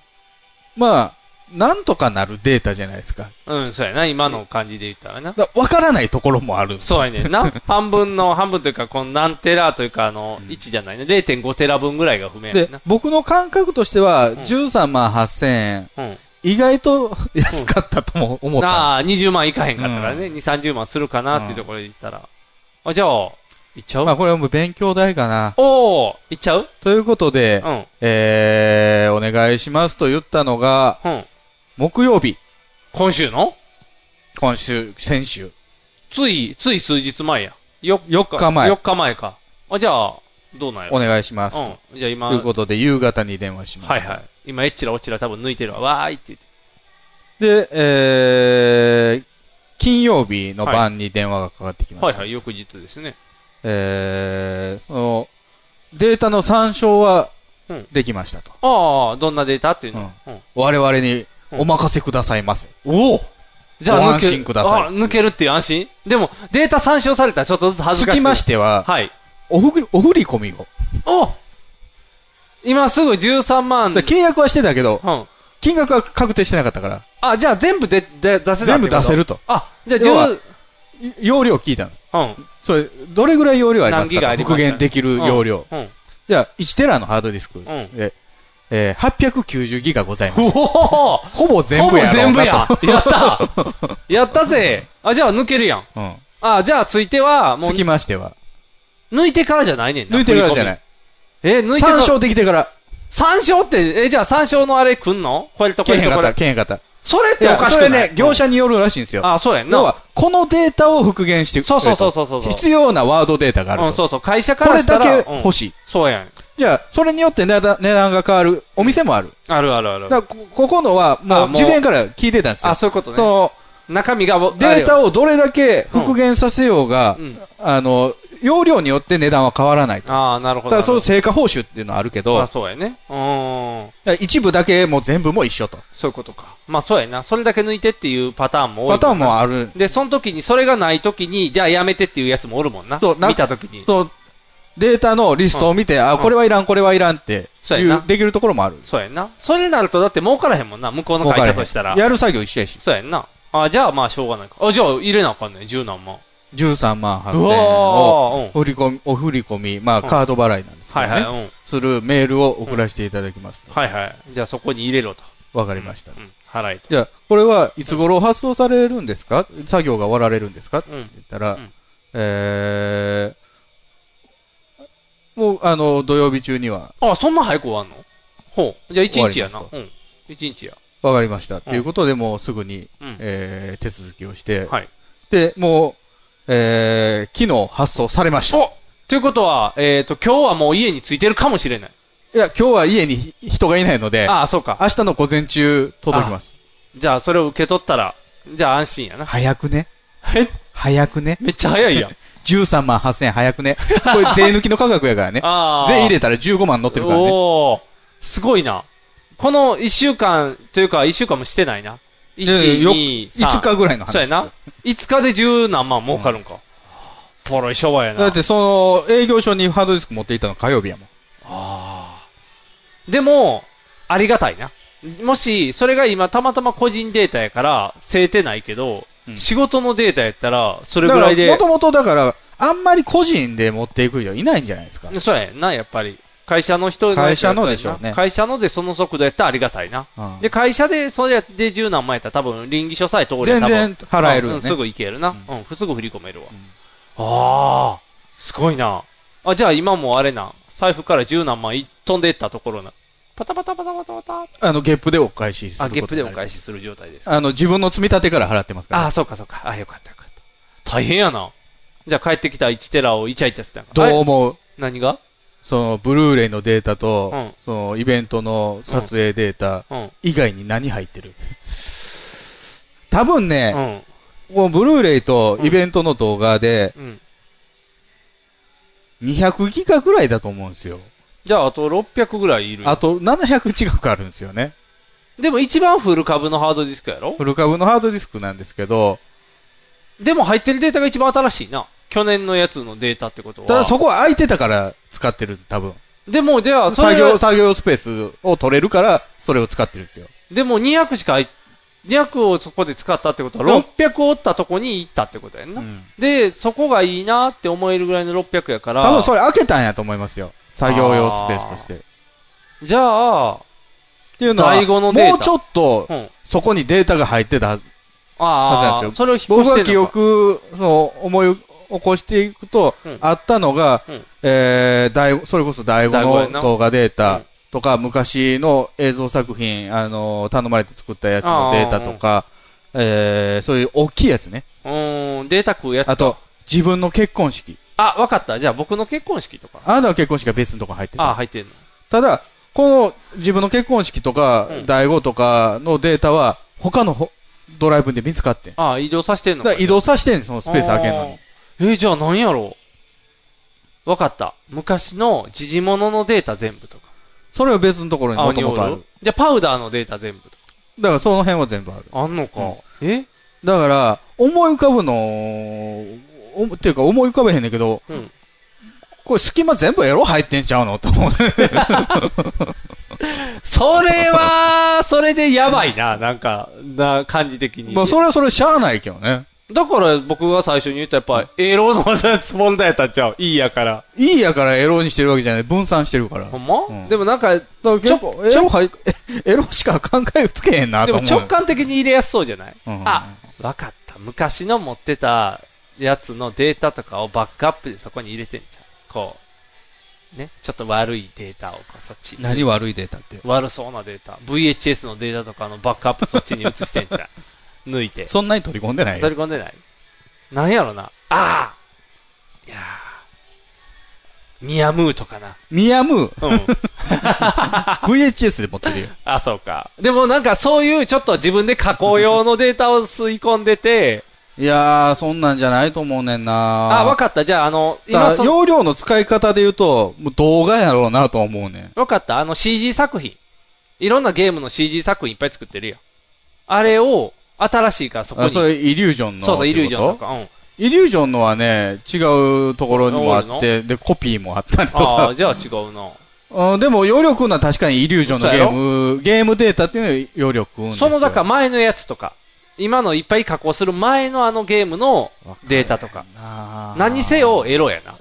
[SPEAKER 2] まあ、なんとかなるデータじゃないですか。
[SPEAKER 3] うん、そうやな。今の感じで言ったらな。
[SPEAKER 2] だわからないところもある。
[SPEAKER 3] そうやねん な。半分の、半分というか、この何テラというか、あの、1じゃないね。0.5テラ分ぐらいが不明や
[SPEAKER 2] で
[SPEAKER 3] な。、
[SPEAKER 2] 僕の感覚としては、13万8000円、
[SPEAKER 3] うん。
[SPEAKER 2] 意外と安かったとも思った。
[SPEAKER 3] なあ、20万いかへんかったからね。2、30万するかなっていうところで言ったら。あ、じゃあ、いっちゃう
[SPEAKER 2] まあこれはもう勉強代かな。
[SPEAKER 3] おー、いっちゃう
[SPEAKER 2] ということで、
[SPEAKER 3] うん
[SPEAKER 2] えー、お願いしますと言ったのが、
[SPEAKER 3] うん
[SPEAKER 2] 木曜日、
[SPEAKER 3] 今週の
[SPEAKER 2] 今週、先週。
[SPEAKER 3] つい、つい数日前や。4,
[SPEAKER 2] 4日前
[SPEAKER 3] 4日前か。あ、じゃあ、どうなんやろ
[SPEAKER 2] お願いしますと。
[SPEAKER 3] うん。じゃあ今、
[SPEAKER 2] ということで、夕方に電話しま
[SPEAKER 3] はい
[SPEAKER 2] した。
[SPEAKER 3] はい。今、エッチラオチラ多分抜いてるわ。わーいって言って。
[SPEAKER 2] で、えー、金曜日の晩に電話がかかってきました。
[SPEAKER 3] はいはい、翌日ですね。
[SPEAKER 2] えー、その、データの参照は
[SPEAKER 3] うん
[SPEAKER 2] できましたと。
[SPEAKER 3] ああ、どんなデータっていうの、うん
[SPEAKER 2] 我々にお任せくださいませ。
[SPEAKER 3] おおじゃあ抜け
[SPEAKER 2] ご
[SPEAKER 3] る、
[SPEAKER 2] 安心ください
[SPEAKER 3] あ抜けるっていう安心でも、データ参照されたらちょっとずつ恥ず
[SPEAKER 2] つ
[SPEAKER 3] かしい。
[SPEAKER 2] きましては、
[SPEAKER 3] はい。
[SPEAKER 2] おふぐお振り込みを。
[SPEAKER 3] お今すぐ13万
[SPEAKER 2] だ。から契約はしてたけど、
[SPEAKER 3] うん
[SPEAKER 2] 金額は確定してなかったから、
[SPEAKER 3] あ、じゃあ全部で、で、出せたってこと
[SPEAKER 2] 全部出せると。
[SPEAKER 3] あ、じゃ
[SPEAKER 2] 要は
[SPEAKER 3] あ
[SPEAKER 2] 容量聞いたの。
[SPEAKER 3] 10、
[SPEAKER 2] それ、どれぐらい容量ありま
[SPEAKER 3] 何
[SPEAKER 2] す
[SPEAKER 3] ギガあ
[SPEAKER 2] か
[SPEAKER 3] り
[SPEAKER 2] と
[SPEAKER 3] ますか
[SPEAKER 2] 復元できる容量。
[SPEAKER 3] うんうん
[SPEAKER 2] じゃあ、1テラのハードディスクで、
[SPEAKER 3] ん
[SPEAKER 2] えー890ギガございます。
[SPEAKER 3] おー
[SPEAKER 2] ほぼ全部や
[SPEAKER 3] ほぼ
[SPEAKER 2] ろう
[SPEAKER 3] 全部
[SPEAKER 2] な
[SPEAKER 3] や
[SPEAKER 2] と。。
[SPEAKER 3] やったやったぜあ、じゃあ抜けるやん。
[SPEAKER 2] うん。
[SPEAKER 3] あ、じゃあついては、もう
[SPEAKER 2] つ、きましては、
[SPEAKER 3] 抜いてからじゃないねんな。
[SPEAKER 2] 抜いてからじゃない
[SPEAKER 3] 振り込み。え、抜いて
[SPEAKER 2] 参照できてから。
[SPEAKER 3] 参照って、え、じゃあ参照のあれ来んのこれと
[SPEAKER 2] け
[SPEAKER 3] こ
[SPEAKER 2] え
[SPEAKER 3] れ
[SPEAKER 2] へん
[SPEAKER 3] と
[SPEAKER 2] か
[SPEAKER 3] こ
[SPEAKER 2] った、
[SPEAKER 3] れ。
[SPEAKER 2] けえへんかった。
[SPEAKER 3] それっ
[SPEAKER 2] い
[SPEAKER 3] てお
[SPEAKER 2] や、
[SPEAKER 3] かし
[SPEAKER 2] そ
[SPEAKER 3] くな
[SPEAKER 2] れ
[SPEAKER 3] い
[SPEAKER 2] ね、業者によるらしいんですよ。
[SPEAKER 3] あそうやんな
[SPEAKER 2] 要は、このデータを復元してくれと
[SPEAKER 3] そうそうそうそうそうそう
[SPEAKER 2] 必要なワードデータがある
[SPEAKER 3] うん、
[SPEAKER 2] と。
[SPEAKER 3] そうそう。会社からしたら。
[SPEAKER 2] これだけ欲しい
[SPEAKER 3] うんそうやん。
[SPEAKER 2] じゃあ、それによって値段値段が変わるお店もある。
[SPEAKER 3] あるあるある。
[SPEAKER 2] だからこ、ここのは、も
[SPEAKER 3] あ
[SPEAKER 2] う、
[SPEAKER 3] もう
[SPEAKER 2] 事前から聞いてたんですよ。
[SPEAKER 3] あ、そういうことね。
[SPEAKER 2] その
[SPEAKER 3] 中身が、
[SPEAKER 2] デー
[SPEAKER 3] を。
[SPEAKER 2] タをどれだけ復元させようが、あの、容量によって値段は変わらないと。
[SPEAKER 3] ああ、なるほ
[SPEAKER 2] だから、
[SPEAKER 3] ど。
[SPEAKER 2] その
[SPEAKER 3] なる
[SPEAKER 2] 成果報酬っていうのはあるけ
[SPEAKER 3] ほどまあ、
[SPEAKER 2] ど、
[SPEAKER 3] そうやね。うーん。
[SPEAKER 2] だから一部だけもう全部も一緒と。
[SPEAKER 3] そういうことか。まあ、そうやな。それだけ抜いてっていうパターンも多
[SPEAKER 2] パ
[SPEAKER 3] い。
[SPEAKER 2] ターンもある。
[SPEAKER 3] で、その時に、それがない時に、じゃあやめてっていうやつもおるもんな。
[SPEAKER 2] そうな
[SPEAKER 3] 見た時に。
[SPEAKER 2] そう、データのリストを見て、あ、これはいらん、これはいらんって、
[SPEAKER 3] そう
[SPEAKER 2] い
[SPEAKER 3] やな
[SPEAKER 2] う、できるところもある。
[SPEAKER 3] そうやんな。それになると、だって儲からへんもんな。向こうの会社としたら。
[SPEAKER 2] やる作業一緒やし。
[SPEAKER 3] そうやんな。あ、じゃあまあしょうがないか。あ、じゃあ入れなあかんねん。十何万。
[SPEAKER 2] 13万8000
[SPEAKER 3] う
[SPEAKER 2] 円を振
[SPEAKER 3] わ
[SPEAKER 2] り込み、お振り込み、まあ
[SPEAKER 3] うん
[SPEAKER 2] カード払いなんですけどね、
[SPEAKER 3] はいはいうん
[SPEAKER 2] するメールを送らせていただきますと。
[SPEAKER 3] はいはい。じゃあそこに入れろと。
[SPEAKER 2] わかりました。
[SPEAKER 3] うん。払いと。
[SPEAKER 2] じゃあ、これはいつ頃発送されるんですか作業が終わられるんですかって言ったら、えー、もう、あの、土曜日中には
[SPEAKER 3] あ、そんな早く終わんのほう。じゃあ一日や
[SPEAKER 2] 終
[SPEAKER 3] な。
[SPEAKER 2] わ
[SPEAKER 3] うん。一日や。
[SPEAKER 2] わかりました。と、いうことで、もうすぐに、
[SPEAKER 3] うん
[SPEAKER 2] えー手続きをして、
[SPEAKER 3] はい
[SPEAKER 2] で、もう、えー、昨日発送されました。
[SPEAKER 3] ということは、えっ、と、今日はもう家に着いてるかもしれない。
[SPEAKER 2] いや、今日は家に人がいないので、
[SPEAKER 3] ああ、そうか。
[SPEAKER 2] 明日の午前中届きます。
[SPEAKER 3] じゃあそれを受け取ったら、じゃあ安心やな。
[SPEAKER 2] 早くね。早くね。
[SPEAKER 3] めっちゃ 早いやん。
[SPEAKER 2] 13万8000円早くね。これ税抜きの価格やからね。
[SPEAKER 3] あー
[SPEAKER 2] 税入れたら15万乗ってるからね。
[SPEAKER 3] おおすごいな。この一週間というか、一週間もしてないな。一
[SPEAKER 2] いやいやよ
[SPEAKER 3] 二三
[SPEAKER 2] 5日ぐらいの話
[SPEAKER 3] そうやな。5日で十何万儲かるんか。ポロい商売や
[SPEAKER 2] だっ
[SPEAKER 3] な。
[SPEAKER 2] てその、営業所にハードディスク持っていったの火曜日やもん。
[SPEAKER 3] でも、ありがたいな。もし、それが今たまたま個人データやから、せえてないけど、仕事のデータやったら、それぐらいで。
[SPEAKER 2] もともとだから、あんまり個人で持っていく人いないんじゃないですか。
[SPEAKER 3] そうやんな、やっぱり。会社の人
[SPEAKER 2] 会社のでしょうね
[SPEAKER 3] 会社のでその速度やったらありがたいな。
[SPEAKER 2] うん
[SPEAKER 3] で、会社でそれで十何万やったら多分、臨義書さえ通れば多分
[SPEAKER 2] 全然払えるよね
[SPEAKER 3] うんすぐ行けるな。うん、すぐ振り込めるわ。ああ、すごいな。あ、じゃあ今もあれな、財布から十何万い飛んでいったところな。パタパタパタパタパタ。
[SPEAKER 2] あの、ゲップでお返しすること
[SPEAKER 3] あ、ゲップでお
[SPEAKER 2] し。
[SPEAKER 3] 返しする状態です。
[SPEAKER 2] あの、自分の積み立てから払ってますから。
[SPEAKER 3] ああ、そうかそうか。あよかったよかった。大変やな。じゃあ帰ってきた1テラをイチャイチャしてたんか
[SPEAKER 2] どう思う
[SPEAKER 3] 何が
[SPEAKER 2] その、ブルーレイのデータと、
[SPEAKER 3] うん
[SPEAKER 2] その、イベントの撮影データ
[SPEAKER 3] うんうん
[SPEAKER 2] 以外に何入ってる、 多分ね、このブルーレイとイベントの動画で、
[SPEAKER 3] うん。
[SPEAKER 2] 200ギガぐらいだと思うんですよ。
[SPEAKER 3] じゃああと600ぐらいいる。
[SPEAKER 2] あと、700近くあるんですよね。
[SPEAKER 3] でも一番フル株のハードディスクやろ
[SPEAKER 2] フル株のハードディスクなんですけど、
[SPEAKER 3] でも入ってるデータが一番新しいな。去年のやつのデータってことは。
[SPEAKER 2] ただそこは空いてたから使ってる、多分。
[SPEAKER 3] でも、では、それ
[SPEAKER 2] 作業、作業スペースを取れるから、それを使ってるんですよ。
[SPEAKER 3] でも200しか入っ、200をそこで使ったってことは、600を折ったとこに行ったってことやんな。で、そこがいいなって思えるぐらいの600やから。
[SPEAKER 2] 多分それ開けたんやと思いますよ。作業用スペースとして。っ
[SPEAKER 3] じゃあ、
[SPEAKER 2] ていうのは、
[SPEAKER 3] 第五のデータ
[SPEAKER 2] もうちょっと、
[SPEAKER 3] うん
[SPEAKER 2] そこにデータが入ってたはず
[SPEAKER 3] あ
[SPEAKER 2] なん
[SPEAKER 3] あ、
[SPEAKER 2] です
[SPEAKER 3] それを
[SPEAKER 2] よ
[SPEAKER 3] 引っ。越
[SPEAKER 2] 僕が
[SPEAKER 3] して
[SPEAKER 2] 記
[SPEAKER 3] んのか。
[SPEAKER 2] 憶、そう、思い起こしていくと、
[SPEAKER 3] うん
[SPEAKER 2] あったのが、
[SPEAKER 3] うん
[SPEAKER 2] えー、第五それこそ第五
[SPEAKER 3] 第五やな
[SPEAKER 2] の動画データとか、昔の映像作品、あの、頼まれて作ったやつのデータとか、えー、そういう大きいやつね。
[SPEAKER 3] うーん、データ食うやつ。
[SPEAKER 2] あと、自分の結婚式。
[SPEAKER 3] あ、わかった。じゃあ僕の結婚式とか。
[SPEAKER 2] あなたの結婚式は別のとこ入って
[SPEAKER 3] ああ、
[SPEAKER 2] た。
[SPEAKER 3] 入ってんの。
[SPEAKER 2] ただ、この自分の結婚式とか、第5とかのデータは、他のほドライブで見つかってん。
[SPEAKER 3] ああ、移動させてんの
[SPEAKER 2] だから移動させてんねんそのスペース開けんのに。
[SPEAKER 3] に。えーじゃあ何やろうわかった。昔の時事物のデータ全部とか。
[SPEAKER 2] それは別のところにもともとあ
[SPEAKER 3] 青にお
[SPEAKER 2] る。
[SPEAKER 3] じゃあパウダーのデータ全部とか。
[SPEAKER 2] だからその辺は全部ある。
[SPEAKER 3] あんのか。え
[SPEAKER 2] だから、思い浮かぶの、おっていうか思い浮かべへんねんけど、
[SPEAKER 3] うん。
[SPEAKER 2] これ隙間全部エロ入ってんちゃうのと思う。
[SPEAKER 3] それは、それでやばい な、なんか、な、感じ的 に。
[SPEAKER 2] まあそれはそれしゃあないけどね。
[SPEAKER 3] だから僕が最初に言ったやっぱ、エロのやつ問題やったんちゃう。いいやから。
[SPEAKER 2] いいやからエロにしてるわけじゃない。分散してるから。
[SPEAKER 3] ほんま、でもなんか、ち
[SPEAKER 2] だ
[SPEAKER 3] ょ
[SPEAKER 2] から結構エロ入っエロしか考えつけへんな
[SPEAKER 3] で
[SPEAKER 2] と
[SPEAKER 3] も
[SPEAKER 2] 思う。
[SPEAKER 3] 直感的に入れやすそうじゃない、
[SPEAKER 2] うん
[SPEAKER 3] あ、わかった。昔の持ってたやつのデータとかをバックアップでそこに入れてんじゃん。こう、ね、ちょっと悪いデータをこうそっちに
[SPEAKER 2] 何悪いデータって。
[SPEAKER 3] 悪そうなデータ。VHS のデータとかのバックアップそっちに移してんじゃん。 抜いて。
[SPEAKER 2] そんなに取り込んでないよ
[SPEAKER 3] 取り込んでない。なんやろな。ああいやーミヤムーとかな。
[SPEAKER 2] ミヤム
[SPEAKER 3] ー。 うん。
[SPEAKER 2] VHS で持ってる よ。
[SPEAKER 3] あ、そうか。でもなんかそういうちょっと自分で加工用のデータを吸い込んでて、
[SPEAKER 2] いやー、そんなんじゃないと思うねんな
[SPEAKER 3] あ、わかった。じゃああの、今
[SPEAKER 2] だか
[SPEAKER 3] そ
[SPEAKER 2] ら
[SPEAKER 3] の、
[SPEAKER 2] 容量の使い方で言うと、もう動画やろうなとは思うねん。
[SPEAKER 3] わかった。あの CG 作品。いろんなゲームの CG 作品いっぱい作ってるよ。あれを、新しいからそこ
[SPEAKER 2] あ
[SPEAKER 3] に。
[SPEAKER 2] それ、イリュージョンの。
[SPEAKER 3] そうそう、イリュージョンと
[SPEAKER 2] ってこ
[SPEAKER 3] か。 うん。
[SPEAKER 2] と。イリュージョンのはね、違うところにもあっ
[SPEAKER 3] そうな
[SPEAKER 2] て、で、コピーもあったりと
[SPEAKER 3] ああ、
[SPEAKER 2] か。
[SPEAKER 3] じゃあ違うな。
[SPEAKER 2] うん、でも、容量くんのは確かにイリュージョンの
[SPEAKER 3] そう
[SPEAKER 2] ゲ
[SPEAKER 3] やろ
[SPEAKER 2] ーム、ゲームデータっていうのは容量くんですよ
[SPEAKER 3] そのだから前のやつとか、今のいっぱい加工する前のあのゲームのデータとか。何せよエロやな。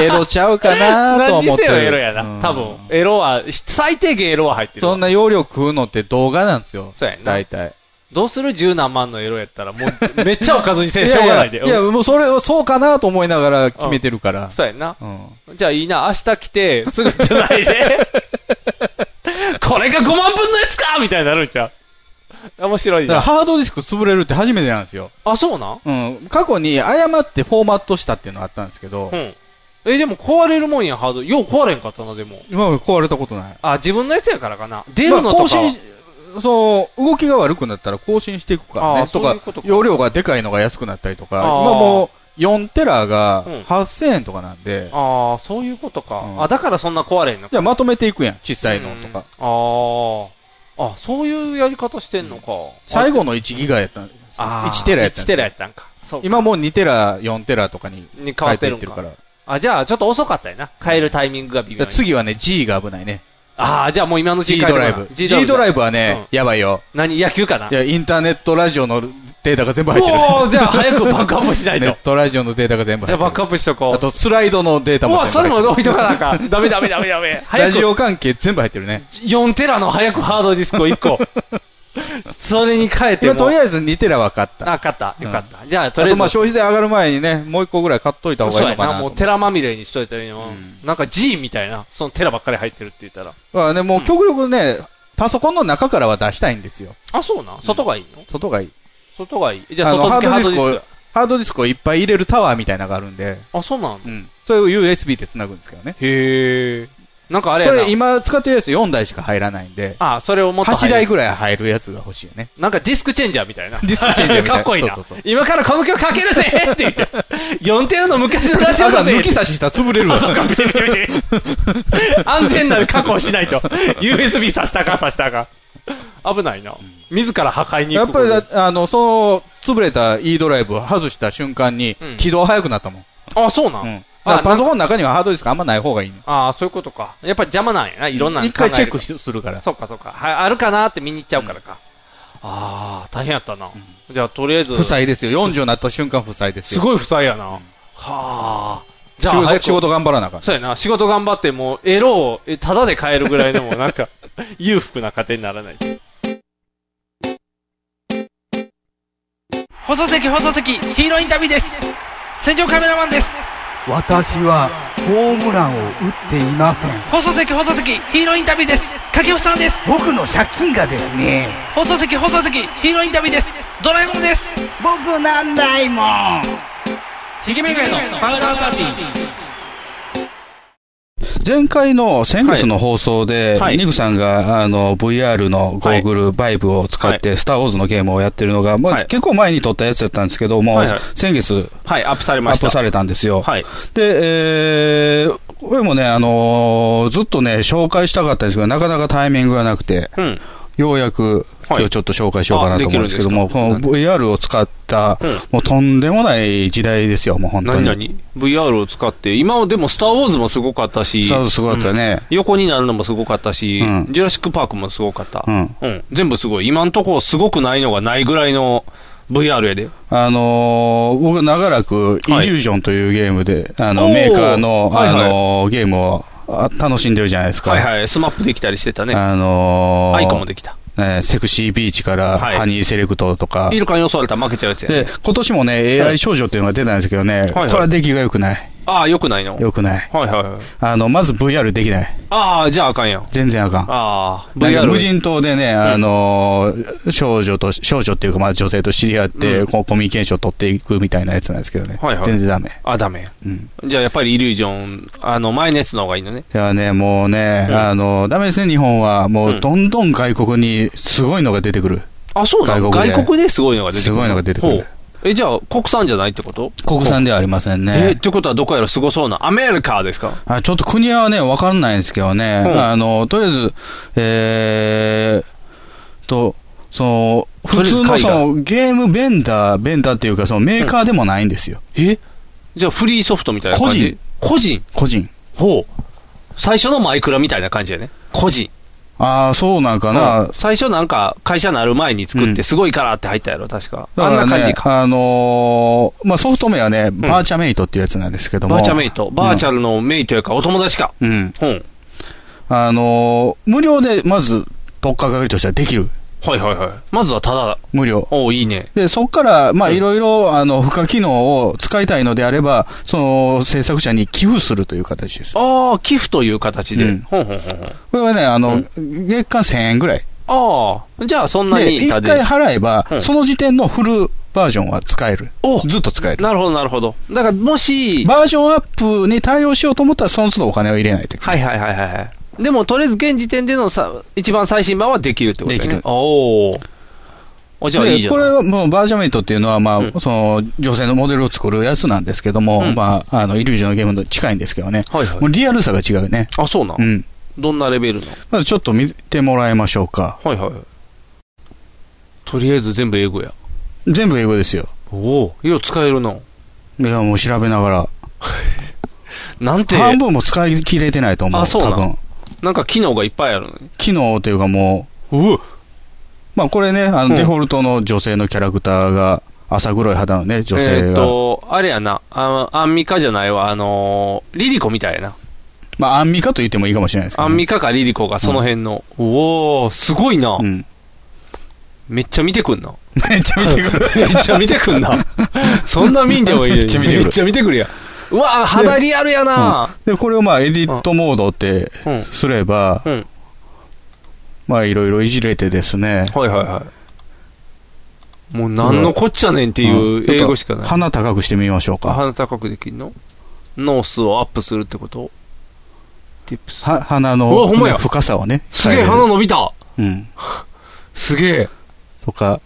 [SPEAKER 2] エロちゃうかなとは思ってる。
[SPEAKER 3] 何せよエロやな。多分、エロは、最低限エロは入ってるわ。
[SPEAKER 2] そんな容量食うのって動画なんですよ。
[SPEAKER 3] そうやな
[SPEAKER 2] 大体。
[SPEAKER 3] どうする十何万のエロやったら、もう、めっちゃおかずにせんしょうがないで。
[SPEAKER 2] いやいや、いやもうそれをそうかなと思いながら決めてるから。
[SPEAKER 3] そうやな。じゃあいいな、明日来て、すぐじゃない で。これが5万分のやつかみたいになるんちゃう面白い
[SPEAKER 2] だから
[SPEAKER 3] な。
[SPEAKER 2] ハードディスク潰れるって初めてなんですよ。
[SPEAKER 3] あ、そうなん
[SPEAKER 2] うん。過去に誤ってフォーマットしたっていうのがあったんですけど、
[SPEAKER 3] うん。え、でも壊れるもんや、ハード。よう壊れんかったな、でも。
[SPEAKER 2] 今まで壊れたことない。
[SPEAKER 3] あ、自分のやつやからかな。出るのと
[SPEAKER 2] 更
[SPEAKER 3] か
[SPEAKER 2] 新
[SPEAKER 3] は。
[SPEAKER 2] し、そう、動きが悪くなったら更新していくから
[SPEAKER 3] ああ
[SPEAKER 2] ね。と
[SPEAKER 3] そう
[SPEAKER 2] か
[SPEAKER 3] いうことか
[SPEAKER 2] 容量がでかいのが安くなったりとか、
[SPEAKER 3] ああ
[SPEAKER 2] 今もう4テラが
[SPEAKER 3] うん
[SPEAKER 2] 8000円とかなんで、
[SPEAKER 3] ああ、そういうことか。あ、だからそんな壊れんのか。
[SPEAKER 2] じゃあまとめていくやん、小さいのとか。
[SPEAKER 3] ああ。あ、そういうやり方してんのか。
[SPEAKER 2] 最後の1ギガやったんですよ。
[SPEAKER 3] あー
[SPEAKER 2] 1テラやったんですよ
[SPEAKER 3] 1テラやったんか。そうか
[SPEAKER 2] 今もう2テラ、4テラとかに
[SPEAKER 3] に変わってるん
[SPEAKER 2] っ
[SPEAKER 3] か
[SPEAKER 2] てるから。だか
[SPEAKER 3] あ、じゃあちょっと遅かったよな。変えるタイミングが微妙
[SPEAKER 2] ら
[SPEAKER 3] に。
[SPEAKER 2] 次はね、G が危ないね。
[SPEAKER 3] ああ、じゃあもう今のうち
[SPEAKER 2] G
[SPEAKER 3] に変え
[SPEAKER 2] ド
[SPEAKER 3] ても
[SPEAKER 2] ラ
[SPEAKER 3] ら
[SPEAKER 2] イ
[SPEAKER 3] う
[SPEAKER 2] ブ。G ドライブはね、やばいよ。
[SPEAKER 3] 何野球かない
[SPEAKER 2] や、インターネットラジオのデータが全部入ってる。
[SPEAKER 3] おーじゃあ早くバックアップしないと
[SPEAKER 2] ネットラジオのデータが全部入ってる。じゃあ
[SPEAKER 3] バックアップしとこう。
[SPEAKER 2] あと、スライドのデータ
[SPEAKER 3] う
[SPEAKER 2] も
[SPEAKER 3] わ、
[SPEAKER 2] 全
[SPEAKER 3] そ
[SPEAKER 2] 部
[SPEAKER 3] れも
[SPEAKER 2] 入って
[SPEAKER 3] 置
[SPEAKER 2] る。
[SPEAKER 3] いとかなあかん。ダメダメダメ ダメ。
[SPEAKER 2] ラ
[SPEAKER 3] 早
[SPEAKER 2] ジ
[SPEAKER 3] く
[SPEAKER 2] オ関係全部入ってるね。
[SPEAKER 3] 4テラの早くハードディスクを1個。 それに変えて
[SPEAKER 2] 今
[SPEAKER 3] も。
[SPEAKER 2] とりあえず2テラ分かった。
[SPEAKER 3] あ、勝った。よかった。じゃあ
[SPEAKER 2] あ
[SPEAKER 3] とりあえ
[SPEAKER 2] と
[SPEAKER 3] ず。
[SPEAKER 2] まあ消費税上がる前にね、もう一個ぐらい買っといた方がいいのか
[SPEAKER 3] そうや
[SPEAKER 2] な
[SPEAKER 3] も
[SPEAKER 2] と
[SPEAKER 3] う。テラまみれにしといたらいいの。なんか G みたいな。そのテラばっかり入ってるって言ったら。
[SPEAKER 2] だからね、もう極力ね、パソコンの中からは出したいんですよ。
[SPEAKER 3] あ、そうなん外がいいの
[SPEAKER 2] 外がいい。
[SPEAKER 3] 外がいい。じゃあ
[SPEAKER 2] あの
[SPEAKER 3] 外付けハードディ
[SPEAKER 2] ハード
[SPEAKER 3] ス
[SPEAKER 2] ディスクをハードディスクをいっぱい入れるタワーみたいなのがあるんで、
[SPEAKER 3] ク。あ、そうなん
[SPEAKER 2] うん。それを USB で繋ぐんですけどね。
[SPEAKER 3] へえ。なんかあれ
[SPEAKER 2] そ
[SPEAKER 3] やな。
[SPEAKER 2] れ今使ってるやつ4台しか入らないんで、
[SPEAKER 3] あ、それをもっと入
[SPEAKER 2] 8
[SPEAKER 3] る。
[SPEAKER 2] 台ぐらい入るやつが欲しいよね。
[SPEAKER 3] なんかディスクチェンジャーみたいな。
[SPEAKER 2] ディスクチェンジャーみたいな
[SPEAKER 3] かっこいいな
[SPEAKER 2] そうそうそう。
[SPEAKER 3] 今からこの曲かけるぜって言って。4点の昔のラジオだ
[SPEAKER 2] あ
[SPEAKER 3] ぜ。
[SPEAKER 2] 抜き差ししたら潰れるわ
[SPEAKER 3] あ。そうか、ブチブチブチ。安全な確保しないと。USB さしたかさしたか。危ないな。自ら破壊に
[SPEAKER 2] や
[SPEAKER 3] 行
[SPEAKER 2] っ
[SPEAKER 3] く
[SPEAKER 2] ぱ
[SPEAKER 3] こと
[SPEAKER 2] りだ、あの、その、潰れた E ドライブを外した瞬間に
[SPEAKER 3] うん、
[SPEAKER 2] 起動早くなったもん。
[SPEAKER 3] あ、そうなん、
[SPEAKER 2] うん。だからパソコンの中にはハードディスクあんまない方がいいね。
[SPEAKER 3] ああ、そういうことか。やっぱ邪魔なんやな。いろんなの
[SPEAKER 2] 一回
[SPEAKER 3] 考える
[SPEAKER 2] チェックしするから
[SPEAKER 3] そうかそうか。はい、あるかなって見に行っちゃうからか。ああ、大変やったな。じゃあ、とりあえず。
[SPEAKER 2] 負債ですよ。40になった瞬間負債です
[SPEAKER 3] す
[SPEAKER 2] よ。
[SPEAKER 3] ごい負債やな。はあ。じゃあ
[SPEAKER 2] 仕事
[SPEAKER 3] 早く
[SPEAKER 2] 仕事頑張らなあかん。
[SPEAKER 3] そうやな。仕事頑張って、もう、エロを、えタダで買えるぐらいでも、なん か、裕福な家庭にならない。
[SPEAKER 7] 放送席放送席ヒーローインタビューです戦場カメラマンです
[SPEAKER 8] 私はホームランを打っていません
[SPEAKER 7] 放送席放送席ヒーローインタビューです掛布さんです
[SPEAKER 8] 僕の借金がですね
[SPEAKER 7] 放送席放送席ヒーローインタビューですドラえもんです
[SPEAKER 8] 僕なんないもん
[SPEAKER 7] ひげめがいのパウダーパーティー
[SPEAKER 2] 前回の先月の放送で、
[SPEAKER 3] はい
[SPEAKER 2] ニグさんがあの VR のゴーグル、バイブを使って、スター・ウォーズのゲームをやってるのが、まあ結構前に撮ったやつだったんですけど、も
[SPEAKER 3] は
[SPEAKER 2] う
[SPEAKER 3] いはい
[SPEAKER 2] 先月、
[SPEAKER 3] はい、アップされ
[SPEAKER 2] ア
[SPEAKER 3] まし
[SPEAKER 2] ッ
[SPEAKER 3] た。
[SPEAKER 2] プされたんですよ。
[SPEAKER 3] はい
[SPEAKER 2] で、えーこれもね、あのーずっとね、紹介したかったんですけど、なかなかタイミングがなくて、
[SPEAKER 3] うん。
[SPEAKER 2] ようやく、今日ちょっと紹介しようかなと思うんですけども、
[SPEAKER 3] あでき
[SPEAKER 2] こ
[SPEAKER 3] る
[SPEAKER 2] の
[SPEAKER 3] んですか
[SPEAKER 2] VR を使った、
[SPEAKER 3] うん
[SPEAKER 2] もうとんでもない時代ですよ、もう本当
[SPEAKER 3] 何
[SPEAKER 2] に。
[SPEAKER 3] 々 ?VR を使って、今はでも、スター・ウォーズもすごかったし、
[SPEAKER 2] スターウォーズすごかったね
[SPEAKER 3] うん横になるのもすごかったし、
[SPEAKER 2] うん
[SPEAKER 3] ジュラシック・パークもすごかった。
[SPEAKER 2] うん
[SPEAKER 3] うん。全部すごい。今んとこ、すごくないのがないぐらいの VR やで。
[SPEAKER 2] あのー僕長らく、イリュージョンというゲームで、あの、
[SPEAKER 3] おー
[SPEAKER 2] メーカーの、
[SPEAKER 3] はいはい
[SPEAKER 2] あのーゲームをあ楽しんでるじゃないですか。
[SPEAKER 3] はいはい。スマップできたりしてたね。
[SPEAKER 2] あのー
[SPEAKER 3] アイコもできた。
[SPEAKER 2] ねセクシービーチから、
[SPEAKER 3] はい
[SPEAKER 2] ハニーセレクトとか
[SPEAKER 3] イ。ルカに襲われたら負けちゃうやつやね。
[SPEAKER 2] で、今年もね、
[SPEAKER 3] は
[SPEAKER 2] AI
[SPEAKER 3] い
[SPEAKER 2] 少女っていうのが出たんですけどね、
[SPEAKER 3] はいはい
[SPEAKER 2] これは出来が良くない。
[SPEAKER 3] ああ、よくないの
[SPEAKER 2] よくない。
[SPEAKER 3] はいはいはい。
[SPEAKER 2] あの、まず VR できない。
[SPEAKER 3] ああ、じゃああかんやん。
[SPEAKER 2] 全然あかん。
[SPEAKER 3] ああ、
[SPEAKER 2] なんか
[SPEAKER 3] VR。
[SPEAKER 2] 無人島でね、あのー少女と、少女っていうか、まあ女性と知り合って、こうコミュニケーションを取っていくみたいなやつなんですけどね。
[SPEAKER 3] はいはい
[SPEAKER 2] 全然ダメ。
[SPEAKER 3] あ、ダメ。
[SPEAKER 2] うん。
[SPEAKER 3] じゃあやっぱりイリュージョン、あの、前のやつの方がいいのね。
[SPEAKER 2] いやね、もうね、あの、ダメですね、日本は。もう、どんどん外国にすごいのが出てくる。
[SPEAKER 3] あ、そうなの
[SPEAKER 2] 外国で
[SPEAKER 3] 外国ですごいのが出てくる。
[SPEAKER 2] すごいのが出てくる
[SPEAKER 3] ほう。え、じゃあ、国産じゃないってこと
[SPEAKER 2] 国産ではありません
[SPEAKER 3] え、
[SPEAKER 2] ね。
[SPEAKER 3] ってことはどこやらすごそうな、アメリカですか
[SPEAKER 2] あちょっと国はね、わかんないんですけどね、
[SPEAKER 3] うん
[SPEAKER 2] あの、とりあえず、えー、と、その、
[SPEAKER 3] と
[SPEAKER 2] 普
[SPEAKER 3] りあえず
[SPEAKER 2] 通
[SPEAKER 3] 海
[SPEAKER 2] の
[SPEAKER 3] 外
[SPEAKER 2] そのゲームベンダー、ベンダーっていうか、そのメーカーでもないんですよ。
[SPEAKER 3] えじゃあ、フリーソフトみたいな感じ個人
[SPEAKER 2] 個人。
[SPEAKER 3] ほう。最初のマイクラみたいな感じやね。個人。
[SPEAKER 2] ああ、そうなんかな。
[SPEAKER 3] うん最初なんか、会社になる前に作って、すごいからって入ったやろ、確か。
[SPEAKER 2] だ
[SPEAKER 3] あ
[SPEAKER 2] か
[SPEAKER 3] んな
[SPEAKER 2] ら
[SPEAKER 3] 感じ
[SPEAKER 2] ね、
[SPEAKER 3] か。
[SPEAKER 2] あのーまあ、ソフト名はね、バーチャメイトっていうやつなんですけども。
[SPEAKER 3] バーチャメイト。バーチャルのメイトやから、お友達か。
[SPEAKER 2] うん。
[SPEAKER 3] うん。
[SPEAKER 2] あのー無料でまず、特化係としてはできる。
[SPEAKER 3] はいはいはい。まずはただだ。
[SPEAKER 2] 無料。
[SPEAKER 3] おういいね。
[SPEAKER 2] で、そこから、まあ、いろいろ、あの、付加機能を使いたいのであれば、その、制作者に寄付するという形です。
[SPEAKER 3] ああ、寄付という形で。
[SPEAKER 2] うん
[SPEAKER 3] ほんほんほんほん。
[SPEAKER 2] これはね、あの、月間1000円ぐらい。
[SPEAKER 3] ああ、じゃあそんな
[SPEAKER 2] で、
[SPEAKER 3] に
[SPEAKER 2] 一
[SPEAKER 3] 立て
[SPEAKER 2] 回払えば、
[SPEAKER 3] うん
[SPEAKER 2] その時点のフルバージョンは使える。ずっと使える。
[SPEAKER 3] なるほど、なるほど。だからもし、
[SPEAKER 2] バージョンアップに対応しようと思ったら、その都度お金を入れないといけ
[SPEAKER 3] はいはいはいはいはい。でも、とりあえず現時点でのさ一番最新版はできるってことね。
[SPEAKER 2] できる
[SPEAKER 3] おーお。じゃあ
[SPEAKER 2] で
[SPEAKER 3] いいじゃん。
[SPEAKER 2] これはもうバージョンメイトっていうのは、まあその女性のモデルを作るやつなんですけども、まあ、あのイリュージョンのゲームと近いんですけどね、もうリアルさが違うね。
[SPEAKER 3] あ、そうなん、
[SPEAKER 2] うん、
[SPEAKER 3] どんなレベルの
[SPEAKER 2] まずちょっと見てもらいましょうか。
[SPEAKER 3] はいはい。とりあえず全部英語や。
[SPEAKER 2] 全部英語ですよ。
[SPEAKER 3] おお。よう使えるの。
[SPEAKER 2] いや、もう調べながら。
[SPEAKER 3] なんて。
[SPEAKER 2] 半分も使い切れてないと思う、
[SPEAKER 3] あそうなん
[SPEAKER 2] 多分。
[SPEAKER 3] なんか機能がいっぱいあるのに。
[SPEAKER 2] 機能というかも
[SPEAKER 3] う、
[SPEAKER 2] まあこれね、あ
[SPEAKER 3] うん
[SPEAKER 2] のデフォルトの女性のキャラクターが、浅黒い肌のね、女
[SPEAKER 3] え
[SPEAKER 2] 性
[SPEAKER 3] ーっ
[SPEAKER 2] が。
[SPEAKER 3] と、あれやな。あアンミカじゃないわ。あのーリリコみたいやな。
[SPEAKER 2] まあアンミカと言ってもいいかもしれないですけど
[SPEAKER 3] アンミカかリリコがその辺の。おおすごいな、めっちゃ見てくんな。
[SPEAKER 2] めっちゃ見てくる。
[SPEAKER 3] めっちゃ見てくんな。そんな見んでもいいのに
[SPEAKER 2] めっちゃ見てくる
[SPEAKER 3] めっちゃ見てくるやん。うわー肌リアルやな、
[SPEAKER 2] うんで、これをまあエディットモードってすれば、
[SPEAKER 3] うん
[SPEAKER 2] まあいろいろいじれてですね。
[SPEAKER 3] はいはいはい。もう何のこっちゃねんっていう英語しかない。
[SPEAKER 2] 鼻高くしてみましょうか。
[SPEAKER 3] 鼻高くできるのノースをアップするってこと
[SPEAKER 2] は鼻
[SPEAKER 3] うわほんまや
[SPEAKER 2] の深さをね。
[SPEAKER 3] すげえ鼻伸びた
[SPEAKER 2] うん。
[SPEAKER 3] すげえ。
[SPEAKER 2] とか、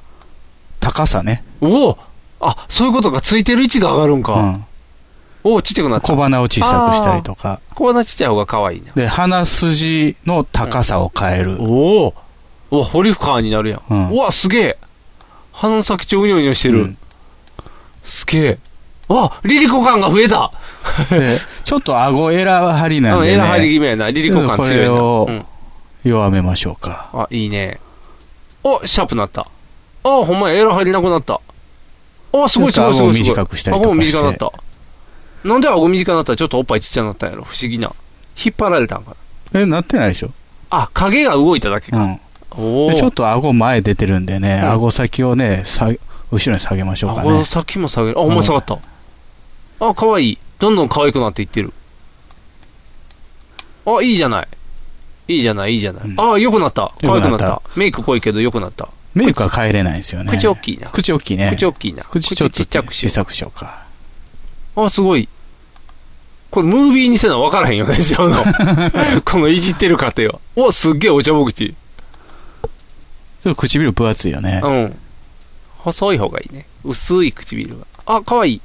[SPEAKER 2] 高さね。
[SPEAKER 3] おおあ、そういうことか。ついてる位置が上がるんか。おおちっちゃくなった。
[SPEAKER 2] 小鼻を小さくしたりとか。
[SPEAKER 3] 小鼻ちっちゃい方が可愛いな。
[SPEAKER 2] で、鼻筋の高さを変える。
[SPEAKER 3] おおうわ、ホリフカーになるやん。
[SPEAKER 2] うん
[SPEAKER 3] うわ、すげえ。鼻の先っちょうにょうにょしてる。すげえ。わ、リリコ感が増えた。
[SPEAKER 2] で、ちょっと顎エラ張りなんで、ね。
[SPEAKER 3] うんエラ張り気味やなリリコ感強いな
[SPEAKER 2] ちょっとこ
[SPEAKER 3] う
[SPEAKER 2] れ
[SPEAKER 3] ん
[SPEAKER 2] を弱めましょうか。
[SPEAKER 3] あ、いいね。お、シャープなった。あ、ほんまや、エラ入りなくなった。あ、すごいす
[SPEAKER 2] ちょっと
[SPEAKER 3] ごいすごいすごい。
[SPEAKER 2] 顎を短くしたりとか
[SPEAKER 3] 顎も短くな
[SPEAKER 2] し
[SPEAKER 3] っ
[SPEAKER 2] て
[SPEAKER 3] た。なんで顎短くなったらちょっとおっぱいちっちゃくなったんやろ不思議な。引っ張られたんかな。
[SPEAKER 2] え、なってないでしょ
[SPEAKER 3] あ、影が動いただけ
[SPEAKER 2] う
[SPEAKER 3] か。
[SPEAKER 2] ん。
[SPEAKER 3] おお。
[SPEAKER 2] でちょっと顎前出てるんでね、
[SPEAKER 3] うん
[SPEAKER 2] 顎先をね、さ後ろに下げましょうか
[SPEAKER 3] 顎
[SPEAKER 2] ね。
[SPEAKER 3] 先も下げる。あ、ほんまに下がった。あ、可愛い。どんどん可愛くなっていってる。あ、いいじゃない。いいじゃない、いいじゃない。あ、良くなった。可愛くなっ。
[SPEAKER 2] 良くなった
[SPEAKER 3] メイク濃いけど良くなった。
[SPEAKER 2] メイクは変えれないんですよね。
[SPEAKER 3] 口大きいな。
[SPEAKER 2] 口大きいね。
[SPEAKER 3] 口大きいな。
[SPEAKER 2] 口ちょっと
[SPEAKER 3] ちっちゃくし
[SPEAKER 2] 小
[SPEAKER 3] よ
[SPEAKER 2] さくしようか。
[SPEAKER 3] う。あ、すごい。これ、ムービーにせな分からへんよね、 じゃあ の。このいじってる過程は。お、すっげえお茶ぼ口。
[SPEAKER 2] ちょっと唇分厚いよね。
[SPEAKER 3] うん。細い方がいいね。薄い唇が。あ、可愛い。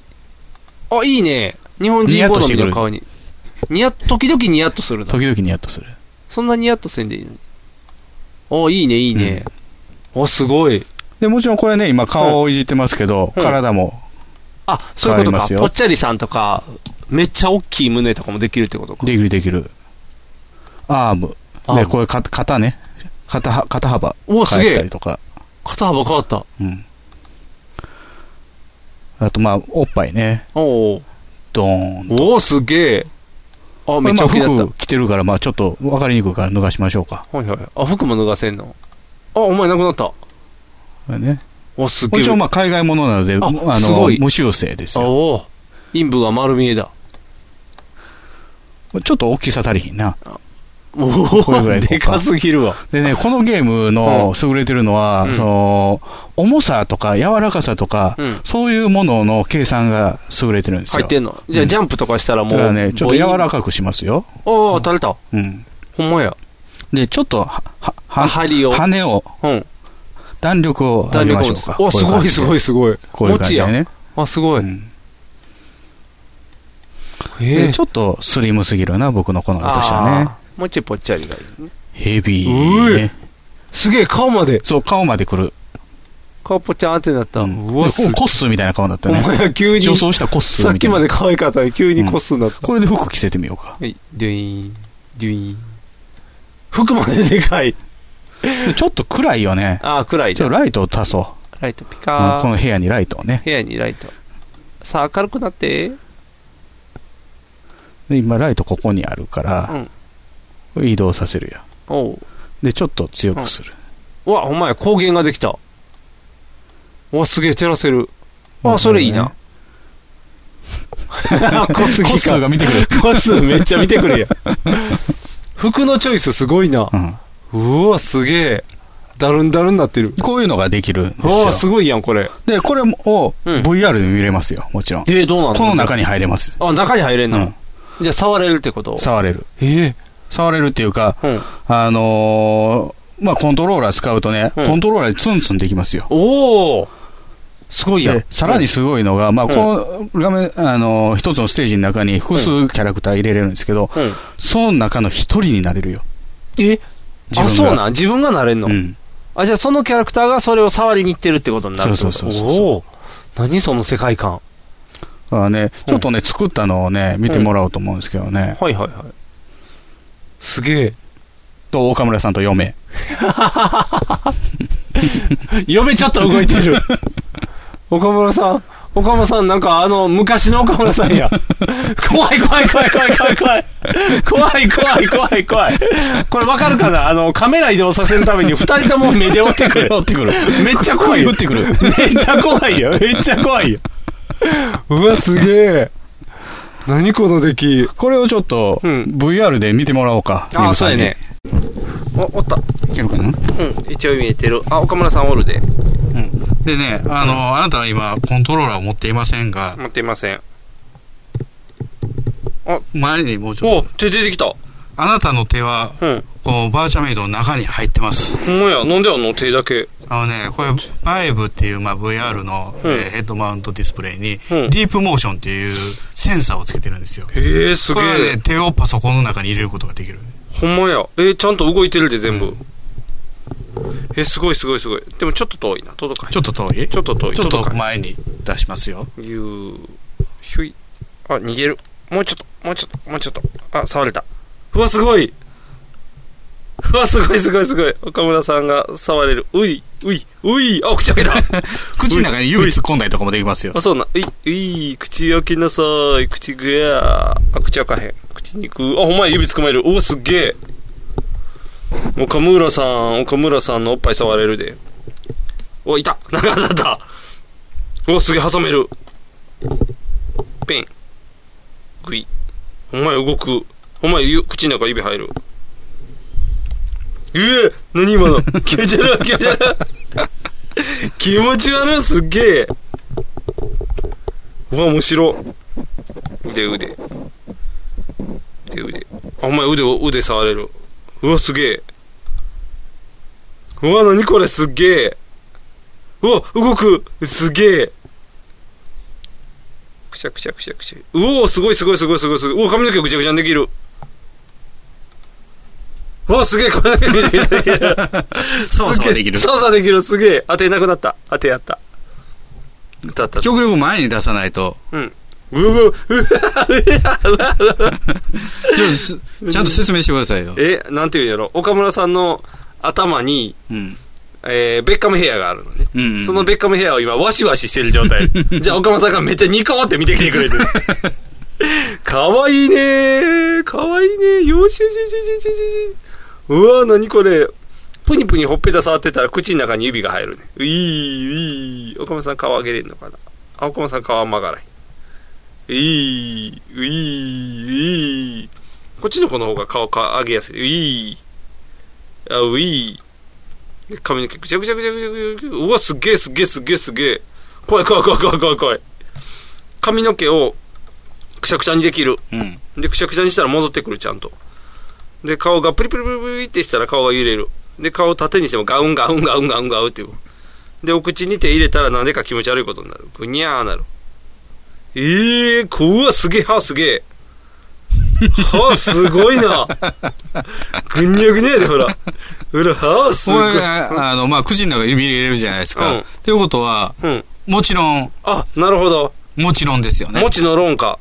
[SPEAKER 3] あ、いいね。日本
[SPEAKER 2] ニヤ
[SPEAKER 3] 人
[SPEAKER 2] ッと
[SPEAKER 3] 好
[SPEAKER 2] して
[SPEAKER 3] み
[SPEAKER 2] くる
[SPEAKER 3] の顔に。ニヤッ、時々ニヤッとするな。
[SPEAKER 2] 時々ニヤッとする。
[SPEAKER 3] そんなニヤッとせんでいいのに。おいいね、いいね。お、すごい。
[SPEAKER 2] で、もちろんこれね、今顔をいじってますけど、体も。
[SPEAKER 3] あ、そういう
[SPEAKER 2] 変わ
[SPEAKER 3] こ
[SPEAKER 2] りま
[SPEAKER 3] と
[SPEAKER 2] す
[SPEAKER 3] か。
[SPEAKER 2] よ
[SPEAKER 3] ぽっちゃりさんとか、めっちゃ大きい胸とかもできるってことか。
[SPEAKER 2] できるできる。アーム。
[SPEAKER 3] アー
[SPEAKER 2] で、
[SPEAKER 3] ム
[SPEAKER 2] これか肩ね。肩は、肩幅。
[SPEAKER 3] うわすげえ
[SPEAKER 2] 変えたりとか。
[SPEAKER 3] 肩幅変わった。
[SPEAKER 2] うん。あと、まあ、おっぱいね。
[SPEAKER 3] おー
[SPEAKER 2] ドーン。
[SPEAKER 3] おーすげえ。あ、
[SPEAKER 2] こ
[SPEAKER 3] め
[SPEAKER 2] れ
[SPEAKER 3] っち
[SPEAKER 2] ま
[SPEAKER 3] ゃ
[SPEAKER 2] あ
[SPEAKER 3] 大きだった
[SPEAKER 2] 服。着てるから、まあちょっと分かりにくいから脱がしましょうか。
[SPEAKER 3] はいはい。あ、服も脱がせんの。あ、お前なくなった。
[SPEAKER 2] これね。
[SPEAKER 3] お、すげえ。
[SPEAKER 2] もちろんまあ海外ものなので、
[SPEAKER 3] あ
[SPEAKER 2] あ
[SPEAKER 3] す
[SPEAKER 2] の
[SPEAKER 3] ごい、
[SPEAKER 2] 無修正ですよ。
[SPEAKER 3] おお。陰部が丸見えだ。
[SPEAKER 2] ちょっと大きさ足りひんな。
[SPEAKER 3] お
[SPEAKER 2] これぐらいい
[SPEAKER 3] ー
[SPEAKER 2] こ
[SPEAKER 3] で
[SPEAKER 2] うか
[SPEAKER 3] かすぎるわ。
[SPEAKER 2] でね、このゲームの優れてるのは、
[SPEAKER 3] うん
[SPEAKER 2] その重さとか柔らかさとか、
[SPEAKER 3] うん
[SPEAKER 2] そういうものの計算が優れてるんですよ。
[SPEAKER 3] 入ってんのじゃあ、ジャンプとかしたら
[SPEAKER 2] だ
[SPEAKER 3] も
[SPEAKER 2] から
[SPEAKER 3] う。
[SPEAKER 2] ね、ちょっと柔らかくしますよ。
[SPEAKER 3] ボイン。おー、垂れた。
[SPEAKER 2] うん。
[SPEAKER 3] ほんまや。
[SPEAKER 2] で、ちょっとは、は、は、
[SPEAKER 3] 針を
[SPEAKER 2] 羽を、弾力を上げましょうか。
[SPEAKER 3] 弾力をおすごいすごいすごい
[SPEAKER 2] こういう感じで
[SPEAKER 3] 持ちや
[SPEAKER 2] ね。
[SPEAKER 3] あ、すごい。へ
[SPEAKER 2] で
[SPEAKER 3] え
[SPEAKER 2] ちょっとスリムすぎるな、僕の好みとしてはね。
[SPEAKER 3] あーもうちょいぽっちゃりがいいね。
[SPEAKER 2] ヘビー、ね。
[SPEAKER 3] すげえ、顔まで。
[SPEAKER 2] そう、顔まで来る。
[SPEAKER 3] 顔ぽっちゃんってなった。うわ、
[SPEAKER 2] です
[SPEAKER 3] ごい。
[SPEAKER 2] コッスみたいな顔になったね。
[SPEAKER 3] お前 急に
[SPEAKER 2] 女装したコッスみたい
[SPEAKER 3] さ
[SPEAKER 2] な。
[SPEAKER 3] っきまで可愛かったのに急にコスになった。
[SPEAKER 2] これで服着せてみようか。
[SPEAKER 3] はい、ドゥイーン、ドゥイーン。服まででかい。
[SPEAKER 2] でちょっと暗いよね。
[SPEAKER 3] あー暗いね
[SPEAKER 2] ちょっとライトを足そ
[SPEAKER 3] ライトピ
[SPEAKER 2] う。う
[SPEAKER 3] カ
[SPEAKER 2] ん
[SPEAKER 3] ー。
[SPEAKER 2] この部屋にライトをね。
[SPEAKER 3] 部屋にライト。さあ、明るくなって。
[SPEAKER 2] で今、ライトここにあるか
[SPEAKER 3] う
[SPEAKER 2] ら
[SPEAKER 3] ん、
[SPEAKER 2] 移動させるよ。
[SPEAKER 3] おう。
[SPEAKER 2] で、ちょっと強くする。
[SPEAKER 3] うわ、ほんまや、光源ができた。うわ、すげえ、照らせる。あ、それいいな。 小杉
[SPEAKER 2] 個数が見てくれ
[SPEAKER 3] 個数めっちゃ見てくれ や。服のチョイスすごいな。うわ、すげえ。だるんだるんなってる。
[SPEAKER 2] こういうのができるんです
[SPEAKER 3] わ
[SPEAKER 2] よ
[SPEAKER 3] あ、。すごいやん、これ。
[SPEAKER 2] で、これを VR で見れますよ、もちろん。
[SPEAKER 3] え、どうなの
[SPEAKER 2] この中に入れます。
[SPEAKER 3] あ、中に入れんの、じゃあ、触れるってこと
[SPEAKER 2] 触れる。触れるっていうか、
[SPEAKER 3] うん
[SPEAKER 2] あのーまあ、コントローラー使うとね、
[SPEAKER 3] うん
[SPEAKER 2] コントローラーでツンツンできますよ。
[SPEAKER 3] おおすごいやん
[SPEAKER 2] で。さらにすごいのが、まあ、
[SPEAKER 3] うん
[SPEAKER 2] この画面、あのー一つのステージの中に複数キャラクター入れれるんですけど、その中の一人になれるよ。
[SPEAKER 3] え
[SPEAKER 2] 自分が
[SPEAKER 3] あ、そうなん自分がなれんの、
[SPEAKER 2] うん
[SPEAKER 3] あ、じゃあそのキャラクターがそれを触りに行ってるってことになるってこと
[SPEAKER 2] そうそうそう
[SPEAKER 3] おお何その世界観。
[SPEAKER 2] だからね、ちょっとね、作ったのをね、見てもらおうと思うんですけどね。
[SPEAKER 3] はいはいはい。すげえ。
[SPEAKER 2] と、岡村さんと嫁。
[SPEAKER 3] 嫁ちょっと動いてる。 岡村さん、岡村さんなんかあの昔の岡村さ んや。怖い怖い怖い怖い怖い怖い。怖い怖い怖い怖い。これわかるかなあのカメラ移動させるために二人とも目で追ってくる。
[SPEAKER 2] 追ってくる
[SPEAKER 3] めっちゃ怖い。
[SPEAKER 2] 追ってくる
[SPEAKER 3] めっちゃ怖いよ。めっちゃ怖いよ。うわ、すげえ。何この出来。
[SPEAKER 2] これをちょっと、VR で見てもらおうか。
[SPEAKER 3] あ
[SPEAKER 2] リムさんに
[SPEAKER 3] そうやね。お、おった。
[SPEAKER 2] いけるかな
[SPEAKER 3] うん、一応見えてる。あ、岡村さんおるで。
[SPEAKER 2] でね、あのーあなたは今、コントローラーを持っていませんが、
[SPEAKER 3] 持っていません。
[SPEAKER 2] 前にもうちょっと。
[SPEAKER 3] 手出てきた。
[SPEAKER 2] あなたの手は、このバーチャメイドの中に入ってます。
[SPEAKER 3] ほんまや、なんであの手だけ。
[SPEAKER 2] あのね、これ、バイブっていう、まあ、VR の、えーヘッドマウントディスプレイに、
[SPEAKER 3] うん
[SPEAKER 2] ディープモーションっていうセンサーをつけてるんですよ。
[SPEAKER 3] へえすげえ
[SPEAKER 2] これはね、手をパソコンの中に入れることができる。
[SPEAKER 3] ほんまや。えーちゃんと動いてるで、全部。えーすごいすごいすごい。でもちょっと遠いな。届かへん。
[SPEAKER 2] ちょっと遠い
[SPEAKER 3] ちょっと遠い。
[SPEAKER 2] ちょっと
[SPEAKER 3] 届かへん
[SPEAKER 2] 前に出しますよ。
[SPEAKER 3] ぎゅー。ひゅい。あ、逃げる。もうちょっと、もうちょっと、もうちょっと。あ、触れた。うわ、すごいうわ、すごいすごいすごい。岡村さんが触れる。ういういうい。あ、口開けた。
[SPEAKER 2] 口の中に指突っ込んだりとかもでき ますよ
[SPEAKER 3] あ、。そうな。ういうい。口開けなさい。口ぐやー。あ、口開かへん。口に行く。あ、ほんまや指捕まえる。お、すっげえ。岡村さん、岡村さんのおっぱい触れるで。お、いた。 長かった。お、すげえ、挟める。ペン。ぐい。ほんまや、動く。ほんまや、ゆ口の中指入る。ええ何 今の気持ち悪い気持ち悪い 気持ち悪いすっげえうわ面白い腕腕腕腕あお前腕を腕触れるうわすげえうわ何これすっげえうわ動くすげえくしゃくしゃくしゃくしゃうおーすごいすごいすごいすごいすごいうわ髪の毛ぐちゃぐちゃにできるうわすげえ髪の毛ぐちゃぐちゃにできる
[SPEAKER 2] 操作はできる
[SPEAKER 3] すげえ操作できるすげえ当てなくなった当てやった歌った
[SPEAKER 2] 極力前に出さないと、
[SPEAKER 3] うんうわうわうわうわうわ
[SPEAKER 2] ちょっと すちゃんと説明してくださいよ。
[SPEAKER 3] え、なんていうんやろ、岡村さんの頭に、
[SPEAKER 2] うん。
[SPEAKER 3] えーベッカムヘアがあるのね。
[SPEAKER 2] うんうん
[SPEAKER 3] そのベッカムヘアを今、ワシワシしてる 状態。じゃあ、岡村さんがめっちゃニコって見てきてくれてる。かわいいねー。かわいいねー。よしよしよしよしよしよし。うわー、なにこれ。プニプニほっぺた触ってたら口の中に指が入るね。ういー、ういー。岡村さん皮上げれんのかなあ、岡村さん皮曲がない。ういー、ういー、ういー。こっちの子の方が顔か上げやすい。ういあ、うい髪の毛ぐちゃぐちゃぐちゃぐちゃぐちゃぐちゃ。うわ、すげえすげえすげえすげえ。怖い怖い怖い怖い怖い怖い。髪の毛をくしゃくしゃにできる。
[SPEAKER 2] うん。
[SPEAKER 3] で、くしゃくしゃにしたら戻ってくる、ちゃんと。で、顔がプリプリプリプリってしたら顔が揺れる。で、顔を縦にしてもガウンガウンガウンガウンガウンっていう。で、お口に手入れたらなんでか気持ち悪いことになる。ぐにゃーなる。ええー、こうわ、すげえ、はあ、すげえ。はあ、すごいな。ぐにゃぐにゃやで、ほら。ほら、はあ、すごい
[SPEAKER 2] こ。れが、あの、まあ、くじの中指入れるじゃないですか。ということは、もちろん。
[SPEAKER 3] あ、なるほど。
[SPEAKER 2] もちろんですよね。
[SPEAKER 3] もちの論か。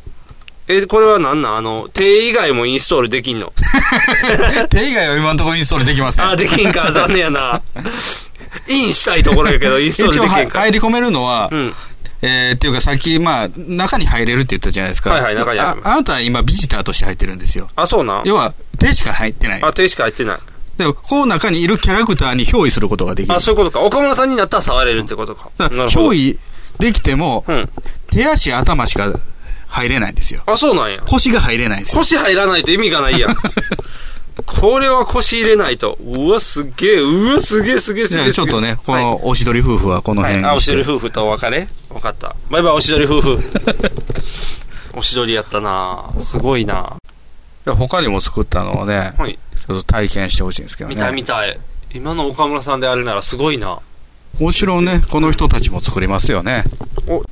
[SPEAKER 3] え、これはなんなんあの、手以外もインストールできんの
[SPEAKER 2] 手以外は今のところインストールできません。
[SPEAKER 3] あ、でき んか、残念やな。インしたいところやけど、インストールできんか。
[SPEAKER 2] 一応は入り込めるのは、えーっていうかさっき、まあ、中に入れるって言ったじゃないですか。
[SPEAKER 3] はいはい中に入れます
[SPEAKER 2] ああなたは今、ビジターとして入ってるんですよ。
[SPEAKER 3] あ、そうなん
[SPEAKER 2] 要は、手しか入ってない。
[SPEAKER 3] あ、手しか入ってない。
[SPEAKER 2] で、この中にいるキャラクターに憑依することができる。
[SPEAKER 3] あ、そういうことか。岡村さんになったら触れるってことか。
[SPEAKER 2] だから憑依できても、手足、頭しか入れないんですよ。
[SPEAKER 3] あ、そうなんや。
[SPEAKER 2] 腰が入れないんですよ。
[SPEAKER 3] 腰入らないと意味がない やん。これは腰入れないと。うわ、すっげえ、うわ、すげえ、すげえ、すげえ。
[SPEAKER 2] ちょっとね、こ
[SPEAKER 3] はい
[SPEAKER 2] のおしどり夫婦はこの辺に
[SPEAKER 3] あ、おし
[SPEAKER 2] して
[SPEAKER 3] どり夫婦とお別れ分かった。バイバイ、おしどり夫 婦。おしどりやったなすごいな
[SPEAKER 2] で他にも作ったのをね、
[SPEAKER 3] はい
[SPEAKER 2] ちょっと体験してほしいんですけど
[SPEAKER 3] 見た
[SPEAKER 2] ね。
[SPEAKER 3] 見たい。今の岡村さんであれならすごいな
[SPEAKER 2] もちろんね、この人たちも作りますよね。
[SPEAKER 3] おう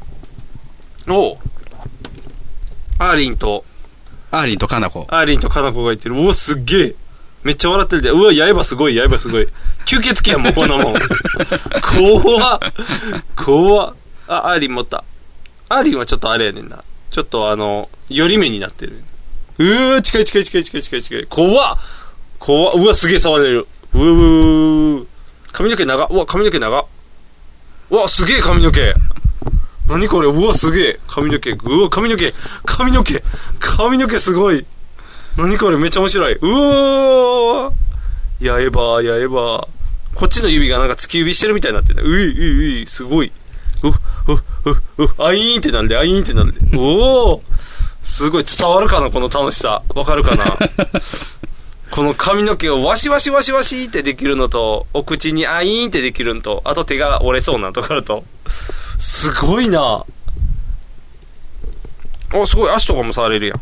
[SPEAKER 3] アーリンと、
[SPEAKER 2] アーリンとカナコ。
[SPEAKER 3] アーリンとカナコがいてる。うわ、すっげえ。めっちゃ笑ってるで。うわ、刃すごい、刃すごい。吸血鬼やん、もうこんなもん。怖っ。怖っ。あ、アーリン持った。アーリンはちょっとあれやねんな。ちょっとあの、寄り目になってる。うー、近い近い近い近い近い近い。怖っ。怖っ。うわ、すげえ触れる。うーうー。髪の毛長っ。うわ、髪の毛長っ。うわ、すげえ髪の毛。何これうわ、すげえ。髪の毛。うわ、髪の毛。髪の毛。髪の毛すごい。何これめっちゃ面白い。うおーやえばやえばこっちの指がなんか突き指してるみたいになってる。ういういうい、すごい。うっ、うっ、うっ、うっ、あいーんってなんで、あいーんってなんで。おおすごい。伝わるかなこの楽しさ。わかるかなこの髪の毛をワシワシワシワシってできるのと、お口にあいーんってできるのと、あと手が折れそうなところと。すごいなお、すごい。足とかも触れるやん。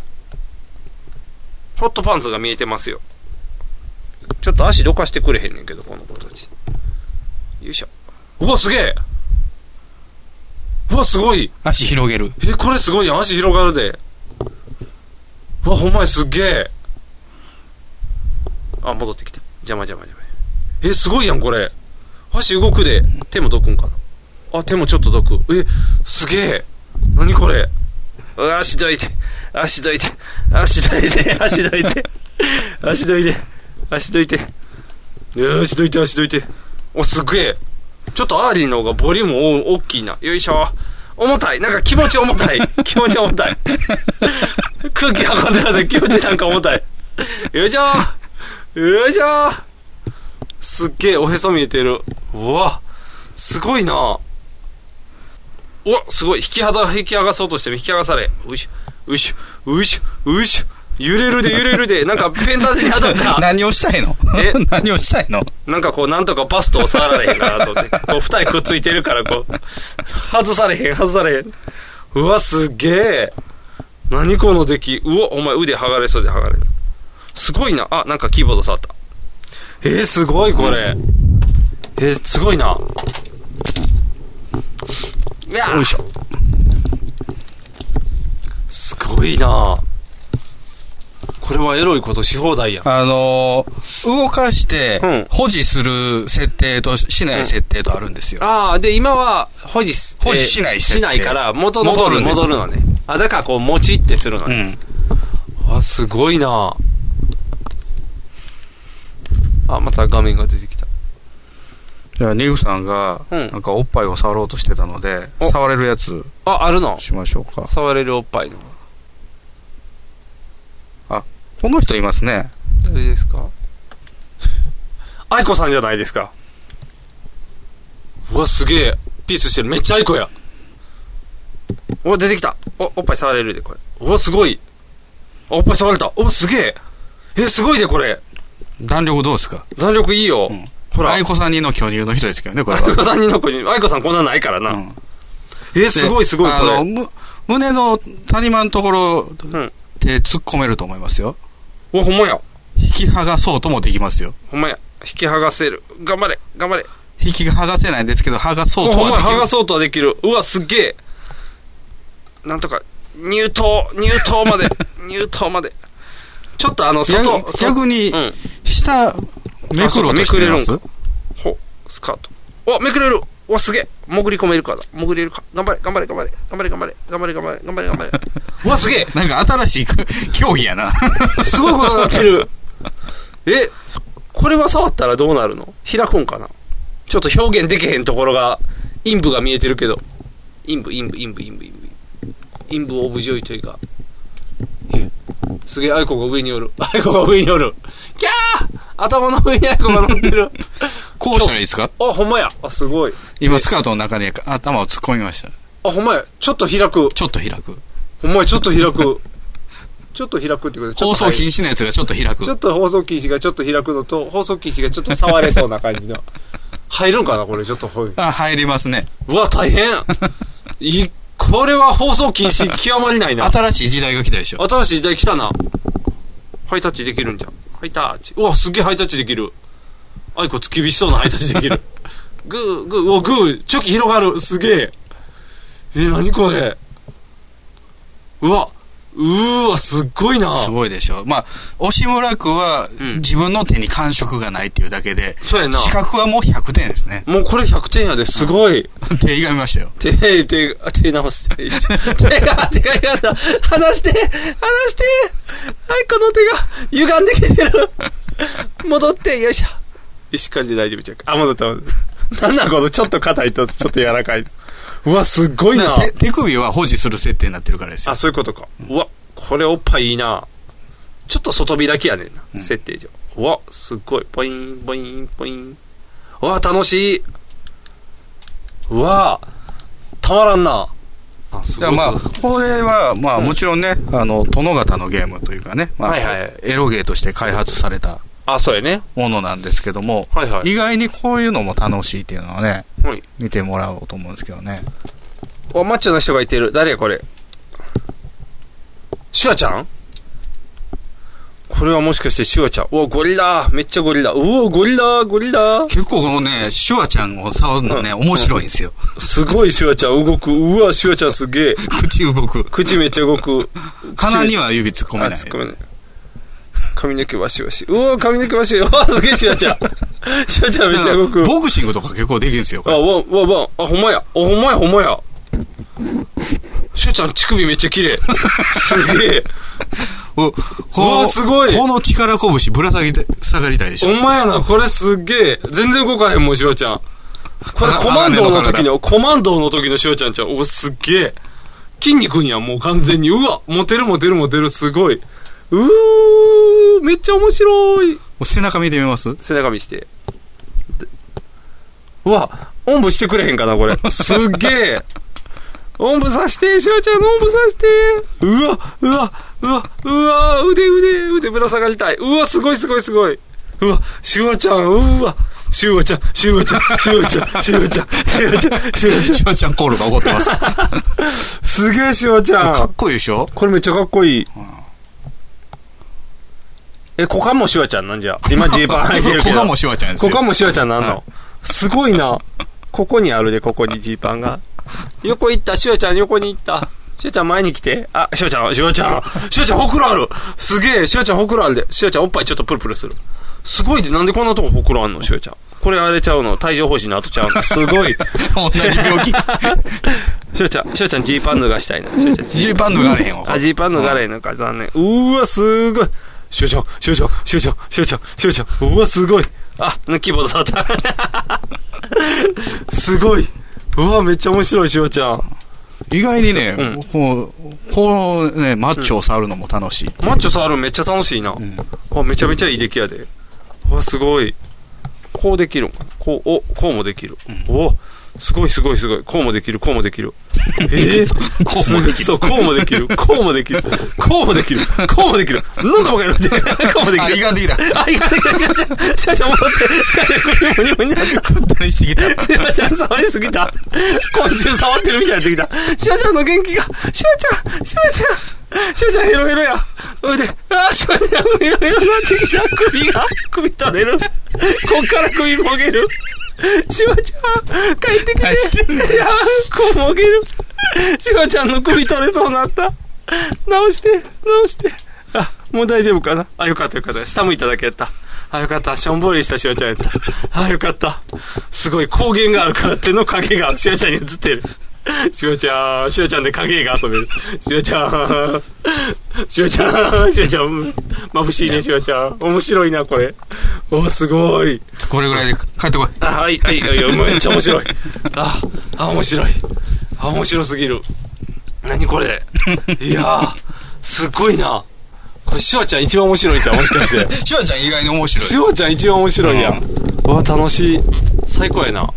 [SPEAKER 3] ホットパンツが見えてますよ。ちょっと足どかしてくれへんねんけど、この子たち。よいしょ。うわ、すげえうわ、すごい
[SPEAKER 2] 足広げる。
[SPEAKER 3] え、これすごいやん。足広がるで。うわ、ほんまや、すっげえ。あ、戻ってきた。邪魔邪魔邪魔。え、すごいやん、これ。足動くで。手もどくんかな。あ、手もちょっとどく。え、すげえ。何これ。うわ足どいて。足どいて。足どいて。足どいて。足どいて。足どいて。いや足どいて、足どいて。お、すげえ。ちょっとアーリーの方がボリュームお大きいな。よいしょ。重たい。なんか気持ち重たい。気持ち重たい。空気運んでるので気持ちなんか重たい。よいしょ。よいしょ。すっげえおへそ見えてる。うわ。すごいな。うわ、すごい。引き肌引き剥がそうとしても引き剥がされ。うしょ、うしょ、うしょ、うしょ。揺れるで揺れるで。なんかペン立てに当たっ た。
[SPEAKER 2] 何をしたいの 何をしたいの
[SPEAKER 3] なんかこう、なんとかバストを触られへんかなと思 って。こう、二人くっついてるから、こう、外されへん、外されへん。うわ、すげえ。何この出来。うわ、お前腕剥がれそうで剥がれる。すごいな。あ、なんかキーボード触った。えー、すごいこれ。えー、すごいな。いやよいしょ。すごいな。これはエロいことし放題やん。
[SPEAKER 2] あのー動かして、保持する設定としない設定とあるんですよ。
[SPEAKER 3] ああ、で、今は保持す、
[SPEAKER 2] 保持しない設定
[SPEAKER 3] しないから、元の戻る
[SPEAKER 2] 戻
[SPEAKER 3] 戻
[SPEAKER 2] る
[SPEAKER 3] る
[SPEAKER 2] ん
[SPEAKER 3] の
[SPEAKER 2] で
[SPEAKER 3] ね。あ、だからこう、持ちってするのね。あ、すごいなあ、また画面が出てきた。
[SPEAKER 2] じゃあ、ニグさんが、なんかおっぱいを触ろうとしてたので、触れるやつ、
[SPEAKER 3] あ、あるの
[SPEAKER 2] しましょうか。
[SPEAKER 3] 触れるおっぱいの。
[SPEAKER 2] あ、この人いますね。
[SPEAKER 3] 誰ですか 愛子さんじゃないですか。うわ、すげえ。ピースしてる。めっちゃ愛子や。お、出てきた。お、おっぱい触れるで、これ。うわ、すごい。あおっぱい触れた。お、すげえ。え、すごいね、これ。
[SPEAKER 2] 弾力どうですか
[SPEAKER 3] 弾力いいよ。
[SPEAKER 2] ほ ら。愛子さんにの巨乳の人ですけどね、これ
[SPEAKER 3] 愛子さ
[SPEAKER 2] は。
[SPEAKER 3] んにの子に、愛子さんこんなのないからな。え、すごいすごい、
[SPEAKER 2] で
[SPEAKER 3] こ
[SPEAKER 2] あの
[SPEAKER 3] れ。
[SPEAKER 2] む胸の谷間のところで突っ込めると思いますよ。
[SPEAKER 3] お、ほんまや。
[SPEAKER 2] 引き剥がそうともできますよ。
[SPEAKER 3] ほんまや。引き剥がせる。頑張れ、頑張れ。
[SPEAKER 2] 引き剥がせないんですけど、剥がそうと
[SPEAKER 3] ほん
[SPEAKER 2] は
[SPEAKER 3] ま
[SPEAKER 2] で
[SPEAKER 3] や
[SPEAKER 2] き
[SPEAKER 3] 剥
[SPEAKER 2] る
[SPEAKER 3] が。そうとはできる。うわ、すっげえ。なんとか、入刀、入 刀まで、入刀まで。ちょっとあの、外、
[SPEAKER 2] 逆
[SPEAKER 3] 外
[SPEAKER 2] 逆に
[SPEAKER 3] うん、
[SPEAKER 2] 下、めくろうとしてみます
[SPEAKER 3] あそうかほ、スカート。お、めくれるお、すげえ潜り込めるかな潜れるか。頑張れ、頑張れ、頑張れ、頑張れ、頑張れ、頑張れ、頑張れ、頑張れ、頑張れ。うわ、すげえ
[SPEAKER 2] なんか新しい 競技やな。
[SPEAKER 3] すごいことになってる。え、これは触ったらどうなるの開くんかなちょっと表現できへんところが、陰部が見えてるけど。陰部、陰部、陰部、陰部、陰部。陰部オブジョイというか。えすげえ、アイコが上におる。アイコが上におる。キャー頭の上にアイコが乗ってる。
[SPEAKER 2] こうしたらいいですか
[SPEAKER 3] あ、ほんまや。あ、すごい。
[SPEAKER 2] 今、スカートの中に頭を突っ込みました。
[SPEAKER 3] あ、ほんまや。ちょっと開く。
[SPEAKER 2] ちょっと開く。
[SPEAKER 3] ほんまや、ちょっと開く。ちょっと開くってことでちょ
[SPEAKER 2] 放
[SPEAKER 3] っと
[SPEAKER 2] 送
[SPEAKER 3] 入る
[SPEAKER 2] 禁止のやつがちょっと開く
[SPEAKER 3] ちょ。っと放送禁止がちょっと開くのと、放送禁止がちょっと触れそうな感 じの。入るんかなこれ、ちょっとほい。
[SPEAKER 2] あ、入りますね。
[SPEAKER 3] うわ、大変いこれは放送禁止極まりないな。
[SPEAKER 2] 新しい時代が来たでしょ。
[SPEAKER 3] 新しい時代来たな。ハイタッチできるんじゃん。ハイタッチ。うわ、すげえハイタッチできる。あいこつ厳しそうなハイタッチでき る。グー、グー、うわ、グー、チョキ広がる。すげえ。え、なにこれ。うわ、うーわ、すっごいな。
[SPEAKER 2] すごいでしょ。まあ、押村区は、自分の手に感触がないっていうだけで、
[SPEAKER 3] そうやな
[SPEAKER 2] 資格はもう100点ですね。
[SPEAKER 3] もうこれ100点やで、すごい。
[SPEAKER 2] 手歪みましたよ。
[SPEAKER 3] 手、手、手、手直して。手が、手が歪んだ。離して離してはい、この手が歪んできてる。戻って、よいしょ。一しっかりで大丈夫ちゃうか。あ、戻った、戻 った。なんなんこの、ちょっと硬いと、ちょっと柔らかい。うわ、すっごいな
[SPEAKER 2] だから手手首は保持する設定になってるからですよ。
[SPEAKER 3] あ、そういうことか。うわ、これおっぱいいいな。ちょっと外開きやねんな、設定上。うわ、すっごい。ポイン、ポイン、ポイン。うわ、楽しい。うわ、たまらんな。あ、す
[SPEAKER 2] だ
[SPEAKER 3] ご
[SPEAKER 2] か
[SPEAKER 3] い。
[SPEAKER 2] らまあ、これは、まあ、もちろんね、あの、殿方のゲームというかね、まあ、
[SPEAKER 3] はいはい
[SPEAKER 2] エロゲーとして開発された
[SPEAKER 3] あ、そうやね。
[SPEAKER 2] ものなんですけども、
[SPEAKER 3] はいはい
[SPEAKER 2] 意外にこういうのも楽しいっていうのはね、
[SPEAKER 3] はい。
[SPEAKER 2] 見てもらおうと思うんですけどね。
[SPEAKER 3] お、マッチョな人がいてる。誰や、これ。シュワちゃんこれはもしかしてシュワちゃん。うわ、ゴリラめっちゃゴリラ。うお、ゴリラゴリラ
[SPEAKER 2] 結構このね、シュワちゃんを触るのね、面白いんですよ。
[SPEAKER 3] すごいシュワちゃん動く。うわ、シュワちゃんすげえ。
[SPEAKER 2] 口動く。
[SPEAKER 3] 口めっちゃ動く。
[SPEAKER 2] 鼻には指突っ込めない
[SPEAKER 3] あ突っ込めない。髪の毛わしわし。うわ、髪の毛わし。うわ、すげえシュワちゃん。 シュワちゃんめっちゃ動く。
[SPEAKER 2] ボクシングとか結構できるんですよ。
[SPEAKER 3] あ、わ、わ、わ、あ、ほんまや。あ、ほんまや、ほんまや。シュウちゃん、乳首めっちゃ綺麗。 すげえ。
[SPEAKER 2] お、
[SPEAKER 3] うわすごい
[SPEAKER 2] この力拳ぶら下げて、下がりたいでしょ。
[SPEAKER 3] ほんまやな、これすっげえ。全然動かへんもん、シュワちゃん。これ
[SPEAKER 2] あ
[SPEAKER 3] コマンドの
[SPEAKER 2] あ
[SPEAKER 3] 時
[SPEAKER 2] な
[SPEAKER 3] の、コマンドの時のシュワちゃんちゃん。お、すっげえ。筋肉にはもう完全に。うわ、モテるモテるモテる、すごい。うー、めっちゃ面白い。
[SPEAKER 2] もう背中見てみ ます
[SPEAKER 3] 背中見して。でうわ、おんぶしてくれへんかな、これ。すっげ え。おんぶさして、しゅうちゃんのおんぶさして。うわ、うわ、うわ、うわ、腕、腕、腕ぶら下がりたい。うわ、すごいすごいすごい。うわ、しゅうちゃん、うわ。しゅうちゃん、しゅうちゃん、しゅうちゃん、しゅうちゃん、しゅうちゃん、しゅうちゃん。
[SPEAKER 2] シュワちゃんコールが起こってます。
[SPEAKER 3] すげえ、しゅうちゃん。
[SPEAKER 2] かっこいいでしょ
[SPEAKER 3] これめっちゃかっこいい。え、股間もシュワちゃんなんじゃ。今ジーパン履いてるけど。
[SPEAKER 2] 股間もシュワちゃんですよ
[SPEAKER 3] 股間もシュワちゃんなんの。
[SPEAKER 2] はい
[SPEAKER 3] すごいな。ここにあるで、ここにジーパンが。横行った、シュワちゃん横に行った。シュワちゃん前に来て。あ、シュワちゃん、シュワちゃん。シュワちゃんほくろある。すげえ、シュワちゃんほくろあるで。シュワちゃんおっぱいちょっとプルプルする。すごいで、なんでこんなとこほくろあんの、シュワちゃん。これあれちゃうの帯状疱疹の後ちゃうの すごい。
[SPEAKER 2] 同じ病気。
[SPEAKER 3] しゅうちゃん、しゅうちゃん、ジーパン脱がしたいな。しゅうちゃん、
[SPEAKER 2] ジーパン脱がれへんわ
[SPEAKER 3] あ、ジーパン脱がれへんのか、残念。うーわ、すごい。しゅうちゃん、しゅうちゃん、しゅうちゃん、しゅうちゃん、しゅうちゃん。うわ、すごい。あ、抜き棒だった。すごい。うわ、めっちゃ面白い、しゅうちゃん。
[SPEAKER 2] 意外にね、こう、こうね、マッチョを触るのも楽しい。
[SPEAKER 3] マッチョ触るのめっちゃ楽しいな。あ、めちゃめちゃいい出来やで。うわ、すごい。こうできるんかなこう、お、こうもできる。お、すごいすごいすごい。こうもできる、こうもできる。
[SPEAKER 16] え
[SPEAKER 3] えー、こうもできる。そう、こうもできる。こうもできる。こうもできる。こうもできる。なんかばかり言って。こうもできる。
[SPEAKER 16] あ胃がんできた
[SPEAKER 3] あ、胃がんできた。シャシャ、シャシャ戻って。シャシャ、これもにもになった。こったりしてきた。シャシャ、触りすぎた。昆虫触ってるみたいになってきた。シャシャの元気が。シャちゃん、シャちゃん。シャちゃんヘロヘロや。おいで、あー、シャちゃんヘロヘロになってきた。首が、首取れる。こっから首もげる。シワちゃん、帰ってきて。いや、こうもげる。シワちゃんの首取れそうになった。直して、直して。あ、もう大丈夫かなあ、よかったよかった。下向いただけやった。あ、よかった。しょんぼりしたシワちゃんやった。あ、よかった。すごい光源があるから手の影がシワちゃんに映ってる。シワちゃん、シワちゃんで影が遊べる。シワちゃん、シワちゃん、シワちゃん、眩しいね、シワちゃん。面白いな、これ。お、すごい。
[SPEAKER 16] これぐらいで帰ってこい。
[SPEAKER 3] あ、はい、はい、はい、めっちゃ面白い。あ、あ、面白い。あ、面白すぎる。何これ。いやー、すごいな。これ、シュワちゃん一番面白いんちゃうもしかして。
[SPEAKER 16] シュワちゃん意外に面白い。
[SPEAKER 3] シュワちゃん一番面白いやん。うわ、楽しい。最高やな。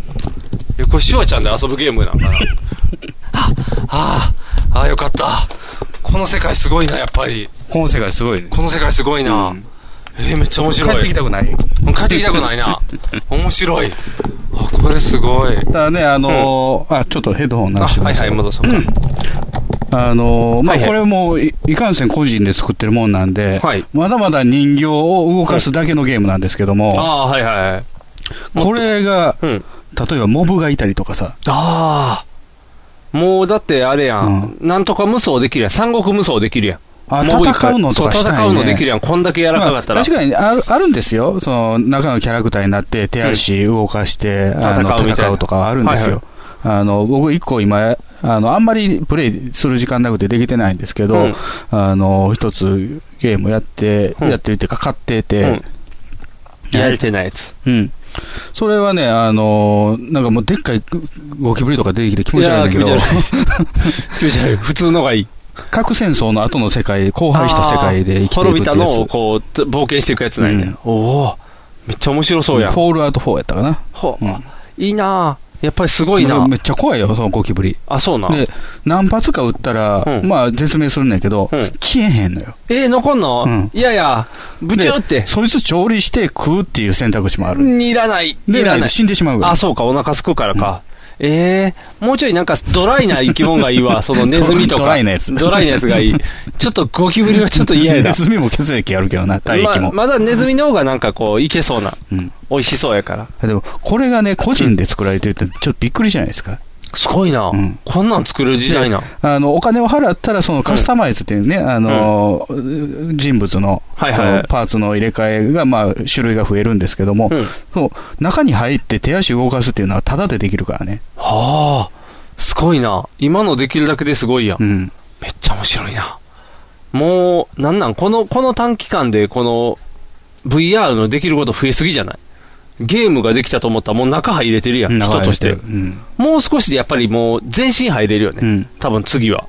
[SPEAKER 3] え、これ、シュワちゃんで遊ぶゲームなんかな。あ、あー、あー、よかった。この世界すごいな、やっぱり。
[SPEAKER 2] この世界すごいね。
[SPEAKER 3] この世界すごいな。えーめっちゃ面白い。
[SPEAKER 2] 帰ってきたくない。
[SPEAKER 3] うん帰ってきたくないな。面白い。あ、これすごい。
[SPEAKER 2] ただね、あのーあ、ちょっとヘッドホン直してください。
[SPEAKER 3] はいはい戻そうか
[SPEAKER 2] あのーまあ、
[SPEAKER 3] はいはい
[SPEAKER 2] これもい、いかんせん個人で作ってるもんなんで、まだまだ人形を動かすだけのゲームなんですけども、
[SPEAKER 3] ああー、はいはいはい。
[SPEAKER 2] これが、例えばモブがいたりとかさ、
[SPEAKER 3] ああ。もうだってあれやん。なんとか無双できるやん。三国無双できるやん。
[SPEAKER 2] あ
[SPEAKER 3] モブいっぱい
[SPEAKER 2] 戦うのとかしたいね
[SPEAKER 3] そう、戦うのできるやん。こんだけ柔らかかったら。
[SPEAKER 2] まあ確かにあるあるんですよ、その中のキャラクターになって、手足動かして、あの
[SPEAKER 3] 戦うみたいな
[SPEAKER 2] 戦うとかはあるんですよ。あの僕、一個今あの、あんまりプレイする時間なくてできてないんですけど、
[SPEAKER 3] うん
[SPEAKER 2] あの一つゲームやって、
[SPEAKER 3] うん
[SPEAKER 2] やってるっていうか、買ってて、
[SPEAKER 3] やれてないやつ。
[SPEAKER 2] うん。それはね、あのーなんかもうでっかいゴキブリとか出てきて気持ち悪いんだけど
[SPEAKER 3] いやー、気持ち悪い。普通のがいい。
[SPEAKER 2] 核戦争の後の世界、荒廃した世界で生きていくって
[SPEAKER 3] 滅
[SPEAKER 2] や
[SPEAKER 3] びた
[SPEAKER 2] つ。
[SPEAKER 3] のをこう、つ冒険していくやつなんやね。おおめっちゃ面白そうやん。
[SPEAKER 2] フォールアウト4やったかな。
[SPEAKER 3] ほいいなぁ。やっぱりすごいな
[SPEAKER 2] めっちゃ怖いよ、そのゴキブリ。
[SPEAKER 3] あ、そうな
[SPEAKER 2] で、何発か撃ったら、まあ、絶命するんだけど、消えへんのよ。
[SPEAKER 3] えー、残んの、
[SPEAKER 2] うん
[SPEAKER 3] いやいや、ぶちゅって
[SPEAKER 2] で。そいつ調理して食うっていう選択肢もある。
[SPEAKER 3] いらない。
[SPEAKER 2] で
[SPEAKER 3] いら
[SPEAKER 2] ない
[SPEAKER 3] な
[SPEAKER 2] と
[SPEAKER 3] い。
[SPEAKER 2] 死んでしまうから
[SPEAKER 3] あ、そうか、お腹すくからか。えー、もうちょいなんかドライな生き物がいい わ。そのネズミとか。
[SPEAKER 2] ドライなやつ
[SPEAKER 3] ドライなやつがい い。ちょっとゴキブリはちょっと嫌やな。
[SPEAKER 2] ネズミも血液あるけどな、体液も。
[SPEAKER 3] ままだネズミの方がなんかこう、いけそうな。
[SPEAKER 2] うん
[SPEAKER 3] 美味しそうやから。
[SPEAKER 2] でも、これがね、個人で作られてるって、ちょっとびっくりじゃないですか。
[SPEAKER 3] すごいな。こんなん作る時代な。
[SPEAKER 2] あのお金を払ったら、そのカスタマイズっていうね、あの人物の,、
[SPEAKER 3] はいはいはい
[SPEAKER 2] のパーツの入れ替えが、まあ、種類が増えるんですけども、そう中に入って手足動かすっていうのは、ただでできるからね、
[SPEAKER 3] はあ、すごいな。今のできるだけですごいや
[SPEAKER 2] う
[SPEAKER 3] ん。
[SPEAKER 2] ん、
[SPEAKER 3] めっちゃ面白いな。もう、なんなんこの、この短期間で、この、VR のできること増えすぎじゃないゲームができたと思ったらもう中入れてるやん、人として。
[SPEAKER 2] うん
[SPEAKER 3] もう少しでやっぱりもう全身入れるよね。多分次は。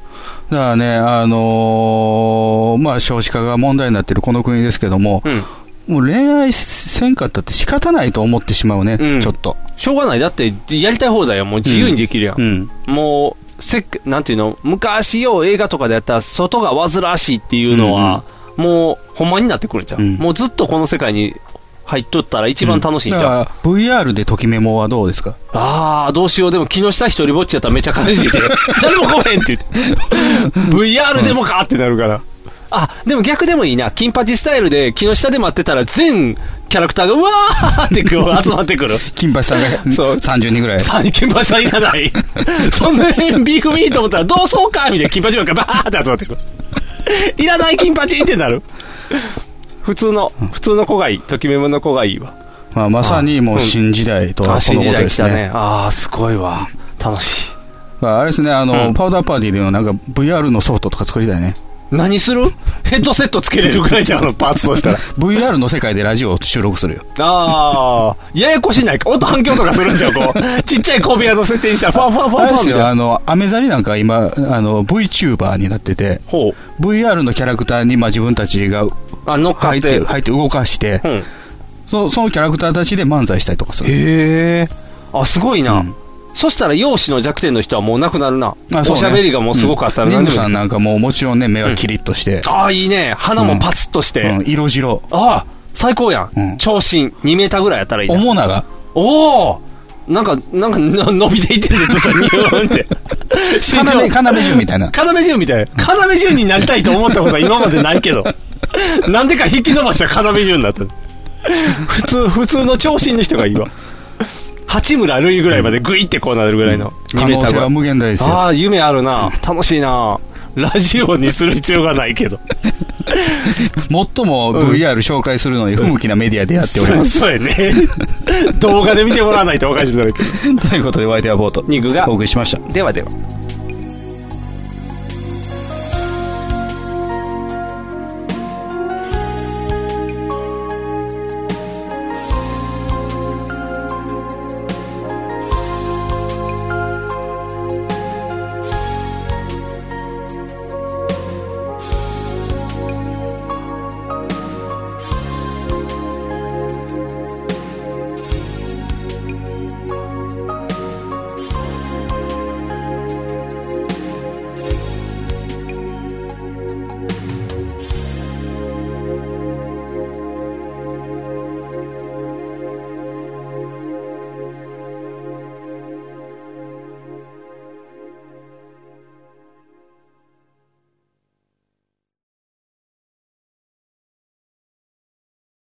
[SPEAKER 2] だからね、あのーまあ、少子化が問題になってるこの国ですけども、もう恋愛せんかったって仕方ないと思ってしまうね、ちょっと。
[SPEAKER 3] しょうがない。だって、やりたい放題やんもう自由にできるやん。
[SPEAKER 2] うん
[SPEAKER 3] もう、せっ、なんていうの、昔よ、映画とかでやった外が煩わしいっていうのは、もう、ほんまになってくるんちゃう、もうずっとこの世界に入っとったら一番楽しいんちゃう、
[SPEAKER 2] だから VR でときメモはどうですか
[SPEAKER 3] ああ、どうしよう。でも、木下一人ぼっちやったらめっちゃ悲しいで。誰も来へんって言って。VR でもかってなるから。あ、でも逆でもいいな。金八スタイルで木下で待ってたら全キャラクターがうわーってこう集まってく る。
[SPEAKER 2] 金八さんが30人ぐらい。
[SPEAKER 3] さあ、金八さんいらない。 そんな辺ビーフミーと思ったらどうそうかみたいな金八ばっかバーって集まってくる。いらない金八ってなる。普通の、普通の子がいい。ときめもの子がいいわ。
[SPEAKER 2] まあ、まさにもう新時代とは
[SPEAKER 3] あ、
[SPEAKER 2] こ
[SPEAKER 3] 新
[SPEAKER 2] のこ
[SPEAKER 3] 時
[SPEAKER 2] と
[SPEAKER 3] 代
[SPEAKER 2] で
[SPEAKER 3] 来
[SPEAKER 2] す
[SPEAKER 3] た
[SPEAKER 2] ね。
[SPEAKER 3] ね。ああ、すごいわ。楽しい。
[SPEAKER 2] ああれですね、あの、
[SPEAKER 3] うん
[SPEAKER 2] パウダーパーティーでのなんか VR のソフトとか作りたいね。
[SPEAKER 3] 何するヘッドセットつけれるぐらいじゃん、あのパーツとしたら。
[SPEAKER 2] VR の世界でラジオを収録するよ。
[SPEAKER 3] ああ、ややこしないか。音反響とかするんじゃん、こ う。ちっちゃい小部屋の設定にしたら、ファンファンフ
[SPEAKER 2] あ
[SPEAKER 3] ァ
[SPEAKER 2] れ
[SPEAKER 3] ンフ
[SPEAKER 2] で
[SPEAKER 3] ァン
[SPEAKER 2] す
[SPEAKER 3] みたい
[SPEAKER 2] よ、
[SPEAKER 3] な。
[SPEAKER 2] あの、アメザリなんか今、あの、VTuber になってて、VR のキャラクターに、まあ、自分たちが入って、入って動かして、そ、そのキャラクターたちで漫才したりとかする。
[SPEAKER 3] へえ。あ、すごいな。そしたら容姿の弱点の人はもうなくなるな。
[SPEAKER 2] あそう
[SPEAKER 3] お
[SPEAKER 2] ね
[SPEAKER 3] しゃべりがもうすごくあったら
[SPEAKER 2] うんリン
[SPEAKER 3] 何
[SPEAKER 2] グ
[SPEAKER 3] でも
[SPEAKER 2] さんなんかもうもちろんね、目はキリッとして。
[SPEAKER 3] ああ、いいね。鼻もパツッとして。
[SPEAKER 2] うん色白。
[SPEAKER 3] ああ、最高やん。長身2メーターぐらいやったらいいな。
[SPEAKER 2] 主なが
[SPEAKER 3] おおなんか、なんかの伸びていってるね、ずっとニュー ンって。身長
[SPEAKER 2] 要潤みたいな。
[SPEAKER 3] 要潤みたいな。要潤になりたいと思ったことは今までないけど。なんでか引き伸ばしたら要潤になった。普通、普通の長身の人がいいわ。八村塁ぐらいまでグイってこうなるぐらいの。
[SPEAKER 2] 可能性は無限大ですよ。
[SPEAKER 3] ああ、夢あるな。楽しいな。ラジオにする必要がないけど。
[SPEAKER 2] 最も VR 紹介するのに不向きなメディアでやっており ます。
[SPEAKER 3] そうそうやね。動画で見てもらわないとおかしいとなるけど。
[SPEAKER 2] ということで、ワイデアボート。
[SPEAKER 3] ニグが
[SPEAKER 2] お送りしました。
[SPEAKER 3] ではでは。